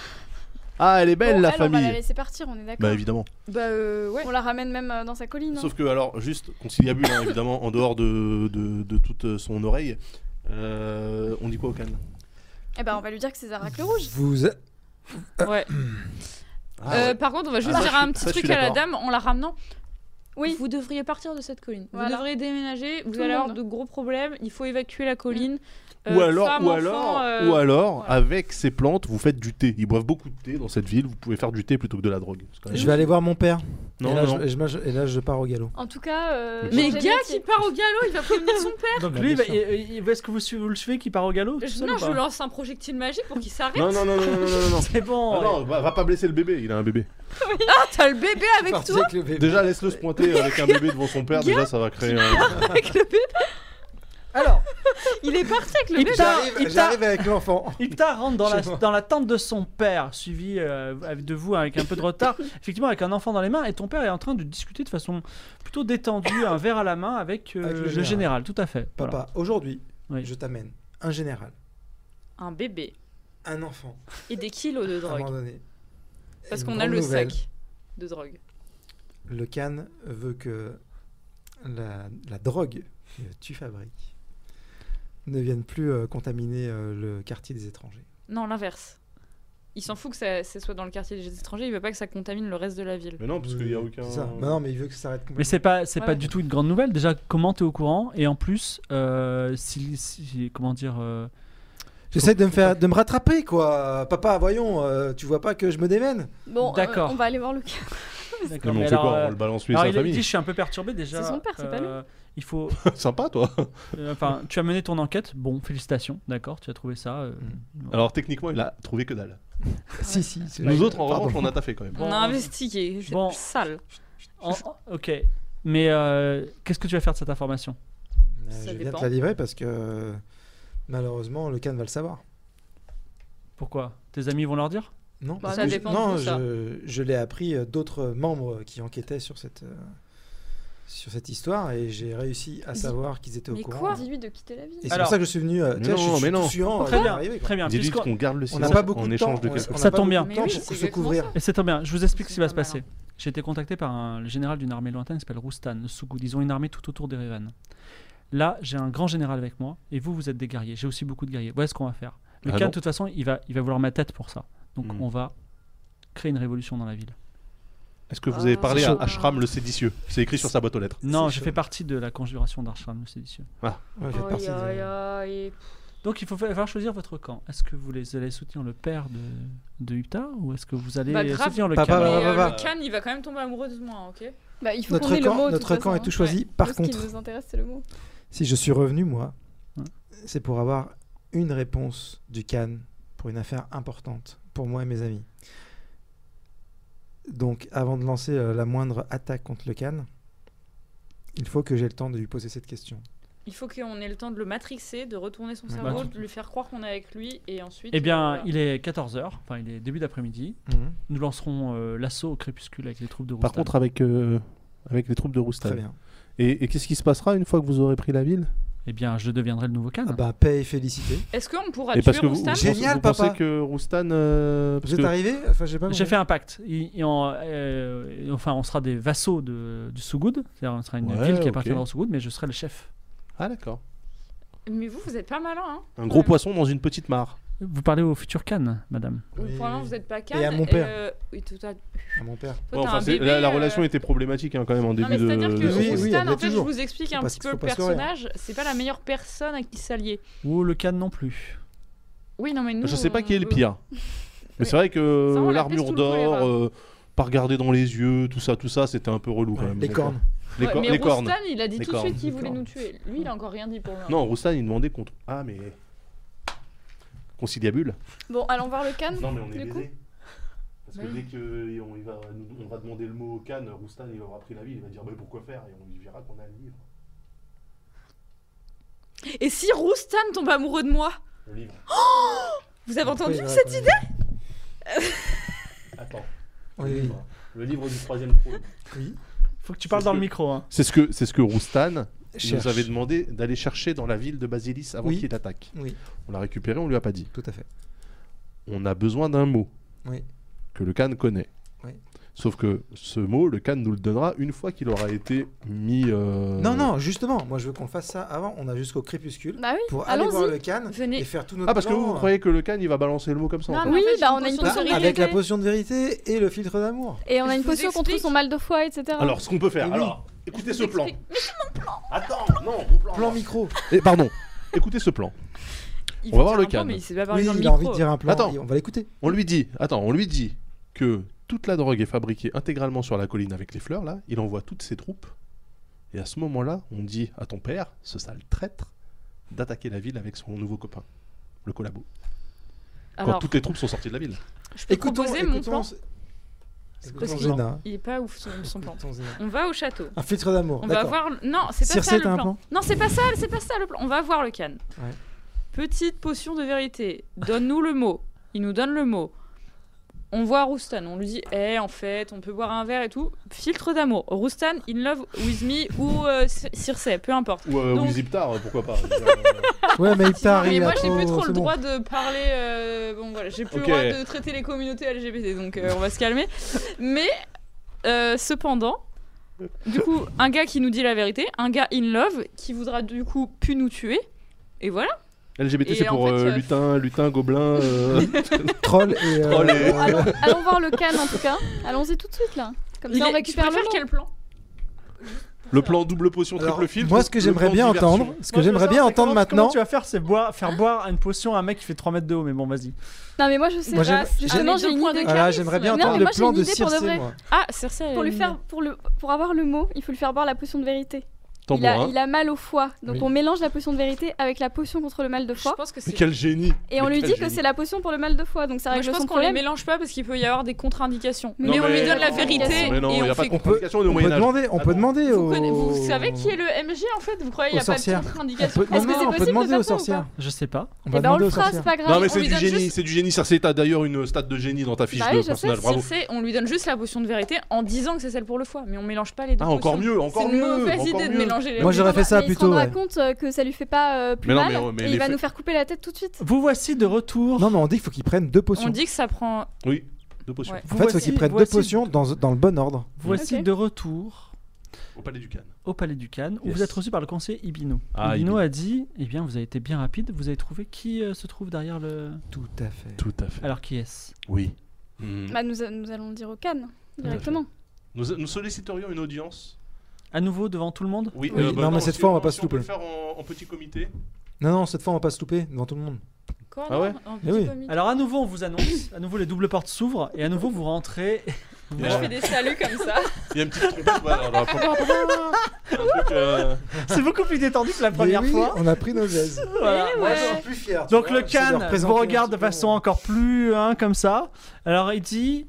[SPEAKER 4] Ah, elle est belle,
[SPEAKER 1] Bon,
[SPEAKER 4] la
[SPEAKER 1] elle, On va la
[SPEAKER 4] famille.
[SPEAKER 1] laisser partir, on est d'accord.
[SPEAKER 4] Bah, évidemment.
[SPEAKER 6] Bah euh, ouais.
[SPEAKER 1] On la ramène même euh, dans sa colline. hein.
[SPEAKER 4] Sauf que, alors, juste conciliabule, hein, évidemment, en dehors de, de, de toute euh, son oreille. Euh, on dit quoi au Cannes
[SPEAKER 1] Eh ben, on va lui dire que c'est Zarak le Rouge.
[SPEAKER 5] Vous a-
[SPEAKER 6] Ouais.
[SPEAKER 4] Ah,
[SPEAKER 6] Euh,
[SPEAKER 4] ouais.
[SPEAKER 6] Par contre, on va juste
[SPEAKER 4] Ah, ça,
[SPEAKER 6] dire
[SPEAKER 4] je suis-
[SPEAKER 6] un petit
[SPEAKER 4] ça, je
[SPEAKER 6] truc
[SPEAKER 4] suis
[SPEAKER 6] à la
[SPEAKER 4] d'accord.
[SPEAKER 6] dame en la ramenant.
[SPEAKER 1] Oui.
[SPEAKER 6] Vous devriez partir de cette colline.
[SPEAKER 1] Voilà.
[SPEAKER 6] Vous devriez déménager. Vous
[SPEAKER 1] Tout le
[SPEAKER 6] allez avoir
[SPEAKER 1] monde.
[SPEAKER 6] de gros problèmes. Il faut évacuer la colline.
[SPEAKER 4] ou
[SPEAKER 6] Euh,
[SPEAKER 4] alors,
[SPEAKER 6] femme,
[SPEAKER 4] ou
[SPEAKER 6] enfant,
[SPEAKER 4] alors,
[SPEAKER 6] euh,
[SPEAKER 4] ou alors
[SPEAKER 6] voilà.
[SPEAKER 4] avec ces plantes, vous faites du thé. Ils boivent beaucoup de thé dans cette ville. Vous pouvez faire du thé plutôt que de la drogue. C'est quand même-
[SPEAKER 5] Je vais aller voir mon père.
[SPEAKER 4] Non,
[SPEAKER 5] et, là,
[SPEAKER 4] non.
[SPEAKER 5] Je, et je- et là, je pars au galop.
[SPEAKER 1] En tout cas. euh,
[SPEAKER 4] Mais
[SPEAKER 6] Mais
[SPEAKER 1] changer de
[SPEAKER 6] gars
[SPEAKER 1] métier.
[SPEAKER 6] qui part au galop, il va prévenir son père.
[SPEAKER 3] Donc
[SPEAKER 5] Bah,
[SPEAKER 3] lui, bah,
[SPEAKER 5] bien sûr.
[SPEAKER 3] et- et- est-ce que vous, su- vous le suivez qui part au galop tout
[SPEAKER 6] Je-
[SPEAKER 3] seul
[SPEAKER 6] non,
[SPEAKER 3] ou
[SPEAKER 6] je
[SPEAKER 3] pas
[SPEAKER 6] lui lance un projectile magique pour qu'il s'arrête.
[SPEAKER 4] non, non, non, non, non, non, non, non.
[SPEAKER 3] C'est bon.
[SPEAKER 4] Ah non, va, va pas blesser le bébé, il a un bébé.
[SPEAKER 6] Ah, t'as le bébé avec
[SPEAKER 5] Parti
[SPEAKER 6] toi
[SPEAKER 5] avec le bébé.
[SPEAKER 4] Déjà, laisse-le se pointer avec un bébé devant son père, déjà ça va créer un.
[SPEAKER 6] Avec le bébé
[SPEAKER 5] Alors,
[SPEAKER 6] Il est parti avec le bébé
[SPEAKER 5] j'arrive
[SPEAKER 3] il t'a-
[SPEAKER 5] j'arrive avec l'enfant.
[SPEAKER 3] Iptar rentre dans la,
[SPEAKER 5] Chez moi.
[SPEAKER 3] dans la tente de son père, suivi euh, avec- de vous avec un peu de retard, effectivement avec un enfant dans les mains, et ton père est en train de discuter de façon plutôt détendue, un verre à la main avec, euh,
[SPEAKER 5] Avec le
[SPEAKER 3] le,
[SPEAKER 5] général.
[SPEAKER 3] général, tout à fait. Voilà.
[SPEAKER 5] Papa, aujourd'hui,
[SPEAKER 3] Oui.
[SPEAKER 5] je t'amène un général,
[SPEAKER 6] Un bébé
[SPEAKER 5] un enfant,
[SPEAKER 6] et des kilos de
[SPEAKER 5] à un moment
[SPEAKER 6] drogue.
[SPEAKER 5] donné.
[SPEAKER 6] Parce
[SPEAKER 5] Une
[SPEAKER 6] qu'on a
[SPEAKER 5] grande
[SPEAKER 6] le
[SPEAKER 5] nouvelle.
[SPEAKER 6] sac de drogue.
[SPEAKER 5] Le Cannes veut que la, la drogue que tu fabriques ne vienne plus euh, contaminer euh, le quartier des étrangers.
[SPEAKER 6] Non, l'inverse. Il s'en fout que ça, ça soit dans le quartier des étrangers, il veut pas que ça contamine le reste de la ville.
[SPEAKER 4] Mais non, parce qu'il n'y a aucun.
[SPEAKER 5] C'est ça. Bah non, mais il veut que ça s'arrête
[SPEAKER 3] Mais
[SPEAKER 5] complètement.
[SPEAKER 3] c'est pas, c'est pas
[SPEAKER 6] Ouais.
[SPEAKER 3] du tout une grande nouvelle. Déjà, comment t'es au courant Et en plus, euh, si, si- comment dire, euh,
[SPEAKER 5] J'essaie de me faire, de me rattraper, quoi. Papa, voyons, euh, tu vois pas que je me démène
[SPEAKER 1] Bon, euh,
[SPEAKER 3] D'accord.
[SPEAKER 1] on va aller voir le cas.
[SPEAKER 4] Non,
[SPEAKER 3] d'accord,
[SPEAKER 4] mais on
[SPEAKER 3] mais
[SPEAKER 4] fait
[SPEAKER 3] alors,
[SPEAKER 4] quoi
[SPEAKER 3] euh,
[SPEAKER 4] On le balance lui et
[SPEAKER 3] alors,
[SPEAKER 4] sa
[SPEAKER 3] il, il dit,
[SPEAKER 4] famille.
[SPEAKER 3] je suis un peu perturbé déjà.
[SPEAKER 1] C'est son père, c'est pas
[SPEAKER 3] euh, Il faut,
[SPEAKER 4] Sympa, toi.
[SPEAKER 3] euh, enfin, tu as mené ton enquête. Bon, félicitations, d'accord, tu as trouvé ça. euh,
[SPEAKER 4] Alors, techniquement, il a trouvé que dalle.
[SPEAKER 6] Ah
[SPEAKER 5] Si, si. c'est
[SPEAKER 4] Nous
[SPEAKER 5] vrai.
[SPEAKER 4] autres, en
[SPEAKER 5] Pardon.
[SPEAKER 4] revanche, on a taffé quand même.
[SPEAKER 3] Bon.
[SPEAKER 6] On a investigué, c'est
[SPEAKER 3] Bon.
[SPEAKER 6] sale.
[SPEAKER 3] en- en- ok, mais euh, qu'est-ce que tu vas faire de cette information
[SPEAKER 5] Euh,
[SPEAKER 6] Ça
[SPEAKER 5] je viens de
[SPEAKER 6] dépend.
[SPEAKER 5] te la livrer parce que euh, malheureusement, le Cannes va le savoir.
[SPEAKER 3] Pourquoi Tes amis vont leur dire
[SPEAKER 5] Non,
[SPEAKER 6] Bah,
[SPEAKER 5] parce
[SPEAKER 6] ça
[SPEAKER 5] que je-
[SPEAKER 6] dépend de
[SPEAKER 5] non,
[SPEAKER 6] tout ça.
[SPEAKER 5] je, je l'ai appris euh, d'autres membres qui enquêtaient sur cette, euh, sur cette histoire et j'ai réussi à
[SPEAKER 1] Dis-
[SPEAKER 5] savoir qu'ils étaient au
[SPEAKER 6] Mais
[SPEAKER 5] courant.
[SPEAKER 6] quoi
[SPEAKER 1] Dis-lui de quitter la ville.
[SPEAKER 5] Et c'est
[SPEAKER 3] Alors-
[SPEAKER 5] pour ça que je suis venu. euh,
[SPEAKER 4] Mais
[SPEAKER 5] tu vois, je
[SPEAKER 4] non,
[SPEAKER 5] suis- je
[SPEAKER 4] mais
[SPEAKER 5] suis
[SPEAKER 4] non.
[SPEAKER 5] tout suant,
[SPEAKER 3] Très
[SPEAKER 5] euh,
[SPEAKER 3] bien.
[SPEAKER 5] arrivé, quoi.
[SPEAKER 3] Très bien.
[SPEAKER 4] Dis-lui
[SPEAKER 3] puisqu'on-
[SPEAKER 4] qu'on garde le
[SPEAKER 5] On n'a
[SPEAKER 4] silence
[SPEAKER 5] pas beaucoup
[SPEAKER 4] en
[SPEAKER 5] de temps.
[SPEAKER 4] échange de
[SPEAKER 5] on-
[SPEAKER 4] quelque
[SPEAKER 5] on
[SPEAKER 4] chose.
[SPEAKER 5] n'a
[SPEAKER 3] Ça
[SPEAKER 5] pas
[SPEAKER 3] tombe
[SPEAKER 5] beaucoup
[SPEAKER 3] bien.
[SPEAKER 5] de
[SPEAKER 6] Mais
[SPEAKER 5] temps
[SPEAKER 6] oui,
[SPEAKER 5] pour
[SPEAKER 6] c'est
[SPEAKER 5] se couvrir.
[SPEAKER 6] exactement
[SPEAKER 3] Et c'est très bien, je vous explique ce qui va se
[SPEAKER 6] Ils sont
[SPEAKER 3] passer. J'ai été contacté par un le général d'une armée lointaine qui s'appelle Roustan, le Sougoud. Ils ont une armée tout autour d'Erevan. Là, j'ai un grand général avec moi, et vous, vous êtes des guerriers. J'ai aussi beaucoup de guerriers. Voilà ce qu'on va faire. Le
[SPEAKER 4] Ah
[SPEAKER 3] Khan,
[SPEAKER 4] bon
[SPEAKER 3] de toute façon, il va, il va vouloir ma tête pour ça. Donc,
[SPEAKER 4] Hmm.
[SPEAKER 3] on va créer une révolution dans la ville.
[SPEAKER 4] Est-ce que vous avez
[SPEAKER 6] Ah.
[SPEAKER 4] parlé
[SPEAKER 6] C'est
[SPEAKER 4] à
[SPEAKER 6] chaud.
[SPEAKER 4] Ashram le séditieux C'est écrit sur sa boîte aux lettres.
[SPEAKER 3] Non,
[SPEAKER 5] C'est
[SPEAKER 3] je
[SPEAKER 5] chaud.
[SPEAKER 3] fais partie de la conjuration d'Arsham, le séditieux.
[SPEAKER 5] Ouais, faites partie
[SPEAKER 6] Aïe,
[SPEAKER 5] de-
[SPEAKER 6] aïe, aïe.
[SPEAKER 3] Donc, il faut fa- falloir choisir votre camp. Est-ce que vous les- allez soutenir le père de, de Hupta, ou est-ce que vous allez
[SPEAKER 6] Bah, grave.
[SPEAKER 3] soutenir le
[SPEAKER 5] Papa,
[SPEAKER 3] Khan
[SPEAKER 6] Mais,
[SPEAKER 5] va, va,
[SPEAKER 6] euh,
[SPEAKER 5] va.
[SPEAKER 6] le Khan, il va quand même tomber amoureux de moi, ok
[SPEAKER 1] Bah, il faut qu'on
[SPEAKER 5] Notre
[SPEAKER 1] ait le mot.
[SPEAKER 5] camp,
[SPEAKER 1] de
[SPEAKER 5] notre
[SPEAKER 1] toute
[SPEAKER 5] camp
[SPEAKER 1] façon,
[SPEAKER 5] est
[SPEAKER 1] hein.
[SPEAKER 5] tout choisi.
[SPEAKER 1] Nous,
[SPEAKER 5] Par
[SPEAKER 1] Ce qui
[SPEAKER 5] contre,
[SPEAKER 1] nous intéresse, c'est le mot.
[SPEAKER 5] si je suis revenu, moi,
[SPEAKER 3] Ouais.
[SPEAKER 5] c'est pour avoir une réponse du Cannes pour une affaire importante pour moi et mes amis. Donc, avant de lancer euh, la moindre attaque contre le Cannes, il faut que j'ai le temps de lui poser cette question.
[SPEAKER 6] Il faut qu'on ait le temps de le matrixer, de retourner son
[SPEAKER 5] Bah,
[SPEAKER 6] cerveau,
[SPEAKER 3] tu-
[SPEAKER 6] de lui faire croire qu'on est avec lui, et ensuite.
[SPEAKER 3] Eh bien,
[SPEAKER 6] euh,
[SPEAKER 3] il est 14h, enfin, il est début d'après-midi.
[SPEAKER 4] Mhm.
[SPEAKER 3] Nous lancerons euh, l'assaut au crépuscule avec les troupes de Roustan.
[SPEAKER 4] Par contre, avec, euh, avec les troupes de Roustan.
[SPEAKER 5] Très bien.
[SPEAKER 4] Et, et qu'est-ce qui se passera une fois que vous aurez pris la ville
[SPEAKER 3] Eh bien, je deviendrai le nouveau Khan.
[SPEAKER 5] Ah bah, paix et félicité.
[SPEAKER 6] Est-ce qu'on pourra
[SPEAKER 4] Et
[SPEAKER 6] tuer
[SPEAKER 4] parce que vous,
[SPEAKER 6] Bah, Roustan
[SPEAKER 4] vous pensez-
[SPEAKER 5] Génial,
[SPEAKER 4] vous pensez
[SPEAKER 5] papa.
[SPEAKER 4] que Roustan. euh, parce
[SPEAKER 5] Vous êtes
[SPEAKER 4] que-
[SPEAKER 5] arrivé Enfin, j'ai pas
[SPEAKER 3] J'ai
[SPEAKER 5] compris.
[SPEAKER 3] fait un pacte. Il- il en- euh, et enfin, on sera des vassaux de, du Sougoud. C'est-à-dire, on sera une
[SPEAKER 4] Ouais,
[SPEAKER 3] ville qui
[SPEAKER 4] ok.
[SPEAKER 3] appartiendra au Sougoud, mais je serai le chef.
[SPEAKER 4] Ah, d'accord.
[SPEAKER 6] Mais vous, vous êtes pas malin, hein
[SPEAKER 4] Un gros poisson dans une petite mare.
[SPEAKER 3] Vous parlez au futur Cannes, madame.
[SPEAKER 6] Donc, Pour l'instant, vous êtes pas calme.
[SPEAKER 5] à mon père.
[SPEAKER 6] euh, oui, tout à... toi,
[SPEAKER 5] à mon père.
[SPEAKER 6] t'as
[SPEAKER 4] Ouais, enfin,
[SPEAKER 6] un
[SPEAKER 4] c'est-
[SPEAKER 6] bébé,
[SPEAKER 4] la, la
[SPEAKER 6] euh,
[SPEAKER 4] relation était problématique hein, quand même en
[SPEAKER 6] Non,
[SPEAKER 4] début
[SPEAKER 6] mais
[SPEAKER 4] de.
[SPEAKER 6] c'est-à-dire que
[SPEAKER 4] de-
[SPEAKER 5] Oui,
[SPEAKER 6] Roustan,
[SPEAKER 5] oui, il y en a
[SPEAKER 6] en fait, je
[SPEAKER 5] toujours.
[SPEAKER 6] vous explique
[SPEAKER 5] Faut
[SPEAKER 6] un
[SPEAKER 5] pas-
[SPEAKER 6] petit peu
[SPEAKER 5] faut
[SPEAKER 6] le
[SPEAKER 5] pas se leurrer, hein.
[SPEAKER 6] personnage. C'est pas la meilleure personne à qui s'allier.
[SPEAKER 3] Ou le Cannes non plus.
[SPEAKER 6] Oui, non, mais nous.
[SPEAKER 4] Je sais pas
[SPEAKER 6] on-
[SPEAKER 4] qui est le pire. Mais c'est vrai que euh,
[SPEAKER 6] Ça, on la peste
[SPEAKER 4] l'armure
[SPEAKER 6] tout le hein.
[SPEAKER 4] d'or,
[SPEAKER 6] choléra.
[SPEAKER 4] euh, pas regarder dans les yeux, tout ça, tout ça, c'était un peu relou quand même. euh,
[SPEAKER 5] les cornes.
[SPEAKER 4] Les,
[SPEAKER 6] Ouais,
[SPEAKER 4] cor-
[SPEAKER 6] mais
[SPEAKER 4] les
[SPEAKER 6] Roustan,
[SPEAKER 4] cornes.
[SPEAKER 6] il a dit
[SPEAKER 4] Les
[SPEAKER 6] tout de suite
[SPEAKER 4] cornes.
[SPEAKER 6] qu'il
[SPEAKER 4] Les
[SPEAKER 6] voulait
[SPEAKER 4] cornes.
[SPEAKER 6] nous tuer. Lui, il a encore rien dit pour le moment.
[SPEAKER 4] Non, Roustan, il demandait qu'on. Ah, mais. Conciliabule
[SPEAKER 1] Bon, allons voir le Cannes.
[SPEAKER 4] Non, mais on
[SPEAKER 1] est Du coup baisés.
[SPEAKER 4] Parce
[SPEAKER 6] que Bah oui.
[SPEAKER 4] dès qu'on va, demander le mot au Cannes, Roustan, il aura pris la ville, il va dire bah, mais pourquoi faire Et on lui dira qu'on a le livre.
[SPEAKER 6] Et si Roustan tombe amoureux de moi
[SPEAKER 4] Le livre.
[SPEAKER 6] Vous avez entendu
[SPEAKER 5] cette idée
[SPEAKER 4] Attends.
[SPEAKER 5] Oui, oui.
[SPEAKER 4] Le livre du troisième trône.
[SPEAKER 5] oui.
[SPEAKER 3] Faut que tu parles dans le micro. Hein.
[SPEAKER 4] C'est ce que, c'est ce que Roustan
[SPEAKER 5] Cherche.
[SPEAKER 4] nous avait demandé d'aller chercher dans la ville de Basilis avant
[SPEAKER 5] Oui.
[SPEAKER 4] qu'il attaque.
[SPEAKER 5] Oui,
[SPEAKER 4] On l'a récupéré, on lui a pas dit.
[SPEAKER 5] tout à fait.
[SPEAKER 4] On a besoin d'un mot
[SPEAKER 5] Oui.
[SPEAKER 4] que le Khan connaît.
[SPEAKER 5] Oui.
[SPEAKER 4] Sauf que ce mot, le Khan nous le donnera une fois qu'il aura été mis. euh,
[SPEAKER 5] Non, non, justement, moi je veux qu'on fasse ça avant. On a jusqu'au crépuscule
[SPEAKER 1] Bah oui.
[SPEAKER 5] pour aller voir
[SPEAKER 1] allons-y.
[SPEAKER 5] le Cannes
[SPEAKER 6] Venez.
[SPEAKER 5] et faire tout notre
[SPEAKER 4] Ah, parce que
[SPEAKER 5] plan,
[SPEAKER 4] vous, vous
[SPEAKER 5] euh,
[SPEAKER 4] croyez que le Khan il va balancer le mot comme ça en
[SPEAKER 6] Non,
[SPEAKER 4] fait.
[SPEAKER 6] mais
[SPEAKER 1] Oui,
[SPEAKER 6] en fait,
[SPEAKER 1] bah,
[SPEAKER 6] j'ai
[SPEAKER 1] on a une
[SPEAKER 6] potion de
[SPEAKER 1] potion de
[SPEAKER 5] bah, avec
[SPEAKER 6] vérité.
[SPEAKER 5] la potion de vérité et le filtre d'amour.
[SPEAKER 1] Et on a
[SPEAKER 6] Je
[SPEAKER 1] une
[SPEAKER 6] vous
[SPEAKER 1] potion contre
[SPEAKER 6] explique.
[SPEAKER 1] son mal de foie, etc.
[SPEAKER 4] Alors, ce qu'on peut faire,
[SPEAKER 5] Oui.
[SPEAKER 4] alors, écoutez ce plan.
[SPEAKER 6] Explique-
[SPEAKER 4] Attends, non, mon plan.
[SPEAKER 5] Plan
[SPEAKER 4] là.
[SPEAKER 5] micro.
[SPEAKER 4] Eh, pardon, écoutez ce plan.
[SPEAKER 6] Il
[SPEAKER 4] On
[SPEAKER 6] veut
[SPEAKER 4] va voir
[SPEAKER 6] dire
[SPEAKER 4] le
[SPEAKER 6] un plan,
[SPEAKER 4] Cannes.
[SPEAKER 6] mais il sait pas parler
[SPEAKER 5] Oui,
[SPEAKER 6] dans le
[SPEAKER 5] il a envie de
[SPEAKER 6] micro.
[SPEAKER 5] dire un plan.
[SPEAKER 4] Attends.
[SPEAKER 5] et On va l'écouter.
[SPEAKER 4] On lui dit, attends, on lui dit que toute la drogue est fabriquée intégralement sur la colline avec les fleurs, là. Il envoie toutes ses troupes. Et à ce moment-là, on dit à ton père, ce sale traître, d'attaquer la ville avec son nouveau copain, le collabo. Quand
[SPEAKER 6] Alors,
[SPEAKER 4] toutes les troupes sont sorties de la ville.
[SPEAKER 6] je peux
[SPEAKER 5] Écoutons,
[SPEAKER 6] proposer
[SPEAKER 5] écoutons,
[SPEAKER 6] mon plan.
[SPEAKER 5] ce-
[SPEAKER 6] parce
[SPEAKER 5] écoutons
[SPEAKER 6] que-
[SPEAKER 5] Zena.
[SPEAKER 6] Il est pas ouf son son plan.
[SPEAKER 5] Écoutons Zena.
[SPEAKER 6] On va au château.
[SPEAKER 5] Un filtre d'amour.
[SPEAKER 6] On va
[SPEAKER 5] d'accord.
[SPEAKER 6] voir. Non, c'est pas
[SPEAKER 5] Circe,
[SPEAKER 6] ça le
[SPEAKER 5] t'as un
[SPEAKER 6] plan.
[SPEAKER 5] plan
[SPEAKER 6] Non, c'est pas ça, c'est pas ça le plan. On va voir le Cannes.
[SPEAKER 5] Ouais.
[SPEAKER 6] Petite potion de vérité. Donne-nous le mot. Il nous donne le mot. On voit Roustan, on lui dit Eh, en fait, on peut boire un verre et tout. Filtre d'amour. Roustan, in love with me ou euh, Cir- Circe, peu importe.
[SPEAKER 4] Ou euh,
[SPEAKER 6] Donc-
[SPEAKER 4] Wiziptar, pourquoi pas.
[SPEAKER 5] Ouais, mais il part,
[SPEAKER 6] mais
[SPEAKER 5] il a
[SPEAKER 6] moi, j'ai plus trop
[SPEAKER 5] c'est
[SPEAKER 6] le
[SPEAKER 5] bon.
[SPEAKER 6] droit de parler. euh, bon, voilà, j'ai plus
[SPEAKER 4] Ok.
[SPEAKER 6] le droit de traiter les communautés LGBT, donc euh, on va se calmer. Mais euh, cependant, du coup, un gars qui nous dit la vérité, un gars in love qui voudra du coup plus nous tuer. Et voilà.
[SPEAKER 4] LGBT,
[SPEAKER 6] Et
[SPEAKER 4] c'est
[SPEAKER 6] en
[SPEAKER 4] pour
[SPEAKER 6] fait,
[SPEAKER 4] euh,
[SPEAKER 6] euh,
[SPEAKER 4] lutin, lutin, gobelin. euh,
[SPEAKER 5] Troll et. euh,
[SPEAKER 4] Troll et-
[SPEAKER 5] euh,
[SPEAKER 1] Allons voir le Cannes en tout cas. Allons-y tout de suite là. Comme
[SPEAKER 6] Il
[SPEAKER 1] ça
[SPEAKER 6] est-
[SPEAKER 1] on récupère
[SPEAKER 6] tu
[SPEAKER 1] le
[SPEAKER 6] préfères
[SPEAKER 1] lot.
[SPEAKER 6] quel plan
[SPEAKER 4] le plan double potion, triple
[SPEAKER 5] alors,
[SPEAKER 4] filtre.
[SPEAKER 5] moi, ce que
[SPEAKER 4] le
[SPEAKER 5] j'aimerais
[SPEAKER 4] plan
[SPEAKER 5] bien
[SPEAKER 4] diversion.
[SPEAKER 5] entendre, ce que j'aimerais bien entendre maintenant,
[SPEAKER 3] tu vas faire, c'est boire, faire boire une potion à un mec qui fait 3 mètres de haut, mais bon, vas-y.
[SPEAKER 1] Non mais moi je sais
[SPEAKER 5] Moi,
[SPEAKER 1] pas.
[SPEAKER 5] j'aime-
[SPEAKER 1] Justement
[SPEAKER 6] j'aime-
[SPEAKER 1] j'ai une
[SPEAKER 6] Deux points de
[SPEAKER 1] idée.
[SPEAKER 6] quatre.
[SPEAKER 5] voilà,
[SPEAKER 6] charisme.
[SPEAKER 5] j'aimerais bien
[SPEAKER 1] Non, mais
[SPEAKER 5] entendre
[SPEAKER 1] moi,
[SPEAKER 5] le
[SPEAKER 1] j'ai
[SPEAKER 5] plan
[SPEAKER 1] une
[SPEAKER 5] de
[SPEAKER 1] idée pour de
[SPEAKER 5] Circe.
[SPEAKER 1] vrai.
[SPEAKER 5] moi.
[SPEAKER 6] Ah, Circe. elle
[SPEAKER 1] Pour lui
[SPEAKER 6] aime
[SPEAKER 1] faire
[SPEAKER 6] bien.
[SPEAKER 1] pour le pour avoir le mot, il faut lui faire boire la potion de vérité. il,
[SPEAKER 4] Tambour,
[SPEAKER 1] a,
[SPEAKER 4] hein.
[SPEAKER 1] il a mal au foie. Donc
[SPEAKER 5] Oui.
[SPEAKER 1] on mélange la potion de vérité avec la potion contre le mal de
[SPEAKER 6] Je
[SPEAKER 1] foie.
[SPEAKER 6] pense que
[SPEAKER 4] Mais
[SPEAKER 6] c'est.
[SPEAKER 4] quel génie
[SPEAKER 1] Et on
[SPEAKER 4] Mais
[SPEAKER 1] lui
[SPEAKER 4] quel
[SPEAKER 1] dit que
[SPEAKER 4] génie.
[SPEAKER 1] c'est la potion pour le mal de foie. Donc ça
[SPEAKER 6] Moi,
[SPEAKER 1] règle
[SPEAKER 6] je pense
[SPEAKER 1] son
[SPEAKER 6] qu'on les
[SPEAKER 1] problème.
[SPEAKER 6] mélange pas parce qu'il peut y avoir des contre-indications.
[SPEAKER 1] Mais
[SPEAKER 6] Mais,
[SPEAKER 1] Non,
[SPEAKER 6] on lui
[SPEAKER 1] mais-
[SPEAKER 6] donne la
[SPEAKER 1] non,
[SPEAKER 6] vérité
[SPEAKER 4] Mais non,
[SPEAKER 6] et
[SPEAKER 4] il n'y
[SPEAKER 6] on
[SPEAKER 4] a pas
[SPEAKER 6] fait.
[SPEAKER 4] de Oh. contre-indication, on est au
[SPEAKER 5] On peut
[SPEAKER 4] Moyen-Âge.
[SPEAKER 5] demander, on peut
[SPEAKER 4] Attends.
[SPEAKER 5] demander
[SPEAKER 6] Vous,
[SPEAKER 5] aux.
[SPEAKER 6] conna- vous savez qui est le MJ en fait Vous croyez qu'il n'y
[SPEAKER 5] Aux
[SPEAKER 6] a pas de
[SPEAKER 5] sorcières.
[SPEAKER 6] contre-indication
[SPEAKER 5] On peut-
[SPEAKER 1] Est-ce que
[SPEAKER 5] non,
[SPEAKER 1] c'est
[SPEAKER 5] on
[SPEAKER 1] possible
[SPEAKER 5] peut
[SPEAKER 1] de
[SPEAKER 5] demander
[SPEAKER 1] faire
[SPEAKER 5] aux
[SPEAKER 1] ça ou pas
[SPEAKER 5] sorcières.
[SPEAKER 3] Je sais pas.
[SPEAKER 1] Eh
[SPEAKER 5] On va
[SPEAKER 1] ben on
[SPEAKER 5] demander
[SPEAKER 1] le
[SPEAKER 5] aux
[SPEAKER 1] fera, c'est
[SPEAKER 5] sorcières.
[SPEAKER 1] pas grave.
[SPEAKER 4] Non, mais
[SPEAKER 1] On
[SPEAKER 4] c'est
[SPEAKER 1] lui
[SPEAKER 4] du
[SPEAKER 1] donne
[SPEAKER 4] génie,
[SPEAKER 1] juste-
[SPEAKER 4] c'est du génie. Circe, t'as d'ailleurs une stat de génie dans ta fiche
[SPEAKER 1] Bah oui,
[SPEAKER 4] de
[SPEAKER 1] je sais,
[SPEAKER 4] personnage, bravo.
[SPEAKER 6] Circe, on lui donne juste la potion de vérité en disant que c'est celle pour le foie, mais on mélange pas les deux.
[SPEAKER 4] Ah, encore
[SPEAKER 6] potions.
[SPEAKER 4] mieux, encore
[SPEAKER 6] C'est une
[SPEAKER 4] mieux,
[SPEAKER 6] mauvaise
[SPEAKER 4] encore
[SPEAKER 6] idée de
[SPEAKER 4] mieux.
[SPEAKER 6] mélanger les
[SPEAKER 5] Moi,
[SPEAKER 6] deux.
[SPEAKER 5] j'aurais fait ça
[SPEAKER 1] Mais
[SPEAKER 5] plutôt.
[SPEAKER 1] Il se rendra
[SPEAKER 5] ouais.
[SPEAKER 1] compte euh, que ça lui fait pas euh, plus
[SPEAKER 4] Mais non,
[SPEAKER 1] mal.
[SPEAKER 4] mais on- mais
[SPEAKER 1] et
[SPEAKER 4] les
[SPEAKER 1] il va
[SPEAKER 4] faits-
[SPEAKER 1] nous faire couper la tête tout de suite.
[SPEAKER 3] Vous voici de retour.
[SPEAKER 5] Non, mais on dit qu'il faut qu'ils prennent deux potions.
[SPEAKER 6] On dit que ça prend.
[SPEAKER 4] Oui, deux potions.
[SPEAKER 6] Ouais.
[SPEAKER 5] En
[SPEAKER 3] Vous
[SPEAKER 5] fait, il faut
[SPEAKER 3] voici-
[SPEAKER 5] qu'ils prennent deux
[SPEAKER 3] voici-
[SPEAKER 5] potions dans dans le bon ordre.
[SPEAKER 3] Voici
[SPEAKER 1] Ok.
[SPEAKER 3] de retour
[SPEAKER 4] Au palais du Cannes.
[SPEAKER 3] au Palais du Cannes, où
[SPEAKER 4] Yes.
[SPEAKER 3] vous êtes reçu par le conseiller Ibino.
[SPEAKER 4] Ah,
[SPEAKER 3] Ibino
[SPEAKER 4] Ibino.
[SPEAKER 3] a dit Eh bien, vous avez été bien rapide, vous avez trouvé qui euh, se trouve derrière le.
[SPEAKER 5] Tout à fait.
[SPEAKER 4] Tout à fait.
[SPEAKER 3] Alors, qui est-ce
[SPEAKER 4] Oui. Mm.
[SPEAKER 1] Bah, nous, a- nous allons le dire au Cannes directement.
[SPEAKER 4] Nous, nous solliciterions une audience.
[SPEAKER 3] À nouveau devant tout le monde
[SPEAKER 4] Oui,
[SPEAKER 5] Oui, non, mais cette
[SPEAKER 4] si-
[SPEAKER 5] fois, on va pas
[SPEAKER 4] si
[SPEAKER 5] se
[SPEAKER 4] peut le
[SPEAKER 5] louper.
[SPEAKER 4] faire en, en petit comité.
[SPEAKER 5] Non, non, cette fois, on va pas se louper devant tout le monde.
[SPEAKER 6] Quoi
[SPEAKER 4] Ah
[SPEAKER 6] non,
[SPEAKER 4] ouais
[SPEAKER 6] un
[SPEAKER 5] Mais Eh oui.
[SPEAKER 6] petit comité.
[SPEAKER 3] Alors, à nouveau, on vous annonce, à nouveau, les doubles portes s'ouvrent, et à nouveau, vous rentrez.
[SPEAKER 4] Il y a,
[SPEAKER 6] Moi, je fais des saluts comme ça.
[SPEAKER 4] il y a une petite trompette. voilà, alors, après- un truc, euh,
[SPEAKER 3] C'est beaucoup plus détendu que la
[SPEAKER 5] Mais
[SPEAKER 3] première
[SPEAKER 5] oui,
[SPEAKER 3] fois.
[SPEAKER 5] on a pris nos aises.
[SPEAKER 3] Voilà.
[SPEAKER 5] Moi, je suis plus fier. tu
[SPEAKER 3] Donc
[SPEAKER 5] vois,
[SPEAKER 3] le
[SPEAKER 5] c'est de leur
[SPEAKER 3] Cannes vous
[SPEAKER 5] présenter
[SPEAKER 3] regarde
[SPEAKER 5] un
[SPEAKER 3] de
[SPEAKER 5] petit peu
[SPEAKER 3] façon
[SPEAKER 5] mon-
[SPEAKER 3] encore plus hein, comme ça. Alors il dit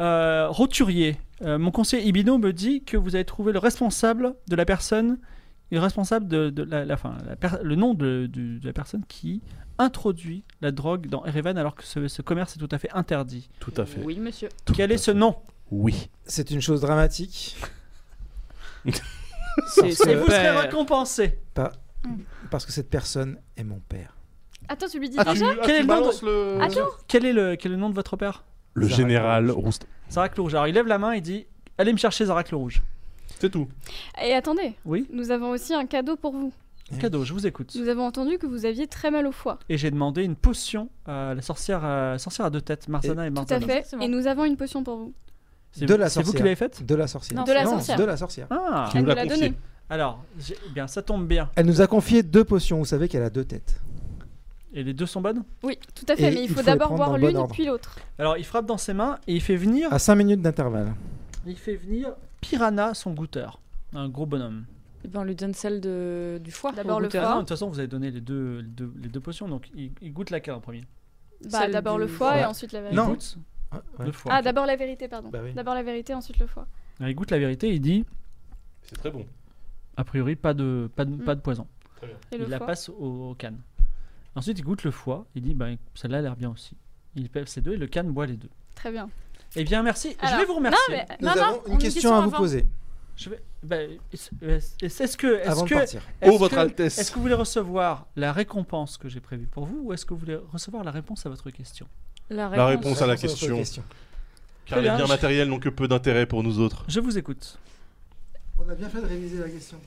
[SPEAKER 3] euh, Roturier, euh, mon conseiller Ibino me dit que vous avez trouvé le responsable de la personne, le responsable de, de la, la- enfin, la per- le nom de, du- de la personne qui introduit la drogue dans Erevan alors que ce, ce commerce est tout à fait interdit.
[SPEAKER 4] Tout à fait.
[SPEAKER 6] Oui, monsieur.
[SPEAKER 4] Tout
[SPEAKER 3] Quel
[SPEAKER 4] à
[SPEAKER 3] est ce
[SPEAKER 4] fait.
[SPEAKER 3] nom
[SPEAKER 4] Oui.
[SPEAKER 5] C'est une chose dramatique
[SPEAKER 8] C'est
[SPEAKER 3] Et
[SPEAKER 8] c'est
[SPEAKER 3] vous serez
[SPEAKER 8] pas-
[SPEAKER 3] récompensé.
[SPEAKER 5] parce que cette personne est mon père.
[SPEAKER 1] Attends, tu lui dis
[SPEAKER 3] Ah,
[SPEAKER 1] déjà
[SPEAKER 3] Quel est le nom
[SPEAKER 4] balances le...
[SPEAKER 1] Attends.
[SPEAKER 3] Quel est le, quel est le nom de votre père
[SPEAKER 4] Le
[SPEAKER 5] Ça
[SPEAKER 4] général
[SPEAKER 5] raconte.
[SPEAKER 4] Roustan.
[SPEAKER 3] Zarak le Rouge. Alors il lève la main et dit Allez me chercher Zarak le Rouge.
[SPEAKER 4] C'est tout.
[SPEAKER 1] Et attendez,
[SPEAKER 3] Oui
[SPEAKER 1] nous avons aussi un cadeau pour vous.
[SPEAKER 3] Cadeau, je vous écoute.
[SPEAKER 1] Nous avons entendu que vous aviez très mal au foie.
[SPEAKER 3] Et j'ai demandé une potion à la sorcière, à, sorcière à deux têtes, Marzana et,
[SPEAKER 1] Tout à
[SPEAKER 3] Marzana.
[SPEAKER 1] fait.
[SPEAKER 9] Exactement.
[SPEAKER 1] Et nous avons une potion pour vous.
[SPEAKER 3] C'est
[SPEAKER 5] De
[SPEAKER 3] vous-
[SPEAKER 5] la
[SPEAKER 3] C'est vous qui
[SPEAKER 5] sorcière.
[SPEAKER 3] l'avez faite
[SPEAKER 5] De la sorcière.
[SPEAKER 9] Non,
[SPEAKER 1] de la sorcière.
[SPEAKER 5] De la sorcière.
[SPEAKER 3] Ah
[SPEAKER 4] Qui nous
[SPEAKER 1] Elle
[SPEAKER 4] l'a
[SPEAKER 1] nous l'a
[SPEAKER 4] confié.
[SPEAKER 1] donné.
[SPEAKER 3] Alors, j'ai- eh bien, ça tombe bien.
[SPEAKER 5] Elle nous a confié deux potions. Vous savez qu'elle a deux têtes.
[SPEAKER 3] Et les deux sont bonnes
[SPEAKER 1] Tout à fait,
[SPEAKER 5] Et
[SPEAKER 1] mais
[SPEAKER 5] il
[SPEAKER 1] il faut
[SPEAKER 5] faut les
[SPEAKER 1] d'abord
[SPEAKER 5] prendre dans
[SPEAKER 1] boire
[SPEAKER 5] le bon
[SPEAKER 1] l'une
[SPEAKER 5] ordre.
[SPEAKER 1] puis l'autre.
[SPEAKER 3] Alors, il frappe dans ses mains et il fait venir,
[SPEAKER 5] À 5 minutes d'intervalle.
[SPEAKER 3] il fait venir Piranha, son goûteur. Un gros bonhomme.
[SPEAKER 9] Eh ben, on lui donne celle de- du foie.
[SPEAKER 1] D'abord
[SPEAKER 9] au
[SPEAKER 1] le
[SPEAKER 9] goûteur.
[SPEAKER 3] Ah non, de
[SPEAKER 1] foie,
[SPEAKER 3] toute façon, vous avez donné les deux, les deux, les deux potions, donc il, il goûte laquelle en premier
[SPEAKER 1] bah,
[SPEAKER 9] Celle
[SPEAKER 1] d'abord
[SPEAKER 9] du
[SPEAKER 1] le foie
[SPEAKER 5] foie.
[SPEAKER 1] et ensuite la
[SPEAKER 3] Il
[SPEAKER 1] vérité.
[SPEAKER 5] Non.
[SPEAKER 3] goûte le foie.
[SPEAKER 1] Ah, d'abord la vérité, pardon.
[SPEAKER 5] Bah oui.
[SPEAKER 1] D'abord la vérité, ensuite le foie.
[SPEAKER 3] Alors, il goûte la vérité, il dit,
[SPEAKER 4] C'est très bon.
[SPEAKER 3] a priori, pas de, pas de, pas de poison.
[SPEAKER 1] Mm. Et
[SPEAKER 3] il
[SPEAKER 1] le
[SPEAKER 3] la
[SPEAKER 1] foie.
[SPEAKER 3] passe au, au canne. Ensuite, il goûte le foie, il dit, ben, celle-là a l'air bien aussi. Il pèse ces deux et le canne boit les deux.
[SPEAKER 1] Très bien.
[SPEAKER 3] Eh bien, merci. je
[SPEAKER 9] Alors,
[SPEAKER 3] vais vous remercier.
[SPEAKER 9] mais-
[SPEAKER 5] Nous
[SPEAKER 9] non,
[SPEAKER 5] avons
[SPEAKER 9] non, on a
[SPEAKER 5] une question à vous
[SPEAKER 9] avant.
[SPEAKER 5] poser
[SPEAKER 3] Je vais- ben, est-ce- est-ce est-ce que, est-ce
[SPEAKER 5] avant
[SPEAKER 3] que,
[SPEAKER 5] de partir.
[SPEAKER 3] est-ce
[SPEAKER 4] Oh, votre
[SPEAKER 3] que-
[SPEAKER 4] Altesse.
[SPEAKER 3] est-ce que vous voulez recevoir la récompense que j'ai prévue pour vous, ou est-ce que vous voulez recevoir la réponse à votre question
[SPEAKER 9] La réponse.
[SPEAKER 4] La réponse à la question. Car elle est
[SPEAKER 3] Très
[SPEAKER 4] bien
[SPEAKER 3] bien.
[SPEAKER 4] matérielle, donc peu d'intérêt pour nous autres.
[SPEAKER 3] Je vous écoute.
[SPEAKER 5] On a bien fait de réviser la question.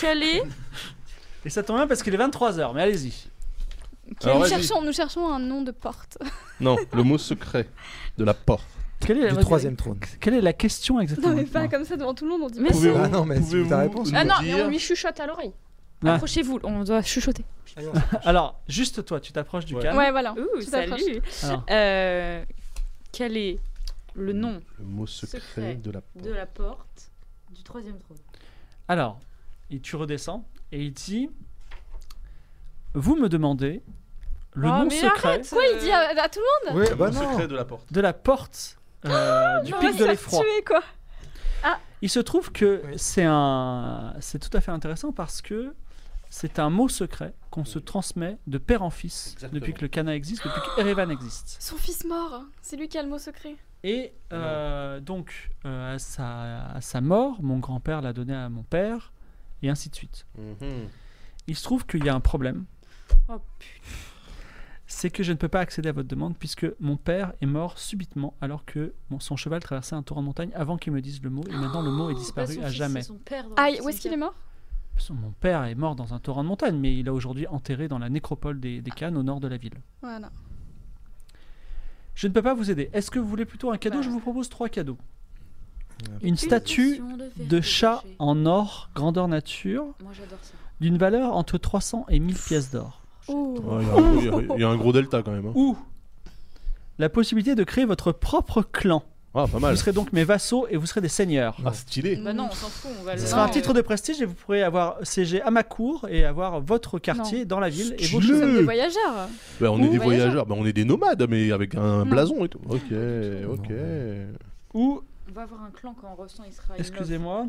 [SPEAKER 9] Quelle est
[SPEAKER 3] Et ça tombe bien parce qu'il est 23h, mais allez-y.
[SPEAKER 4] Alors,
[SPEAKER 1] nous,
[SPEAKER 4] vas-y.
[SPEAKER 1] cherchons, nous cherchons un nom de porte.
[SPEAKER 4] Non, le mot secret de la porte.
[SPEAKER 3] Quelle est
[SPEAKER 5] Du
[SPEAKER 3] la,
[SPEAKER 5] troisième trône.
[SPEAKER 3] quelle est la question exactement
[SPEAKER 1] non, mais pas
[SPEAKER 3] dites-moi
[SPEAKER 1] comme ça devant tout le monde, on dit.
[SPEAKER 9] Mais
[SPEAKER 1] pas.
[SPEAKER 9] si.
[SPEAKER 4] Pouvez-vous
[SPEAKER 5] Ah non, mais c'est
[SPEAKER 4] pouvez-vous
[SPEAKER 5] ta réponse.
[SPEAKER 4] nous
[SPEAKER 9] Ah non,
[SPEAKER 4] dire-
[SPEAKER 9] mais on lui chuchote à l'oreille.
[SPEAKER 3] Ah.
[SPEAKER 9] Approchez-vous, on doit chuchoter.
[SPEAKER 3] Alors, juste toi, tu t'approches du
[SPEAKER 4] Ouais.
[SPEAKER 3] canne.
[SPEAKER 1] Ouais,
[SPEAKER 6] Euh,
[SPEAKER 1] voilà.
[SPEAKER 9] Ouh,
[SPEAKER 1] Tout approche.
[SPEAKER 9] salut.
[SPEAKER 3] Alors,
[SPEAKER 9] Euh, quel est le nom
[SPEAKER 4] Le mot secret,
[SPEAKER 9] Secret
[SPEAKER 4] de la porte.
[SPEAKER 9] de la porte du troisième trône
[SPEAKER 3] alors, et tu redescends et il dit Vous me demandez le
[SPEAKER 9] Oh,
[SPEAKER 3] nom
[SPEAKER 9] mais
[SPEAKER 3] secret
[SPEAKER 1] Quoi, il dit euh, à, à tout le monde
[SPEAKER 5] Oui,
[SPEAKER 4] Le
[SPEAKER 5] bah
[SPEAKER 4] mot
[SPEAKER 5] non.
[SPEAKER 4] secret de la porte.
[SPEAKER 3] de la porte euh, du
[SPEAKER 1] On va
[SPEAKER 3] pic
[SPEAKER 1] se
[SPEAKER 3] de
[SPEAKER 1] faire
[SPEAKER 3] l'effroi.
[SPEAKER 1] tuer, quoi.
[SPEAKER 3] Il se trouve que
[SPEAKER 5] Oui.
[SPEAKER 3] c'est un, c'est tout à fait intéressant parce que c'est un mot secret qu'on se transmet de père en fils
[SPEAKER 4] Exactement.
[SPEAKER 3] depuis que le Cana existe, depuis que Erevan existe.
[SPEAKER 1] Son fils mort, c'est lui qui a le mot secret.
[SPEAKER 3] Et euh, donc euh, à, sa, à sa mort, mon grand-père l'a donné à mon père et ainsi de suite.
[SPEAKER 4] Mhm.
[SPEAKER 3] Il se trouve qu'il y a un problème.
[SPEAKER 9] Oh,
[SPEAKER 3] C'est que je ne peux pas accéder à votre demande puisque mon père est mort subitement alors que mon- son cheval traversait un torrent de montagne avant qu'il me dise le mot et maintenant le mot est
[SPEAKER 6] bah,
[SPEAKER 3] disparu à jamais.
[SPEAKER 1] Aïe, Ah, où est-ce qu'il est mort
[SPEAKER 3] Son- Mon père est mort dans un torrent de montagne, mais il est aujourd'hui enterré dans la nécropole des, des Cannes au nord de la ville.
[SPEAKER 1] Voilà.
[SPEAKER 3] Je ne peux pas vous aider. Est-ce que vous voulez plutôt un cadeau
[SPEAKER 9] Bah.
[SPEAKER 3] Je vous propose trois cadeaux. Une statue de chat
[SPEAKER 9] chat
[SPEAKER 3] en or, grandeur nature,
[SPEAKER 9] Moi j'adore ça.
[SPEAKER 3] d'une valeur entre 300 et 1000 pièces d'or.
[SPEAKER 1] Oh.
[SPEAKER 4] Ouais, il y a un gros- il y, a- il y a un gros delta quand même. hein.
[SPEAKER 3] Ou la possibilité de créer votre propre clan.
[SPEAKER 4] Ah, pas mal.
[SPEAKER 3] Vous serez donc mes vassaux et vous serez des seigneurs.
[SPEAKER 4] Ah, stylé.
[SPEAKER 9] Bah non, on s'en fout, on va le.
[SPEAKER 3] Ce
[SPEAKER 4] Non.
[SPEAKER 3] sera un titre de prestige et vous pourrez avoir CG à ma cour et avoir votre quartier dans la ville et vos
[SPEAKER 4] Stylé.
[SPEAKER 3] choses.
[SPEAKER 1] Comme des voyageurs.
[SPEAKER 4] Bah, on est
[SPEAKER 1] Ou
[SPEAKER 4] des
[SPEAKER 1] voyageurs.
[SPEAKER 4] voyageurs, Bah, on est des nomades, mais avec un blason et tout. Ok, ok.
[SPEAKER 3] Ou,
[SPEAKER 9] On va avoir un clan quand on ressent Israël.
[SPEAKER 3] excusez-moi,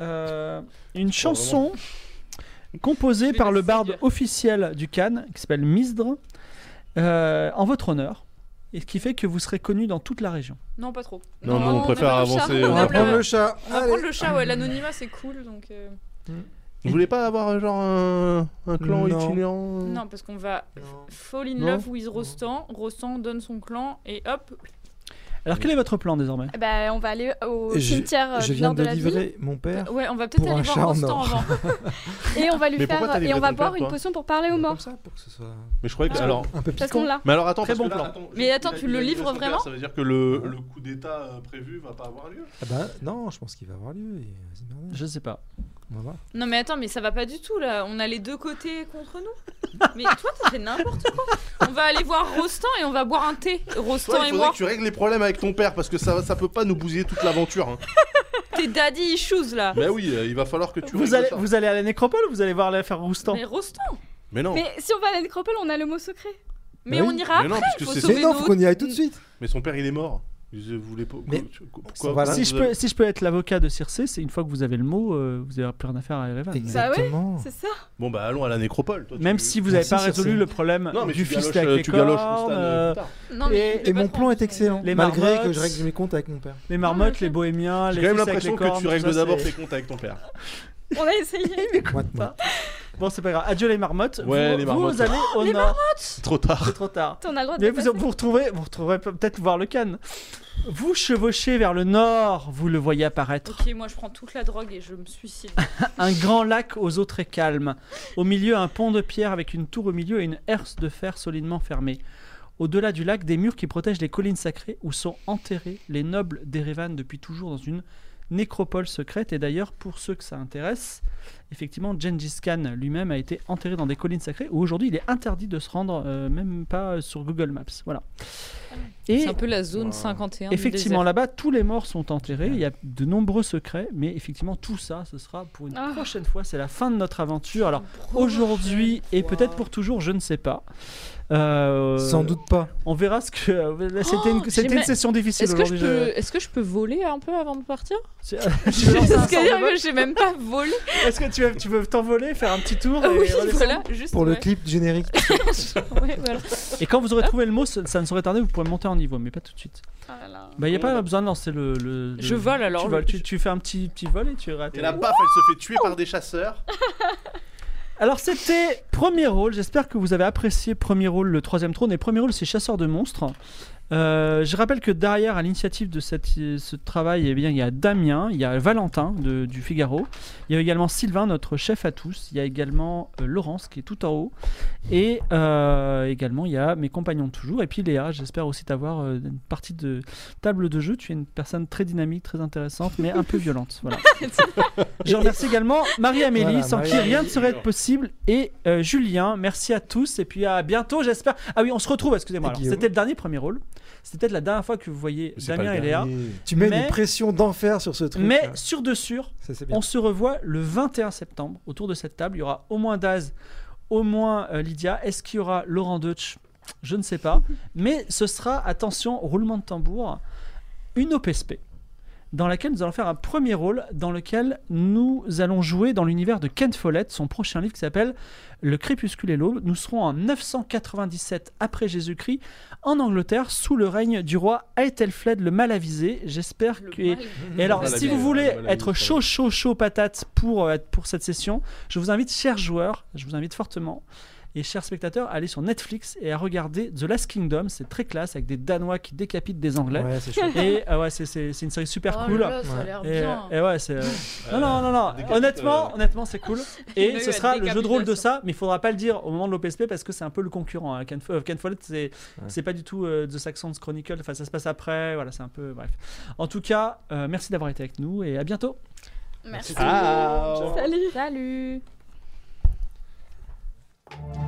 [SPEAKER 3] euh, une chanson composée
[SPEAKER 9] Je vais la
[SPEAKER 3] par le barde
[SPEAKER 9] séduire.
[SPEAKER 3] officiel du Cannes qui s'appelle Misdre euh, en votre honneur et ce qui fait que vous serez connu dans toute la région.
[SPEAKER 9] Non, pas trop.
[SPEAKER 4] Non, non,
[SPEAKER 1] Non,
[SPEAKER 4] on
[SPEAKER 1] on
[SPEAKER 4] préfère
[SPEAKER 1] appelle le chat.
[SPEAKER 4] avancer.
[SPEAKER 1] On
[SPEAKER 5] On va
[SPEAKER 1] appelle
[SPEAKER 5] prendre le chat.
[SPEAKER 9] On va
[SPEAKER 5] Allez.
[SPEAKER 9] prendre le chat, ouais, l'anonymat c'est cool donc. euh,
[SPEAKER 4] Vous voulez pas avoir euh, genre un, un clan
[SPEAKER 5] Non.
[SPEAKER 4] itinérant
[SPEAKER 9] Non, parce qu'on va
[SPEAKER 6] Euh,
[SPEAKER 9] fall in
[SPEAKER 4] Non.
[SPEAKER 9] love with Rostan, Rostan donne son clan et hop.
[SPEAKER 3] Alors quel est votre plan désormais
[SPEAKER 1] Bah, on va aller au
[SPEAKER 5] Je-
[SPEAKER 1] cimetière euh,
[SPEAKER 5] Je
[SPEAKER 1] du
[SPEAKER 5] viens
[SPEAKER 1] nord
[SPEAKER 5] de
[SPEAKER 1] de la ville
[SPEAKER 5] livrer mon père.
[SPEAKER 9] Ouais, on va peut-être
[SPEAKER 5] Pour
[SPEAKER 9] aller
[SPEAKER 5] un chat
[SPEAKER 9] voir
[SPEAKER 5] en
[SPEAKER 9] Rostan
[SPEAKER 5] or.
[SPEAKER 9] avant.
[SPEAKER 1] et on va lui
[SPEAKER 4] Mais pourquoi t'as
[SPEAKER 1] faire et
[SPEAKER 4] livré
[SPEAKER 1] on va
[SPEAKER 4] ton
[SPEAKER 1] boire
[SPEAKER 4] père,
[SPEAKER 1] une
[SPEAKER 4] toi
[SPEAKER 1] potion pour parler aux
[SPEAKER 5] Comme
[SPEAKER 1] morts
[SPEAKER 5] ça, pour que ce soit
[SPEAKER 4] Mais je croyais que.
[SPEAKER 9] Ah.
[SPEAKER 4] Alors.
[SPEAKER 5] un peu
[SPEAKER 1] parce
[SPEAKER 5] piquant.
[SPEAKER 1] qu'on l'a.
[SPEAKER 4] Mais alors attends,
[SPEAKER 3] Très
[SPEAKER 4] parce que
[SPEAKER 3] bon
[SPEAKER 4] là,
[SPEAKER 3] plan.
[SPEAKER 4] attends,
[SPEAKER 9] Mais
[SPEAKER 4] j'ai-
[SPEAKER 9] attends,
[SPEAKER 4] il a-
[SPEAKER 9] tu
[SPEAKER 4] il a
[SPEAKER 9] le
[SPEAKER 4] dit
[SPEAKER 9] livres
[SPEAKER 4] laisse-moi faire,
[SPEAKER 9] vraiment
[SPEAKER 4] Ça veut dire que le, le coup d'état euh, prévu va pas avoir lieu
[SPEAKER 5] Ah bah non, je pense qu'il va avoir lieu. et vas-y, merde,
[SPEAKER 3] Je sais pas.
[SPEAKER 5] On va voir.
[SPEAKER 9] Non mais attends, mais ça va pas du tout là. On a les deux côtés contre nous. Mais toi, t'as fait n'importe quoi. On va aller voir Rostan et on va boire un thé.
[SPEAKER 4] Toi,
[SPEAKER 9] Rostan
[SPEAKER 4] il
[SPEAKER 9] et
[SPEAKER 4] faudrait
[SPEAKER 9] moi.
[SPEAKER 4] que tu règles les problèmes avec ton père parce que ça, ça peut pas nous bousiller toute l'aventure. hein.
[SPEAKER 9] Tes daddy issues là.
[SPEAKER 4] Mais oui, euh, il va falloir que tu
[SPEAKER 3] Vous
[SPEAKER 4] règles
[SPEAKER 3] allez,
[SPEAKER 4] ça.
[SPEAKER 3] vous allez à la nécropole ou vous allez voir l'affaire Roustan
[SPEAKER 9] Mais Rostan.
[SPEAKER 4] Mais non, mais,
[SPEAKER 1] Mais si on va à la nécropole, on a le mot secret.
[SPEAKER 9] Mais
[SPEAKER 5] Bah
[SPEAKER 9] on
[SPEAKER 5] oui.
[SPEAKER 9] ira après.
[SPEAKER 4] non, parce que
[SPEAKER 9] faut
[SPEAKER 4] c'est-
[SPEAKER 9] sauver
[SPEAKER 5] Mais non,
[SPEAKER 9] nos-
[SPEAKER 5] faut qu'on y aille tout de suite.
[SPEAKER 4] mais son père il est mort. Vous voulez pas.
[SPEAKER 5] Mais-
[SPEAKER 4] pourquoi
[SPEAKER 5] voilà.
[SPEAKER 3] si, je peux, si je peux être l'avocat de Circé, c'est une fois que vous avez le mot, euh, vous avez plus rien à faire à Erevan.
[SPEAKER 5] Exactement.
[SPEAKER 1] C'est ça
[SPEAKER 4] Bon bah allons à la nécropole. Toi,
[SPEAKER 3] Même
[SPEAKER 4] tu-
[SPEAKER 3] si vous n'avez
[SPEAKER 5] Merci,
[SPEAKER 3] pas
[SPEAKER 5] Circé.
[SPEAKER 3] résolu le problème
[SPEAKER 4] Non, mais
[SPEAKER 3] du
[SPEAKER 4] tu
[SPEAKER 3] fils
[SPEAKER 4] galoches,
[SPEAKER 3] avec
[SPEAKER 4] euh,
[SPEAKER 3] les
[SPEAKER 4] tu galoches Stan,
[SPEAKER 3] cornes, euh,
[SPEAKER 4] euh, plus tard.
[SPEAKER 9] Non, mais
[SPEAKER 3] Et-
[SPEAKER 9] tu
[SPEAKER 5] Et
[SPEAKER 9] peux pas
[SPEAKER 5] mon
[SPEAKER 9] te
[SPEAKER 5] plan est
[SPEAKER 9] rendre-
[SPEAKER 5] excellent.
[SPEAKER 3] Les
[SPEAKER 5] malgré
[SPEAKER 3] marmottes.
[SPEAKER 5] que je règle mes comptes avec mon père.
[SPEAKER 3] les
[SPEAKER 9] Non,
[SPEAKER 3] marmottes,
[SPEAKER 9] mais-
[SPEAKER 3] les bohémiens, les
[SPEAKER 4] J'ai quand même
[SPEAKER 3] fils avec les
[SPEAKER 4] l'impression que
[SPEAKER 3] cornes,
[SPEAKER 4] tu
[SPEAKER 3] tout
[SPEAKER 4] règles
[SPEAKER 3] ça,
[SPEAKER 4] d'abord
[SPEAKER 3] c'est-
[SPEAKER 4] tes comptes avec ton père.
[SPEAKER 1] On a essayé.
[SPEAKER 5] Moite, moite.
[SPEAKER 3] Bon, c'est pas grave. Adieu les marmottes.
[SPEAKER 4] Ouais,
[SPEAKER 3] vous,
[SPEAKER 4] les marmottes.
[SPEAKER 3] Vous allez au nord.
[SPEAKER 4] C'est trop tard.
[SPEAKER 3] C'est trop tard.
[SPEAKER 1] T'en as le droit de
[SPEAKER 3] Mais
[SPEAKER 1] dépasser.
[SPEAKER 3] vous, vous retrouverez, vous retrouverez pe- peut-être voir le Cannes. Vous chevauchez vers le nord, vous le voyez apparaître.
[SPEAKER 9] Ok, moi je prends toute la drogue et je me suicide.
[SPEAKER 3] Un grand lac aux eaux très calmes. Au milieu, un pont de pierre avec une tour au milieu et une herse de fer solidement fermée. Au-delà du lac, des murs qui protègent les collines sacrées où sont enterrés les nobles d'Erevan depuis toujours dans une nécropole secrète. Et d'ailleurs, pour ceux que ça intéresse, effectivement, Gengis Khan lui-même a été enterré dans des collines sacrées où aujourd'hui il est interdit de se rendre, euh, même pas sur Google Maps. Voilà. Et
[SPEAKER 9] C'est un peu la zone
[SPEAKER 4] Wow.
[SPEAKER 9] 51. du
[SPEAKER 3] Effectivement,
[SPEAKER 9] désert.
[SPEAKER 3] là-bas, tous les morts sont enterrés. Il y a de nombreux secrets, mais effectivement, tout ça, ce sera pour une
[SPEAKER 1] Ah.
[SPEAKER 3] prochaine fois. C'est la fin de notre aventure. Alors, aujourd'hui et peut-être pour toujours, je ne sais pas. Euh,
[SPEAKER 5] Sans doute pas.
[SPEAKER 3] On verra ce que. euh, là, C'était
[SPEAKER 9] Oh,
[SPEAKER 3] une, c'était
[SPEAKER 9] j'ai
[SPEAKER 3] une
[SPEAKER 9] ma-
[SPEAKER 3] session difficile
[SPEAKER 9] Est-ce que, je
[SPEAKER 3] aujourd'hui.
[SPEAKER 9] peux... Est-ce que je peux voler un peu avant de partir
[SPEAKER 3] euh,
[SPEAKER 9] C'est
[SPEAKER 3] je- Tu veux lancer un
[SPEAKER 9] ce
[SPEAKER 3] sort de
[SPEAKER 9] dire
[SPEAKER 3] vol
[SPEAKER 9] que j'ai même pas volé.
[SPEAKER 3] Est-ce que tu veux, tu veux t'envoler, faire un petit tour et
[SPEAKER 9] Ah oui,
[SPEAKER 3] redescendre
[SPEAKER 9] voilà, juste.
[SPEAKER 5] Pour le
[SPEAKER 9] ouais.
[SPEAKER 5] clip générique.
[SPEAKER 9] Ouais, voilà.
[SPEAKER 3] Et quand vous aurez
[SPEAKER 9] Ah.
[SPEAKER 3] trouvé le mot, ça ça ne saurait tarder, vous pourrez monter en niveau, mais pas tout de suite.
[SPEAKER 1] Ah là là.
[SPEAKER 3] Bah, il n'y a pas besoin de lancer le. le-
[SPEAKER 9] Oh. Je
[SPEAKER 3] le-
[SPEAKER 9] vole, alors,
[SPEAKER 3] Tu, voles,
[SPEAKER 9] le-
[SPEAKER 3] tu, tu fais un petit, petit vol et tu rates.
[SPEAKER 4] Et la paf, elle se fait tuer par des chasseurs.
[SPEAKER 3] Alors c'était premier rôle, j'espère que vous avez apprécié premier rôle, le troisième trône, et premier rôle c'est chasseur de monstres. Euh, je rappelle que derrière, à l'initiative de cette, ce travail, eh bien, il y a Damien, il y a Valentin de- du Figaro, il y a également Sylvain, notre chef à tous, il y a également euh, Laurence qui est tout en haut, et euh, également il y a mes compagnons de toujours, et puis Léa, j'espère aussi t'avoir euh, une partie de table de jeu, tu es une personne très dynamique, très intéressante, mais un peu violente. Voilà. Je remercie également Marie-Amélie,
[SPEAKER 5] Voilà,
[SPEAKER 3] sans qui
[SPEAKER 5] Marie-Amélie.
[SPEAKER 3] rien ne serait possible, et euh, Julien, merci à tous, et puis à bientôt, j'espère. Ah oui, on se retrouve, excusez-moi,
[SPEAKER 5] Et
[SPEAKER 3] alors,
[SPEAKER 5] Guillaume.
[SPEAKER 3] c'était le dernier premier rôle. C'était peut-être la dernière fois que vous voyez Damien et Léa.
[SPEAKER 5] Tu mets
[SPEAKER 3] Mais-
[SPEAKER 5] une pression d'enfer sur ce truc.
[SPEAKER 3] Mais
[SPEAKER 5] là.
[SPEAKER 3] sur de sûr,
[SPEAKER 5] ça c'est bien.
[SPEAKER 3] on se revoit le 21 septembre autour de cette table. Il y aura au moins Daz, au moins euh, Lydia. Est-ce qu'il y aura Laurent Deutsch Je ne sais pas. Mais ce sera, attention, roulement de tambour, une OPSP dans laquelle nous allons faire un premier rôle dans lequel nous allons jouer dans l'univers de Ken Follett, son prochain livre qui s'appelle Le crépuscule et l'aube. Nous serons en 997 après Jésus-Christ en Angleterre sous le règne du roi Aethelflaed le mal avisé. J'espère que
[SPEAKER 9] Le mal.
[SPEAKER 3] et alors,
[SPEAKER 4] Ah, la
[SPEAKER 3] si
[SPEAKER 4] bière,
[SPEAKER 3] vous voulez
[SPEAKER 4] la bière, la
[SPEAKER 3] être
[SPEAKER 4] bière,
[SPEAKER 3] chaud, chaud, chaud patate pour, euh, pour cette session, je vous invite, chers joueurs, je vous invite fortement, et chers spectateurs, à aller sur Netflix et à regarder The Last Kingdom. C'est très classe, avec des Danois qui décapitent des Anglais.
[SPEAKER 5] Ouais, c'est chaud.
[SPEAKER 3] Et euh, ouais, c'est- c'est c'est une série super
[SPEAKER 9] Oh
[SPEAKER 3] cool.
[SPEAKER 9] là là, ça a
[SPEAKER 5] Ouais.
[SPEAKER 9] l'air
[SPEAKER 3] Et,
[SPEAKER 9] bien.
[SPEAKER 3] et ouais, c'est. euh,
[SPEAKER 4] Euh,
[SPEAKER 3] Non, non, non, non.
[SPEAKER 4] décapite,
[SPEAKER 3] Honnêtement,
[SPEAKER 4] euh,
[SPEAKER 3] honnêtement, c'est cool.
[SPEAKER 9] Il
[SPEAKER 3] Et
[SPEAKER 9] a
[SPEAKER 3] ce
[SPEAKER 9] eu
[SPEAKER 3] sera
[SPEAKER 9] la
[SPEAKER 3] le jeu de rôle de
[SPEAKER 9] décapitation.
[SPEAKER 3] ça, mais il faudra pas le dire au moment de l'OPSP parce que c'est un peu le concurrent. hein. Ken, Fo- euh, Ken Follett, c'est c'est pas du tout euh, The Saxon's Chronicle. Enfin, ça se passe après. Voilà, c'est un peu. Bref. En tout cas, euh, merci d'avoir été avec nous et à bientôt.
[SPEAKER 1] Merci.
[SPEAKER 4] Ah.
[SPEAKER 1] Salut.
[SPEAKER 9] Salut